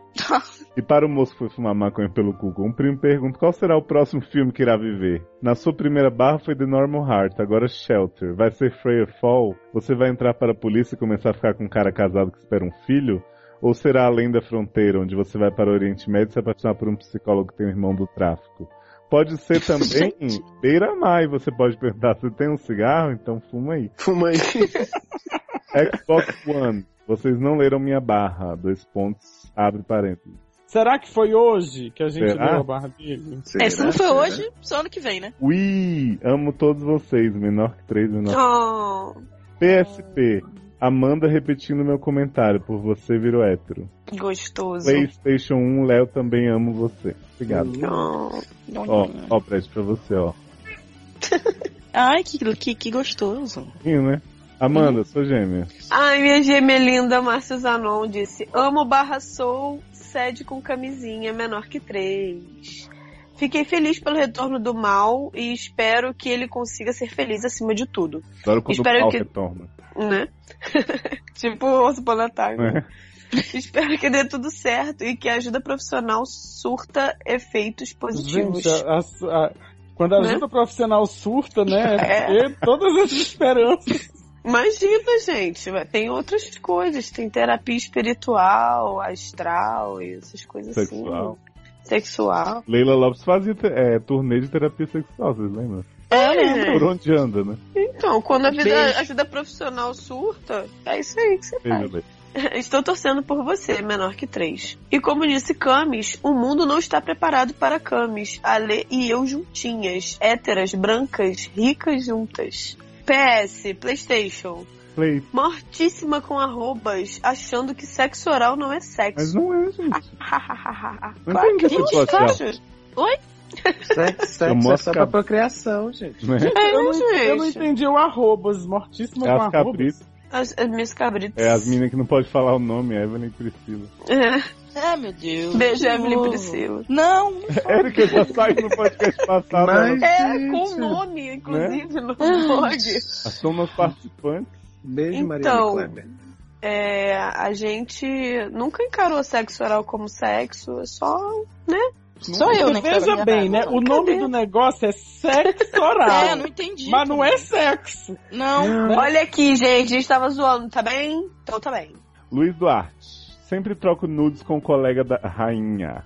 [SPEAKER 2] e para o moço que foi fumar maconha pelo Google, um primo pergunta qual será o próximo filme que irá viver. Na sua primeira barra foi The Normal Heart, agora Shelter. Vai ser Freya Fall? Você vai entrar para a polícia e começar a ficar com um cara casado que espera um filho? Ou será Além da Fronteira, onde você vai para o Oriente Médio e se apaixonar por um psicólogo que tem um irmão do tráfico? Pode ser também Beira Mar, e você pode perguntar, você tem um cigarro? Então fuma aí. Fuma aí. Xbox One, vocês não leram minha barra. Dois pontos, abre parênteses.
[SPEAKER 5] Será que foi hoje que a gente
[SPEAKER 2] Será?
[SPEAKER 5] deu a barra dele?
[SPEAKER 9] É, se não foi hoje, só ano que vem, né?
[SPEAKER 2] Ui, amo todos vocês, menor que três, menor que
[SPEAKER 9] Oh.
[SPEAKER 2] PSP, Amanda repetindo meu comentário, por você virou hétero.
[SPEAKER 3] Gostoso.
[SPEAKER 2] Playstation 1, Léo, também amo você. Obrigado.
[SPEAKER 3] Não. Uhum.
[SPEAKER 2] Ó, ó, prédio pra você, ó.
[SPEAKER 9] Ai, que, que, que gostoso.
[SPEAKER 2] Sim, né? Amanda, sou gêmea.
[SPEAKER 3] Ai, minha gêmea linda, Márcio Zanon disse: Amo barra sou, sede com camisinha menor que três. Fiquei feliz pelo retorno do mal e espero que ele consiga ser feliz acima de tudo.
[SPEAKER 2] Adoro quando
[SPEAKER 3] Espero
[SPEAKER 2] o pau
[SPEAKER 3] que-
[SPEAKER 2] retorna.
[SPEAKER 3] Né? tipo osso planetário.
[SPEAKER 2] Né?
[SPEAKER 3] Espero que dê tudo certo e que a ajuda profissional surta efeitos positivos.
[SPEAKER 5] Gente, a- a- a- quando a
[SPEAKER 3] Né?
[SPEAKER 5] ajuda profissional surta, né?
[SPEAKER 3] É.
[SPEAKER 5] É. porque todas as esperanças.
[SPEAKER 3] Imagina, gente, ué, tem outras coisas, tem terapia espiritual, astral e essas coisas
[SPEAKER 2] Sexual.
[SPEAKER 3] assim. Sexual.
[SPEAKER 2] Leila Lopes fazia te- é, turnê de terapia sexual, vocês lembram?
[SPEAKER 3] É,
[SPEAKER 2] Por onde anda, né?
[SPEAKER 3] Então, quando a vida,
[SPEAKER 2] Beijo.
[SPEAKER 3] ajuda profissional surta, é isso aí que você faz.
[SPEAKER 2] Veja bem.
[SPEAKER 3] Estou torcendo por você, menor que três. E como disse Camis, o mundo não está preparado para Camis, Ale e eu juntinhas, héteras, brancas, ricas juntas. PS, Playstation.
[SPEAKER 2] Play.
[SPEAKER 3] Mortíssima com arrobas, achando que sexo oral não é
[SPEAKER 2] Mas
[SPEAKER 3] sexo.
[SPEAKER 2] não é, gente. Não
[SPEAKER 3] claro
[SPEAKER 2] tem que
[SPEAKER 3] que
[SPEAKER 2] ser
[SPEAKER 3] não,
[SPEAKER 2] sexo oral.
[SPEAKER 3] acha? Oi?
[SPEAKER 4] Sexo,
[SPEAKER 2] Eu
[SPEAKER 4] sexo é
[SPEAKER 2] mostro
[SPEAKER 4] só pra
[SPEAKER 2] cab-
[SPEAKER 4] procriação, gente.
[SPEAKER 2] Né?
[SPEAKER 5] eu, não, eu não
[SPEAKER 3] É, gente.
[SPEAKER 5] entendi o arrobas, mortíssimo
[SPEAKER 2] É
[SPEAKER 5] com
[SPEAKER 2] as
[SPEAKER 5] arrobas.
[SPEAKER 2] cabritas.
[SPEAKER 3] As, as minhas cabritas.
[SPEAKER 2] É as meninas que não pode falar o nome, Evelyn e Priscila.
[SPEAKER 9] Ah, meu Deus.
[SPEAKER 3] Beijo,
[SPEAKER 9] De
[SPEAKER 3] Evelyn
[SPEAKER 9] novo.
[SPEAKER 3] Priscila.
[SPEAKER 9] Não,
[SPEAKER 2] Érica já saiu no podcast passado. né?
[SPEAKER 3] Mas,
[SPEAKER 2] ela-
[SPEAKER 3] é, com o
[SPEAKER 2] né?
[SPEAKER 3] nome, inclusive, no blog.
[SPEAKER 2] Elas são umas participantes.
[SPEAKER 4] Beijo,
[SPEAKER 3] Então, é, a gente nunca encarou sexo oral como sexo, é só, né? Só eu, né? que tava
[SPEAKER 5] Veja
[SPEAKER 3] enganada.
[SPEAKER 5] bem, né? O nome do negócio é sexo oral.
[SPEAKER 3] É, não
[SPEAKER 9] entendi.
[SPEAKER 5] Mas não é sexo.
[SPEAKER 3] Não. Olha aqui, gente, a gente tava zoando, tá bem? Então tá bem.
[SPEAKER 2] Luiz Duarte. Sempre troco nudes com o colega da rainha.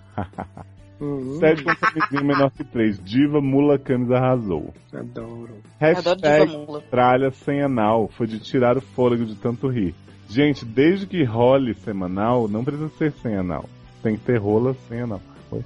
[SPEAKER 2] Sede com camisinha menor que três. Diva Mula Camis arrasou.
[SPEAKER 4] Adoro.
[SPEAKER 2] Hashtag tralha sem anal. Foi de tirar o fôlego de tanto rir. Gente, desde que role semanal, não precisa ser sem anal. Tem que ter rola sem anal. Oi.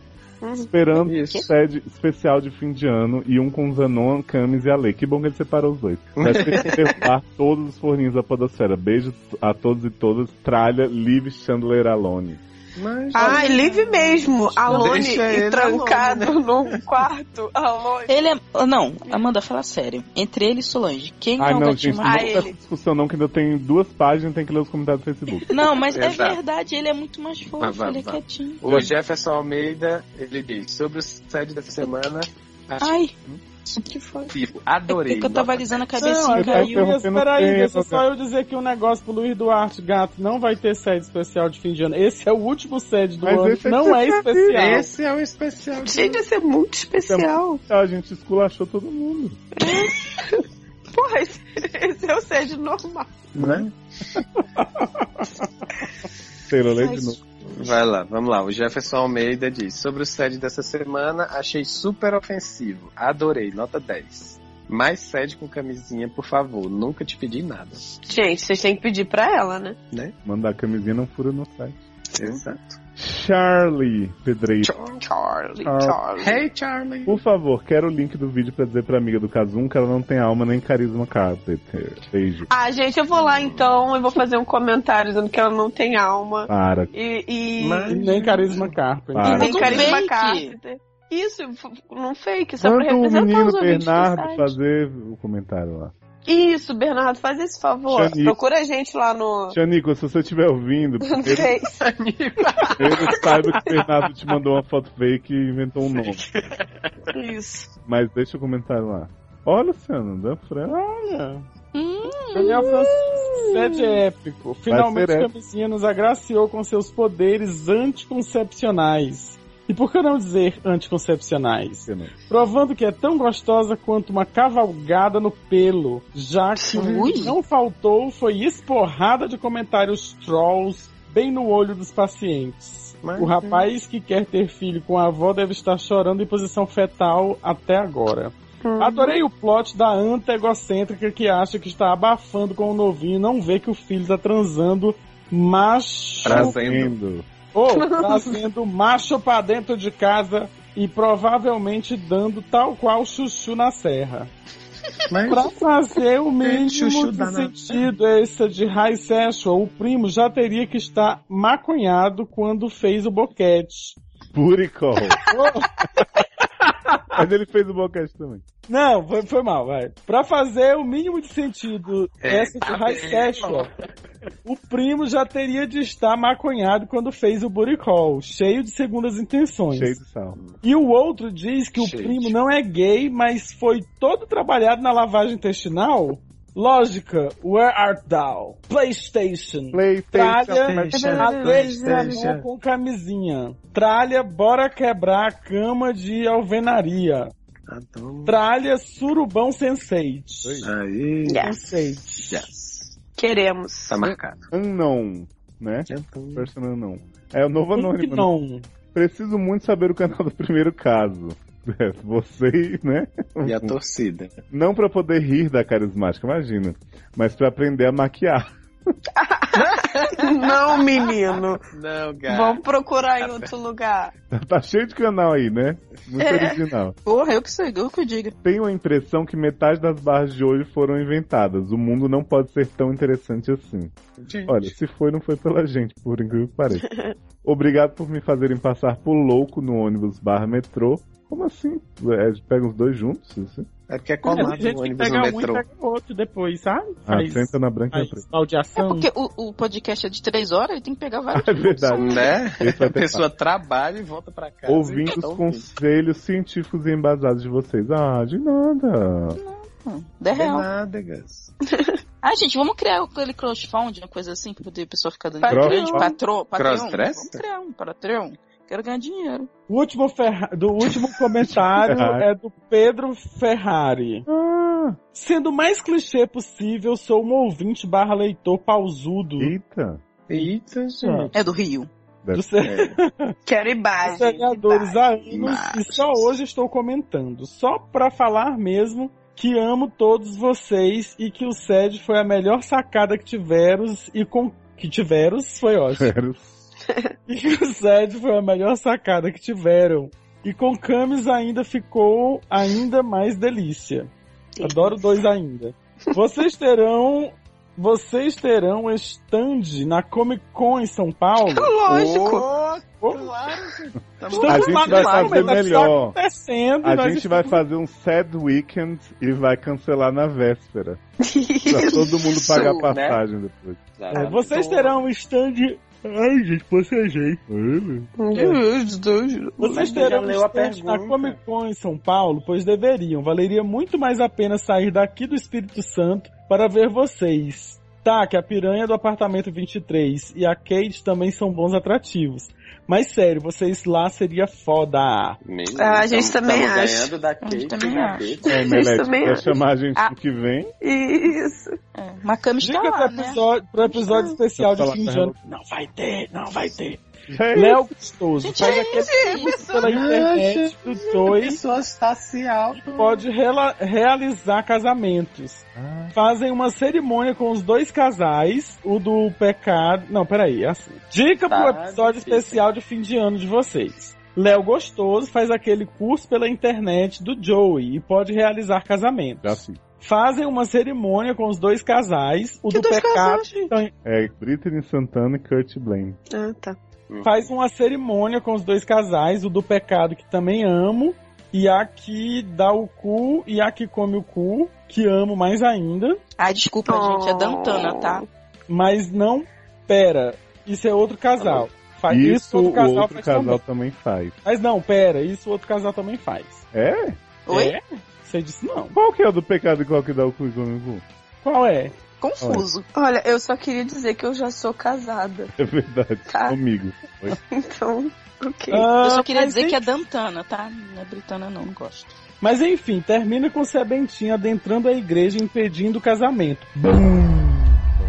[SPEAKER 2] Esperando sede especial de fim de ano e um com Zanon, Camis e Ale. Que bom que ele separou os dois. Deve ter que derrubar todos os forninhos da podosfera. Beijo a todos e todas. Tralha, Liv Chandler Alone.
[SPEAKER 4] Mas,
[SPEAKER 9] Ah.
[SPEAKER 3] Ai, livre mesmo. Alone
[SPEAKER 9] Deixa ele
[SPEAKER 3] e trancado
[SPEAKER 9] alone,
[SPEAKER 3] num quarto. Alone.
[SPEAKER 9] Ele é. Não, Amanda, fala sério. Entre ele e Solange,
[SPEAKER 6] Então
[SPEAKER 9] quem
[SPEAKER 2] Ai,
[SPEAKER 9] é o
[SPEAKER 2] não,
[SPEAKER 9] gatinho
[SPEAKER 2] gente, não
[SPEAKER 9] mais.
[SPEAKER 2] tem essa discussão não, que ainda tem duas páginas tem que ler os comentários do Facebook.
[SPEAKER 9] Não, mas é
[SPEAKER 4] Exato.
[SPEAKER 9] verdade, ele é muito mais fofo,
[SPEAKER 4] Vai, vai,
[SPEAKER 9] ele é
[SPEAKER 4] vai.
[SPEAKER 9] quietinho.
[SPEAKER 4] O Jefferson Almeida, ele diz, sobre o sede dessa semana, acho
[SPEAKER 9] Ai, é que foi?
[SPEAKER 4] tipo,
[SPEAKER 9] É
[SPEAKER 4] adorei.
[SPEAKER 9] que eu tava alisando a
[SPEAKER 5] Não,
[SPEAKER 9] cabecinha
[SPEAKER 5] eu
[SPEAKER 9] e caiu.
[SPEAKER 5] queria,
[SPEAKER 2] é
[SPEAKER 5] peraí, deixa só eu dizer aqui um negócio pro Luiz Duarte, gato, não vai ter sede especial de fim de ano. Esse é o último sede do
[SPEAKER 2] Mas
[SPEAKER 5] ano,
[SPEAKER 2] esse é
[SPEAKER 5] não é
[SPEAKER 2] especial.
[SPEAKER 5] especial.
[SPEAKER 4] Esse é um especial.
[SPEAKER 3] Gente, esse é muito especial.
[SPEAKER 2] A Ah, gente esculachou todo mundo.
[SPEAKER 3] Porra, esse, esse é o sede normal.
[SPEAKER 2] Né? Taylor, lê de novo.
[SPEAKER 4] Vai lá, vamos lá. O Jefferson Almeida diz: Sobre o SED dessa semana, achei super ofensivo. Adorei, nota 10. Mais SED com camisinha, por favor. Nunca te pedi nada.
[SPEAKER 3] Gente, vocês têm que pedir pra ela, né?
[SPEAKER 4] Né?
[SPEAKER 2] Mandar camisinha não fura no site.
[SPEAKER 4] Exato.
[SPEAKER 2] Charlie Pedreiro.
[SPEAKER 3] Charlie,
[SPEAKER 2] Ah. Charlie.
[SPEAKER 4] Hey, Charlie.
[SPEAKER 2] Por favor, quero o link do vídeo pra dizer pra amiga do Kazum que ela não tem alma nem carisma Carpenter. Beijo.
[SPEAKER 3] Ah, gente, eu vou lá então, eu vou fazer um comentário dizendo que ela não tem alma.
[SPEAKER 2] Para.
[SPEAKER 3] E. e...
[SPEAKER 5] E nem carisma carpa.
[SPEAKER 2] Para.
[SPEAKER 3] E nem
[SPEAKER 2] Tudo
[SPEAKER 9] um
[SPEAKER 3] carisma
[SPEAKER 9] bem que-
[SPEAKER 3] carta. Isso, num fake, só
[SPEAKER 2] Manda
[SPEAKER 3] pra
[SPEAKER 2] o
[SPEAKER 3] representar
[SPEAKER 2] menino
[SPEAKER 3] os ouvintes do
[SPEAKER 2] Bernardo
[SPEAKER 3] site.
[SPEAKER 2] fazer o comentário lá.
[SPEAKER 3] Isso, Bernardo, faz esse favor.
[SPEAKER 2] Xani-
[SPEAKER 3] Procura a gente lá no.
[SPEAKER 2] Tia Nico, se você estiver ouvindo,
[SPEAKER 3] no
[SPEAKER 2] primeiro,
[SPEAKER 3] Face.
[SPEAKER 2] primeiro saiba que o Bernardo te mandou uma foto fake e inventou um nome.
[SPEAKER 3] Isso.
[SPEAKER 2] Mas deixa o comentário lá. Ó, Luciano, dá pra Olha.
[SPEAKER 5] Daniel Francisco, sede épico. Finalmente,
[SPEAKER 2] ser épico.
[SPEAKER 5] Camisinha nos agraciou com seus poderes anticoncepcionais. E por que não dizer anticoncepcionais?
[SPEAKER 2] né?
[SPEAKER 5] Provando que é tão gostosa quanto uma cavalgada no pelo, já que o que não faltou foi esporrada de comentários trolls bem no olho dos pacientes.
[SPEAKER 4] Mas,
[SPEAKER 5] o rapaz que quer ter filho com a avó deve estar chorando em posição fetal até agora.
[SPEAKER 4] Uhum.
[SPEAKER 5] Adorei o plot da anta egocêntrica que acha que está abafando com o novinho e não vê que o filho está transando macho.
[SPEAKER 2] Trazendo.
[SPEAKER 5] Ou trazendo macho pra dentro de casa e provavelmente dando tal qual chuchu na serra. Pra fazer o mínimo
[SPEAKER 10] Chuchu
[SPEAKER 5] de
[SPEAKER 10] danado.
[SPEAKER 5] sentido esse de high sexual, o primo já teria que estar maconhado quando fez o boquete.
[SPEAKER 2] Buricol.
[SPEAKER 5] Ô,
[SPEAKER 2] Mas ele fez o boquete também.
[SPEAKER 5] Não, foi, foi mal, vai. Pra fazer o mínimo de sentido
[SPEAKER 2] É,
[SPEAKER 5] essa de
[SPEAKER 2] tá
[SPEAKER 5] high
[SPEAKER 2] bem,
[SPEAKER 5] sexual, o primo já teria de estar maconhado quando fez o buricol, cheio de segundas intenções.
[SPEAKER 2] Cheio de sal.
[SPEAKER 5] E o outro diz que o primo não é gay, mas foi todo trabalhado na lavagem intestinal. Lógica, where art thou? PlayStation.
[SPEAKER 10] PlayStation,
[SPEAKER 5] Tralha,
[SPEAKER 10] PlayStation.
[SPEAKER 5] PlayStation. com camisinha. Tralha, bora quebrar a cama de alvenaria. Tralha, surubão sensei.
[SPEAKER 4] Aí.
[SPEAKER 5] Sensei.
[SPEAKER 3] Queremos.
[SPEAKER 4] Tá marcado.
[SPEAKER 2] Unknown, né? Person Unknown. É o novo anônimo. né?
[SPEAKER 5] Unknown.
[SPEAKER 2] Preciso muito saber o canal do primeiro caso. É, Você, né?
[SPEAKER 4] E a torcida.
[SPEAKER 2] Não pra poder rir da carismática, imagina. Mas pra aprender a maquiar.
[SPEAKER 3] Não, menino.
[SPEAKER 4] Não,
[SPEAKER 3] Vamos procurar em outro lugar.
[SPEAKER 2] Tá cheio de canal aí, né? Muito
[SPEAKER 3] É.
[SPEAKER 2] original.
[SPEAKER 9] Porra, eu que sei, eu que eu diga. É
[SPEAKER 2] Tenho a impressão que metade das barras de hoje foram inventadas. O mundo não pode ser tão interessante assim. Olha, se foi, não foi pela gente, por incrível que pareça. Obrigado por me fazerem passar por louco no ônibus barra metrô. Como assim? É, pega os dois juntos? Assim?
[SPEAKER 4] É porque é
[SPEAKER 5] Tem
[SPEAKER 4] colado
[SPEAKER 5] gente
[SPEAKER 4] no
[SPEAKER 5] que
[SPEAKER 4] ônibus
[SPEAKER 5] pega
[SPEAKER 4] no
[SPEAKER 5] um e
[SPEAKER 4] metrô.
[SPEAKER 5] pega o outro depois, sabe?
[SPEAKER 2] Ah,
[SPEAKER 5] Faz
[SPEAKER 2] senta na branca e na preta.
[SPEAKER 9] É
[SPEAKER 2] Então.
[SPEAKER 5] baldeação.
[SPEAKER 9] porque o, o podcast é de três horas, ele tem que pegar vários.
[SPEAKER 2] É verdade. Esse vai
[SPEAKER 4] Né? A
[SPEAKER 2] ter
[SPEAKER 4] pessoa trabalha e volta pra casa.
[SPEAKER 2] Ouvindo os
[SPEAKER 4] Então,
[SPEAKER 2] conselhos científicos e embasados de vocês. Ah, de nada.
[SPEAKER 9] Hum, dez
[SPEAKER 4] De
[SPEAKER 3] É.
[SPEAKER 9] real.
[SPEAKER 4] nada, Gus.
[SPEAKER 9] Ah, gente, vamos criar aquele crowdfunding, uma coisa assim, pra poder a pessoa ficar dando
[SPEAKER 5] Patreon.
[SPEAKER 9] grande patrão. Patreon.
[SPEAKER 5] Crossdresser?
[SPEAKER 9] Vamos criar um Patreon. Quero ganhar dinheiro.
[SPEAKER 5] O último, ferra... do último comentário
[SPEAKER 9] Ferrari.
[SPEAKER 5] é do Pedro Ferrari. Sendo o mais clichê possível, sou um ouvinte barra leitor Hum, pausudo.
[SPEAKER 2] Eita.
[SPEAKER 5] Eita,
[SPEAKER 9] gente. É do Rio.
[SPEAKER 5] Do ser...
[SPEAKER 3] Quero
[SPEAKER 5] Os
[SPEAKER 3] imagens.
[SPEAKER 5] seriadores há anos
[SPEAKER 3] Imagens.
[SPEAKER 5] e só hoje estou comentando. Só pra falar mesmo que amo todos vocês e que o SED foi a melhor sacada que tiveros e com que tiveros foi ótimo. e que o SED foi a melhor sacada que tiveram. E com Camis ainda ficou ainda mais delícia. Adoro dois ainda. Vocês terão vocês terão um stand na Comic Con em São Paulo?
[SPEAKER 4] Lógico.
[SPEAKER 5] Ô,
[SPEAKER 4] tá
[SPEAKER 2] a gente vai fazer
[SPEAKER 5] mas
[SPEAKER 2] melhor.
[SPEAKER 5] Tá acontecendo,
[SPEAKER 2] A
[SPEAKER 5] nós
[SPEAKER 2] gente vai fazer um sad weekend e vai cancelar na véspera. pra todo mundo pagar
[SPEAKER 5] Isso,
[SPEAKER 2] passagem depois.
[SPEAKER 5] É, vocês terão um stand. Ai, gente, bocejei.
[SPEAKER 2] É.
[SPEAKER 5] Vocês terão um
[SPEAKER 10] leu a
[SPEAKER 5] stand
[SPEAKER 10] pergunta.
[SPEAKER 5] na Comic Con em São Paulo? Pois deveriam. Valeria muito mais a pena sair daqui do Espírito Santo para ver vocês. Tá, que a piranha do apartamento 23 e a Kate também são bons atrativos. Mas sério, vocês lá seria foda.
[SPEAKER 4] Mesmo,
[SPEAKER 3] Ah, a gente também
[SPEAKER 4] tamo
[SPEAKER 3] acha.
[SPEAKER 4] assim, ganhando da
[SPEAKER 3] A gente
[SPEAKER 4] Kate
[SPEAKER 3] também
[SPEAKER 4] e da
[SPEAKER 3] acha.
[SPEAKER 4] Beta.
[SPEAKER 2] É, Melete, quer chamar a gente no que vem?
[SPEAKER 3] Isso.
[SPEAKER 9] É, mas Camis tá
[SPEAKER 5] Dica
[SPEAKER 9] lá,
[SPEAKER 8] né?
[SPEAKER 5] pro episódio, pro episódio especial de fim de ano. Não vai ter, não vai ter.
[SPEAKER 2] É
[SPEAKER 5] Léo Gostoso.
[SPEAKER 8] Gente,
[SPEAKER 5] faz
[SPEAKER 8] é
[SPEAKER 5] aquele
[SPEAKER 8] isso.
[SPEAKER 5] pela internet do dois. Pode rela- realizar casamentos. Fazem uma cerimônia com os dois casais, o do pecado. Não, peraí, é assim. Dica pro
[SPEAKER 10] Tá,
[SPEAKER 5] episódio especial de fim de ano de vocês. Léo Gostoso faz aquele curso pela internet do Joey e pode realizar casamentos.
[SPEAKER 2] Tá.
[SPEAKER 5] Fazem uma cerimônia com os dois casais, o do pecado.
[SPEAKER 2] É Britney Santana e Kurt Blaine.
[SPEAKER 3] Ah, tá.
[SPEAKER 5] faz uma cerimônia com os dois casais, o do pecado que também amo, e a que dá o cu e a que come o cu, que amo mais ainda.
[SPEAKER 9] Ah, desculpa, gente, é Dantana, tá?
[SPEAKER 5] Mas não, pera, isso é outro casal. Faz
[SPEAKER 2] Tá Isso,
[SPEAKER 5] isso, outro casal
[SPEAKER 2] o outro
[SPEAKER 5] faz
[SPEAKER 2] casal
[SPEAKER 5] também.
[SPEAKER 2] também faz.
[SPEAKER 5] Mas não, pera, isso outro casal também faz.
[SPEAKER 2] É?
[SPEAKER 9] Oi?
[SPEAKER 5] É? Você disse não.
[SPEAKER 2] Qual que é o do pecado e qual que dá o cu e come o cu?
[SPEAKER 5] Qual é?
[SPEAKER 2] Confuso.
[SPEAKER 14] Olha, eu só queria dizer que eu já sou casada.
[SPEAKER 2] É verdade,
[SPEAKER 14] Tá.
[SPEAKER 2] comigo. Oi.
[SPEAKER 14] Então, ok.
[SPEAKER 9] Eu
[SPEAKER 5] Ah,
[SPEAKER 9] só queria dizer que é Dantana, tá? Não é Britana, não, não gosto.
[SPEAKER 5] Mas enfim, termina com Sebentinha adentrando a igreja e impedindo o casamento. Bum!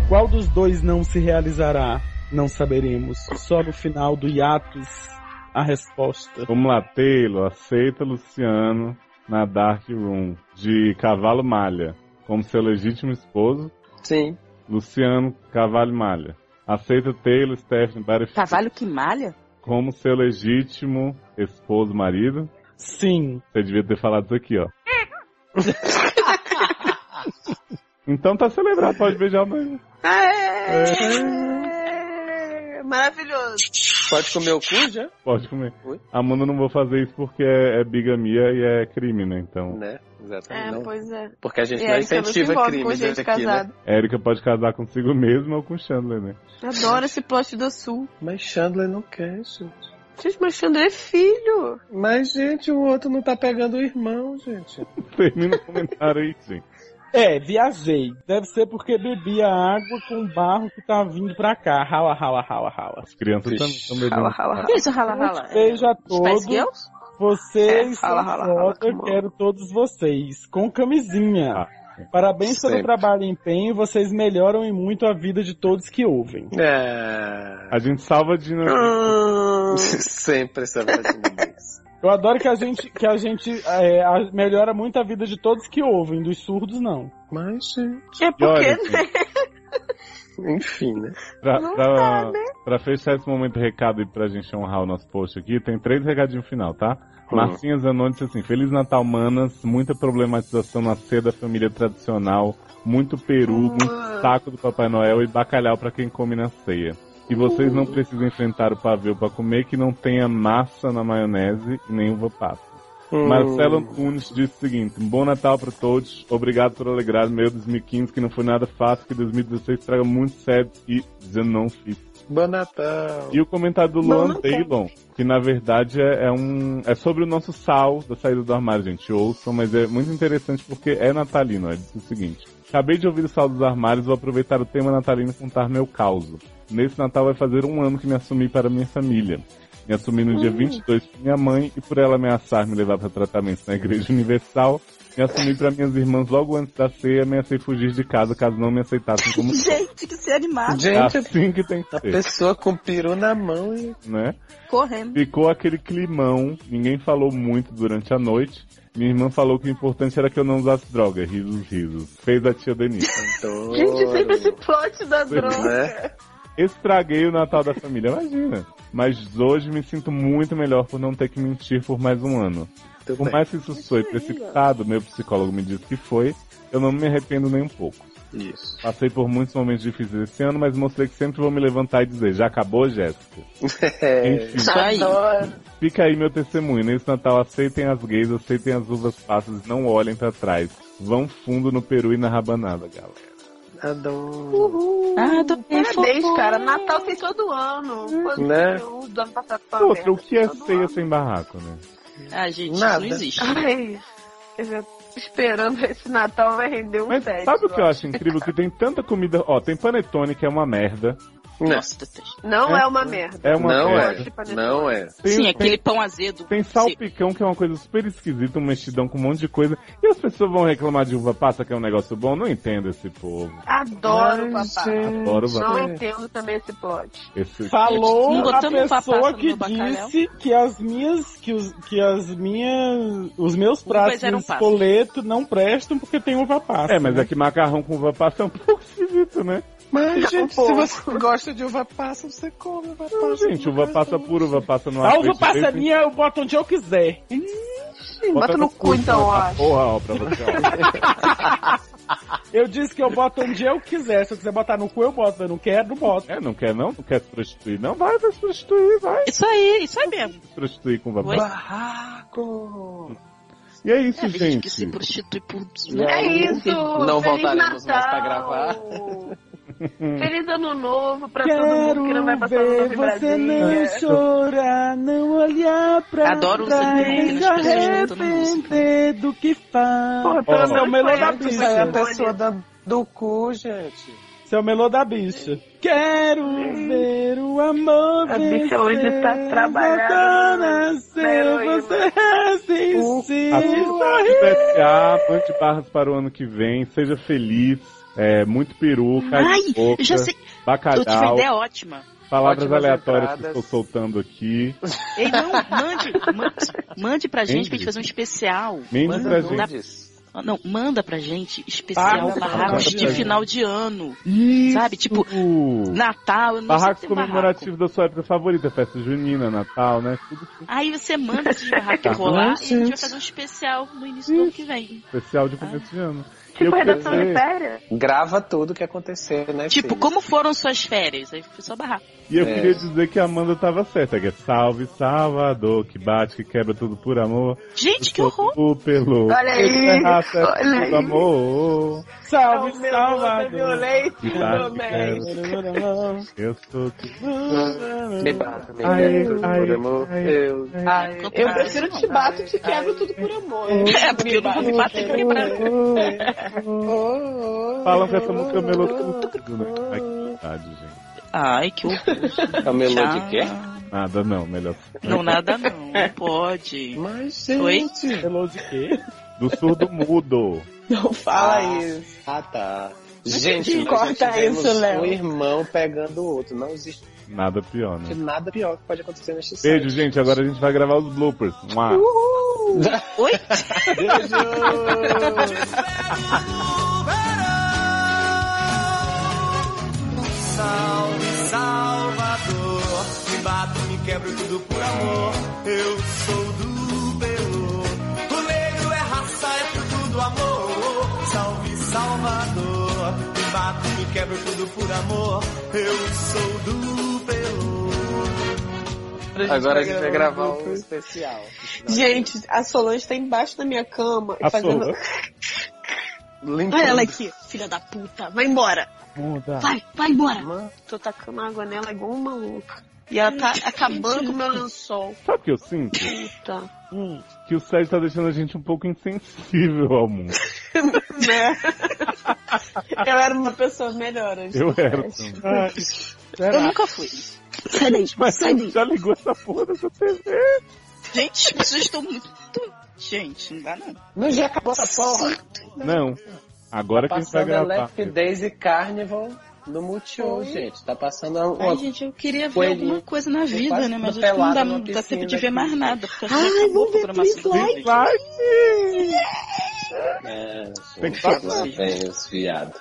[SPEAKER 5] Qual dos dois não se realizará? Não saberemos. Só no final do hiatus a resposta.
[SPEAKER 2] Vamos lá, Taylor, aceita Luciano na Dark Room de Cavalo Malha como seu legítimo esposo?
[SPEAKER 4] Sim.
[SPEAKER 2] Luciano Cavalo Malha. Aceita Taylor Stephanie Battlefield
[SPEAKER 6] Tá,
[SPEAKER 9] Cavalo que malha?
[SPEAKER 2] como seu legítimo esposo, marido?
[SPEAKER 5] Sim.
[SPEAKER 2] Você devia ter falado isso aqui, ó. então tá celebrado, pode beijar o noivo.
[SPEAKER 3] É, Maravilhoso.
[SPEAKER 4] Pode comer o cu já?
[SPEAKER 2] Pode comer.
[SPEAKER 4] Oi?
[SPEAKER 2] Amanda não vou fazer isso porque é, é bigamia e é crime, né? Então.
[SPEAKER 4] Né? Exatamente.
[SPEAKER 3] É,
[SPEAKER 4] Não.
[SPEAKER 3] pois é.
[SPEAKER 4] Porque a gente
[SPEAKER 3] E
[SPEAKER 4] não
[SPEAKER 3] aí, você não se
[SPEAKER 4] incentiva
[SPEAKER 3] envolve com
[SPEAKER 4] crimes
[SPEAKER 3] gente
[SPEAKER 4] aqui,
[SPEAKER 3] casada.
[SPEAKER 4] né?
[SPEAKER 2] Érica pode casar consigo mesma ou com Chandler, né?
[SPEAKER 3] Adoro esse plot do sul.
[SPEAKER 4] Mas Chandler não quer, gente.
[SPEAKER 3] Gente, mas Chandler é filho.
[SPEAKER 4] Mas, gente, o outro não tá pegando o irmão, gente.
[SPEAKER 2] Termina o comentário aí, gente.
[SPEAKER 5] É, viajei. Deve ser porque bebi a água com barro que tá vindo pra cá. Rala, rala, rala, rala.
[SPEAKER 2] As crianças também então, estão bebendo.
[SPEAKER 9] O que é isso, rala, rala? É
[SPEAKER 5] Beijo a
[SPEAKER 9] Spice
[SPEAKER 5] todos.
[SPEAKER 9] Girls?
[SPEAKER 5] Vocês
[SPEAKER 9] É, rala,
[SPEAKER 5] são
[SPEAKER 9] rala, rala,
[SPEAKER 5] foda,
[SPEAKER 9] come on.
[SPEAKER 5] quero todos vocês. Com camisinha. Parabéns pelo
[SPEAKER 2] Ah, Sempre.
[SPEAKER 5] trabalho e empenho. Vocês melhoram e muito a vida de todos que ouvem.
[SPEAKER 4] É.
[SPEAKER 2] A gente salva de
[SPEAKER 4] Sempre essa vagina deles.
[SPEAKER 5] Eu adoro que a gente, que a gente é, a- melhora muito a vida de todos que ouvem, dos surdos não.
[SPEAKER 4] Mas, gente.
[SPEAKER 3] É
[SPEAKER 2] E olha, gente,
[SPEAKER 4] Enfim, né?
[SPEAKER 2] pra,
[SPEAKER 4] Não
[SPEAKER 2] pra-
[SPEAKER 4] sabe.
[SPEAKER 2] pra fechar esse momento de recado e pra gente honrar o nosso post aqui, tem três recadinhos final, tá?
[SPEAKER 4] Hum.
[SPEAKER 2] Marcinha Zanoni disse assim: Feliz Natal, manas. Muita problematização na ceia da família tradicional. Muito peru,
[SPEAKER 4] Hum.
[SPEAKER 2] muito saco do Papai Noel e bacalhau pra quem come na ceia. E vocês
[SPEAKER 4] Hum.
[SPEAKER 2] não precisam enfrentar o pavio pra comer que não tenha massa na maionese e nem uva passa.
[SPEAKER 4] Hum.
[SPEAKER 2] Marcelo Antunes disse o seguinte: um Bom Natal pra todos, obrigado por alegrar meu 2015, que não foi nada fácil, que 2016 traga muito sério e não fiz.
[SPEAKER 4] Bom Natal.
[SPEAKER 2] E o comentário do
[SPEAKER 4] Bom
[SPEAKER 2] Luan
[SPEAKER 4] Natal.
[SPEAKER 2] Taylor, que na verdade é, é um. é sobre o nosso sal da saída do armário, gente. Ouçam, mas é muito interessante porque é natalino. Ele disse o seguinte. Acabei de ouvir o sal dos armários, vou aproveitar o tema natalino e contar meu causo. Nesse Natal vai fazer um ano que me assumi para minha família. Me assumi no dia
[SPEAKER 15] Hum.
[SPEAKER 2] 22 para minha mãe e por ela ameaçar me levar para tratamento na Igreja Universal, me assumi para minhas irmãs logo antes da ceia, ameacei fugir de casa caso não me aceitassem como
[SPEAKER 9] Gente, que ser animado.
[SPEAKER 2] Gente, assim que tem que
[SPEAKER 4] A
[SPEAKER 2] ser.
[SPEAKER 4] pessoa com peru na mão e.
[SPEAKER 2] né?
[SPEAKER 9] Correndo.
[SPEAKER 2] Ficou aquele climão, ninguém falou muito durante a noite. Minha irmã falou que o importante era que eu não usasse droga. Risos, risos. Fez a tia Denise.
[SPEAKER 3] Gente, sempre assim. esse plot da
[SPEAKER 2] Sempre,
[SPEAKER 4] né?
[SPEAKER 3] droga.
[SPEAKER 2] Estraguei o Natal da família, imagina. Mas hoje me sinto muito melhor por não ter que mentir por mais um ano.
[SPEAKER 4] Tudo
[SPEAKER 2] por
[SPEAKER 4] bem.
[SPEAKER 2] mais que isso foi precipitado, meu psicólogo me disse que foi, eu não me arrependo nem um pouco.
[SPEAKER 4] Isso.
[SPEAKER 2] Passei por muitos momentos difíceis esse ano, mas mostrei que sempre vou me levantar e dizer, já acabou, Jéssica? Enfim. Fica aí meu testemunho. Nesse Natal, aceitem as gays, aceitem as uvas passas, não olhem pra trás. Vão fundo no peru e na rabanada, galera.
[SPEAKER 4] Adoro.
[SPEAKER 9] Ah,
[SPEAKER 3] Parabéns, cara. Natal tem todo ano. Quando
[SPEAKER 2] Né?
[SPEAKER 3] tem o do ano passado foi uma
[SPEAKER 2] Outra, o
[SPEAKER 3] merda.
[SPEAKER 2] que é ceia sem barraco, né?
[SPEAKER 9] Ah, gente,
[SPEAKER 2] Nada.
[SPEAKER 9] isso não existe.
[SPEAKER 3] Ai, eu já tô esperando esse Natal vai render um Mas
[SPEAKER 2] Sabe o que eu acho incrível? Que tem tanta comida... Ó, tem panetone, que é uma merda.
[SPEAKER 6] tá
[SPEAKER 9] Nossa,
[SPEAKER 3] Não é uma merda. Tipo,
[SPEAKER 2] É uma
[SPEAKER 4] não
[SPEAKER 2] merda.
[SPEAKER 4] é. Não é.
[SPEAKER 9] Sim,
[SPEAKER 2] tem-
[SPEAKER 9] aquele pão azedo.
[SPEAKER 2] Tem salpicão, que é uma coisa super esquisita, um mexidão com um monte de coisa. E as pessoas vão reclamar de uva passa, que é um negócio bom? Não entendo esse povo.
[SPEAKER 3] Adoro o
[SPEAKER 2] Ai,
[SPEAKER 3] papai.
[SPEAKER 2] gente. Adoro o papai.
[SPEAKER 3] Hum, Não entendo também esse plot.
[SPEAKER 2] Esse...
[SPEAKER 5] Falou
[SPEAKER 3] Não
[SPEAKER 5] a
[SPEAKER 3] botamos
[SPEAKER 5] pessoa
[SPEAKER 3] papaça
[SPEAKER 5] que
[SPEAKER 3] no bacalhau?
[SPEAKER 5] disse que as minhas, que os, que as minhas, os meus pratos
[SPEAKER 2] eram
[SPEAKER 5] de
[SPEAKER 2] passas.
[SPEAKER 5] espoleto não prestam porque tem um uva passa.
[SPEAKER 2] É, mas é que macarrão com uva passa é um pouco esquisito, né?
[SPEAKER 4] Mas,
[SPEAKER 5] gente,
[SPEAKER 4] Se você gosta de uva passa, você come uva passa.
[SPEAKER 2] Gente, uva passa pura, uva passa no
[SPEAKER 5] A uva
[SPEAKER 2] azeite,
[SPEAKER 5] passa é
[SPEAKER 2] vem-
[SPEAKER 5] minha, eu boto onde eu quiser.
[SPEAKER 2] Bota no cu, então, ó. Porra, ó, pra você, ó.
[SPEAKER 5] Eu disse que eu boto onde eu quiser. Se eu quiser botar no cu, eu boto. Eu não quero, não boto.
[SPEAKER 2] É, não quer não? Não quer se prostituir? Não, vai se prostituir, vai.
[SPEAKER 6] Isso aí, isso aí mesmo.
[SPEAKER 2] Se prostituir com vapor.
[SPEAKER 6] Barraco!
[SPEAKER 2] E é isso,
[SPEAKER 6] É, desde
[SPEAKER 2] gente.
[SPEAKER 6] que se prostitui por...
[SPEAKER 3] É isso!
[SPEAKER 4] Não
[SPEAKER 3] Feliz
[SPEAKER 4] voltaremos mais pra
[SPEAKER 3] Natal!
[SPEAKER 4] gravar.
[SPEAKER 3] Feliz ano novo pra todo mundo que não vai
[SPEAKER 5] Quero
[SPEAKER 3] passar o
[SPEAKER 5] ver
[SPEAKER 3] novo em
[SPEAKER 5] você não
[SPEAKER 3] Brasília.
[SPEAKER 5] chorar, não olhar pra
[SPEAKER 3] Adoro o
[SPEAKER 5] trás,
[SPEAKER 3] Zé,
[SPEAKER 5] se
[SPEAKER 3] nas pessoas cantando
[SPEAKER 5] arrepender do que faz.
[SPEAKER 10] Porra, pelo amor
[SPEAKER 5] Seu
[SPEAKER 10] de
[SPEAKER 5] melô da
[SPEAKER 10] Deus, isso aí é
[SPEAKER 5] bicha.
[SPEAKER 10] a pessoa da-
[SPEAKER 5] do cu, gente. Seu é melô da bicha. Quero ver o amor
[SPEAKER 10] A bicha hoje tá né?
[SPEAKER 5] vencer,
[SPEAKER 10] trabalhada,
[SPEAKER 5] voltar a ser,
[SPEAKER 10] heroína.
[SPEAKER 5] você resistir.
[SPEAKER 2] BSA, plante barras para o ano que vem, seja feliz, é, muito peru, cai de
[SPEAKER 6] Ai,
[SPEAKER 2] boca,
[SPEAKER 6] eu já sei. Eu tive uma
[SPEAKER 2] bacalhau,
[SPEAKER 6] ideia é ótima.
[SPEAKER 2] palavras
[SPEAKER 6] Ótimas
[SPEAKER 2] aleatórias que estou
[SPEAKER 6] entradas.
[SPEAKER 2] soltando aqui.
[SPEAKER 6] Ei, não, mande, mande, mande pra gente pra
[SPEAKER 2] Mande.
[SPEAKER 6] gente fazer um especial.
[SPEAKER 2] Mande
[SPEAKER 6] manda,
[SPEAKER 2] pra
[SPEAKER 6] manda- Não, manda pra gente especial
[SPEAKER 2] Barracos
[SPEAKER 6] barracos
[SPEAKER 2] de
[SPEAKER 6] de
[SPEAKER 2] final
[SPEAKER 6] final de ano.
[SPEAKER 2] Isso.
[SPEAKER 6] Sabe, tipo, Natal, eu não
[SPEAKER 2] Barracos
[SPEAKER 6] sei se tem
[SPEAKER 2] comemorativos da sua época favorita, festa junina, Natal, né? Tudo
[SPEAKER 6] barraco. Aí você manda esses
[SPEAKER 2] Tá
[SPEAKER 6] barracos
[SPEAKER 2] bom,
[SPEAKER 6] rolar e a gente vai
[SPEAKER 2] gente.
[SPEAKER 6] fazer um especial no início do ano que vem.
[SPEAKER 2] especial de começo de ano.
[SPEAKER 6] Tipo,
[SPEAKER 2] Eu quero
[SPEAKER 6] redação de
[SPEAKER 2] ver-
[SPEAKER 6] férias?
[SPEAKER 4] Grava tudo o que aconteceu, né?
[SPEAKER 6] Tipo, como foram suas férias? Aí foi só barraco.
[SPEAKER 2] E eu
[SPEAKER 4] É.
[SPEAKER 2] queria dizer que a Amanda tava certa, que é salve Salvador, que bate, que quebra tudo por amor.
[SPEAKER 6] Gente,
[SPEAKER 2] que horror! Pelo
[SPEAKER 5] Olha aí, olha aí.
[SPEAKER 2] pelo é amor.
[SPEAKER 5] Salve,
[SPEAKER 10] Meu
[SPEAKER 5] salvador.
[SPEAKER 10] mundo é violento,
[SPEAKER 2] Que bate, que
[SPEAKER 10] doméstico.
[SPEAKER 2] quebra. Eu sou que...
[SPEAKER 4] Me bata, me
[SPEAKER 2] Ai,
[SPEAKER 4] quebra tudo
[SPEAKER 2] ai,
[SPEAKER 4] por amor.
[SPEAKER 2] ai,
[SPEAKER 4] eu...
[SPEAKER 3] Eu prefiro te bato e te quebro tudo por amor.
[SPEAKER 6] É, porque eu não vou me bater e quebrar.
[SPEAKER 2] Falam que essa música é o melô com tudo, né? Ai, que vontade, gente.
[SPEAKER 6] Ai, que horror.
[SPEAKER 4] É o melô de quê?
[SPEAKER 2] Nada não, melhor.
[SPEAKER 6] Não, nada não. Não pode.
[SPEAKER 4] Mas,
[SPEAKER 6] Oi?
[SPEAKER 5] Melô de quê?
[SPEAKER 2] Do surdo mudo.
[SPEAKER 10] Não fala isso.
[SPEAKER 4] Ah, tá.
[SPEAKER 10] Mas
[SPEAKER 4] Gente,
[SPEAKER 10] que
[SPEAKER 4] nós já
[SPEAKER 10] corta
[SPEAKER 4] tivemos
[SPEAKER 10] isso, Léo.
[SPEAKER 4] um irmão pegando o outro. Não existe
[SPEAKER 2] Nada pior, né?
[SPEAKER 4] nada pior que pode acontecer neste site.
[SPEAKER 2] Beijo, gente. Agora a gente vai gravar os bloopers. Mua.
[SPEAKER 6] Oi?
[SPEAKER 8] Salve Salvador, me bato, me quebro tudo por amor. Eu sou do Belo, o negro é raça, é tudo amor. Salve Salvador, me bato, me quebro tudo por amor. Eu sou do Belo.
[SPEAKER 4] Agora a gente vai gravar um especial.
[SPEAKER 3] Gente, a Solange tá embaixo da minha cama e
[SPEAKER 4] A
[SPEAKER 3] fazendo.
[SPEAKER 4] Solange?
[SPEAKER 3] Olha
[SPEAKER 6] é
[SPEAKER 3] ela aqui, filha da puta. Vai embora. Vai, vai embora. Tô tacando água nela igual uma louca. E ela tá acabando com o meu lençol. Tá.
[SPEAKER 2] Sabe o que eu sinto?
[SPEAKER 3] Puta.
[SPEAKER 2] Que o Sérgio tá deixando a gente um pouco insensível ao mundo.
[SPEAKER 3] Né? Eu era uma pessoa melhor antes.
[SPEAKER 2] Eu
[SPEAKER 3] do
[SPEAKER 2] era.
[SPEAKER 3] teste.
[SPEAKER 2] Ai,
[SPEAKER 3] É, tipo, Eu nunca fui. Sai daí, tipo,
[SPEAKER 2] Mas
[SPEAKER 3] sai
[SPEAKER 2] você
[SPEAKER 3] daí.
[SPEAKER 2] já ligou essa porra dessa TV?
[SPEAKER 6] Gente, as pessoas estão muito. Gente, não dá não.
[SPEAKER 4] Não, já acabou essa porra.
[SPEAKER 2] Não. Agora que a gente vai
[SPEAKER 4] Passando
[SPEAKER 2] gravar.
[SPEAKER 4] Left Days e Carnival no Multishow,
[SPEAKER 6] Oi?
[SPEAKER 4] gente. Tá passando a- uma...
[SPEAKER 6] Ai, gente, eu queria ver
[SPEAKER 4] coelhinho.
[SPEAKER 6] alguma coisa na
[SPEAKER 4] Tem
[SPEAKER 6] vida,
[SPEAKER 4] quase
[SPEAKER 6] né?
[SPEAKER 4] uma
[SPEAKER 6] Mas acho que não
[SPEAKER 4] pelada
[SPEAKER 6] dá,
[SPEAKER 4] na
[SPEAKER 6] não dá tempo
[SPEAKER 4] piscina
[SPEAKER 6] de ver
[SPEAKER 4] aqui.
[SPEAKER 6] mais nada. Porque acho
[SPEAKER 4] Ai,
[SPEAKER 6] que acabou a programação do
[SPEAKER 4] Light.
[SPEAKER 6] Light.
[SPEAKER 4] É,
[SPEAKER 6] Tem
[SPEAKER 4] Tem
[SPEAKER 6] que
[SPEAKER 4] que
[SPEAKER 6] falar.
[SPEAKER 4] Bem, os viado.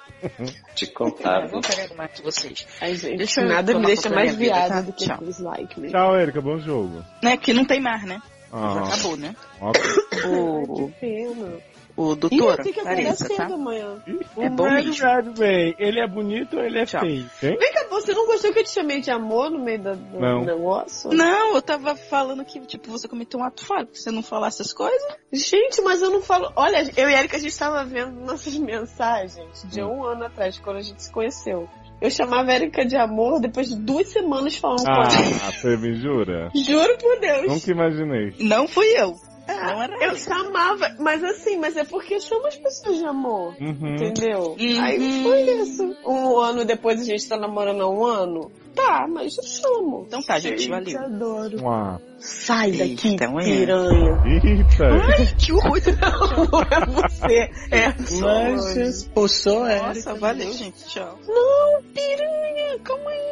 [SPEAKER 4] Te contar.
[SPEAKER 6] Eu vou querer mais de vocês.
[SPEAKER 3] Ai, gente,
[SPEAKER 6] Deixa eu
[SPEAKER 3] nada me
[SPEAKER 6] tomar
[SPEAKER 3] deixa
[SPEAKER 6] conta
[SPEAKER 3] mais
[SPEAKER 6] da minha vida,
[SPEAKER 3] viada
[SPEAKER 6] tá?
[SPEAKER 3] do que né?
[SPEAKER 6] Tchau.
[SPEAKER 3] dislike mesmo.
[SPEAKER 2] Tchau, Erika. Bom jogo.
[SPEAKER 6] Né? Porque não tem mais, né?
[SPEAKER 2] Ah.
[SPEAKER 6] Já acabou, né?
[SPEAKER 2] Ok.
[SPEAKER 6] O,
[SPEAKER 3] Pena.
[SPEAKER 6] o
[SPEAKER 3] Ih,
[SPEAKER 6] doutor,
[SPEAKER 3] o que que
[SPEAKER 6] Larissa,
[SPEAKER 3] aconteceu
[SPEAKER 6] tá?
[SPEAKER 3] amanhã?
[SPEAKER 6] É bom
[SPEAKER 5] Mary
[SPEAKER 6] mesmo.
[SPEAKER 5] Bradway, ele é bonito ou ele é feio?
[SPEAKER 3] Vem cá, você não gostou que eu te chamei de amor no meio da- do
[SPEAKER 5] Não.
[SPEAKER 3] negócio?
[SPEAKER 6] Não, eu tava falando que, tipo, você cometeu um ato falho, que você não falasse as coisas.
[SPEAKER 3] Gente, mas eu não falo. Olha, eu e a Erika, a gente tava vendo nossas mensagens de um ano atrás, quando a gente se conheceu. Eu chamava a Erika de amor depois de duas semanas falando com ela.
[SPEAKER 2] Ah, você me jura?
[SPEAKER 3] Juro por Deus.
[SPEAKER 2] Nunca imaginei.
[SPEAKER 6] Não fui eu.
[SPEAKER 3] não era eu chamava, mas assim, mas é porque eu chamo as pessoas de amor.
[SPEAKER 2] Uhum.
[SPEAKER 3] Entendeu?
[SPEAKER 6] Uhum.
[SPEAKER 3] Aí foi isso. Um ano depois a gente tá namorando há um ano. Tá, mas eu chamo.
[SPEAKER 6] Então tá, gente, valeu.
[SPEAKER 3] Eu adoro.
[SPEAKER 2] Mua.
[SPEAKER 3] Sai daqui,
[SPEAKER 6] Então, é.
[SPEAKER 3] piranha.
[SPEAKER 2] Eita.
[SPEAKER 6] Ai, que horror.
[SPEAKER 3] Não é você. É a Solange.
[SPEAKER 4] expulsou
[SPEAKER 9] então,
[SPEAKER 6] Nossa,
[SPEAKER 9] né?
[SPEAKER 6] valeu, gente. Tchau.
[SPEAKER 3] Não, piranha, calma aí.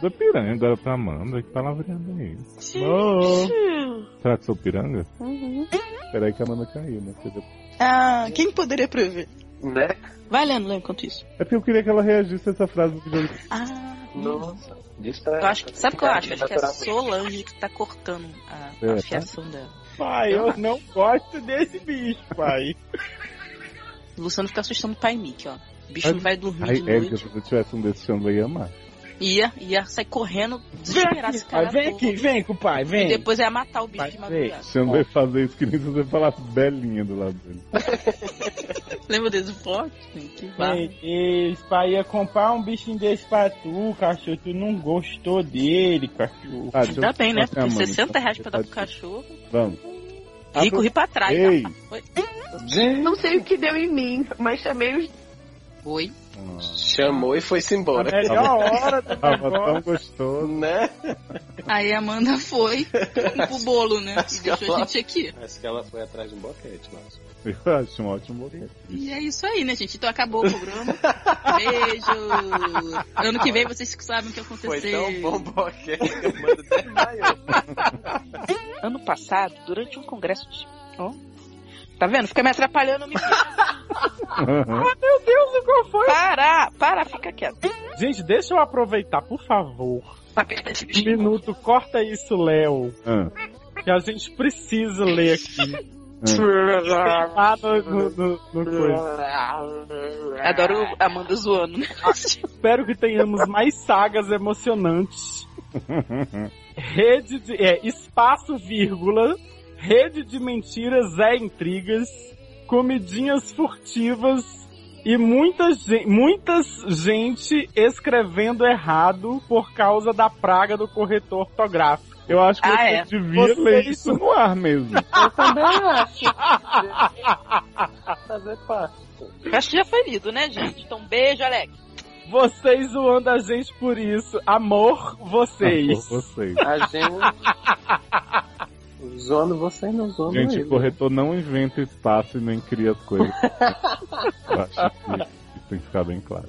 [SPEAKER 2] Da piranga, agora tá amando. Que palavreada é isso? Oh.
[SPEAKER 3] Gente.
[SPEAKER 2] Será que sou piranga?
[SPEAKER 3] Uhum.
[SPEAKER 2] Peraí que a Amanda caiu, né? Você deu-
[SPEAKER 6] Ah, quem poderia prever?
[SPEAKER 4] Né?
[SPEAKER 6] Vai lendo, lendo enquanto isso.
[SPEAKER 2] É porque eu queria que ela reagisse a essa frase do videogame.
[SPEAKER 6] Ah,
[SPEAKER 4] Nossa.
[SPEAKER 6] eu acho que, sabe o que eu acho? Acho que é a
[SPEAKER 4] Naturalmente.
[SPEAKER 6] Solange que tá cortando a, a
[SPEAKER 2] É.
[SPEAKER 6] fiação dela.
[SPEAKER 5] Pai, eu não gosto desse bicho, pai.
[SPEAKER 9] O Luciano fica assustando o pai Mickey, ó. O bicho não vai dormir
[SPEAKER 2] Ai,
[SPEAKER 9] de noite.
[SPEAKER 2] Érica, se você tivesse um desses, Chandler ia amar.
[SPEAKER 9] Ia, ia sair correndo, desesperar esse
[SPEAKER 5] Pai,
[SPEAKER 9] cara.
[SPEAKER 5] vem aqui, vem com o pai,
[SPEAKER 9] E
[SPEAKER 5] vem.
[SPEAKER 9] depois ia matar o bicho de madrugada.
[SPEAKER 2] Chandler ia fazer isso que nem se você falasse belinha do lado dele.
[SPEAKER 9] Lembra desse plot? Que barra.
[SPEAKER 5] Ei, ei, esse pai ia comprar um bichinho desse pra tu, cachorro. Tu não gostou dele, cachorro.
[SPEAKER 2] Ah,
[SPEAKER 9] Ainda bem, né? Porque 60
[SPEAKER 2] tá
[SPEAKER 9] reais pra dar pro cachorro.
[SPEAKER 2] então. Vamos.
[SPEAKER 9] Rico ri pra trás. tá?
[SPEAKER 2] Ei.
[SPEAKER 9] rapaz. Oi.
[SPEAKER 3] Não sei o que deu em mim, mas chamei os.
[SPEAKER 9] Oi.
[SPEAKER 4] Tá Chamou e foi-se embora.
[SPEAKER 2] A melhor
[SPEAKER 5] hora
[SPEAKER 2] do Tava Ah, tá tão gostoso.
[SPEAKER 4] Né?
[SPEAKER 9] Aí a Amanda foi pro bolo, né? E deixou a gente aqui.
[SPEAKER 4] Acho que ela foi atrás de um boquete, nossa.
[SPEAKER 2] Eu acho um ótimo boquete.
[SPEAKER 9] E é isso aí, né, gente? Então acabou o programa. Beijo! Ano que vem vocês que sabem o que aconteceu.
[SPEAKER 4] Foi tão bom boquete.
[SPEAKER 6] Ano passado, durante um congresso de. Ó. Tá vendo? Fica me atrapalhando. Me...
[SPEAKER 9] Ah.
[SPEAKER 5] meu Deus, o que foi?
[SPEAKER 6] Para, para, fica quieto.
[SPEAKER 5] Gente, deixa eu aproveitar, por favor. Um minuto, corta isso, Léo.
[SPEAKER 2] Ah.
[SPEAKER 5] Que a gente precisa ler aqui. Lá no, no, no, no coisa.
[SPEAKER 6] Adoro a Amanda zoando.
[SPEAKER 5] Espero que tenhamos mais sagas emocionantes. Rede de. É, espaço, vírgula. Rede de mentiras é intrigas. Comidinhas furtivas. E muita gente, muitas gente escrevendo errado por causa da praga do corretor ortográfico.
[SPEAKER 2] Eu acho
[SPEAKER 9] Ah,
[SPEAKER 2] que
[SPEAKER 9] é.
[SPEAKER 2] você devia ler isso no ar mesmo.
[SPEAKER 5] Eu também acho.
[SPEAKER 4] Fazer parte.
[SPEAKER 6] Acho que já foi lido, né, gente? Então, beijo, Alex.
[SPEAKER 5] Vocês zoando a gente por isso. Amor, vocês.
[SPEAKER 2] Amor, vocês.
[SPEAKER 4] A gente. Zoando você não zoando
[SPEAKER 2] Gente,
[SPEAKER 9] né?
[SPEAKER 4] ele.
[SPEAKER 2] o corretor não inventa espaço e nem cria as coisas. Eu acho que isso tem que ficar bem claro.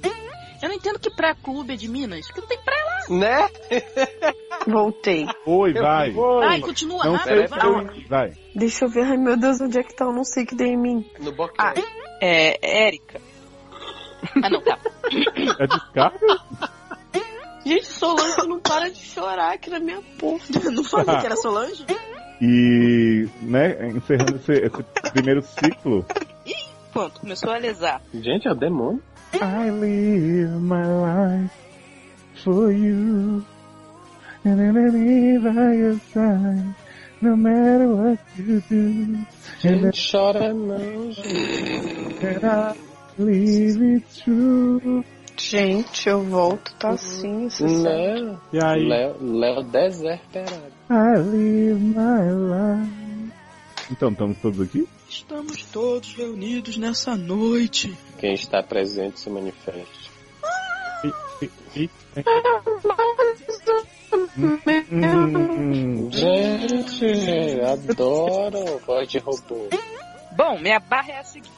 [SPEAKER 9] Eu não entendo que pra clube é de Minas, porque não tem praia lá.
[SPEAKER 4] Né?
[SPEAKER 3] Voltei.
[SPEAKER 2] Oi, vai.
[SPEAKER 9] Vai, continua,
[SPEAKER 2] Não é
[SPEAKER 9] rápido,
[SPEAKER 2] sei
[SPEAKER 9] vai.
[SPEAKER 2] se eu... Vai.
[SPEAKER 3] Deixa eu ver, ai meu Deus, onde é que tá? Eu não sei o que deu em mim.
[SPEAKER 4] No boquete.
[SPEAKER 6] É, Érica.
[SPEAKER 9] Ah, não, tá.
[SPEAKER 2] É descarga?
[SPEAKER 3] Gente, Solange não para de chorar aqui na minha porra.
[SPEAKER 9] Não
[SPEAKER 2] falei que
[SPEAKER 9] era Solange?
[SPEAKER 2] E, né, encerrando esse, esse primeiro ciclo.
[SPEAKER 6] Pronto, começou a lesar.
[SPEAKER 4] Gente, é o demônio.
[SPEAKER 2] I live my life for you. And I live by your side, no matter what you do. And
[SPEAKER 4] Gente, chora não, gente.
[SPEAKER 2] I live it true.
[SPEAKER 3] Gente, eu volto,
[SPEAKER 6] Uhum.
[SPEAKER 3] tá assim, você sabe.
[SPEAKER 4] Léo.
[SPEAKER 5] E aí?
[SPEAKER 4] Léo, Léo desesperado.
[SPEAKER 2] I live my life. Então, estamos todos aqui?
[SPEAKER 6] Estamos todos reunidos nessa noite.
[SPEAKER 4] Quem está presente se manifeste.
[SPEAKER 2] Hum,
[SPEAKER 4] Gente, adoro voz de robô.
[SPEAKER 6] Bom, minha barra é a seguinte.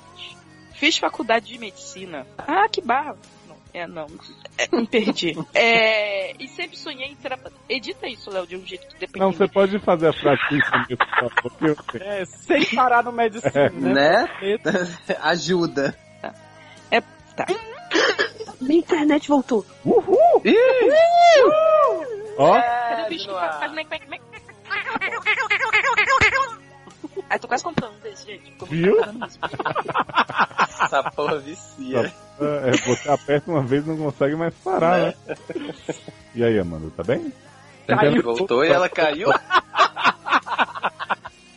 [SPEAKER 6] Fiz faculdade de medicina. Ah, que barra. Não, é, não. É, me perdi. É, e sempre sonhei em tra... Edita isso, Léo, de um jeito que depende.
[SPEAKER 2] Não, você pode fazer a fraquíssima, por favor, que eu sei.
[SPEAKER 5] É, sem parar no medicina,
[SPEAKER 4] Né? Ajuda.
[SPEAKER 6] É, tá.
[SPEAKER 3] Minha internet voltou.
[SPEAKER 2] Uhul! Ó,
[SPEAKER 6] Cadê o bicho que faz? faz- mec, mec, mec? Ai, tô quase comprando um desse, gente. Ficou muito
[SPEAKER 2] Viu?
[SPEAKER 6] bacana mesmo.
[SPEAKER 4] Essa porra vicia.
[SPEAKER 2] é, você aperta uma vez e não consegue mais parar, né? E aí, Amanda, tá bem?
[SPEAKER 4] Caiu. Voltou e ela caiu,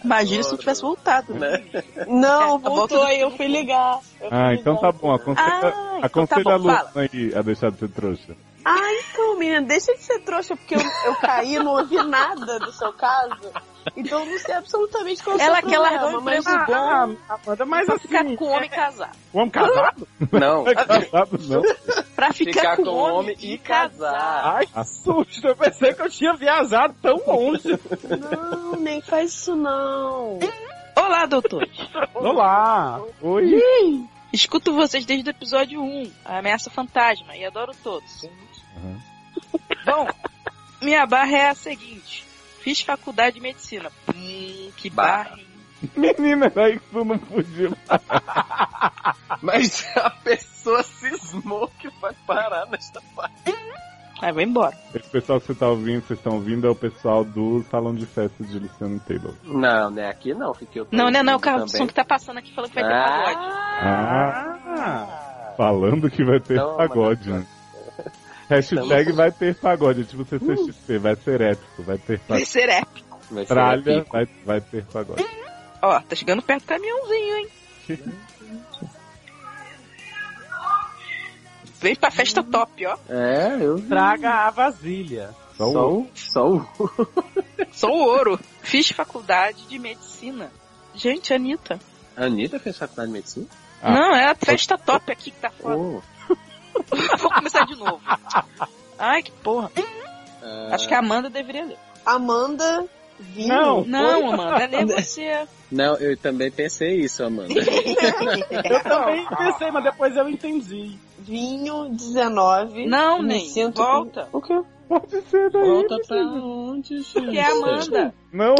[SPEAKER 6] Imagina se eu tivesse voltado, né?
[SPEAKER 4] né?
[SPEAKER 3] Não,
[SPEAKER 6] volta
[SPEAKER 3] voltou
[SPEAKER 6] do-
[SPEAKER 3] aí, eu fui ligar. Eu fui
[SPEAKER 2] Ah, então
[SPEAKER 3] ligar.
[SPEAKER 2] tá bom. Aconselha,
[SPEAKER 3] Ah, então
[SPEAKER 2] aconselha
[SPEAKER 3] tá bom,
[SPEAKER 2] a Luna
[SPEAKER 3] fala.
[SPEAKER 2] aí a deixar de ser trouxa.
[SPEAKER 3] Ah, então, menina, deixa de ser trouxa, porque eu, eu caí, não ouvi nada do seu caso. Então eu não sei absolutamente qual é o
[SPEAKER 6] Ela
[SPEAKER 3] seu
[SPEAKER 6] quer
[SPEAKER 3] problema,
[SPEAKER 6] largar o
[SPEAKER 3] mas
[SPEAKER 6] emprego.
[SPEAKER 5] Ah, Amanda, mas
[SPEAKER 6] Pra
[SPEAKER 5] assim.
[SPEAKER 6] ficar com o homem casado.
[SPEAKER 5] O homem casado?
[SPEAKER 4] Não,
[SPEAKER 2] É casado, não.
[SPEAKER 6] Pra ficar,
[SPEAKER 4] ficar
[SPEAKER 6] com
[SPEAKER 4] com
[SPEAKER 6] o
[SPEAKER 4] homem
[SPEAKER 6] homem
[SPEAKER 4] e
[SPEAKER 6] e casar.
[SPEAKER 5] Ai, que susto! Eu pensei que eu tinha viajado tão longe.
[SPEAKER 3] Não, nem faz isso não.
[SPEAKER 6] Olá, doutores.
[SPEAKER 5] Olá!
[SPEAKER 2] Oi?
[SPEAKER 6] Escuto vocês desde o episódio 1, A Ameaça Fantasma, e adoro todos.
[SPEAKER 2] Uhum.
[SPEAKER 6] Bom, minha barra é a seguinte. Fiz faculdade de medicina. Hum, que
[SPEAKER 4] Barra.
[SPEAKER 6] barra. hein?
[SPEAKER 2] Menina, aí que tu não podia.
[SPEAKER 4] mas a pessoa cismou que vai parar nesta parte.
[SPEAKER 6] Aí vou embora.
[SPEAKER 2] Eu Esse pessoal que você tá ouvindo, vocês estão ouvindo, é o pessoal do salão de festa de Luciano Taylor.
[SPEAKER 4] Não, né? Aqui não, fiquei eu tô
[SPEAKER 6] Não, não, não,
[SPEAKER 4] ouvindo
[SPEAKER 6] o carro de
[SPEAKER 4] também.
[SPEAKER 6] som que tá passando aqui falando que vai ter
[SPEAKER 4] Ah.
[SPEAKER 6] pagode.
[SPEAKER 2] Ah! Falando que vai ter
[SPEAKER 6] Toma,
[SPEAKER 2] pagode, né? Hashtag vai ter pagode, tipo CCXP, vai ser épico, vai ter pagode.
[SPEAKER 6] Vai ser épico.
[SPEAKER 4] Vai
[SPEAKER 2] Tralha, vai, vai ter pagode.
[SPEAKER 6] Ó, tá chegando perto do caminhãozinho, hein? Vem pra festa
[SPEAKER 4] Hum.
[SPEAKER 6] top, ó.
[SPEAKER 4] É, eu vi.
[SPEAKER 5] Traga a vasilha.
[SPEAKER 2] Só um?
[SPEAKER 4] o- Só o...
[SPEAKER 6] Sou ouro. Fiz faculdade de medicina. Gente, Anitta.
[SPEAKER 4] A Anitta fez faculdade de medicina?
[SPEAKER 6] Não, é a festa top aqui que tá foda.
[SPEAKER 4] Oh.
[SPEAKER 6] Vou começar de novo. Ai, que porra.
[SPEAKER 3] É.
[SPEAKER 6] Acho que a Amanda deveria ler.
[SPEAKER 3] Amanda Vinho?
[SPEAKER 6] Não, não, Amanda, lê você.
[SPEAKER 4] Não, eu também pensei isso, Amanda.
[SPEAKER 5] Eu também pensei, mas depois eu entendi.
[SPEAKER 3] Vinho 19.
[SPEAKER 6] Não,
[SPEAKER 3] Me
[SPEAKER 6] nem.
[SPEAKER 3] sinto-
[SPEAKER 6] Volta.
[SPEAKER 3] O quê?
[SPEAKER 2] Pode ser daí.
[SPEAKER 4] Volta
[SPEAKER 2] meu
[SPEAKER 4] pra
[SPEAKER 2] filho.
[SPEAKER 4] onde,
[SPEAKER 6] Que é a Amanda.
[SPEAKER 2] Não,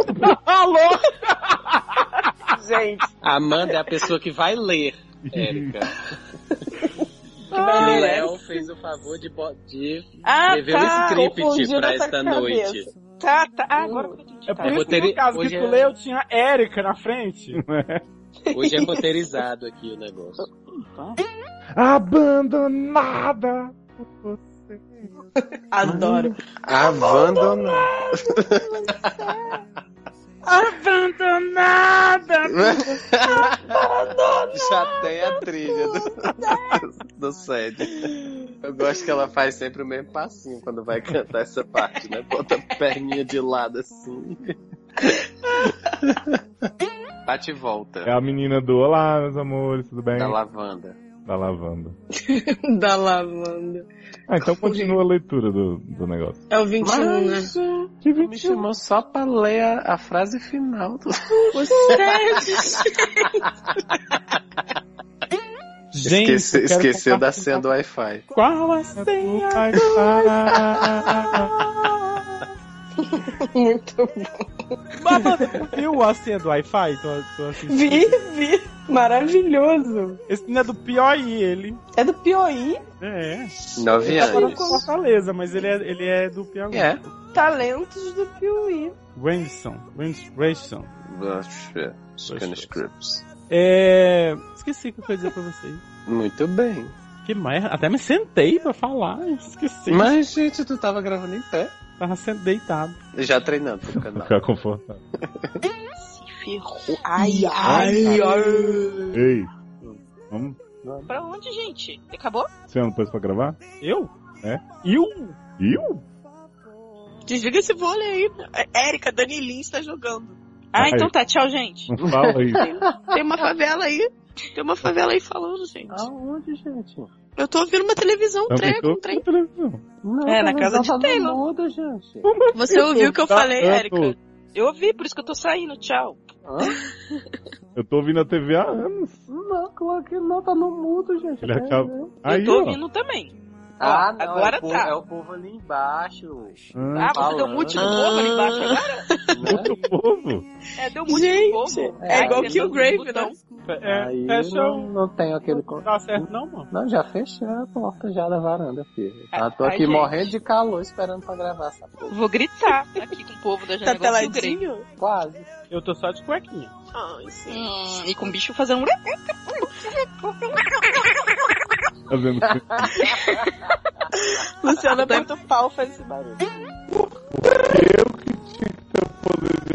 [SPEAKER 5] Alô?
[SPEAKER 3] Gente.
[SPEAKER 4] A Amanda é a pessoa que vai ler, Érica.
[SPEAKER 6] Ah,
[SPEAKER 4] o
[SPEAKER 6] é.
[SPEAKER 4] Léo fez o favor de, bo- de
[SPEAKER 6] Ah,
[SPEAKER 4] escrever
[SPEAKER 6] tá.
[SPEAKER 4] esse trípode
[SPEAKER 6] Confundiu
[SPEAKER 4] pra
[SPEAKER 6] nessa
[SPEAKER 4] esta
[SPEAKER 6] cabeça.
[SPEAKER 4] noite.
[SPEAKER 6] Tá, tá. Ah, agora que eu entendi.
[SPEAKER 5] É
[SPEAKER 6] tá.
[SPEAKER 5] por isso que
[SPEAKER 4] Roteiri-
[SPEAKER 5] no caso
[SPEAKER 4] hoje
[SPEAKER 5] que tu
[SPEAKER 4] é-
[SPEAKER 5] leu tinha Érica na frente.
[SPEAKER 4] Hoje é roteirizado aqui o negócio.
[SPEAKER 2] Abandonada por você.
[SPEAKER 3] Adoro.
[SPEAKER 4] Abandonado.
[SPEAKER 6] Abandonada!
[SPEAKER 4] Já tem a trilha do, do Sad. Eu gosto que ela faz sempre o mesmo passinho quando vai cantar essa parte, né? Bota a perninha de lado assim. Bate e volta.
[SPEAKER 2] É a menina do Olá, meus amores, tudo bem?
[SPEAKER 4] Da lavanda.
[SPEAKER 2] Da lavanda.
[SPEAKER 14] da lavanda.
[SPEAKER 2] Ah, então continua a leitura do, do negócio.
[SPEAKER 14] É o 21, né?
[SPEAKER 2] Que
[SPEAKER 5] um,
[SPEAKER 4] me chamou só pra ler a, a frase final. Do...
[SPEAKER 5] Gente,
[SPEAKER 4] Esquece-
[SPEAKER 5] eu quero
[SPEAKER 4] esqueceu da
[SPEAKER 5] compartilhar-
[SPEAKER 4] senha do Wi-Fi.
[SPEAKER 5] Qual a senha?
[SPEAKER 2] Ai, para.
[SPEAKER 14] Muito bom.
[SPEAKER 5] Amanda, tu viu a senha do Wi-Fi? Tô, tô assistindo.
[SPEAKER 14] Vi, vi. Maravilhoso.
[SPEAKER 5] Esse menino é do Piauí, ele.
[SPEAKER 14] É do Piauí?
[SPEAKER 5] É.
[SPEAKER 4] Nove
[SPEAKER 5] Ele tá morando
[SPEAKER 4] anos.
[SPEAKER 5] em Fortaleza, mas ele é, ele é do Piauí.
[SPEAKER 4] É.
[SPEAKER 14] Talentos do Piauí.
[SPEAKER 5] Wenson. Wens- Wenson.
[SPEAKER 4] Scan Scripts.
[SPEAKER 5] É... Esqueci o que eu ia dizer pra vocês.
[SPEAKER 4] Muito bem.
[SPEAKER 5] Que merda. Até me sentei pra falar. Esqueci.
[SPEAKER 4] Mas, gente, tu tava gravando em pé.
[SPEAKER 5] Tava sendo deitado.
[SPEAKER 4] Já treinando pro canal.
[SPEAKER 2] Ficar confortável.
[SPEAKER 6] Ferrou. Ai,
[SPEAKER 2] ai, Ei. Vamos,
[SPEAKER 6] Pra onde, gente? Acabou?
[SPEAKER 2] você não pôs pra gravar?
[SPEAKER 5] Eu?
[SPEAKER 2] É?
[SPEAKER 5] Eu?
[SPEAKER 2] Eu?
[SPEAKER 3] Desliga esse vôlei aí. Érica, Dani Lins tá jogando.
[SPEAKER 6] Ah,
[SPEAKER 2] Ai.
[SPEAKER 6] então tá. Tchau, gente.
[SPEAKER 2] Não fala isso.
[SPEAKER 3] Tem uma favela aí. Tem uma favela aí falando, gente.
[SPEAKER 4] Aonde, gente?
[SPEAKER 3] Eu tô ouvindo uma televisão, um
[SPEAKER 2] Também
[SPEAKER 3] trem,
[SPEAKER 2] tô
[SPEAKER 3] um trem.
[SPEAKER 2] na televisão.
[SPEAKER 4] Não,
[SPEAKER 6] É, na casa de Taylor.
[SPEAKER 4] Muda, gente.
[SPEAKER 3] Você ouviu o que eu
[SPEAKER 2] Tá
[SPEAKER 3] falei, Érica?
[SPEAKER 2] anos.
[SPEAKER 6] Eu ouvi, por isso que eu tô saindo. Tchau.
[SPEAKER 2] Eu tô ouvindo a TV há anos.
[SPEAKER 4] Não, claro que não, tá no mudo, gente.
[SPEAKER 2] Ele achava-
[SPEAKER 6] eu
[SPEAKER 2] Aí,
[SPEAKER 6] tô
[SPEAKER 2] ó.
[SPEAKER 6] tá ouvindo também.
[SPEAKER 4] Ah,
[SPEAKER 6] Ó,
[SPEAKER 4] não,
[SPEAKER 6] agora
[SPEAKER 4] é o povo,
[SPEAKER 6] tá.
[SPEAKER 4] é o povo ali embaixo.
[SPEAKER 2] Ah,
[SPEAKER 6] Ah, você deu mute no povo ali embaixo agora?
[SPEAKER 4] Né?
[SPEAKER 2] o povo.
[SPEAKER 6] É, deu mute no povo.
[SPEAKER 4] é igual
[SPEAKER 6] que o
[SPEAKER 3] Killgrave,
[SPEAKER 6] não.
[SPEAKER 5] É,
[SPEAKER 4] Aí
[SPEAKER 5] fecha
[SPEAKER 4] não,
[SPEAKER 5] o...
[SPEAKER 4] não tem aquele... con-
[SPEAKER 5] Não dá certo não, mano.
[SPEAKER 4] Não, já fechei a porta já da varanda, filho.
[SPEAKER 6] Ah,
[SPEAKER 4] Ah, tô
[SPEAKER 6] ai,
[SPEAKER 4] aqui
[SPEAKER 6] gente.
[SPEAKER 4] morrendo de calor esperando pra gravar essa porra.
[SPEAKER 6] Vou gritar aqui com o povo da
[SPEAKER 3] Tá
[SPEAKER 6] janela do Grey.
[SPEAKER 3] peladinho?
[SPEAKER 4] Quase.
[SPEAKER 5] Eu tô só de cuequinha.
[SPEAKER 3] Ai, sim.
[SPEAKER 6] Hum, e com o bicho fazendo... um-
[SPEAKER 2] Tá vendo que
[SPEAKER 3] Luciana bota o pau faz esse barulho.
[SPEAKER 2] poderia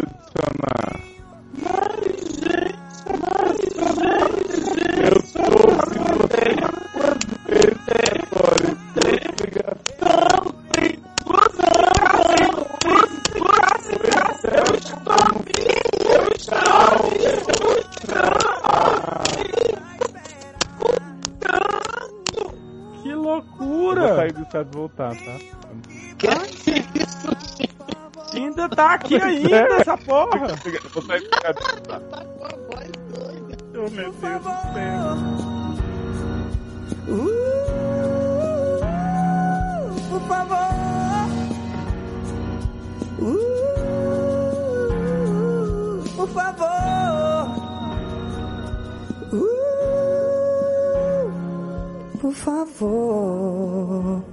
[SPEAKER 2] adicionar?
[SPEAKER 5] Que
[SPEAKER 2] Eu vou
[SPEAKER 5] loucura!
[SPEAKER 2] sair do estado e voltar, tá?
[SPEAKER 5] Ainda tá aqui ainda essa porra!
[SPEAKER 2] Eu vou sair do estado e voltar. Oh, meu Deus do céu.
[SPEAKER 8] por favor. Uh, por favor. Uh, por favor.